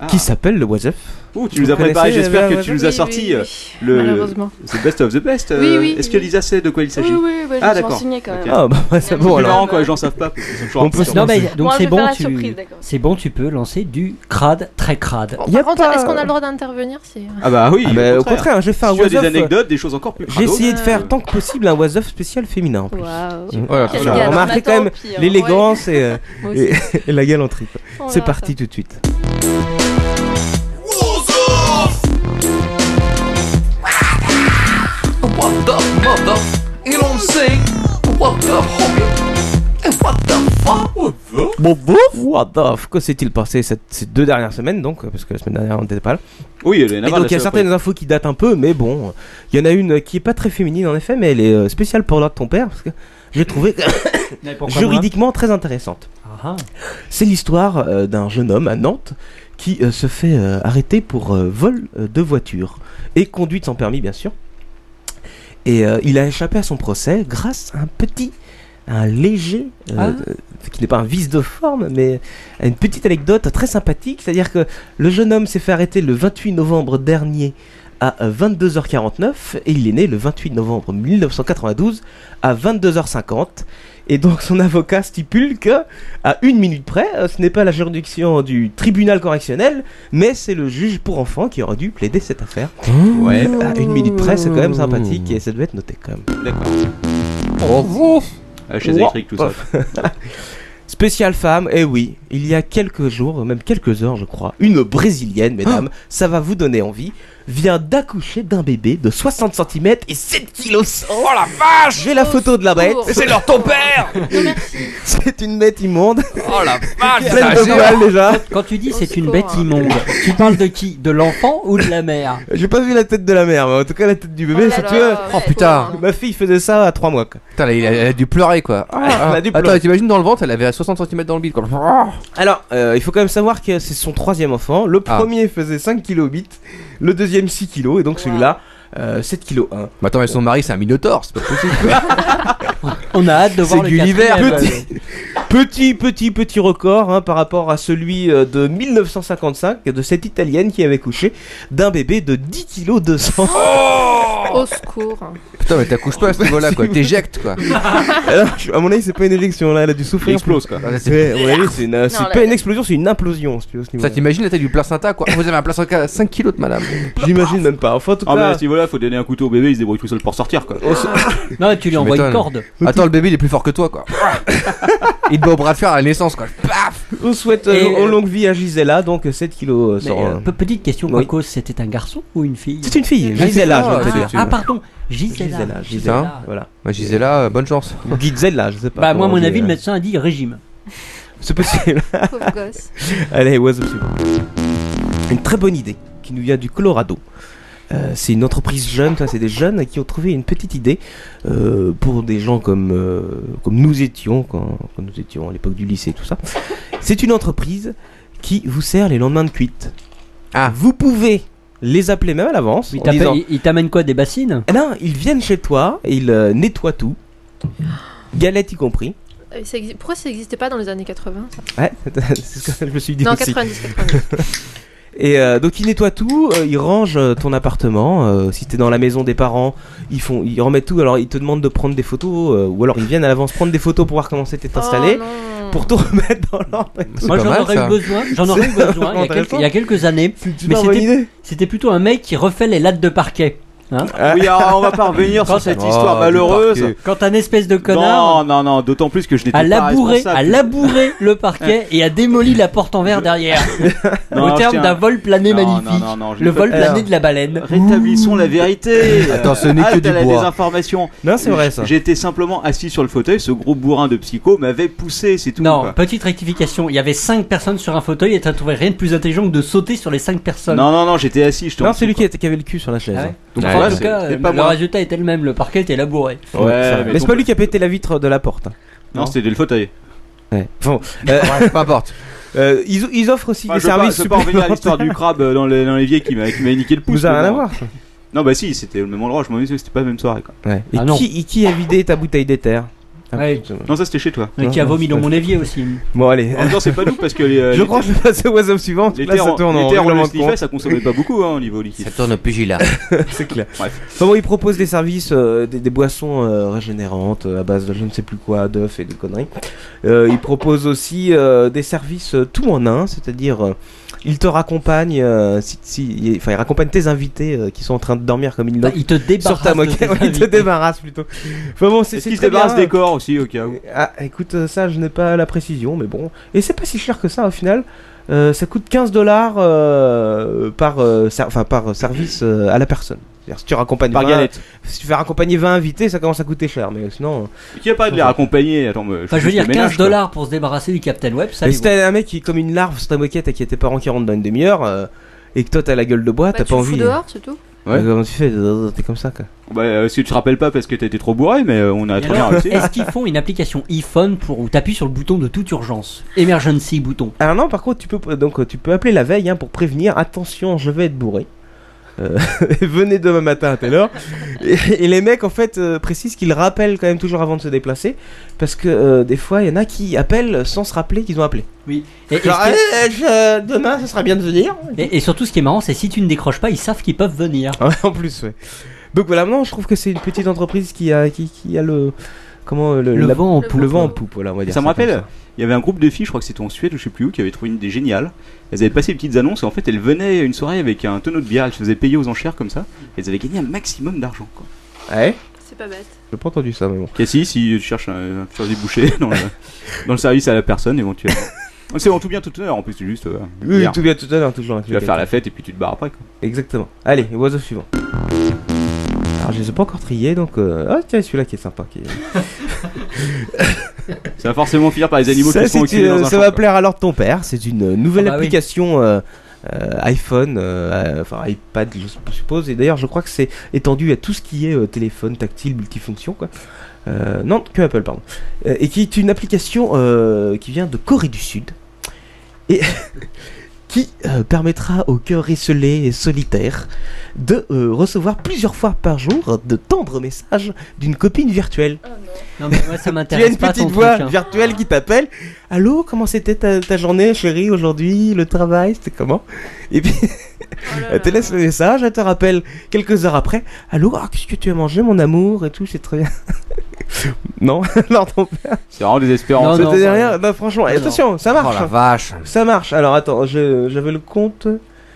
Speaker 6: qui s'appelle le What's Up.
Speaker 4: Ah. Ouh, tu nous as préparé, j'espère que tu nous as sorti euh, le
Speaker 9: malheureusement.
Speaker 4: The Best of the Best. euh,
Speaker 9: Oui, oui,
Speaker 4: Est-ce que Lisa sait de quoi il s'agit
Speaker 14: Oui, oui, bah, je me
Speaker 4: Ah,
Speaker 14: suis
Speaker 4: d'accord.
Speaker 14: renseignée, quand même.
Speaker 6: Ah, bah, bah, c'est bon,
Speaker 4: C'est
Speaker 6: alors.
Speaker 4: marrant quand les gens savent pas. parce que c'est toujours un peu
Speaker 6: se
Speaker 8: Non, mais
Speaker 6: lancer.
Speaker 8: donc
Speaker 14: Moi, je
Speaker 8: c'est
Speaker 14: vais faire
Speaker 8: bon,
Speaker 14: la
Speaker 8: tu...
Speaker 14: surprise, d'accord.
Speaker 8: c'est bon, tu peux lancer du crade très crade.
Speaker 9: Par contre, est-ce
Speaker 6: euh,
Speaker 9: qu'on a le droit d'intervenir c'est-
Speaker 4: Ah bah oui,
Speaker 6: Ah bah, au contraire, j'ai fait un
Speaker 4: Si tu as des
Speaker 6: was-of,
Speaker 4: anecdotes, des choses encore plus
Speaker 6: euh, J'ai
Speaker 4: crado.
Speaker 6: essayé de faire tant que possible un was-of spécial féminin en plus.
Speaker 9: Waouh.
Speaker 6: Voilà,
Speaker 9: Quelle
Speaker 6: on
Speaker 9: galère.
Speaker 6: a remarqué
Speaker 9: On
Speaker 6: quand même
Speaker 9: attend au pire.
Speaker 6: l'élégance et, euh,
Speaker 9: Moi
Speaker 6: et,
Speaker 9: aussi.
Speaker 6: et la galanterie.
Speaker 9: On
Speaker 6: C'est
Speaker 9: verra
Speaker 6: parti
Speaker 9: ça.
Speaker 6: tout de suite.
Speaker 2: What the mother? You don't say what the homie? And what the fuck?
Speaker 6: Bon, what the f- que s'est-il passé cette- ces deux dernières semaines donc Parce que la semaine dernière on n'était pas là.
Speaker 4: Oui, il y en a
Speaker 6: Et
Speaker 4: marre
Speaker 6: donc
Speaker 4: de
Speaker 6: il y a
Speaker 4: ça,
Speaker 6: certaines
Speaker 4: après.
Speaker 6: infos qui datent un peu, mais bon, il y en a une qui est pas très féminine en effet, mais elle est euh, spéciale pour l'ordre de ton père parce que j'ai trouvé
Speaker 8: Mais pourquoi moi
Speaker 6: juridiquement très intéressante.
Speaker 8: Ah, ah.
Speaker 6: C'est l'histoire euh, d'un jeune homme à Nantes qui euh, se fait euh, arrêter pour euh, vol euh, de voiture et conduite sans permis, bien sûr. Et euh, il a échappé à son procès grâce à un petit, à un léger, euh,
Speaker 8: Ah.
Speaker 6: euh, qui n'est pas un vice de forme, mais à une petite anecdote très sympathique. C'est-à-dire que le jeune homme s'est fait arrêter le 28 novembre dernier à euh, 22h49 et il est né le 28 novembre 1992 à 22h50. Et donc son avocat stipule que, à une minute près, euh, ce n'est pas la juridiction du tribunal correctionnel, mais c'est le juge pour enfants qui aurait dû plaider cette affaire. Ouais, à une minute près, c'est quand même sympathique et ça doit être noté quand même.
Speaker 4: D'accord.
Speaker 6: Oh, vous
Speaker 4: Ah, chaise électrique, tout
Speaker 6: Oh,
Speaker 4: ça.
Speaker 6: Spécial femme, et oui, il y a quelques jours, même quelques heures je crois, une brésilienne, mesdames, ça va vous donner envie, vient d'accoucher d'un bébé de 60 cm et 7 kg. Oh la vache J'ai la photo de la bête.
Speaker 2: secours. Mais c'est leur ton père
Speaker 6: C'est une bête immonde.
Speaker 2: Oh la vache!
Speaker 6: Pleine de poils déjà.
Speaker 8: Quand tu
Speaker 14: Oh,
Speaker 8: dis c'est une
Speaker 14: hein.
Speaker 8: bête immonde, tu parles de qui De l'enfant ou de la mère
Speaker 6: J'ai pas vu la tête de la mère, mais en tout cas la tête du bébé,
Speaker 8: Oh là
Speaker 6: si
Speaker 8: là,
Speaker 6: tu veux.
Speaker 8: Oh, ouais. putain.
Speaker 6: Ma fille faisait ça à 3 mois quoi.
Speaker 3: Putain, elle, a, elle a dû pleurer quoi. Ah,
Speaker 6: elle a dû
Speaker 3: Attends,
Speaker 6: pleurer.
Speaker 3: t'imagines dans le ventre, elle avait 60 cm dans le bide quoi.
Speaker 6: Alors, euh, il faut quand même savoir que c'est son troisième enfant. Le
Speaker 3: Ah.
Speaker 6: premier faisait 5 kg 8, le deuxième 6 kg et donc celui-là euh, 7 kg 1.
Speaker 3: Mais attends, mais son mari c'est un minotaure, c'est pas possible.
Speaker 8: On a hâte de voir
Speaker 6: C'est
Speaker 8: le
Speaker 6: Gulliver,
Speaker 8: quatrième.
Speaker 6: petit, petit, petit, petit record hein, par rapport à celui euh, de 1955 de cette italienne qui avait couché d'un bébé de 10 kg 200.
Speaker 9: Au secours. hein.
Speaker 6: Putain, mais t'accouches pas à ce niveau-là,
Speaker 3: quoi. T'éjectes,
Speaker 6: quoi. Alors, je- à mon avis, c'est pas une éjection, là, elle a dû souffrir.
Speaker 3: Elle explose,
Speaker 6: plus.
Speaker 3: quoi.
Speaker 6: Ouais, ouais, c'est une- euh, c'est
Speaker 3: Non,
Speaker 6: pas
Speaker 3: là-
Speaker 6: une explosion, c'est une implosion, si tu veux, à ce niveau-là.
Speaker 3: Ça t'imagines la taille du placenta quoi. Vous avez un placenta à 5 kg de madame.
Speaker 6: J'imagine même pas. Enfin, en tout
Speaker 4: Ah, mais
Speaker 3: cas-
Speaker 4: à ce niveau-là, faut donner un couteau au bébé, il se débrouille tout seul pour sortir quoi.
Speaker 8: Non, tu lui envoies une corde.
Speaker 3: Attends, le bébé il est plus fort que toi quoi. il te bat au bras de fer à la naissance quoi.
Speaker 6: On souhaite euh,
Speaker 8: Et,
Speaker 6: long-
Speaker 8: euh,
Speaker 6: longue vie à Gisela, donc euh, 7 kilos.
Speaker 8: Mais, euh, pe- petite question, Coco, c'était un garçon ou une fille
Speaker 6: C'est une fille, Gisela,
Speaker 8: Ah,
Speaker 6: je vais te dire.
Speaker 8: Ah, pardon, Gisela.
Speaker 6: Gisela,
Speaker 8: Gisela.
Speaker 6: Gisela, voilà.
Speaker 3: Bah, Gisela, euh, bonne chance.
Speaker 6: Gisela, je sais pas.
Speaker 8: Bah, moi, à
Speaker 6: comment on
Speaker 8: mon
Speaker 6: dit,
Speaker 8: avis,
Speaker 6: euh,
Speaker 8: le médecin a dit régime.
Speaker 6: C'est possible.
Speaker 8: Pauvre gosse.
Speaker 6: Allez, what's up, suivant. Une très bonne idée qui nous vient du Colorado. Euh, c'est une entreprise jeune, ça, c'est des jeunes qui ont trouvé une petite idée euh, pour des gens comme, euh, comme nous étions, quand, quand nous étions à l'époque du lycée, tout ça. C'est une entreprise qui vous sert les lendemains de cuite. Ah. Vous pouvez les appeler même à l'avance.
Speaker 8: Ils
Speaker 6: en
Speaker 8: t'appellent-
Speaker 6: disant-
Speaker 8: ils- ils t'amènent quoi Des bassines
Speaker 6: Ah Non, ils viennent chez toi et ils euh, nettoient tout, galettes y compris.
Speaker 9: Euh, ça exi- Pourquoi ça n'existait pas dans les années 80 ça
Speaker 6: Ouais, c'est ce que je me suis dit
Speaker 9: Non,
Speaker 6: aussi.
Speaker 9: 90, 90.
Speaker 6: Et euh, donc ils nettoient tout, euh, ils rangent euh, ton appartement. euh, si t'es dans la maison des parents, ils font, ils remettent tout. Alors ils te demandent de prendre des photos, euh, ou alors ils viennent à l'avance prendre des photos pour voir comment c'était
Speaker 9: Oh
Speaker 6: installé, pour tout remettre dans l'ordre. et tout.
Speaker 8: Moi j'en aurais eu besoin, j'en aurais eu
Speaker 6: C'est
Speaker 8: besoin il y, a
Speaker 6: vraiment
Speaker 8: quelques, il y a quelques années.
Speaker 6: super
Speaker 8: mais
Speaker 6: bonne
Speaker 8: c'était- c'était plutôt un mec qui refait les lattes de parquet. Hein
Speaker 6: Ah.
Speaker 4: Oui, alors, on va pas revenir sur cette
Speaker 8: Oh,
Speaker 4: histoire
Speaker 8: du
Speaker 4: malheureuse.
Speaker 8: parquet. Quand un espèce de
Speaker 4: Non,
Speaker 8: connard-
Speaker 4: non, non, d'autant plus que je n'étais pas
Speaker 8: a labouré,
Speaker 4: responsable.
Speaker 8: a labouré le parquet et a démoli la porte en verre derrière.
Speaker 4: Non,
Speaker 8: Au
Speaker 4: je
Speaker 8: terme
Speaker 4: tiens-
Speaker 8: d'un vol plané magnifique.
Speaker 4: non, non, je
Speaker 8: le
Speaker 4: l'ai
Speaker 8: vol
Speaker 4: pas-
Speaker 8: plané
Speaker 4: Alors,
Speaker 8: de la baleine.
Speaker 4: Rétablissons la vérité.
Speaker 3: Attends, ce n'est que
Speaker 4: Halte
Speaker 3: du
Speaker 4: à la
Speaker 3: bois.
Speaker 4: désinformation.
Speaker 6: Non, c'est vrai, ça.
Speaker 4: J'étais simplement assis sur le fauteuil. Ce gros bourrin de psycho m'avait poussé, c'est tout.
Speaker 8: Non,
Speaker 4: quoi.
Speaker 8: petite rectification, il y avait 5 personnes sur un fauteuil et t'as trouvé rien de plus intelligent que de sauter sur les 5 personnes.
Speaker 4: Non, non, non, j'étais assis. Je te
Speaker 6: Non, c'est lui qui, était- qui avait le cul sur la chaise.
Speaker 8: Ah ouais
Speaker 6: hein.
Speaker 8: Donc
Speaker 4: Ouais,
Speaker 8: en
Speaker 4: c'est-
Speaker 8: tout cas,
Speaker 4: c'est
Speaker 8: euh,
Speaker 4: pas
Speaker 8: le
Speaker 4: moi.
Speaker 8: résultat était le même, le parquet était labouré.
Speaker 6: Ouais, ça- mais, c'est pas lui qui a pété la vitre de la porte. hein.
Speaker 4: Non, c'était le fauteuil.
Speaker 6: Ouais. Bon, euh,
Speaker 4: Ouais, peu importe.
Speaker 6: euh, ils, ils offrent aussi
Speaker 4: Enfin,
Speaker 6: des
Speaker 4: je veux pas-
Speaker 6: services
Speaker 4: je veux pas revenir à l'histoire du crabe euh, dans les- dans l'évier qui m'a qui m'a niqué le pouce.
Speaker 6: Vous avez
Speaker 4: mais
Speaker 6: rien à
Speaker 4: bon.
Speaker 6: voir,
Speaker 4: Non, bah si, c'était le même endroit. Je m'en souviens, c'était pas la même soirée. Quoi.
Speaker 6: Ouais. Et
Speaker 4: Ah non.
Speaker 6: qui, et qui a vidé ta bouteille d'éther Ah,
Speaker 8: Ouais.
Speaker 6: putain.
Speaker 4: Non, ça c'était chez toi.
Speaker 8: Mais qui a vomi dans mon évier aussi.
Speaker 6: Bon, allez.
Speaker 4: En même temps, c'est pas nous parce que Oh, les. euh,
Speaker 6: Je
Speaker 4: les
Speaker 6: crois que je vais passer au WhatsApp suivant.
Speaker 4: Les
Speaker 6: Là,
Speaker 4: terres,
Speaker 6: ça tourne en
Speaker 4: les terres, on
Speaker 6: règlement
Speaker 4: le
Speaker 6: de
Speaker 4: sniffait,
Speaker 6: compte.
Speaker 4: ça consommait pas beaucoup hein, au niveau liquide. Ça
Speaker 17: tourne au pugilat.
Speaker 6: c'est clair. Enfin bon, ils proposent des services, euh, des, des boissons euh, régénérantes euh, à base de je ne sais plus quoi, d'œufs et de conneries. Euh, ils proposent aussi euh, des services euh, tout en un, c'est-à-dire euh, ils te raccompagnent, euh, si, si- enfin ils raccompagnent tes invités euh, qui sont en train de dormir comme
Speaker 4: Bah,
Speaker 6: ils l'ont.
Speaker 8: ils Bah, te
Speaker 6: Sur ta
Speaker 8: débarrassent de
Speaker 6: moquette,
Speaker 8: tes
Speaker 6: ouais, ils te
Speaker 8: invités.
Speaker 6: débarrassent plutôt. Enfin bon, c'est
Speaker 4: Est-ce
Speaker 6: c'est
Speaker 4: qu'ils se
Speaker 6: très
Speaker 4: débarrassent
Speaker 6: bien.
Speaker 4: des corps aussi au cas où
Speaker 6: Ah, écoute, euh, ça, je n'ai pas la précision, mais bon. Et c'est pas si cher que ça au final. Euh, ça coûte 15 dollars par, euh, ser- enfin, par service euh, à la personne. C'est-à-dire, si tu raccompagnes
Speaker 4: Par
Speaker 6: 20
Speaker 4: galette.
Speaker 6: Si tu fais raccompagner 20 invités, ça commence à coûter cher, mais euh, sinon.
Speaker 4: Et Qui a pas de les raccompagner Attends, mais
Speaker 6: Enfin,
Speaker 8: je veux
Speaker 4: juste
Speaker 8: dire,
Speaker 4: le ménage,
Speaker 8: 15 dollars pour se débarrasser du Captain Web, ça
Speaker 6: Mais
Speaker 8: les
Speaker 6: si t'as un mec qui est comme une larve sur ta moquette et qui a tes parents qui rentrent dans une demi-heure, euh, et que toi t'as la gueule de bois,
Speaker 9: Bah,
Speaker 6: t'as
Speaker 9: tu
Speaker 6: pas
Speaker 9: le fous
Speaker 6: envie.
Speaker 9: dehors, c'est tout.
Speaker 6: Ouais, comment tu fais T'es comme ça, quoi.
Speaker 4: quoi. Bah, euh, si tu te rappelles pas parce que t'as été trop bourré, mais euh, on a
Speaker 8: Et
Speaker 4: très bien
Speaker 8: alors,
Speaker 4: réussi.
Speaker 8: Est-ce qu'ils font une application iPhone pour où t'appuies sur le bouton de toute urgence Emergency bouton.
Speaker 6: Alors Ah non, par contre, tu peux donc tu peux appeler la veille hein, pour prévenir. Attention, je vais être bourré. Euh, venez demain matin à telle heure. Et, et les mecs en fait euh, précisent qu'ils rappellent quand même toujours avant de se déplacer parce que euh, des fois il y en a qui appellent sans se rappeler qu'ils ont appelé.
Speaker 8: Oui. Et,
Speaker 6: Genre,
Speaker 8: est-ce que-
Speaker 6: Eh, je- demain, ce sera bien de venir.
Speaker 8: et- et surtout, ce qui est marrant, c'est si tu ne décroches pas, ils savent qu'ils peuvent venir.
Speaker 6: en plus, ouais. Donc voilà, non, je trouve que c'est une petite entreprise qui a qui, qui a le comment euh, le,
Speaker 4: Le
Speaker 6: la-
Speaker 4: vent en poupe.
Speaker 6: le vent en poupe, voilà, on va dire.
Speaker 4: Ça me
Speaker 6: comme
Speaker 4: rappelle, il y avait un groupe de filles, je crois que c'était en Suède ou je sais plus où, qui avait trouvé une idée géniale. Elles avaient passé des petites annonces et en fait elles venaient à une soirée avec un tonneau de bière, elles se faisaient payer aux enchères comme ça. Elles avaient gagné un maximum d'argent quoi.
Speaker 6: Ouais
Speaker 9: C'est pas bête.
Speaker 6: J'ai pas entendu ça, mais bon.
Speaker 4: Cassie, si tu cherches un, tu cherches des bouchées dans le, dans le service à la personne éventuellement. C'est en tout bien tout honneur en plus, c'est juste. euh,
Speaker 6: Oui,
Speaker 4: bière.
Speaker 6: tout bien tout à l'heure, toujours.
Speaker 4: Tu vas faire la fête et puis tu te barres après quoi.
Speaker 6: Exactement. Allez, oiseau suivant. Alors, je les ai pas encore triés, donc. euh, Ah, tiens, celui-là qui est sympa. Qui...
Speaker 4: Ça va forcément finir par les animaux
Speaker 6: ça,
Speaker 4: qui se font
Speaker 6: c'est
Speaker 4: enculer
Speaker 6: une-
Speaker 4: dans un
Speaker 6: ça
Speaker 4: champ,
Speaker 6: va
Speaker 4: quoi.
Speaker 6: plaire alors ton père. C'est une euh, nouvelle
Speaker 4: Ah bah oui.
Speaker 6: application euh, euh, iPhone, euh, euh, enfin iPad, je suppose. Et d'ailleurs, je crois que c'est étendu à tout ce qui est euh, téléphone tactile, multifonction, quoi. Euh, non, que Apple, pardon. Euh, et qui est une application euh, qui vient de Corée du Sud. Et. qui euh, permettra au cœur esselé et solitaire de euh, recevoir plusieurs fois par jour de tendres messages d'une copine virtuelle.
Speaker 8: Non, mais moi, ça
Speaker 6: Tu as
Speaker 8: m'intéresse
Speaker 6: une
Speaker 8: pas. ton
Speaker 6: petite voix
Speaker 8: truc, hein.
Speaker 6: virtuelle qui t'appelle. Allô, comment c'était ta, ta journée, chérie, aujourd'hui Le travail, c'était comment Et puis,
Speaker 9: Oh
Speaker 6: elle te
Speaker 8: Euh.
Speaker 6: laisse le message, elle te rappelle quelques heures après. Allô, ah, qu'est-ce que tu as mangé, mon amour Et tout, c'est très bien. non, non, ton père.
Speaker 4: C'est vraiment désespérant.
Speaker 6: C'était derrière- non, franchement, attention, ça marche. hein.
Speaker 4: Oh la vache.
Speaker 6: Ça marche. Alors, attends, je- j'avais le compte.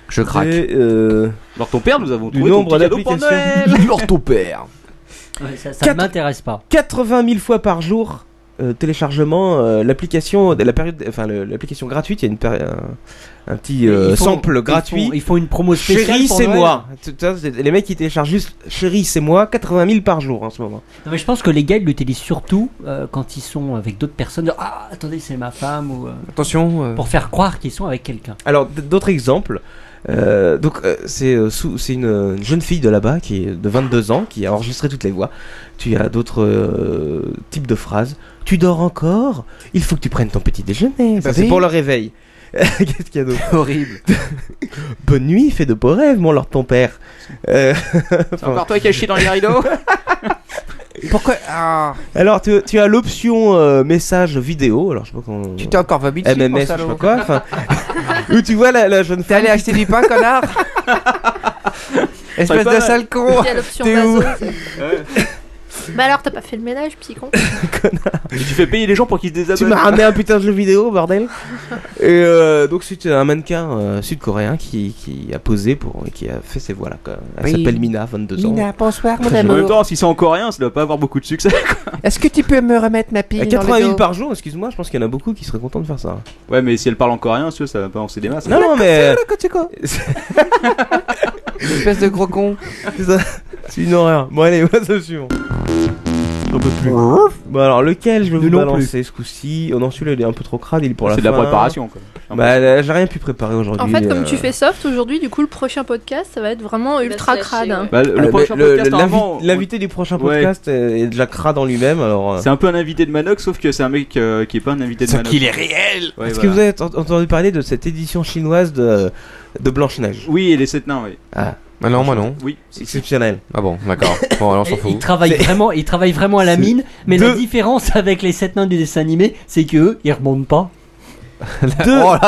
Speaker 17: Je craque.
Speaker 6: des, euh,
Speaker 4: Alors ton père, nous avons
Speaker 6: du
Speaker 4: trouvé ton
Speaker 6: nombre
Speaker 4: petit cadeau pour
Speaker 6: d'applications.
Speaker 4: Noël.
Speaker 6: Leur ton père.
Speaker 8: Ouais, ça ça
Speaker 6: Quatre-
Speaker 8: m'intéresse pas.
Speaker 6: 80 000 fois par jour euh, téléchargement euh, l'application de la période enfin le- l'application gratuite il y a une péri- un, un petit euh,
Speaker 8: Ils font-
Speaker 6: sample
Speaker 8: ils
Speaker 6: gratuit
Speaker 8: font- ils font une promo spéciale
Speaker 6: chérie
Speaker 8: pour
Speaker 6: c'est
Speaker 8: Noël.
Speaker 6: moi Tu- tu vois, c'est- les mecs ils téléchargent juste chérie c'est moi 80 000 par jour en ce moment
Speaker 8: Non, mais je pense que les gars, ils l'utilisent surtout euh, quand ils sont avec d'autres personnes. genre, Ah, attendez, c'est ma femme. Ou, euh,
Speaker 6: Attention, euh.
Speaker 8: Pour faire croire qu'ils sont avec quelqu'un.
Speaker 6: Alors, d- d'autres exemples. Euh, donc, euh, c'est euh, sous- c'est une, euh, une jeune fille de là-bas qui est de 22 ans qui a enregistré toutes les voix. Tu as d'autres euh, types de phrases. Tu dors encore Il faut que tu prennes ton petit déjeuner. Ça,
Speaker 17: Bah
Speaker 6: c'est
Speaker 17: oui.
Speaker 6: pour le réveil. Qu'est-ce qu'il y a d'autre Horrible. Bonne nuit, fais de beaux rêves, mon lord ton père. Euh,
Speaker 4: C'est encore toi qui as chié dans les rideaux
Speaker 6: Pourquoi
Speaker 3: ah,
Speaker 6: Alors, tu, tu as l'option euh, message vidéo. Alors, je sais pas comment. Tu
Speaker 17: t'es encore va bite dessus,
Speaker 6: MMS,
Speaker 17: mon
Speaker 6: je sais pas
Speaker 17: salaud.
Speaker 6: quoi. enfin, où tu vois la, la jeune femme. T'es allé acheter du pain, connard
Speaker 17: Espèce de sale con
Speaker 9: Il y a l'option
Speaker 17: T'es où
Speaker 9: vaso. Bah alors, t'as pas fait le ménage, petit con.
Speaker 4: Mais tu fais payer les gens pour qu'ils se désabonnent.
Speaker 6: Tu m'as ramené un putain de jeu vidéo, bordel. Et euh, donc c'est un mannequin euh, sud-coréen qui, qui a posé pour qui a fait ses voix là. quoi. Elle
Speaker 4: Oui.
Speaker 6: s'appelle Mina, 22 ans.
Speaker 4: bonsoir
Speaker 6: mon amour.
Speaker 4: En même temps, si c'est en coréen, ça doit pas avoir beaucoup de succès. quoi.
Speaker 6: Est-ce que tu peux me remettre ma pile
Speaker 4: dans
Speaker 6: À
Speaker 4: le
Speaker 6: 80 000
Speaker 4: dos
Speaker 6: par jour, excuse-moi, je pense qu'il y en a beaucoup qui seraient contents de faire ça.
Speaker 4: ouais, mais si elle parle en coréen, si tu veux, ça va pas en des masses.
Speaker 6: Non, non, mais.
Speaker 3: Espèce de gros con.
Speaker 6: C'est ça. C'est une horreur. Bon, allez, passe au suivant. J'en peux plus. Bon, alors, lequel je vais vous
Speaker 4: non
Speaker 6: balancer ce coup-ci Oh non, celui-là, il est un peu trop crade, il est pour la
Speaker 4: C'est
Speaker 6: fin.
Speaker 4: de la préparation, quoi.
Speaker 6: Bah, là, j'ai rien pu préparer
Speaker 9: En
Speaker 6: aujourd'hui.
Speaker 9: fait, comme tu
Speaker 6: euh.
Speaker 9: fais soft aujourd'hui, du coup, le prochain podcast, ça va être vraiment ultra crade. hein.
Speaker 4: Bah, le
Speaker 6: Ah, mais
Speaker 4: prochain
Speaker 6: le-
Speaker 4: podcast,
Speaker 6: l'invi-
Speaker 4: normalement, on-
Speaker 6: L'invité du prochain
Speaker 4: Ouais.
Speaker 6: podcast est est déjà crade en lui-même, alors. euh,
Speaker 4: C'est un peu un invité de Manox, sauf que c'est un mec euh, qui est pas un invité de
Speaker 6: Sauf
Speaker 4: Manox.
Speaker 6: qu'il est réel
Speaker 4: Ouais,
Speaker 6: Est-ce
Speaker 4: voilà.
Speaker 6: que vous avez ent- entendu parler de cette édition chinoise de, de Blanche-Neige
Speaker 4: Oui, et les 7 nains, oui.
Speaker 6: Ah.
Speaker 3: Ah non, moi non.
Speaker 4: Oui.
Speaker 6: Exceptionnel.
Speaker 3: Ah bon, d'accord. Bon, alors on s'en
Speaker 6: Et-
Speaker 3: fout.
Speaker 8: Ils travaillent vraiment, ils travaillent vraiment à la mine, mais la différence avec les 7 nains du dessin animé, c'est que eux, ils remontent pas.
Speaker 6: Deux,
Speaker 4: Oh.
Speaker 3: Oh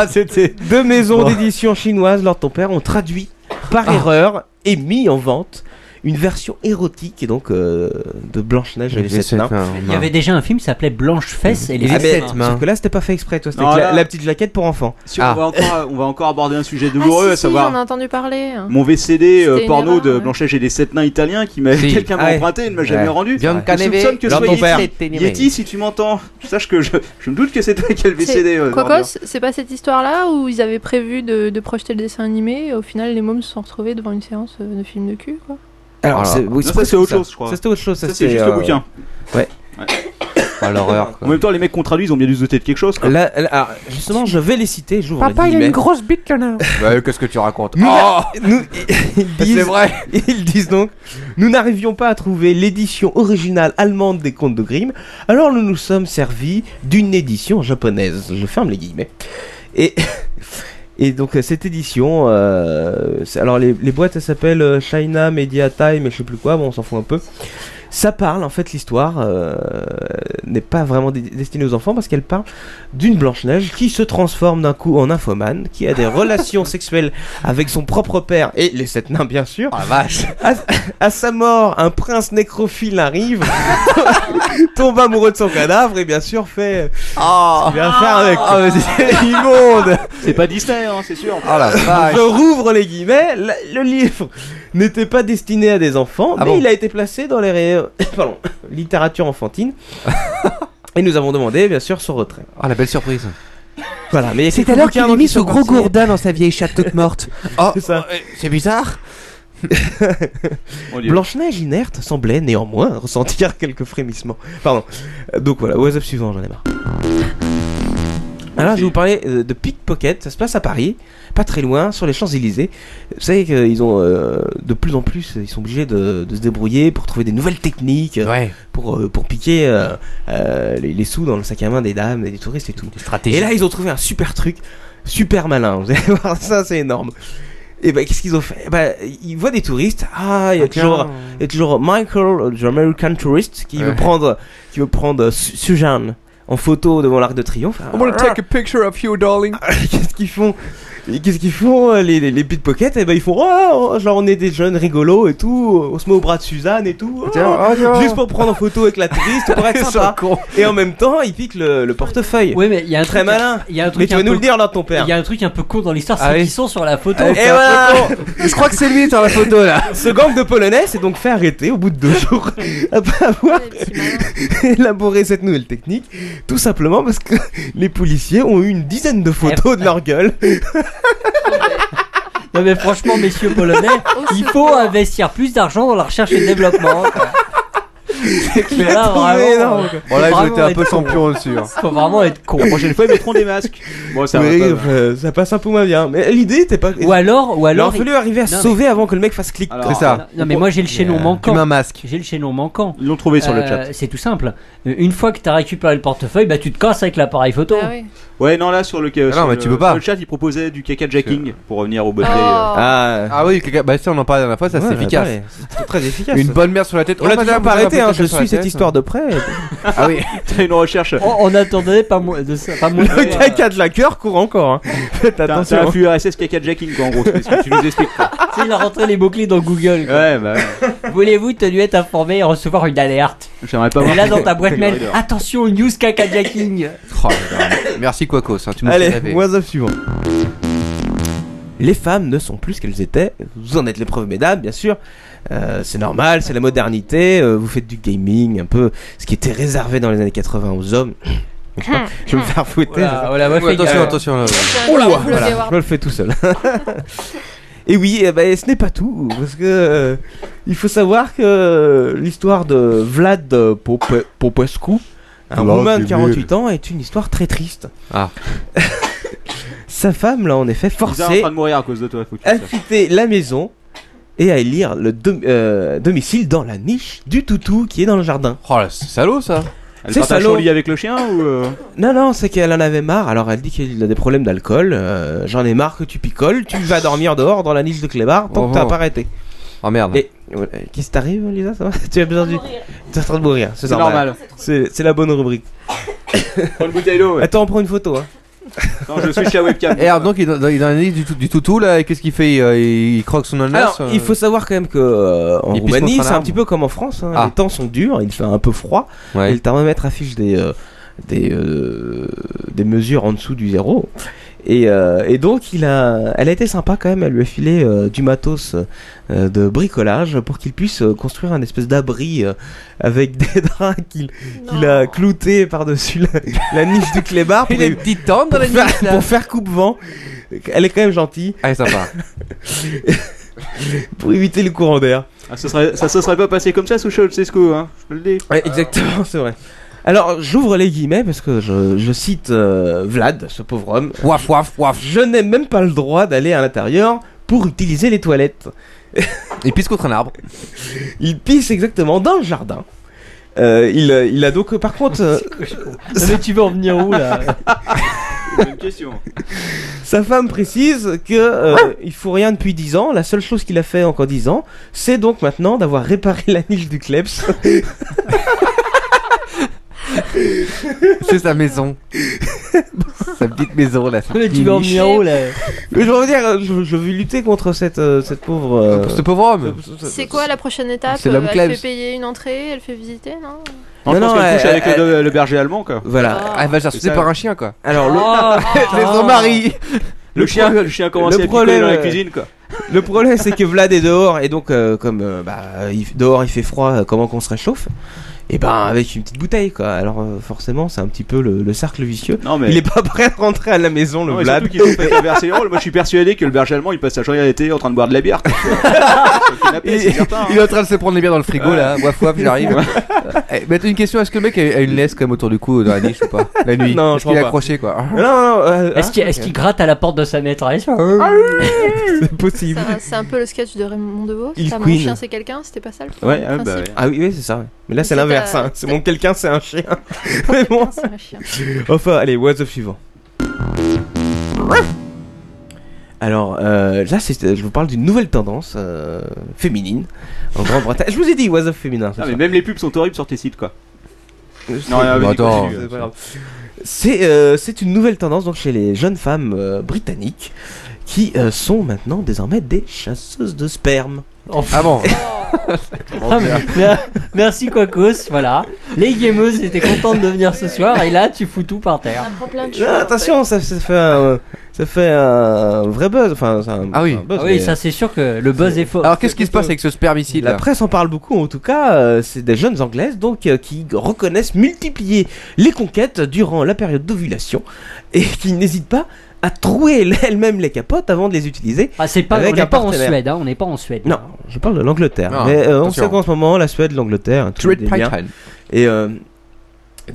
Speaker 6: deux maisons d'édition chinoises, Lord Ton Père, ont traduit
Speaker 4: Ah.
Speaker 6: par erreur et mis en vente une version érotique et donc euh, de Blanche-Neige et les sept nains.
Speaker 8: Il y avait déjà un film qui s'appelait Blanche Fesse et les
Speaker 6: Ah,
Speaker 8: sept
Speaker 6: mais-
Speaker 8: nains.
Speaker 6: Sauf que là, c'était pas fait exprès, toi. C'était
Speaker 4: Non,
Speaker 6: avec la,
Speaker 4: là-
Speaker 6: la petite jaquette pour enfants.
Speaker 4: Si on, va encore, euh, on va encore aborder un sujet douloureux, à
Speaker 9: Ah, Si,
Speaker 4: savoir
Speaker 9: j'en ai entendu parler. hein.
Speaker 4: mon VCD euh,
Speaker 9: C'était une
Speaker 4: porno
Speaker 9: erreur,
Speaker 4: de Blanchet et des 7 nains italiens qui m'a
Speaker 3: Si.
Speaker 4: quelqu'un m'a
Speaker 3: Ouais.
Speaker 4: emprunté et ne m'a jamais
Speaker 3: Ouais.
Speaker 4: rendu.
Speaker 3: Bien
Speaker 4: je
Speaker 3: canné,
Speaker 4: soupçonne que ce
Speaker 3: dans
Speaker 4: soit
Speaker 3: ton père.
Speaker 4: Yeti. Yeti, si tu m'entends, sache que je, je me doute que c'est toi qui as le VCD. euh,
Speaker 9: C'est- Quacos,
Speaker 4: Norbert.
Speaker 9: c'est pas cette histoire-là où ils avaient prévu de, de projeter le dessin animé et au final les mômes se sont retrouvés devant une séance euh, de film de cul quoi.
Speaker 6: Alors,
Speaker 4: Voilà.
Speaker 6: c'est- oui,
Speaker 4: Non,
Speaker 6: c'est
Speaker 4: ça,
Speaker 6: presque
Speaker 4: c'est autre chose, je crois.
Speaker 6: Ça, c'était autre chose. ça,
Speaker 4: Ça, c'est
Speaker 6: c'était,
Speaker 4: juste le
Speaker 6: euh,
Speaker 4: bouquin.
Speaker 6: Ouais.
Speaker 4: Ouais.
Speaker 6: Ah, l'horreur, quoi.
Speaker 4: En même temps, les mecs qu'on traduit, ils ont bien dû se douter de quelque chose. Quoi.
Speaker 6: Là, là, alors, justement, je vais les citer. J'ouvre les guillemets.
Speaker 3: bite, là.
Speaker 6: Bah, qu'est-ce que tu racontes
Speaker 3: C'est vrai.
Speaker 6: Ils disent donc Nous n'arrivions pas à trouver l'édition originale allemande des contes de Grimm, alors nous nous sommes servis d'une édition japonaise. Je ferme les guillemets. Et. Et donc euh, cette édition, euh, c'est- alors les, les boîtes elles s'appellent euh, China Media Time et je sais plus quoi, bon on s'en fout un peu. Ça parle en fait l'histoire euh, n'est pas vraiment dé- destinée aux enfants parce qu'elle parle d'une Blanche Neige qui se transforme d'un coup en infomane, qui a des relations sexuelles avec son propre père et les sept nains bien sûr.
Speaker 3: Oh,
Speaker 6: À, à sa mort, un prince nécrophile arrive, tombe amoureux de son cadavre et bien sûr fait. Oh, bien faire avec.
Speaker 4: Ah, mais
Speaker 6: c'est immonde.
Speaker 4: C'est pas Disney, hein, c'est sûr.
Speaker 6: Ah Je rouvre les guillemets, la- le livre n'était pas destiné à des enfants,
Speaker 3: Ah
Speaker 6: mais il a été placé dans les ré- pardon, littérature enfantine. Et nous avons demandé, bien sûr, son retrait.
Speaker 3: Ah, la belle surprise.
Speaker 6: Voilà, mais il y a
Speaker 3: C'est
Speaker 6: quelques
Speaker 3: alors
Speaker 6: bouquins,
Speaker 3: qu'il a
Speaker 6: donc,
Speaker 3: mis
Speaker 6: qui
Speaker 3: ce
Speaker 6: sont
Speaker 3: gros
Speaker 6: partis.
Speaker 3: gourdin dans sa vieille chatte toute morte. Oh, euh, c'est bizarre.
Speaker 4: Mon Dieu.
Speaker 6: Blanche-Neige inerte semblait néanmoins ressentir quelques frémissements. Pardon. Euh, Donc voilà, WhatsApp suivant, j'en ai marre. Alors je vais vous parler euh, de Pickpocket, ça se passe à Paris, pas très loin, sur les Champs-Élysées. Vous savez qu'ils ont euh, de plus en plus, ils sont obligés de, de se débrouiller pour trouver des nouvelles techniques, euh, pour, euh, pour piquer euh, euh, les, les sous dans le sac à main des dames, et des touristes et tout. Et là ils ont trouvé un super truc, super malin, vous allez voir, ça c'est énorme. Et bah qu'est-ce qu'ils ont fait Bah ils voient des touristes, ah il y a
Speaker 3: Ah, tiens.
Speaker 6: toujours... Il y a toujours Michael, the American tourist, qui
Speaker 3: Ouais.
Speaker 6: veut prendre, qui veut prendre euh, Su- Suzanne en photo devant l'Arc de Triomphe. Ah.
Speaker 3: I wanna take a picture of you, darling.
Speaker 6: Qu'est-ce qu'ils font Et Qu'est-ce qu'ils font euh, les, les, les pickpockets Et ben ils font oh, genre on est des jeunes rigolos et tout, on se met au bras de Suzanne et tout, oh,
Speaker 3: Tiens, oh, tiens.
Speaker 6: juste pour prendre en photo avec la touriste pour être sympa. Et en même temps ils piquent le, le portefeuille.
Speaker 8: Oui mais il y a un
Speaker 6: très
Speaker 8: truc-
Speaker 6: malin.
Speaker 8: il y a un truc
Speaker 6: mais tu
Speaker 8: un
Speaker 6: vas nous
Speaker 8: peu-
Speaker 6: le dire là ton père.
Speaker 8: Il y a un truc un peu con dans l'histoire, c'est
Speaker 6: Ah oui.
Speaker 8: qu'ils sont sur la photo.
Speaker 6: Et voilà
Speaker 3: Je crois que c'est lui sur la photo là
Speaker 6: Ce gang de Polonais s'est donc fait arrêter au bout de deux jours après avoir élaboré cette nouvelle technique, tout simplement parce que les policiers ont eu une dizaine de photos de leur gueule.
Speaker 8: Non mais franchement, messieurs polonais, il faut investir plus d'argent dans la recherche et le développement. Mais là, vraiment, euh,
Speaker 3: Bon, là,
Speaker 8: faut
Speaker 3: ils
Speaker 8: vraiment
Speaker 3: étaient un
Speaker 8: être
Speaker 3: peu
Speaker 8: con.
Speaker 3: champions dessus. hein.
Speaker 8: Faut vraiment être con.
Speaker 4: La prochaine fois, ils mettront des masques. Bon, ça va
Speaker 6: Oui, euh,
Speaker 4: pas,
Speaker 6: enfin, ça passe un peu moins bien. Mais l'idée était pas. Ou
Speaker 8: alors, ou alors,
Speaker 6: Il a fallu
Speaker 8: il-
Speaker 6: arriver à
Speaker 8: Non, mais-
Speaker 6: sauver avant que le mec fasse clic. quoi.
Speaker 8: Alors, Non, non, mais moi j'ai le chaînon
Speaker 6: Mais, euh,
Speaker 8: manquant.
Speaker 6: tu mets un masque.
Speaker 8: J'ai le chaînon manquant. Euh,
Speaker 4: Ils l'ont trouvé sur le chat.
Speaker 8: C'est tout simple. Euh, Une fois que t'as récupéré le portefeuille, bah tu te casses avec l'appareil photo.
Speaker 9: Ah
Speaker 4: Ouais, non, là, sur le, euh,
Speaker 8: Ah
Speaker 4: sur
Speaker 8: non, mais
Speaker 4: le-
Speaker 8: tu peux pas.
Speaker 4: sur le chat, ils proposaient du caca jacking pour revenir au
Speaker 9: euh, Oh,
Speaker 4: bonnet.
Speaker 3: Ah, ah oui, caca- bah ça on en parlait la dernière fois, ça
Speaker 4: Ouais,
Speaker 3: c'est efficace.
Speaker 4: ouais,
Speaker 6: c'est très efficace.
Speaker 3: Une bonne merde sur la tête.
Speaker 6: On l'a toujours pas arrêté, hein, je suis cette histoire de près.
Speaker 4: ah oui, t'as une recherche.
Speaker 8: Oh,
Speaker 6: On- on
Speaker 4: attendait pas moins de ça.
Speaker 6: moins Le de- caca de la cœur court encore. hein. Faites
Speaker 4: euh, T'as
Speaker 6: attention.
Speaker 4: un flux RSS caca jacking quoi en gros, c'est ce que tu nous expliques.
Speaker 8: Il a rentré les mots-clés dans Google.
Speaker 4: Ouais, bah.
Speaker 8: Voulez-vous tenu être informé et recevoir une alerte
Speaker 4: J'aimerais pas
Speaker 8: Et
Speaker 4: voir
Speaker 8: là
Speaker 4: que-
Speaker 8: dans ta boîte mail,
Speaker 4: Corridor.
Speaker 8: attention, news kakajacking
Speaker 3: Oh, là, là. Merci Quacos, hein, tu me fais
Speaker 6: Allez,
Speaker 3: rêver.
Speaker 6: moins off suivant. Les femmes ne sont plus ce qu'elles étaient. Vous en êtes les preuves, mesdames, bien sûr. Euh, c'est normal, c'est la modernité. euh, vous faites du gaming, un peu ce qui était réservé dans les années 80 aux hommes. je vais me faire fouetter.
Speaker 3: Oula,
Speaker 6: je vais-
Speaker 3: oula, ouais, fais gaffe.
Speaker 6: Oh là,
Speaker 3: Ouais,
Speaker 6: voilà,
Speaker 3: Howard.
Speaker 6: je le fais tout seul. Et oui, eh ben, ce n'est pas tout, parce que euh, il faut savoir que euh, l'histoire de Vlad euh, Pope- Popescu, un
Speaker 3: Vlad
Speaker 6: Roumain de
Speaker 3: Dimir.
Speaker 6: 48 ans, est une histoire très triste.
Speaker 3: Ah.
Speaker 6: Sa femme l'a en effet
Speaker 4: Ils sont en
Speaker 6: forcé
Speaker 4: train de mourir à cause de toi, faut que tu
Speaker 6: à
Speaker 4: le saches.
Speaker 6: quitter la maison et à élire le dom- euh, domicile dans la niche du toutou qui est dans le jardin.
Speaker 3: Oh là, c'est salaud ça
Speaker 4: Elle partage son lit avec le chien ou euh,
Speaker 6: Non, non, c'est qu'elle en avait marre. Alors elle dit qu'elle a des problèmes d'alcool. euh, J'en ai marre que tu picoles. Tu vas dormir dehors dans la niche de Clébard tant
Speaker 3: Oh,
Speaker 6: que t'as
Speaker 3: oh.
Speaker 6: pas arrêté.
Speaker 3: Oh merde.
Speaker 6: Et euh, qu'est-ce qui t'arrive, Lisa ça va Tu as besoin du. T'es en train de mourir, c'est
Speaker 4: C'est
Speaker 6: normal.
Speaker 4: normal.
Speaker 6: C'est c'est la bonne rubrique.
Speaker 4: Prends une bouteille d'eau. ouais.
Speaker 6: Attends, on prend une photo. Hein.
Speaker 4: Non, je switch la webcam.
Speaker 3: Et alors donc il Eh, est dans, il est dans la liste du, tout- du toutou là, et qu'est-ce qu'il fait il, euh, il croque son ananas
Speaker 6: Alors,
Speaker 3: euh,
Speaker 6: il faut savoir quand même que euh, en
Speaker 3: Il pisse
Speaker 6: Roumanie,
Speaker 3: contre un
Speaker 6: c'est un
Speaker 3: arbre.
Speaker 6: petit peu comme en France. hein,
Speaker 3: Ah.
Speaker 6: Les temps sont durs, il fait un peu froid.
Speaker 3: euh, Ouais.
Speaker 6: Et le thermomètre affiche des euh, des euh, des mesures en dessous du zéro. Et, euh, et donc, il a, elle a été sympa quand même. Elle lui a filé euh, du matos euh, de bricolage pour qu'il puisse euh, construire un espèce d'abri euh, avec des draps qu'il qu'il a clouté par-dessus la, la niche du clébard.
Speaker 3: Il a une petite tente dans la
Speaker 6: pour faire-
Speaker 3: niche, là.
Speaker 6: Pour faire coupe-vent. Elle est quand même gentille.
Speaker 3: Ah, elle est sympa.
Speaker 6: pour éviter le courant d'air.
Speaker 4: Ah, ça, serait, ça se serait pas passé comme ça sous Ceausescu, hein, je te le dis.
Speaker 6: Ouais, exactement, c'est vrai. Alors, j'ouvre les guillemets parce que je, je cite euh, Vlad, ce pauvre homme.
Speaker 3: Waf, waf, waf.
Speaker 6: Je n'ai même pas le droit d'aller à l'intérieur pour utiliser les toilettes.
Speaker 3: Il pisse contre un arbre.
Speaker 6: Il pisse exactement dans le jardin. Euh, il, euh, il a donc, euh, par contre. euh,
Speaker 8: Mais tu veux en venir où là
Speaker 4: Une question.
Speaker 6: Sa femme précise que euh, il faut rien depuis 10 ans. La seule chose qu'il a fait encore 10 ans, c'est donc maintenant d'avoir réparé la niche du Klebs.
Speaker 3: C'est sa maison. sa petite maison là. sa
Speaker 6: Mais tu
Speaker 3: petite
Speaker 6: vas en
Speaker 3: niche.
Speaker 6: venir où, là Mais je veux dire, je, je veux lutter contre cette, euh, cette pauvre. euh,
Speaker 3: Ce pauvre homme.
Speaker 9: C'est quoi la prochaine étape
Speaker 6: C'est l'homme
Speaker 9: Euh, Elle
Speaker 6: Klebs.
Speaker 9: fait payer une entrée, elle fait visiter, non
Speaker 4: Non, je
Speaker 6: Non,
Speaker 4: pense
Speaker 6: non,
Speaker 4: qu'elle couche
Speaker 6: elle-
Speaker 4: avec
Speaker 6: elle-
Speaker 4: le, le berger allemand, quoi.
Speaker 9: Oh.
Speaker 6: Voilà.
Speaker 3: Ah, elle va se faire
Speaker 4: C'est
Speaker 3: sucer
Speaker 4: ça.
Speaker 3: par un chien quoi.
Speaker 6: Alors le.
Speaker 3: C'est son mari.
Speaker 4: Le, chien, le chien commençait à picoler dans la
Speaker 6: euh,
Speaker 4: cuisine, quoi.
Speaker 6: Le problème, c'est que Vlad est dehors et donc euh, comme euh, bah, il- dehors il fait froid, euh, comment qu'on se réchauffe Et ben avec une petite bouteille quoi. Alors euh, forcément, c'est un petit peu le, le cercle vicieux.
Speaker 4: mais-
Speaker 6: Il est pas prêt de rentrer à la maison, le
Speaker 4: Non, mais
Speaker 6: Vlad.
Speaker 4: surtout qu'il faut pas traverser les rôles. Moi, je suis persuadé que le berger allemand, il passe sa journée à l'été en train de boire de la bière. quoi. Sur le canapé, c'est certain.
Speaker 6: hein.
Speaker 4: hein.
Speaker 3: Il est en train de se prendre les bières dans le frigo là. Waf, waf, j'arrive. Eh, Mais t'as une question, est-ce que le mec a a une laisse comme autour du cou dans la niche ou pas La nuit
Speaker 6: Non,
Speaker 3: Est-ce
Speaker 6: je
Speaker 3: qu'il est
Speaker 6: crois pas. Oh,
Speaker 3: accroché quoi
Speaker 6: non, euh, hein,
Speaker 8: Est-ce qu'il est-ce qu'il gratte à la porte de sa maîtresse hein
Speaker 6: C'est possible.
Speaker 9: Ça- C'est un peu le sketch de Raymond Devos.
Speaker 6: Il
Speaker 9: Ah, mon
Speaker 6: queen.
Speaker 9: chien, c'est quelqu'un, c'était pas ça le
Speaker 6: Ouais,
Speaker 9: principe
Speaker 6: bah Ah oui, oui, c'est ça. ouais. Mais là, c'est
Speaker 9: C'est
Speaker 6: l'inverse.
Speaker 9: un-
Speaker 6: hein. C'est mon quelqu'un, c'est un chien. Mais bon.
Speaker 9: C'est un chien.
Speaker 6: Enfin, allez, what's up suivant. Alors euh, là, c'est- je vous parle d'une nouvelle tendance euh, féminine en Grande-Bretagne. Je vous ai dit what's up féminin. ce
Speaker 4: Non, Ah, mais
Speaker 6: soir.
Speaker 4: même les pubs sont horribles sur tes sites, quoi. Non, non,
Speaker 6: Bah,
Speaker 4: vas-y,
Speaker 6: attends.
Speaker 4: continue.
Speaker 6: C'est pas grave. C'est euh, c'est une nouvelle tendance donc chez les jeunes femmes euh, britanniques qui euh, sont maintenant désormais des chasseuses de sperme.
Speaker 8: Enfin. Ah bon. Ah, mais- mer- Merci Quacos, voilà. Les gameuses étaient contentes de venir ce soir et là tu fous tout par terre.
Speaker 14: plein de
Speaker 6: Ah, attention, ça, ça fait un, ça fait un vrai buzz. Enfin, c'est un-
Speaker 3: Ah oui.
Speaker 6: un buzz,
Speaker 3: Ah oui,
Speaker 6: mais-
Speaker 3: ça, c'est sûr
Speaker 8: que le buzz est faux.
Speaker 3: Alors qu'est-ce qui se passe avec ce spermicide
Speaker 6: La
Speaker 3: là
Speaker 6: presse en parle beaucoup, en tout cas, euh, c'est des jeunes anglaises donc euh, qui reconnaissent multiplier les conquêtes durant la période d'ovulation et qui n'hésitent pas à trouer elles-mêmes les capotes avant de les utiliser.
Speaker 8: Ah, c'est pas, on
Speaker 6: avec
Speaker 8: n'est
Speaker 6: un
Speaker 8: pas en
Speaker 6: partenaire.
Speaker 8: Suède, hein, on n'est pas en Suède.
Speaker 6: Non, je parle de l'Angleterre.
Speaker 8: Ah,
Speaker 6: mais euh, on
Speaker 8: attention.
Speaker 6: sait qu'en ce moment, la Suède, l'Angleterre, hein, tout
Speaker 3: Trade
Speaker 6: est bien.
Speaker 3: Python.
Speaker 6: Et, euh,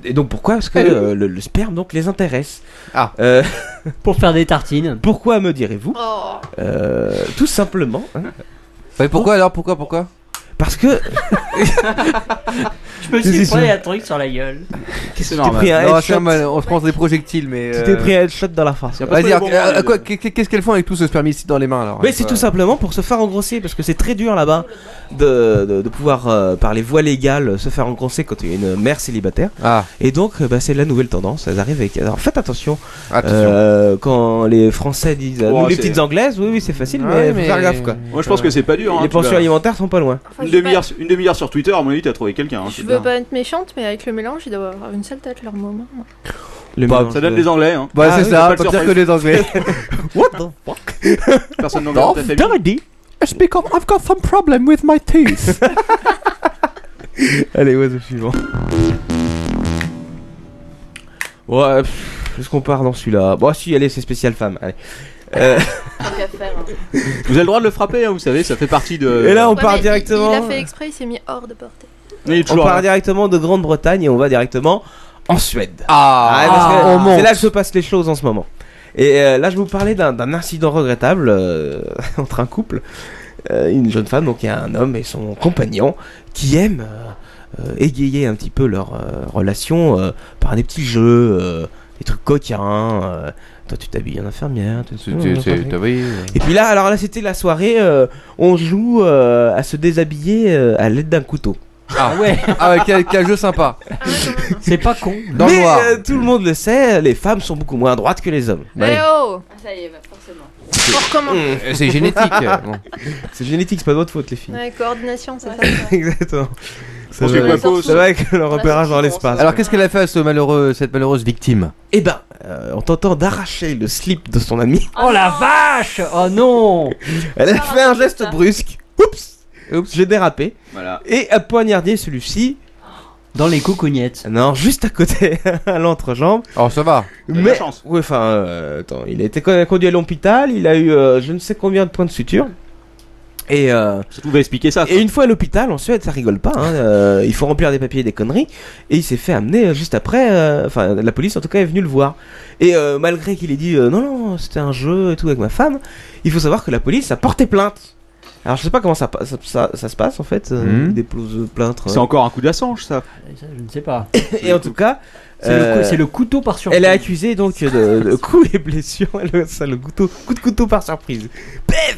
Speaker 6: et donc pourquoi Parce que euh, le, le sperme donc les intéresse. Euh,
Speaker 3: Ah.
Speaker 8: pour faire des tartines.
Speaker 6: Pourquoi
Speaker 9: Oh,
Speaker 6: me direz-vous Euh, Tout simplement. hein. Oh.
Speaker 3: pourquoi alors Pourquoi Pourquoi
Speaker 6: Parce que.
Speaker 8: Je me suis pris un truc sur la gueule.
Speaker 6: Qu'est-ce que tu t'es pris un
Speaker 3: Non,
Speaker 6: headshot
Speaker 3: c'est normal, on se prend des projectiles, mais.
Speaker 6: Tu
Speaker 3: euh,
Speaker 6: t'es pris un headshot dans la face.
Speaker 3: Vas-y, alors, euh, quoi, qu'est- qu'est-ce qu'elles font avec tout ce spermicide dans les mains alors
Speaker 6: Mais c'est tout simplement pour se faire engrosser, parce que c'est très dur là-bas de, de, de pouvoir, euh, par les voies légales, se faire engrosser quand il y a une mère célibataire.
Speaker 3: Ah,
Speaker 6: Et donc, euh, bah, c'est la nouvelle tendance. Elles arrivent avec. Alors faites attention. Euh, quand les Français disent. euh,
Speaker 4: Oh,
Speaker 6: nous, les
Speaker 4: c'est-
Speaker 6: petites Anglaises, oui, oui, c'est
Speaker 3: Ah
Speaker 6: facile,
Speaker 4: Ouais,
Speaker 6: mais
Speaker 4: Ah mais-
Speaker 6: faut faire gaffe quoi.
Speaker 3: euh,
Speaker 4: Moi, je pense que c'est pas dur, hein,
Speaker 6: Les
Speaker 4: tu
Speaker 6: pensions
Speaker 4: vas-
Speaker 6: alimentaires sont pas loin.
Speaker 4: Une demi-heure une demi-heure sur Twitter, à mon avis, t'as trouvé quelqu'un. hein,
Speaker 9: Je
Speaker 4: c'est
Speaker 9: veux
Speaker 4: clair.
Speaker 9: pas être méchante, mais avec le mélange, ils doivent avoir une sale tête leur hein. moment.
Speaker 4: Bah, ça donne
Speaker 6: de-
Speaker 4: des Anglais. Hein.
Speaker 6: Ah
Speaker 3: Bah, c'est
Speaker 4: oui,
Speaker 3: ça,
Speaker 4: faut
Speaker 3: pas
Speaker 4: le
Speaker 3: pire
Speaker 4: surprise.
Speaker 3: que les Anglais.
Speaker 6: What the
Speaker 4: fuck Personne n'anglais dans ta famille.
Speaker 16: It's because I've got some problem with my teeth.
Speaker 6: Allez, oiseau suivant. Ouais, pff, est-ce qu'on part dans celui-là Bon, si, allez, c'est spécial femme. Allez. Euh,
Speaker 14: Tant qu'à faire. hein.
Speaker 4: Vous avez le droit de le frapper, hein, vous savez, ça fait partie de.
Speaker 6: Et là, on
Speaker 9: Ouais,
Speaker 6: part
Speaker 9: mais il-
Speaker 6: directement.
Speaker 9: Il a fait exprès, il s'est mis hors de portée.
Speaker 4: Il est
Speaker 6: on
Speaker 4: toujours
Speaker 6: part
Speaker 4: là.
Speaker 6: directement de Grande-Bretagne et on va directement en Suède. Ah, parce que
Speaker 4: ah, on monte.
Speaker 6: c'est là que se passent les choses en ce moment. Et euh, là, je vous parlais d'un d'un incident regrettable euh, entre un couple, euh, une jeune femme, donc il y a un homme et son compagnon qui aiment euh, euh, égayer un petit peu leur euh, relation euh, par des petits jeux, euh, des trucs coquins. euh, toi, tu t'habilles en infirmière. toi, tu-
Speaker 3: tu- tu- t'as- oui, euh.
Speaker 6: Et puis là, alors là, c'était la soirée. euh, on joue euh, à se déshabiller euh, à l'aide d'un couteau.
Speaker 3: Ah ouais Ah ouais, quel, quel jeu sympa
Speaker 8: C'est pas con
Speaker 3: Dans le
Speaker 6: Mais,
Speaker 3: noir
Speaker 6: euh, tout le monde le sait, les femmes sont beaucoup moins droites que les hommes.
Speaker 9: Mais oh
Speaker 14: Ah, ça y est, bah, forcément.
Speaker 6: Mmh, C'est génétique. euh, bon. C'est génétique, c'est pas de votre faute, les filles.
Speaker 9: Ouais, coordination, c'est ça.
Speaker 6: Exactement. Ça
Speaker 3: Ensuite,
Speaker 6: va,
Speaker 3: la pause.
Speaker 6: ça va avec le repérage dans l'espace.
Speaker 3: Alors, qu'est-ce qu'elle a fait à ce malheureux, cette malheureuse victime
Speaker 6: Eh ben, euh, on t'entend d'arracher le slip de son ami.
Speaker 8: Oh la vache Oh non
Speaker 6: Elle a fait un geste brusque. Oups, Ah, Oups j'ai dérapé.
Speaker 4: Voilà.
Speaker 6: Et a poignardé celui-ci.
Speaker 8: Dans les coucougnettes.
Speaker 6: Non, juste à côté, à l'entrejambe.
Speaker 3: Alors ça va.
Speaker 6: Mais, ouais, enfin, euh, attends, il a été con- conduit à l'hôpital, il a eu euh, je ne sais combien de points de suture. Et euh,
Speaker 4: vous expliquer ça.
Speaker 6: Et une fois à l'hôpital, en Suède, ça rigole pas. hein, euh, il faut remplir des papiers et des conneries. Et il s'est fait amener euh, juste après. euh, Enfin, la police en tout cas est venue le voir. Et euh, malgré qu'il ait dit euh, non, non, c'était un jeu et tout avec ma femme, il faut savoir que la police a porté plainte. Alors je sais pas comment ça, pa- ça, ça- ça se passe en fait, euh,
Speaker 8: Hmm.
Speaker 4: Mhm.
Speaker 6: des plos- plaintes.
Speaker 4: C'est
Speaker 6: euh.
Speaker 4: encore un coup d'assange, ça.
Speaker 8: Ça, je ne sais pas.
Speaker 6: Et en tout cas,
Speaker 8: C'est le cou- c'est le couteau par surprise.
Speaker 6: Elle est accusée donc de, de coups et blessures. Le, ça, le couteau, coup de couteau par surprise. Bam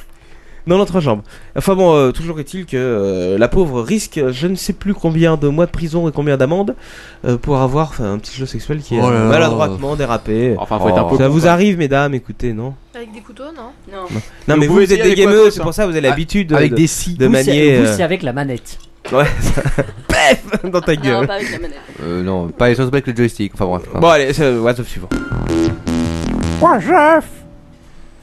Speaker 6: Dans l'entrejambe. Enfin bon, euh, toujours est-il que euh, la pauvre risque je ne sais plus combien de mois de prison et combien d'amende euh, pour avoir enfin, un petit jeu sexuel qui
Speaker 4: Oh
Speaker 6: est
Speaker 4: là Oh. là.
Speaker 6: maladroitement dérapé.
Speaker 4: Enfin, faut être un peu
Speaker 6: ça
Speaker 4: con,
Speaker 6: vous
Speaker 4: quoi.
Speaker 6: arrive, mesdames, écoutez, non
Speaker 9: Avec des couteaux, non
Speaker 14: Non.
Speaker 6: Non, mais vous,
Speaker 4: pouvez
Speaker 6: vous êtes
Speaker 4: essayer
Speaker 6: des
Speaker 4: avec quoi
Speaker 6: gameux,
Speaker 4: d'autre,
Speaker 6: c'est
Speaker 4: hein
Speaker 6: pour ça que vous avez
Speaker 4: Ah,
Speaker 6: l'habitude de,
Speaker 4: avec
Speaker 6: de-
Speaker 4: des scies.
Speaker 6: de
Speaker 8: Vous, c'est-
Speaker 6: manier.
Speaker 8: vous,
Speaker 6: euh,
Speaker 8: c'est avec la manette.
Speaker 6: Ouais, ça- Paf Dans
Speaker 4: Ah,
Speaker 6: ta gueule.
Speaker 14: pas avec la manette.
Speaker 3: Euh, non, pas les choses avec le joystick. Enfin bref.
Speaker 6: Bon, allez, c'est what's up suivant.
Speaker 18: Moi, chef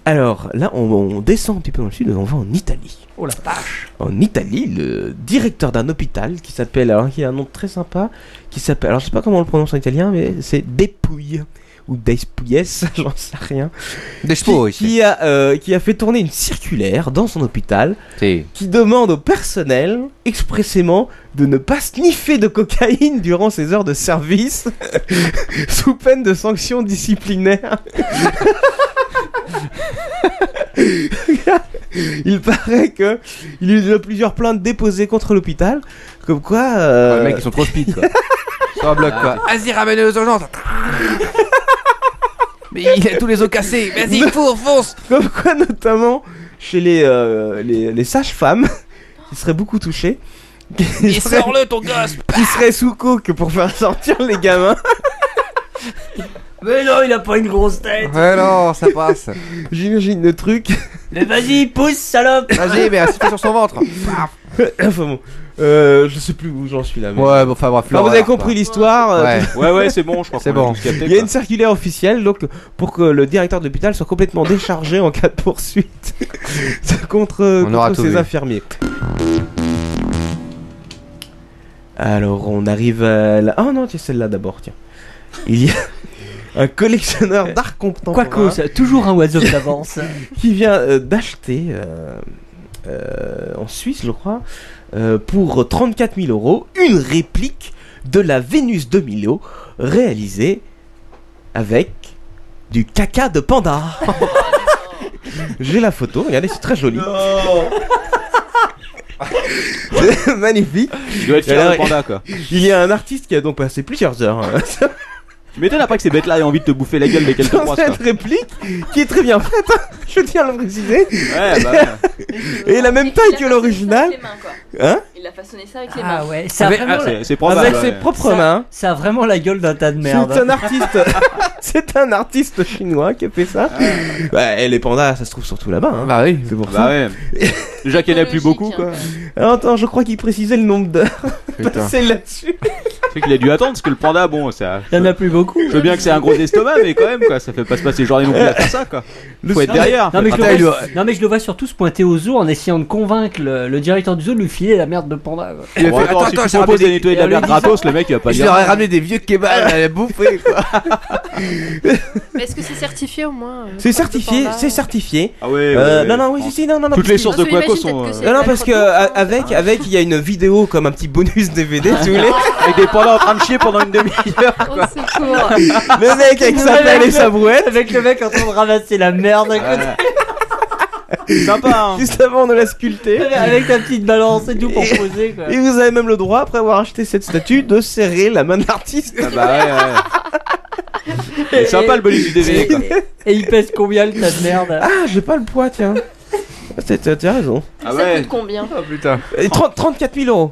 Speaker 6: Alors là, on, on descend un petit peu dans le sud et on va en Italie.
Speaker 8: Oh la vache
Speaker 6: En Italie, le directeur d'un hôpital qui s'appelle, alors qui a un nom très sympa, qui s'appelle, alors je sais pas comment on le prononce en italien, mais c'est Despouille ou Despouilles, j'en sais rien.
Speaker 3: Despouilles.
Speaker 6: Qui, qui a, euh, qui a fait tourner une circulaire dans son hôpital qui demande au personnel expressément de ne pas sniffer de cocaïne durant ses heures de service sous peine de sanctions disciplinaires. il paraît que il y a eu plusieurs plaintes déposées contre l'hôpital, comme quoi. euh,
Speaker 3: Ouais, Ah, mec, ils sont trop speed quoi. Ça bloque quoi. Vas-y, ramenez aux urgences. Mais il a tous les os cassés. Vas-y, fourre, fonce.
Speaker 6: Comme quoi, notamment chez les, euh, les, les sages-femmes, qui seraient beaucoup touchées.
Speaker 11: Et sors-le, ton gosse
Speaker 6: Qui seraient sous coke pour faire sortir les gamins.
Speaker 8: Mais non, il a pas une grosse tête
Speaker 3: Ouais, non, ça passe.
Speaker 6: J'imagine le truc.
Speaker 8: Mais vas-y, pousse, salope
Speaker 3: Vas-y, mais assis sur son ventre.
Speaker 6: enfin bon, euh, je sais plus où j'en suis là. mais-
Speaker 3: Ouais, bon, enfin bref.
Speaker 6: Enfin, vous avez compris l'histoire. euh,
Speaker 3: Ouais.
Speaker 6: tout-
Speaker 3: Ouais, ouais, c'est bon, je crois
Speaker 6: C'est
Speaker 3: qu'on a
Speaker 6: bon.
Speaker 3: tous capté,
Speaker 6: Il y a
Speaker 3: quoi.
Speaker 6: une circulaire officielle donc pour que le directeur de l'hôpital soit complètement déchargé en cas de poursuite contre, euh,
Speaker 3: On
Speaker 6: contre
Speaker 3: aura tout
Speaker 6: ses
Speaker 3: vu.
Speaker 6: infirmiers. Alors on arrive à la... Oh non, tiens, celle-là d'abord, tiens. Il y a un collectionneur d'art contemporain.
Speaker 8: Quaco, ça- toujours un oiseau d'avance.
Speaker 6: qui vient euh, d'acheter euh, euh, en Suisse, je crois, euh, pour 34 000 euros, une réplique de la Vénus de Milo réalisée avec du caca de panda. J'ai la photo, regardez, c'est très joli. C'est magnifique.
Speaker 4: Il doit être fier
Speaker 6: Alors,
Speaker 4: de panda, quoi.
Speaker 6: Il y a un artiste qui a donc passé plusieurs heures. hein,
Speaker 4: Tu m'étonnes après que ces bêtes-là aient envie de te bouffer la gueule dès qu'elles te
Speaker 6: dans
Speaker 4: croisent.
Speaker 6: cette
Speaker 4: quoi.
Speaker 6: réplique qui est très bien faite, hein, je tiens à le préciser.
Speaker 4: Ouais, bah ouais.
Speaker 6: Et la même taille que l'original. Hein
Speaker 14: Il a façonné ça avec les mains.
Speaker 8: Ah ouais, ça a
Speaker 6: Avec-
Speaker 8: vraiment
Speaker 6: ah,
Speaker 8: la-
Speaker 6: c'est- c'est probable,
Speaker 8: Avec
Speaker 6: ouais.
Speaker 8: ses propres
Speaker 6: Ça-
Speaker 8: mains. Ça a vraiment la gueule d'un tas de merde. hein.
Speaker 6: C'est un artiste. C'est un artiste chinois qui a fait
Speaker 4: Ah.
Speaker 6: ça. Bah, et les pandas, ça se trouve surtout là-bas. hein.
Speaker 3: Bah oui,
Speaker 6: c'est pour
Speaker 4: Bah
Speaker 6: ça.
Speaker 4: ouais. Déjà qu'il y en a plus
Speaker 8: hein.
Speaker 14: hein.
Speaker 4: beaucoup, quoi.
Speaker 6: Alors, Ah. attends, je crois qu'il précisait le nombre d'heures
Speaker 4: Putain.
Speaker 6: passées là-dessus.
Speaker 4: C'est qu'il a dû attendre parce que le panda, bon, ça.
Speaker 8: Il y en a plus beaucoup.
Speaker 4: Je veux bien que c'est un gros estomac, mais quand même, quoi. Ça fait pas se passer genre non plus à faire ça, quoi.
Speaker 8: Le-
Speaker 4: Faut être
Speaker 8: Non, mais-
Speaker 6: Ah,
Speaker 4: derrière.
Speaker 8: Non mais,
Speaker 4: faut
Speaker 8: je
Speaker 4: être
Speaker 8: le vois,
Speaker 4: derrière.
Speaker 8: non mais je le vois surtout se pointer au zoo en essayant de convaincre le, le directeur du zoo de lui filer la merde de panda. quoi.
Speaker 4: Bon, attends, si tu proposes de nettoyer de la merde gratos, le mec il va pas
Speaker 6: Je
Speaker 4: dire.
Speaker 6: leur ai ramené des vieux kebabs à la bouffer, quoi.
Speaker 9: Mais est-ce que c'est certifié au moins euh,
Speaker 6: C'est
Speaker 9: par Ah, le
Speaker 6: certifié,
Speaker 9: panda
Speaker 6: c'est certifié.
Speaker 4: Ah ouais,
Speaker 6: Euh,
Speaker 4: ouais,
Speaker 6: non, non,
Speaker 4: je
Speaker 6: oui, si,
Speaker 4: pense.
Speaker 6: si, non, non, non,
Speaker 4: Toutes
Speaker 6: parce
Speaker 4: les
Speaker 6: que-
Speaker 4: sources de Parce que Quaco j'imagine sont, peut-être que euh, c'est
Speaker 6: Non, non,
Speaker 4: pas
Speaker 6: parce que euh, avec, avec, il y a une vidéo comme un petit bonus DVD, si vous voulez.
Speaker 4: euh, Avec des pandas en train de chier pendant une demi-heure.
Speaker 9: Ah,
Speaker 14: Ah
Speaker 6: Le mec avec sa pelle et sa brouette.
Speaker 8: Avec le mec en train de ramasser la merde à côté.
Speaker 4: Sympa, hein.
Speaker 6: Juste avant, on nous l'a sculpté.
Speaker 8: Avec ta petite balance et tout pour poser quoi.
Speaker 6: Et vous avez même le droit, après avoir acheté cette statue, de serrer la main de l'artiste.
Speaker 4: Ah bah ouais, ouais. C'est sympa le bonus du DVD, quoi.
Speaker 8: Et il pèse combien le tas de merde hein.
Speaker 6: Ah, j'ai pas le poids, tiens. Ah, t'as- t'as- T'as raison.
Speaker 14: Ah ouais. Ça coûte combien
Speaker 6: Ah putain. 34 000 euros.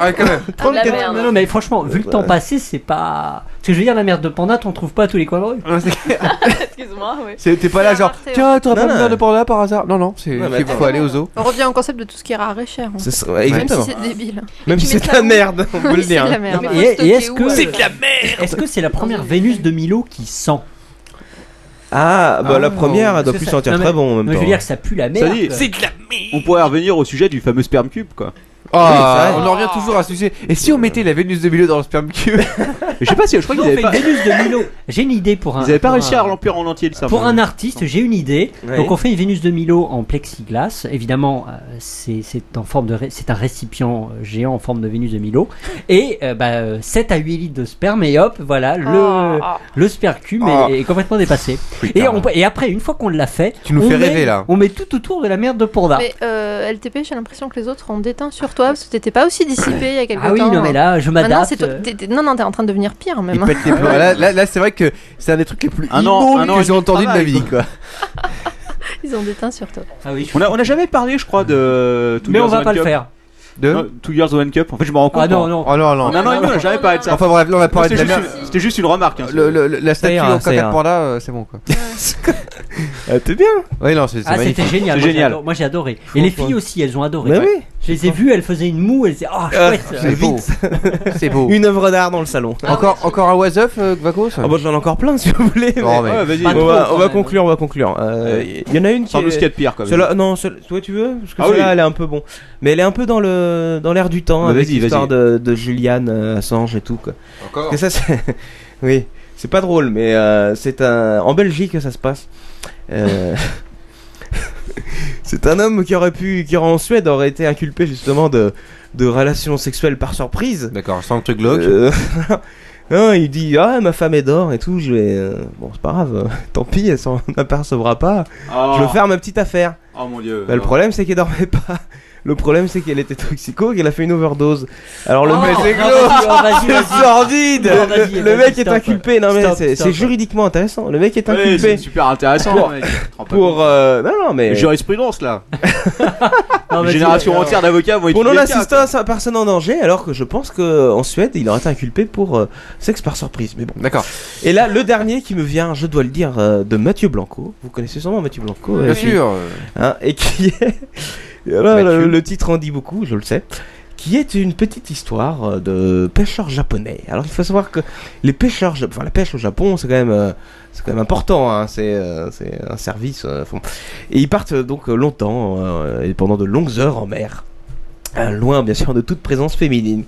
Speaker 3: Ah, quand même.
Speaker 14: Ah, de la
Speaker 8: Non,
Speaker 14: merde.
Speaker 8: non, mais franchement, vu le temps passé, c'est pas. Parce que je veux dire, la merde de panda, t'en trouves pas à tous les coins de rue.
Speaker 14: Excuse-moi, ouais.
Speaker 3: C'est- T'es pas là genre,
Speaker 9: remarqué,
Speaker 3: tiens,
Speaker 9: ouais.
Speaker 3: t'aurais pas
Speaker 9: Non,
Speaker 3: besoin
Speaker 9: non.
Speaker 3: de par là par hasard Non, non, c'est
Speaker 6: Ouais, mais
Speaker 3: il
Speaker 6: attends.
Speaker 3: faut aller au zoo.
Speaker 9: On revient au concept de tout ce qui est rare et cher. hein.
Speaker 6: C'est ça, ouais, exactement.
Speaker 9: Même si c'est débile.
Speaker 6: Même si c'est de la merde, on peut le
Speaker 9: C'est de
Speaker 6: dire. hein.
Speaker 9: la merde.
Speaker 8: Et, et est-ce que.
Speaker 6: C'est de la
Speaker 8: merde Est-ce que c'est la première Vénus de Milo qui sent
Speaker 6: Ah, bah la première, elle doit
Speaker 8: Parce
Speaker 6: plus
Speaker 8: que ça-
Speaker 6: sentir
Speaker 8: non, mais-
Speaker 6: très bon en même
Speaker 8: mais
Speaker 6: temps.
Speaker 8: Je veux dire que ça pue la merde.
Speaker 4: dit,
Speaker 8: quoi.
Speaker 4: c'est On pourrait revenir au sujet du fameux sperme cube, quoi.
Speaker 3: Ah, on en revient toujours à ce sujet. Et si on mettait la Vénus de Milo dans le sperme cube
Speaker 4: Je sais pas si je crois
Speaker 8: Ils
Speaker 4: qu'ils
Speaker 8: ont fait
Speaker 4: avaient pas.
Speaker 8: une Vénus de Milo. J'ai une idée pour un.
Speaker 4: Ils avaient pas
Speaker 8: pour
Speaker 4: réussi
Speaker 8: un-
Speaker 4: à remplir en entier le cerveau.
Speaker 8: Pour un artiste, j'ai une idée.
Speaker 4: Ouais.
Speaker 8: Donc on fait une Vénus de Milo en plexiglas. Évidemment, euh, c'est c'est en forme de ré- c'est un récipient euh, géant en forme de Vénus de Milo. Et euh, bah, euh, 7 à 8 litres de sperme et hop, voilà le
Speaker 9: Ah. Oh.
Speaker 8: le spercume est-
Speaker 3: Ah.
Speaker 8: est, complètement dépassé.
Speaker 3: Putain.
Speaker 8: Et, on- et après, une fois qu'on l'a fait,
Speaker 3: Tu nous
Speaker 8: on
Speaker 3: fais
Speaker 8: met-
Speaker 3: rêver, là.
Speaker 8: On met tout autour de la merde de panda.
Speaker 9: Mais euh, LTP, j'ai l'impression que les autres ont déteint sur toi parce que t'étais pas aussi dissipé il y a quelques
Speaker 8: Ah oui,
Speaker 9: temps. euh.
Speaker 8: non, mais là, euh. je
Speaker 9: Maintenant,
Speaker 8: m'adapte.
Speaker 9: c'est toi- t'es- t'es- Non, non, t'es en train de devenir pire même.
Speaker 3: Il pète les plombs. Là, là, là, c'est vrai que c'est un des trucs les plus
Speaker 4: Un an-
Speaker 3: immondes
Speaker 4: un an
Speaker 3: que
Speaker 4: et
Speaker 3: j'ai
Speaker 4: demi de
Speaker 3: entendu de ma
Speaker 4: travail,
Speaker 3: vie, quoi.
Speaker 9: Ils ont déteint sur toi.
Speaker 8: Ah oui.
Speaker 4: On a, on a jamais parlé, je crois, de. Two
Speaker 8: Mais on
Speaker 4: Years
Speaker 8: va
Speaker 4: One
Speaker 8: pas le
Speaker 4: Cup.
Speaker 8: faire.
Speaker 3: De
Speaker 4: Non, Two Years One Cup. En fait, je me rends compte.
Speaker 8: Ah non,
Speaker 4: hein.
Speaker 8: non.
Speaker 3: Oh non, non.
Speaker 4: En un an et demi, on a jamais parlé de ça.
Speaker 3: Enfin bref, là, on a parlé
Speaker 4: C'était
Speaker 3: de la
Speaker 4: juste
Speaker 3: merde.
Speaker 4: une- C'était juste une remarque. hein.
Speaker 3: Le- le- le- la
Speaker 4: Ça
Speaker 3: statue
Speaker 4: ira,
Speaker 3: en
Speaker 4: ça
Speaker 3: caca
Speaker 4: ira.
Speaker 3: de panda, euh, c'est bon quoi.
Speaker 6: Ah, t'es bien.
Speaker 3: Oui, non, c'est c'est
Speaker 8: Ah, c'était
Speaker 3: magnifique.
Speaker 8: génial. Moi, j'ai adoré- Moi, j'ai adoré. Et les filles aussi, elles ont adoré.
Speaker 6: Bah
Speaker 8: quoi.
Speaker 6: oui.
Speaker 8: Je les ai vues, elles faisaient une moue, elles disaient Oh,
Speaker 6: Ah,
Speaker 8: chouette
Speaker 6: c'est beau.
Speaker 3: C'est beau.
Speaker 6: Une œuvre d'art dans le salon.
Speaker 3: Encore, encore un was up, euh, Gvakos
Speaker 6: Oh. Ah bah j'en ai encore plein si vous voulez.
Speaker 3: Non, mais- Ouais,
Speaker 4: vas-y.
Speaker 6: on,
Speaker 4: Pas trop,
Speaker 6: va,
Speaker 4: quand
Speaker 6: on va
Speaker 4: même.
Speaker 6: conclure, on va conclure. Euh, Il y en a une qui.
Speaker 4: Sans doute
Speaker 6: est-
Speaker 4: qu'il y a de pire, quand même.
Speaker 6: Celle-là- non, celle- toi tu veux Parce que
Speaker 4: Ah
Speaker 6: celle-là
Speaker 4: oui.
Speaker 6: elle est un peu bon, mais elle est un peu dans le dans l'air du temps
Speaker 4: Bah,
Speaker 6: avec
Speaker 4: vas-y,
Speaker 6: l'histoire
Speaker 4: vas-y.
Speaker 6: de, de Julianne euh, Assange et tout quoi.
Speaker 4: Encore
Speaker 6: Parce que ça c'est, oui, c'est pas drôle, mais euh, c'est un... en Belgique que ça se passe. Euh, C'est un homme qui aurait pu, qui en Suède aurait été inculpé justement de, de relations sexuelles par surprise.
Speaker 3: D'accord, sans truc glauque.
Speaker 6: Euh, non, il dit ah ma femme est d'or et tout, je vais euh, bon c'est pas grave, euh, tant pis, elle s'en apercevra pas.
Speaker 4: Oh.
Speaker 6: Je vais faire ma petite affaire.
Speaker 4: Oh mon dieu.
Speaker 6: Bah, le
Speaker 4: non.
Speaker 6: problème c'est qu'elle dormait pas. Le problème c'est qu'elle était toxico et qu'elle a fait une overdose. Alors le
Speaker 8: Oh,
Speaker 6: mec
Speaker 8: non,
Speaker 6: c'est
Speaker 8: vas-y,
Speaker 6: glauque,
Speaker 8: oh, vas-y,
Speaker 6: c'est
Speaker 8: vas-y.
Speaker 6: sordide.
Speaker 8: Non,
Speaker 6: Le-
Speaker 8: vas-y,
Speaker 6: le,
Speaker 8: vas-y,
Speaker 6: mec est
Speaker 8: stop.
Speaker 6: inculpé. Non mais
Speaker 8: Stop,
Speaker 6: c'est,
Speaker 8: stop.
Speaker 6: c'est juridiquement intéressant. Le mec est
Speaker 4: Ouais,
Speaker 6: inculpé.
Speaker 4: c'est super intéressant,
Speaker 6: Pour-
Speaker 4: mec.
Speaker 6: Pour euh, non non mais
Speaker 4: Jurisprudence là.
Speaker 8: Non,
Speaker 4: Une
Speaker 8: vas-y,
Speaker 4: génération
Speaker 8: vas-y.
Speaker 4: entière d'avocats vont
Speaker 6: euh, pour
Speaker 4: étudier
Speaker 6: non
Speaker 4: le cas, quoi.
Speaker 6: assistance à personne en danger, alors que je pense que en Suède, il aurait été inculpé pour euh, sexe par surprise. Mais bon.
Speaker 3: D'accord.
Speaker 6: Et là, le dernier qui me vient, je dois le dire, euh, de Mathieu Blanco. Vous connaissez sûrement Mathieu Blanco.
Speaker 3: Bien
Speaker 6: euh,
Speaker 3: sûr.
Speaker 6: qui- hein, et qui est. Et alors,
Speaker 3: Mathieu.
Speaker 6: le, le titre en dit beaucoup, je le sais. Qui est une petite histoire euh, de pêcheurs japonais. Alors il faut savoir que les pêcheurs, ja- enfin la pêche au Japon, c'est quand même, euh, c'est quand même important. hein, c'est, euh, c'est un service. euh, fond. Et ils partent euh, donc euh, longtemps Hein, euh, et pendant de longues heures en mer. Euh, loin bien sûr de toute présence féminine.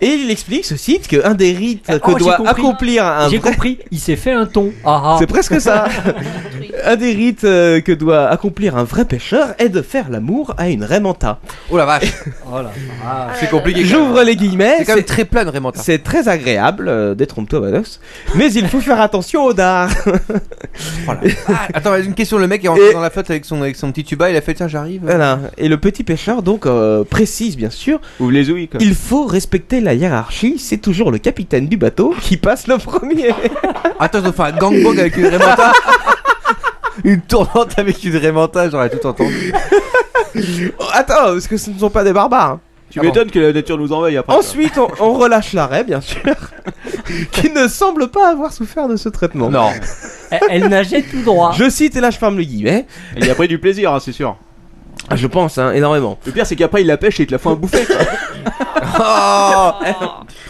Speaker 6: Et il explique ce site qu'un des rites
Speaker 8: Ah,
Speaker 6: que
Speaker 8: oh, j'ai
Speaker 6: doit
Speaker 8: compris.
Speaker 6: accomplir un
Speaker 8: J'ai
Speaker 6: vrai-
Speaker 8: compris, il s'est fait un ton. Ah, ah.
Speaker 6: C'est presque ça. un des rites euh, que doit accomplir un vrai pêcheur est de faire l'amour à une remanta.
Speaker 3: Oh la vache. C'est compliqué.
Speaker 6: J'ouvre les guillemets.
Speaker 3: C'est quand même très plein de remanta.
Speaker 6: C'est très agréable, euh, détrompe-toi, Manos. Mais il faut faire attention au dard.
Speaker 3: Attends, une question le mec est rentré dans la flotte avec son, avec son petit tuba, il a fait tiens, j'arrive.
Speaker 6: Voilà. Et le petit pêcheur, donc, euh, précise bien sûr.
Speaker 4: Ouvre les ouïes, quoi.
Speaker 6: Il faut respecter la hiérarchie, c'est toujours le capitaine du bateau qui passe le premier.
Speaker 3: Attends, ils ont fait un gangbang avec une remanta. une tournante avec une remanta, j'aurais tout entendu.
Speaker 6: Oh, Attends, parce que ce ne sont pas des barbares. hein.
Speaker 4: Tu m'étonnes que la nature nous envahit hein, après.
Speaker 6: Ensuite, on, on relâche l'arrêt, bien sûr, qui ne semble pas avoir souffert de ce traitement.
Speaker 3: Non.
Speaker 8: Elle, nageait tout droit.
Speaker 6: Je cite, et là je ferme le guillemet.
Speaker 4: Il a pris du plaisir, hein, c'est sûr.
Speaker 6: je pense, hein, énormément.
Speaker 4: Le pire, c'est qu'après, il la pêche et il te la fait un bouffer. quoi.
Speaker 9: Ah.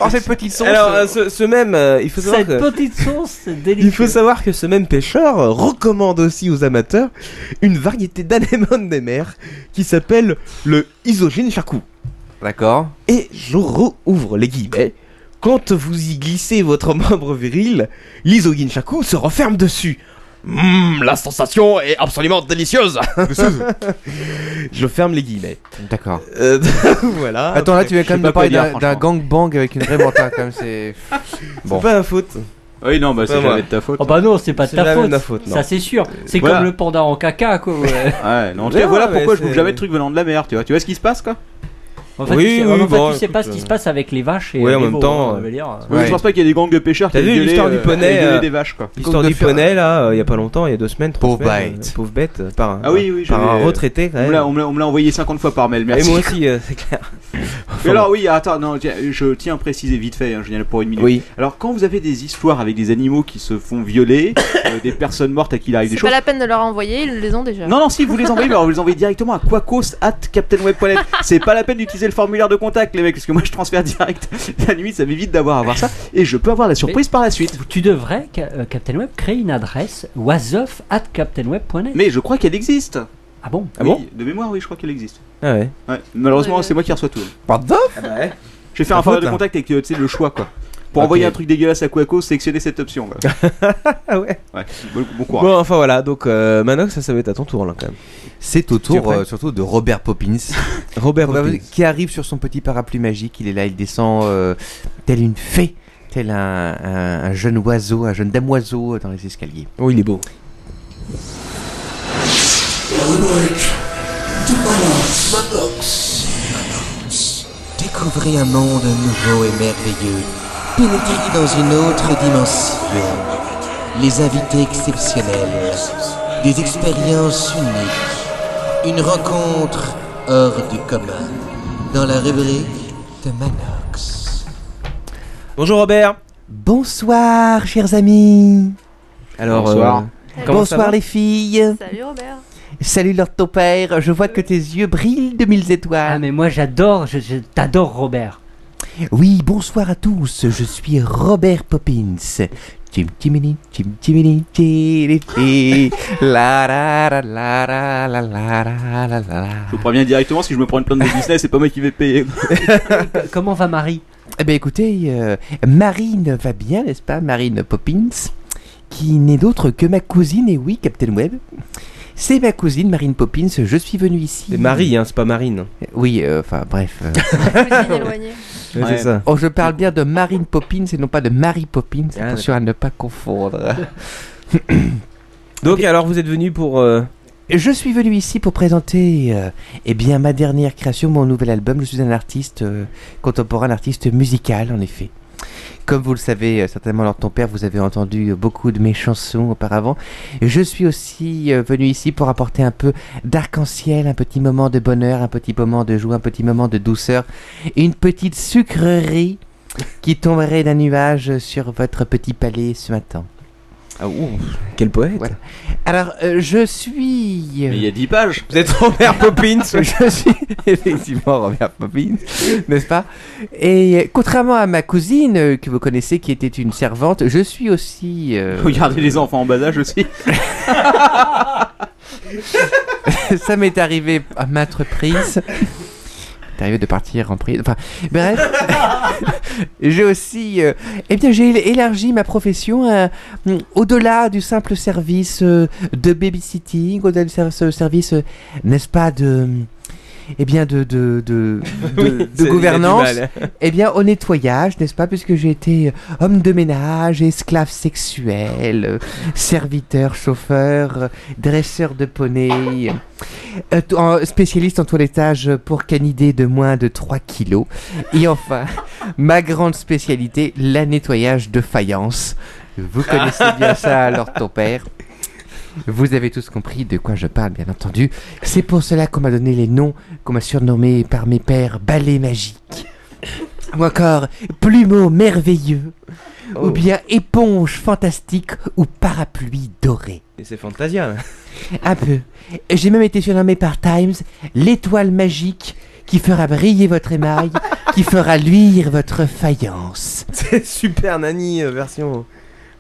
Speaker 6: Oh, cette petite sauce. Alors, euh, ce, ce même, euh, il faut savoir
Speaker 8: Cette
Speaker 6: que-
Speaker 8: petite sauce, c'est délicieux.
Speaker 6: Il faut savoir que ce même pêcheur euh, recommande aussi aux amateurs une variété d'anémones des mers qui s'appelle le isogène charcou.
Speaker 3: D'accord.
Speaker 6: Et je rouvre les guillemets. Quand vous y glissez votre membre viril, l'isogène charcou se referme dessus. Mmh, la sensation est absolument délicieuse. je ferme les guillemets.
Speaker 3: D'accord.
Speaker 6: Euh, voilà.
Speaker 3: Attends, là, tu viens quand même de parler d'un d'un
Speaker 6: gang
Speaker 3: gangbang avec une remanta, quand même, c'est. Bon.
Speaker 6: pas ma faute.
Speaker 4: Oui, non, bah
Speaker 6: Pas
Speaker 4: c'est
Speaker 6: moi.
Speaker 4: jamais de ta faute.
Speaker 8: Oh bah non, c'est pas de
Speaker 6: C'est
Speaker 8: ta
Speaker 6: jamais
Speaker 8: faute.
Speaker 6: de ma faute, non.
Speaker 8: ça c'est sûr. C'est
Speaker 4: Voilà.
Speaker 8: comme le panda en caca quoi. ouais.
Speaker 4: Ouais, non, en tout
Speaker 8: Mais
Speaker 4: cas, voilà
Speaker 8: non, mais
Speaker 4: pourquoi je
Speaker 8: c'est-
Speaker 4: bouge jamais de trucs venant de la mer, tu vois. Tu vois ce qui se passe, quoi
Speaker 8: En fait, tu sais, en fait, tu sais pas ce qui
Speaker 6: euh,
Speaker 8: se passe avec les vaches et
Speaker 4: Ouais,
Speaker 8: les
Speaker 4: en même
Speaker 8: veaux,
Speaker 4: temps,
Speaker 8: hein, je veux dire.
Speaker 4: Oui, Je pense pas qu'il y ait des gangs de pêcheurs qui
Speaker 6: T'as
Speaker 4: aient
Speaker 6: vu
Speaker 4: gueulé,
Speaker 6: l'histoire du
Speaker 4: euh,
Speaker 6: poney
Speaker 4: aient gueulé
Speaker 6: euh,
Speaker 4: des vaches, quoi.
Speaker 6: L'histoire du poney là, euh, il y a pas longtemps, il y a deux semaines, trois
Speaker 4: Pauvre
Speaker 6: semaines,
Speaker 4: bête.
Speaker 6: euh, Pauvre bête, euh, par un,
Speaker 4: Ah oui, oui, je
Speaker 6: par un
Speaker 4: l'ai-
Speaker 6: retraité. quand
Speaker 4: On me
Speaker 6: même.
Speaker 4: l'a- on me l'a- on me l'a envoyé 50 fois par mail, merci.
Speaker 6: Et moi aussi, euh, c'est clair.
Speaker 4: Mais alors oui, attends, non, tiens, je tiens à préciser vite fait, hein, je viens là pour une minute.
Speaker 6: Oui.
Speaker 4: Alors quand vous avez des histoires avec des animaux qui se font violer, euh, des personnes mortes à qui il arrive des
Speaker 9: C'est
Speaker 4: choses...
Speaker 9: pas la peine de leur envoyer, ils les ont déjà.
Speaker 4: Non, non, si vous les envoyez, mais alors vous les envoyez directement à quacos at captainweb.net. C'est pas la peine d'utiliser le formulaire de contact, les mecs, parce que moi je transfère direct. La limite, ça m'évite d'avoir à voir ça. Et je peux avoir la surprise par la suite.
Speaker 8: Tu devrais, ca- euh, Captain Web, créer une adresse wasof at captainweb.net.
Speaker 4: Mais je crois qu'elle existe.
Speaker 8: Ah bon
Speaker 4: Oui, De mémoire, oui, je crois qu'elle existe.
Speaker 6: Ah ouais.
Speaker 4: Ouais, malheureusement, c'est moi qui reçois tout. hein.
Speaker 3: Pardon
Speaker 4: Ah bah Je vais
Speaker 6: Ta
Speaker 4: faire un formulaire
Speaker 6: faute,
Speaker 4: de
Speaker 6: là.
Speaker 4: contact avec euh, tu sais, le choix, quoi. Pour
Speaker 6: Ok.
Speaker 4: envoyer un truc dégueulasse à Quaco, sélectionnez cette option. quoi.
Speaker 6: Ah ouais.
Speaker 4: Ouais, bon, bon courage.
Speaker 6: Bon, enfin voilà, donc euh, Manox, ça, ça va être à ton tour là quand même.
Speaker 3: C'est au
Speaker 6: Tu es
Speaker 3: tour
Speaker 6: prêt
Speaker 3: euh, surtout de Robert Poppins.
Speaker 6: Robert Poppins.
Speaker 3: Qui arrive sur son petit parapluie magique. Il est là, il descend euh, tel une fée, tel un, un- un jeune oiseau, un jeune dame oiseau euh, dans les escaliers.
Speaker 6: Oh, il est beau.
Speaker 1: Manox. Découvrez un monde nouveau et merveilleux. Pénétrez dans une autre dimension. Les invités exceptionnels. Des expériences uniques. Une rencontre hors du commun. Dans la rubrique de Manox.
Speaker 6: Bonjour Robert.
Speaker 1: Bonsoir, chers amis.
Speaker 6: Alors,
Speaker 1: Bonsoir.
Speaker 6: euh, comment ça
Speaker 1: Bonsoir,
Speaker 6: va
Speaker 1: les filles.
Speaker 9: Salut Robert.
Speaker 1: Salut Lord ton père, je vois que tes yeux brillent de mille étoiles.
Speaker 8: Ah mais moi j'adore, je, je t'adore Robert.
Speaker 1: Oui, bonsoir à tous, je suis Robert Poppins. Tim timini, tim timini, tiri, tiri. la la la la la la la la la la.
Speaker 4: Je vous préviens directement, si je me prends une plainte de Disney, c'est pas moi qui vais payer.
Speaker 8: Euh, Comment va Marie
Speaker 1: Eh bien écoutez, euh, Marine va bien, n'est-ce pas Marine Poppins, qui n'est d'autre que ma cousine, et oui, Captain Webb. C'est ma cousine Marine Poppins, je suis venue ici.
Speaker 6: C'est Marie, hein, c'est pas Marine.
Speaker 1: Oui, euh, enfin bref. euh.
Speaker 6: Ouais, c'est ça.
Speaker 1: Oh, je parle bien de Marine Poppins et non pas de Marie Poppins.
Speaker 6: Ah,
Speaker 1: Attention à ne pas confondre.
Speaker 6: Donc alors vous êtes venu pour... euh,
Speaker 1: Je suis venu ici pour présenter euh, eh bien, ma dernière création, mon nouvel album. Je suis un artiste euh, contemporain, un artiste musical en effet. Comme vous le savez euh, certainement lors de ton père, vous avez entendu euh, beaucoup de mes chansons auparavant. Je suis aussi euh, venu ici pour apporter un peu d'arc-en-ciel, un petit moment de bonheur, un petit moment de joie, un petit moment de douceur, une petite sucrerie qui tomberait d'un nuage sur votre petit palais ce matin.
Speaker 6: Ah ouh, quel poète
Speaker 1: Alors, euh, je suis... euh,
Speaker 4: Mais il y a 10 pages.
Speaker 6: Vous êtes Robert Poppins
Speaker 1: Je suis effectivement Robert Poppins, n'est-ce pas Et euh, contrairement à ma cousine euh, que vous connaissez qui était une servante, je suis aussi... euh,
Speaker 4: Regardez les enfants en bas âge aussi.
Speaker 1: Ça m'est arrivé à maintes reprises
Speaker 3: d'arriver de partir en prison. Enfin, bref, j'ai aussi, euh, eh bien, j'ai élargi ma profession à- mm, au-delà du simple service euh, de babysitting, au-delà du ser- service, euh, n'est-ce pas, de, eh bien, de, de, de, de-
Speaker 6: Oui,
Speaker 3: de
Speaker 6: c'est- il a du
Speaker 3: gouvernance.
Speaker 6: mal.
Speaker 3: Eh bien, au nettoyage, n'est-ce pas, puisque j'ai été euh, homme de ménage, esclave sexuel, euh, serviteur, chauffeur, euh, dresseur de poney, euh, t- en- spécialiste en toilettage pour canidés de moins de 3 kilos, et enfin, ma grande spécialité, la nettoyage de faïence. Vous connaissez bien ça, alors ton père. Vous avez tous compris de quoi je parle, bien entendu. C'est pour cela qu'on m'a donné les noms qu'on m'a surnommés par mes pères balai magique, ou encore plumeau merveilleux,
Speaker 6: Oh.
Speaker 3: ou bien éponge fantastique ou parapluie doré.
Speaker 6: Et c'est Fantasia, là.
Speaker 3: Un peu. J'ai même été surnommé par Times l'étoile magique qui fera briller votre émail, qui fera luire votre faïence.
Speaker 6: C'est Super Nanny euh, version,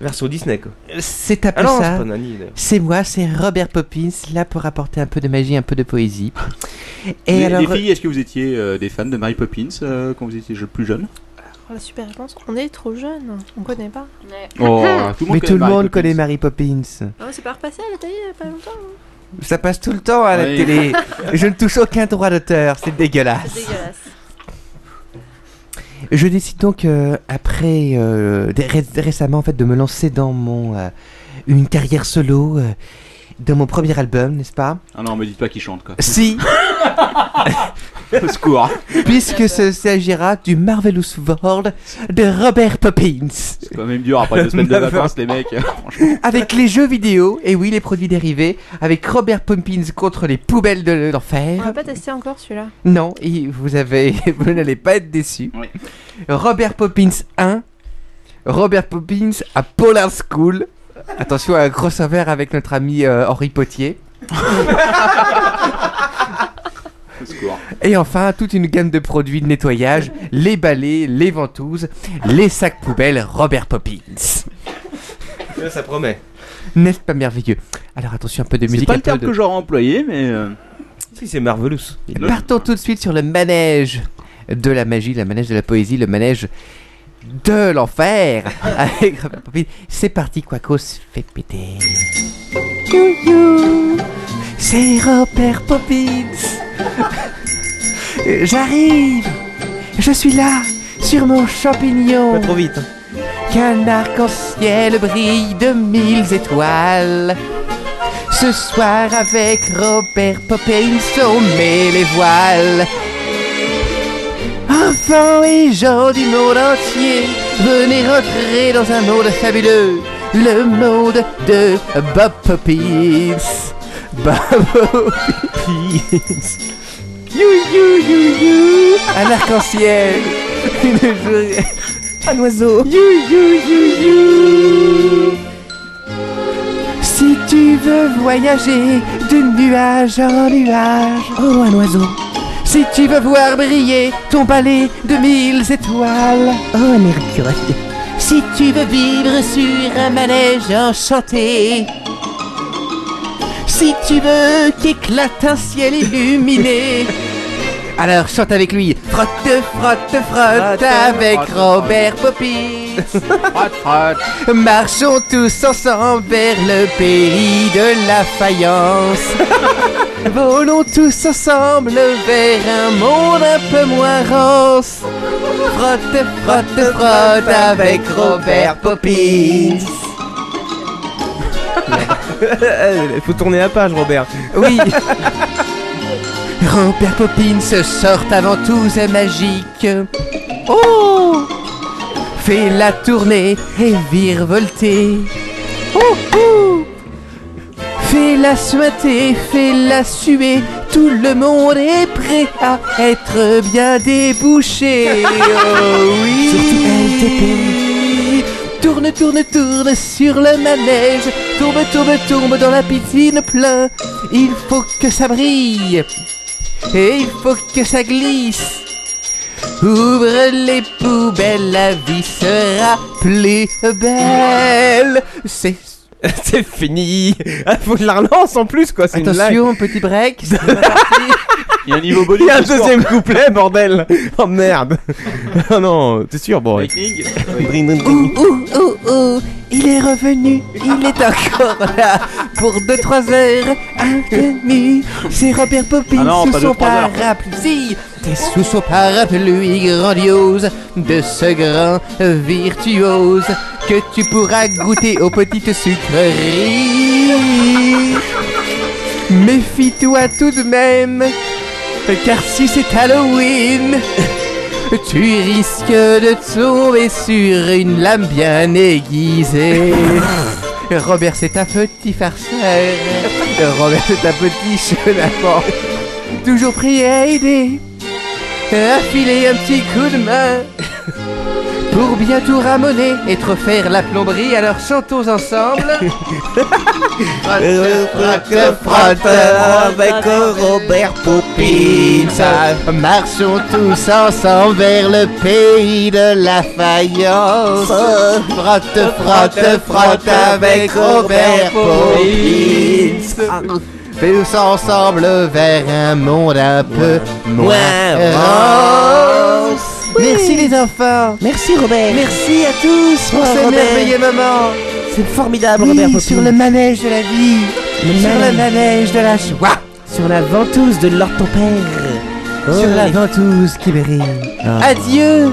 Speaker 6: version Disney, quoi.
Speaker 3: C'est
Speaker 6: Ah
Speaker 3: après
Speaker 6: non,
Speaker 3: ça.
Speaker 6: c'est pas Nanny, d'ailleurs.
Speaker 3: C'est moi, c'est Robert Poppins, là pour apporter un peu de magie, un peu de poésie. Et
Speaker 4: les,
Speaker 3: alors,
Speaker 4: les filles, est-ce que vous étiez euh, des fans de Mary Poppins euh, quand vous étiez je- plus jeune
Speaker 9: Oh, la super réponse. On est trop jeune, on connaît pas.
Speaker 4: Oh, tout
Speaker 3: mais
Speaker 4: le monde connaît
Speaker 3: tout le
Speaker 4: Mary
Speaker 3: monde
Speaker 4: Poppins.
Speaker 3: connaît Mary Poppins.
Speaker 9: Ah ouais, c'est pas repassé à la télé il y a pas longtemps. hein.
Speaker 3: Ça passe tout le temps à la
Speaker 4: Oui.
Speaker 3: télé. Je ne touche aucun droit d'auteur, c'est dégueulasse.
Speaker 9: C'est dégueulasse.
Speaker 3: Je décide donc euh, après euh, dé- ré- récemment en fait de me lancer dans mon euh, une carrière solo, euh, dans mon premier album, n'est-ce pas
Speaker 4: Ah non, me dites pas qu'ils chantent quoi.
Speaker 3: Si.
Speaker 4: Au secours.
Speaker 3: Puisque ce s'agira du Marvelous World de Robert Poppins.
Speaker 4: C'est quand même dur après deux semaines de vacances, les mecs.
Speaker 3: Avec les jeux vidéo, et oui, les produits dérivés, avec Robert Poppins contre les poubelles de
Speaker 9: On l'a
Speaker 3: l'enfer.
Speaker 9: pas testé encore celui-là.
Speaker 3: Non, et vous avez, vous n'allez pas être déçus. Robert Poppins 1, Robert Poppins à Polar School. Attention à un crossover avec notre ami euh, Henri Potier.
Speaker 4: Au secours.
Speaker 3: Et enfin, toute une gamme de produits de nettoyage, les balais, les ventouses, les sacs poubelles Robert Poppins.
Speaker 6: Là, ça promet.
Speaker 3: N'est-ce pas merveilleux Alors attention, un peu de
Speaker 4: C'est
Speaker 3: musique.
Speaker 4: pas
Speaker 3: un
Speaker 4: le
Speaker 3: peu
Speaker 4: terme
Speaker 3: de-
Speaker 4: que j'aurais employé, mais. euh,
Speaker 6: Si, c'est Marvelous.
Speaker 3: Partons tout de suite sur le manège de la magie, le manège de la poésie, le manège de l'enfer avec Robert Poppins. C'est parti, Quacos, fait péter. Youhou, c'est Robert Poppins. Euh, J'arrive, je suis là, sur mon champignon.
Speaker 6: Pas trop vite. hein.
Speaker 3: Qu'un arc-en-ciel brille de mille étoiles. Ce soir avec Robert Poppins, on met les voiles. Enfants et gens du monde entier, venez rentrer dans un monde fabuleux, le monde de Bob Poppins. Bob Poppins. You, you, you, you. Un arc-en-ciel, une journée, un oiseau. You, you, you, you. Si tu veux voyager de nuage en nuage, oh un oiseau. Si tu veux voir briller ton palais de mille étoiles, oh Mercure. Si tu veux vivre sur un manège enchanté, si tu veux qu'éclate un ciel illuminé. Alors chante avec lui. Frotte, frotte, frotte, avec
Speaker 2: frotte,
Speaker 3: Robert Poppins. Marchons tous ensemble vers le pays de la faïence. Volons tous ensemble vers un monde un peu moins rance. Frotte, frotte, frotte avec Robert Poppins.
Speaker 6: Il faut tourner la page, Robert.
Speaker 3: Oui. Robert Poppins sort avant tout c'est magique. Oh Fais la tournée et virevolter. Oh, oh. Fais la suinter, fais la suer, tout le monde est prêt à être bien débouché. Oh oui Tourne, tourne, tourne sur le manège. Tourne, tourne, tourne dans la piscine plein. Il faut que ça brille. Et il faut que ça glisse. Ouvre les poubelles, la vie sera plus belle. C'est
Speaker 6: c'est fini. Ah, faut que je la relance en plus, quoi.
Speaker 3: Attention, petit break. c'est reparti.
Speaker 4: Il y a un niveau bonus.
Speaker 6: Il y a un
Speaker 4: de score.
Speaker 6: deuxième couplet, bordel Oh merde Oh non, t'es sûr, bon. ouais.
Speaker 4: Lightning
Speaker 6: Dring, dring, dring.
Speaker 7: Ouh, ouh, ouh, ouh, il est revenu, il est encore là pour 2-3 heures. Bienvenue, c'est Robert Poppins
Speaker 4: Ah non,
Speaker 7: sous
Speaker 4: pas deux,
Speaker 7: son
Speaker 4: trois heures.
Speaker 7: parapluie. Si, c'est sous son parapluie grandiose de ce grand virtuose que tu pourras goûter aux petites sucreries. Méfie-toi tout de même, car si c'est Halloween, tu risques de tomber sur une lame bien aiguisée. Robert, c'est un petit farceur. Robert, c'est un petit chenapan. Toujours prêt à aider, à filer Euh, un petit coup de main. Pour bien tout ramener et te refaire la plomberie, alors chantons ensemble. avec Robert Poppins. Marchons tous ensemble vers le pays de la faïence. Frotte, frotte, frotte avec Robert Poppins. Tous ensemble vers un monde un peu moins rance.
Speaker 20: Merci
Speaker 7: les enfants.
Speaker 20: Merci Robert. Merci à tous
Speaker 7: pour ces merveilleux moments.
Speaker 20: C'est formidable
Speaker 7: Oui,
Speaker 20: Robert Poppins.
Speaker 7: Oh, sur le manège de la vie.
Speaker 20: Le
Speaker 7: sur le
Speaker 20: manège.
Speaker 7: manège de la joie.
Speaker 20: Sur la ventouse de Lord ton père.
Speaker 7: Sur la
Speaker 20: ventouse qui brille. Ah.
Speaker 7: Adieu.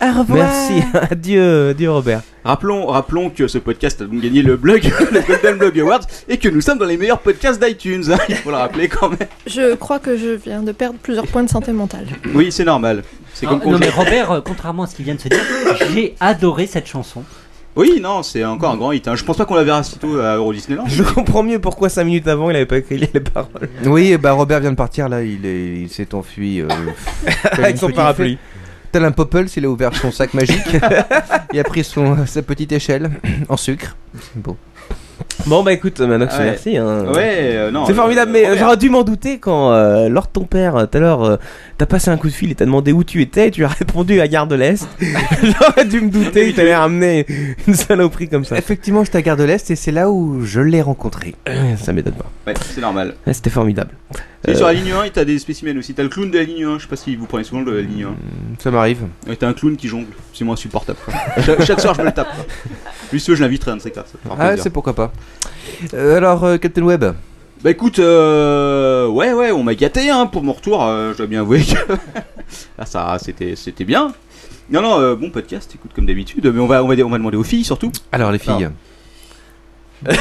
Speaker 7: Au revoir.
Speaker 6: Merci, adieu, adieu Robert.
Speaker 4: Rappelons, rappelons que ce podcast a donc gagné le blog, le Golden Blog Awards, et que nous sommes dans les meilleurs podcasts d'iTunes. hein, il faut le rappeler quand même.
Speaker 9: Je crois que je viens de perdre plusieurs points de santé mentale.
Speaker 4: Oui, c'est normal. C'est
Speaker 8: Ah,
Speaker 4: comme
Speaker 8: non
Speaker 4: congé.
Speaker 8: mais Robert, euh, contrairement à ce qu'il vient de se dire, j'ai adoré cette chanson.
Speaker 4: Oui, non, c'est encore un grand hit. hein. Je pense pas qu'on la verra surtout à Euro Disneyland.
Speaker 6: Je comprends mieux pourquoi 5 minutes avant il avait pas écrit les paroles.
Speaker 3: Oui, bah Robert vient de partir là, il est- il s'est enfui. euh, tel
Speaker 6: Avec
Speaker 3: une
Speaker 6: son
Speaker 3: petite
Speaker 6: parapluie.
Speaker 3: fête. Tel un Popples, il a ouvert son sac magique. il a pris son, euh, sa petite échelle en sucre. Bon.
Speaker 6: Bon bah écoute, Manox,
Speaker 3: Ouais.
Speaker 6: merci. hein.
Speaker 3: Ouais, euh, non,
Speaker 6: C'est formidable,
Speaker 3: euh,
Speaker 6: mais
Speaker 3: Robert.
Speaker 6: j'aurais dû m'en douter quand euh, lors de ton père, euh, tout à l'heure, euh, t'as passé un coup de fil et t'as demandé où tu étais, et tu as répondu à Gare de l'Est. j'aurais dû me douter que t'allais ramener une saloperie comme ça.
Speaker 3: Effectivement, j'étais à Gare de l'Est et c'est là où je l'ai rencontré.
Speaker 6: ça m'étonne pas.
Speaker 4: Ouais, c'est normal.
Speaker 6: Ouais, C'était formidable.
Speaker 4: Et
Speaker 6: Euh,
Speaker 4: sur la ligne 1, t'as des spécimens aussi. T'as le clown de la ligne 1. Je sais pas si vous prenez souvent le de la ligne 1.
Speaker 3: Ça m'arrive.
Speaker 4: Ouais, t'as un clown qui jongle. C'est moi insupportable. quoi. Cha- chaque soir, je me le tape. quoi. Lui, ce, je l'inviterai un de ces quatre. ça fera
Speaker 3: Ah,
Speaker 4: plaisir.
Speaker 3: c'est pourquoi pas. Euh, alors, euh, Captain Web
Speaker 4: Bah écoute, euh, ouais, ouais, on m'a gâté hein, pour mon retour, euh, je dois bien avouer que ah, ça, c'était, c'était bien. Non, non, euh, bon podcast, écoute, comme d'habitude, mais on va, on, va, on va demander aux filles surtout.
Speaker 3: Alors, les filles.
Speaker 9: Alors,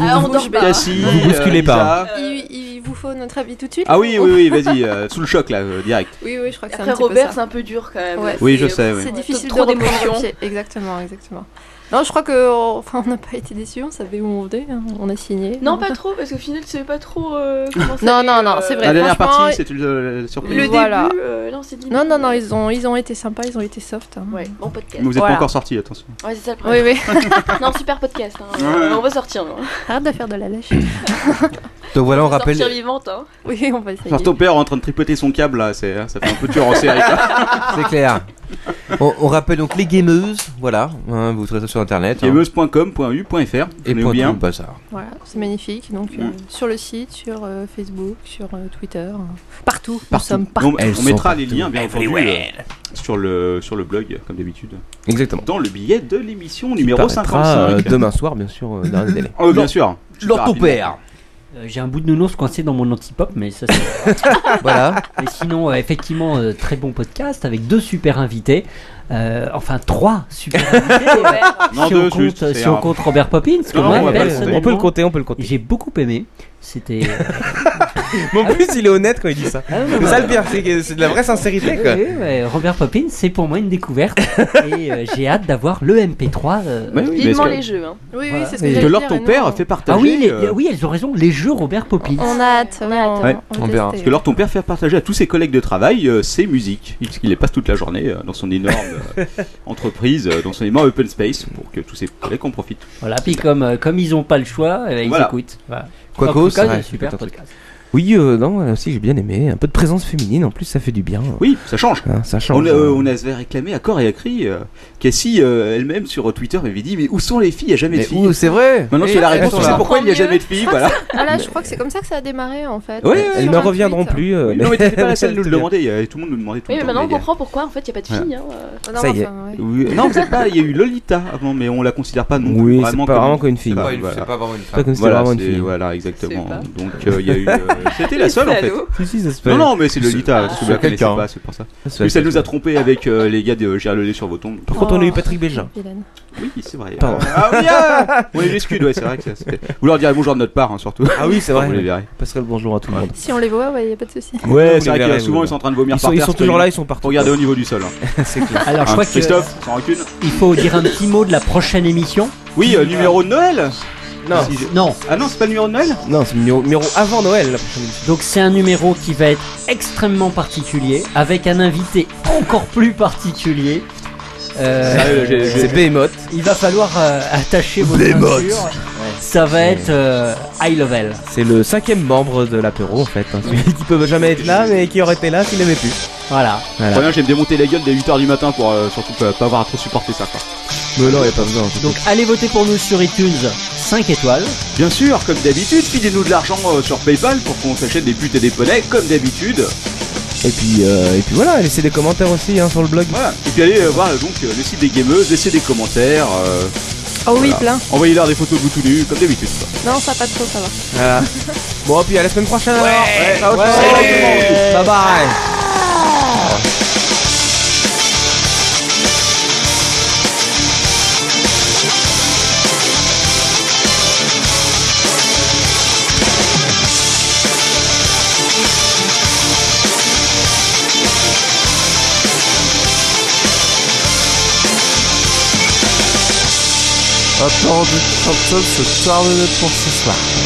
Speaker 9: Ah, on dort pas.
Speaker 6: Bah, Vous bousculez pas. hein.
Speaker 9: Il, il vous faut notre avis tout de suite
Speaker 4: euh, Ah oui, oui, oui, vas-y, euh, sous le choc là, euh, direct.
Speaker 9: Oui, oui, je crois que c'est un
Speaker 21: Après,
Speaker 9: petit peu
Speaker 21: Robert,
Speaker 9: ça.
Speaker 21: c'est un peu dur, quand même.
Speaker 9: Ouais.
Speaker 4: Oui, je sais, oui.
Speaker 9: C'est difficile
Speaker 21: Trop
Speaker 9: de reprendre
Speaker 21: d'émotions.
Speaker 9: pied. Exactement, exactement. Non, je crois que on- enfin, on n'a pas été déçus, on savait où on venait, hein, on a signé.
Speaker 21: Non, pas trop, parce qu'au final, tu savais pas trop euh, comment ça
Speaker 9: Non,
Speaker 21: allait,
Speaker 9: non, non,
Speaker 21: euh,
Speaker 9: c'est vrai.
Speaker 4: La dernière
Speaker 9: franchement,
Speaker 4: partie, c'était euh, la surprise.
Speaker 9: Le voilà.
Speaker 21: début, euh, là, on s'est dit,
Speaker 9: Non, non, non, ils ont, ils ont été sympas, ils ont été soft. hein.
Speaker 21: Ouais, bon podcast.
Speaker 4: Mais vous êtes pas encore sortis, attention.
Speaker 21: Ouais, c'est ça le problème.
Speaker 9: Oui, oui.
Speaker 21: non, super podcast. hein.
Speaker 4: Ouais.
Speaker 21: On va sortir. non.
Speaker 9: Arrête de faire de la lèche.
Speaker 3: Donc voilà, on rappelle.
Speaker 21: Sortir vivante. Hein.
Speaker 9: oui, on va essayer.
Speaker 4: Genre ton père en train de tripoter son câble là, c'est, hein, ça fait un peu tueur en série.
Speaker 3: C'est clair. On, on rappelle donc les gameuses, voilà, hein, vous trouvez ça sur internet. hein.
Speaker 4: Gameuse.com.u.fr
Speaker 3: Et
Speaker 4: on est
Speaker 3: point
Speaker 4: bien.
Speaker 3: tout le bazar.
Speaker 9: Voilà, c'est magnifique. Donc,
Speaker 4: Mm.
Speaker 9: euh, sur le site, sur euh, Facebook, sur euh, Twitter, euh, partout. Nous sommes partout.
Speaker 4: On, on mettra les liens bien entendu euh, sur le sur le blog comme d'habitude.
Speaker 6: Exactement.
Speaker 4: Dans le billet de l'émission numéro
Speaker 6: paraîtra,
Speaker 4: 55.
Speaker 6: euh, demain soir, bien sûr, euh, dans les délais.
Speaker 4: Oh, bien sûr. Super rapide.
Speaker 8: Euh, J'ai un bout de nounours coincé dans mon anti-pop, mais ça c'est.
Speaker 3: voilà.
Speaker 8: Mais sinon, euh, effectivement, euh, très bon podcast avec deux super invités. Euh, enfin, trois super invités.
Speaker 6: Non,
Speaker 8: si
Speaker 6: deux,
Speaker 8: on compte,
Speaker 6: juste, c'est
Speaker 8: si on
Speaker 6: un.
Speaker 8: compte Robert Poppins, que
Speaker 6: Non,
Speaker 8: moi,
Speaker 6: on va pas le compter.
Speaker 8: personnellement,
Speaker 6: On peut le compter, on peut le compter.
Speaker 8: J'ai beaucoup aimé. C'était.
Speaker 6: Mais en plus, il est honnête quand il dit ça.
Speaker 8: ouais,
Speaker 6: C'est
Speaker 8: ouais.
Speaker 6: ça le pire, c'est que c'est de la vraie sincérité quoi.
Speaker 8: Oui, ouais, Robert Poppins, c'est pour moi une découverte. et euh, j'ai hâte d'avoir le MP3. euh,
Speaker 4: Ouais, oui, mais Vivement est-ce que- les
Speaker 21: jeux. Hein.
Speaker 9: Oui, oui,
Speaker 8: Voilà.
Speaker 9: c'est ce que j'allais dire. et nous, on-
Speaker 8: Ah oui, les-
Speaker 4: euh,
Speaker 8: oui, elles ont raison, les jeux Robert Poppins.
Speaker 6: Oh.
Speaker 9: On a hâte. On a hâte.
Speaker 4: Ouais,
Speaker 9: on va
Speaker 4: Parce
Speaker 9: tester.
Speaker 4: que alors ton père fait partager à tous ses collègues de travail euh, ses musiques, Il- puisqu'il les passe toute la journée euh, dans son énorme euh, entreprise, euh, dans son énorme open space, pour que tous ses collègues en profitent.
Speaker 8: Voilà, puis comme, euh, comme ils n'ont pas le choix, euh, ils
Speaker 4: Voilà.
Speaker 8: écoutent. Voilà.
Speaker 4: Quacos,
Speaker 8: En tout cas,
Speaker 4: ouais,
Speaker 8: un super
Speaker 4: peut-être un truc.
Speaker 8: podcast.
Speaker 6: Oui, euh, non, là aussi j'ai bien aimé. Un peu de présence féminine en plus, ça fait du bien.
Speaker 4: Oui, ça change.
Speaker 6: Ah, ça change.
Speaker 4: On, a-
Speaker 6: hein.
Speaker 4: on a réclamé à corps et à cri. euh, Cassie euh, elle-même sur Twitter m'avait dit Mais où sont les filles Il n'y a jamais de
Speaker 3: Mais
Speaker 4: filles.
Speaker 3: où, c'est vrai
Speaker 4: Maintenant
Speaker 3: Et
Speaker 4: tu as la
Speaker 3: elles
Speaker 4: réponse,
Speaker 3: sont
Speaker 4: tu sais
Speaker 3: là.
Speaker 4: pourquoi il n'y a
Speaker 9: Tant mieux.
Speaker 4: jamais de filles.
Speaker 9: Je crois
Speaker 4: Voilà.
Speaker 9: que c'est- Voilà, Ah, je crois que c'est comme ça que ça a démarré en fait.
Speaker 4: Ouais,
Speaker 9: Euh,
Speaker 4: ouais,
Speaker 9: sur
Speaker 4: elles
Speaker 9: un
Speaker 4: ne
Speaker 9: tweet.
Speaker 6: reviendront plus. euh,
Speaker 4: Oui, non, mais t'étais pas la
Speaker 6: mais-
Speaker 4: seule à nous le demander. euh, Tout le monde nous demandait tout
Speaker 14: Oui, mais
Speaker 4: le temps.
Speaker 14: maintenant on
Speaker 4: mais-
Speaker 14: comprend pourquoi en fait il n'y a pas de
Speaker 4: Ouais.
Speaker 14: filles. hein, euh.
Speaker 6: Ça y est. ouais.
Speaker 4: Oui, Non, vous êtes pas. Il y a eu Lolita avant, mais on la considère pas non plus
Speaker 6: Oui, c'est
Speaker 4: vraiment
Speaker 6: pas
Speaker 4: comme
Speaker 6: vraiment comme une fille.
Speaker 4: Voilà,
Speaker 6: C'est pas une-
Speaker 4: voilà.
Speaker 6: c'est pas vraiment une femme. Pas comme si
Speaker 4: Voilà,
Speaker 6: c'était vraiment une
Speaker 4: c'est-
Speaker 6: fille.
Speaker 4: Voilà, exactement. Donc euh, il y a eu. euh, C'était la
Speaker 6: Les
Speaker 4: seule en fait.
Speaker 6: salauds. Si, si, ça se
Speaker 4: Non,
Speaker 6: fait.
Speaker 4: non, mais c'est
Speaker 6: C'est-
Speaker 4: Lolita.
Speaker 6: ah.
Speaker 4: parce que
Speaker 6: C'est
Speaker 4: vous la connaissez
Speaker 6: quelqu'un.
Speaker 4: pas, c'est pour ça.
Speaker 6: Ça se fait
Speaker 4: Mais ça
Speaker 6: à
Speaker 4: nous a Ah. trompé avec euh, les gars de Gérard Lelay sur vos tombes.
Speaker 6: Par contre, on a eu Patrick Bégin.
Speaker 4: Oui, c'est vrai.
Speaker 6: Pardon.
Speaker 4: Ah oui, ah On a eu les scuds, ouais, c'est vrai que ça, c'était. Vous leur direz bonjour de notre part, hein, surtout.
Speaker 6: Ah oui, c'est vrai.
Speaker 4: Vous les verrez.
Speaker 6: Passerait le bonjour à tout le monde.
Speaker 9: Si on les voit, ouais, y a pas de souci.
Speaker 4: Ouais,
Speaker 6: Vous
Speaker 4: c'est
Speaker 6: les
Speaker 4: vrai
Speaker 6: verrez,
Speaker 4: que souvent
Speaker 6: vous.
Speaker 4: ils sont en train de vomir
Speaker 6: Ils sont-
Speaker 4: par
Speaker 6: ils
Speaker 4: terre,
Speaker 6: sont
Speaker 4: c'est
Speaker 6: toujours
Speaker 4: connu.
Speaker 6: là, ils sont partout.
Speaker 4: Regardez au niveau du sol. hein.
Speaker 6: C'est clair.
Speaker 8: Alors, Ah, je
Speaker 4: Hein,
Speaker 8: crois que- euh,
Speaker 4: Christophe, sans rancune.
Speaker 8: Il faut dire un petit mot de la prochaine émission.
Speaker 4: Oui, euh, numéro de Noël
Speaker 8: Non.
Speaker 4: Si je-
Speaker 8: Non.
Speaker 4: Ah non, c'est pas le numéro de Noël
Speaker 6: Non, c'est le numéro, numéro avant Noël.
Speaker 8: Donc c'est un numéro qui va être extrêmement particulier, avec un invité encore plus particulier. Euh,
Speaker 6: Sérieux, j'ai- j'ai- C'est Behemoth.
Speaker 8: Il va falloir euh, attacher vos
Speaker 6: Behemoth.
Speaker 8: ceintures. Ça va être euh, high level.
Speaker 6: C'est le cinquième membre de l'apéro en fait. hein. Celui qui peut jamais être là, mais qui aurait été là s'il n'aimait plus.
Speaker 8: Voilà.
Speaker 6: Voilà.
Speaker 4: Moi, je vais me démonter la gueule dès 8h du matin pour euh, surtout pas, pas avoir à trop supporter ça. Quoi.
Speaker 6: Mais non, y a pas besoin.
Speaker 8: Donc allez voter pour nous sur iTunes 5 étoiles.
Speaker 4: Bien sûr, comme d'habitude, filez-nous de l'argent euh, sur PayPal pour qu'on s'achète des putes et des poneys, comme d'habitude.
Speaker 6: Et puis, euh, et puis voilà, laissez des commentaires aussi hein, sur le blog.
Speaker 4: Voilà. Et puis allez euh, voir euh, donc euh, le site des gameuses, laissez des commentaires. euh,
Speaker 9: Oh oui, plein.
Speaker 4: Envoyez-leur des photos de vous tout nus, comme d'habitude. quoi.
Speaker 9: Non, ça pas trop, ça va.
Speaker 6: Voilà. Ah. bon, puis à la semaine prochaine. alors. Ciao, ciao. Bye bye.
Speaker 16: Attends, Champton se termine pour ce soir.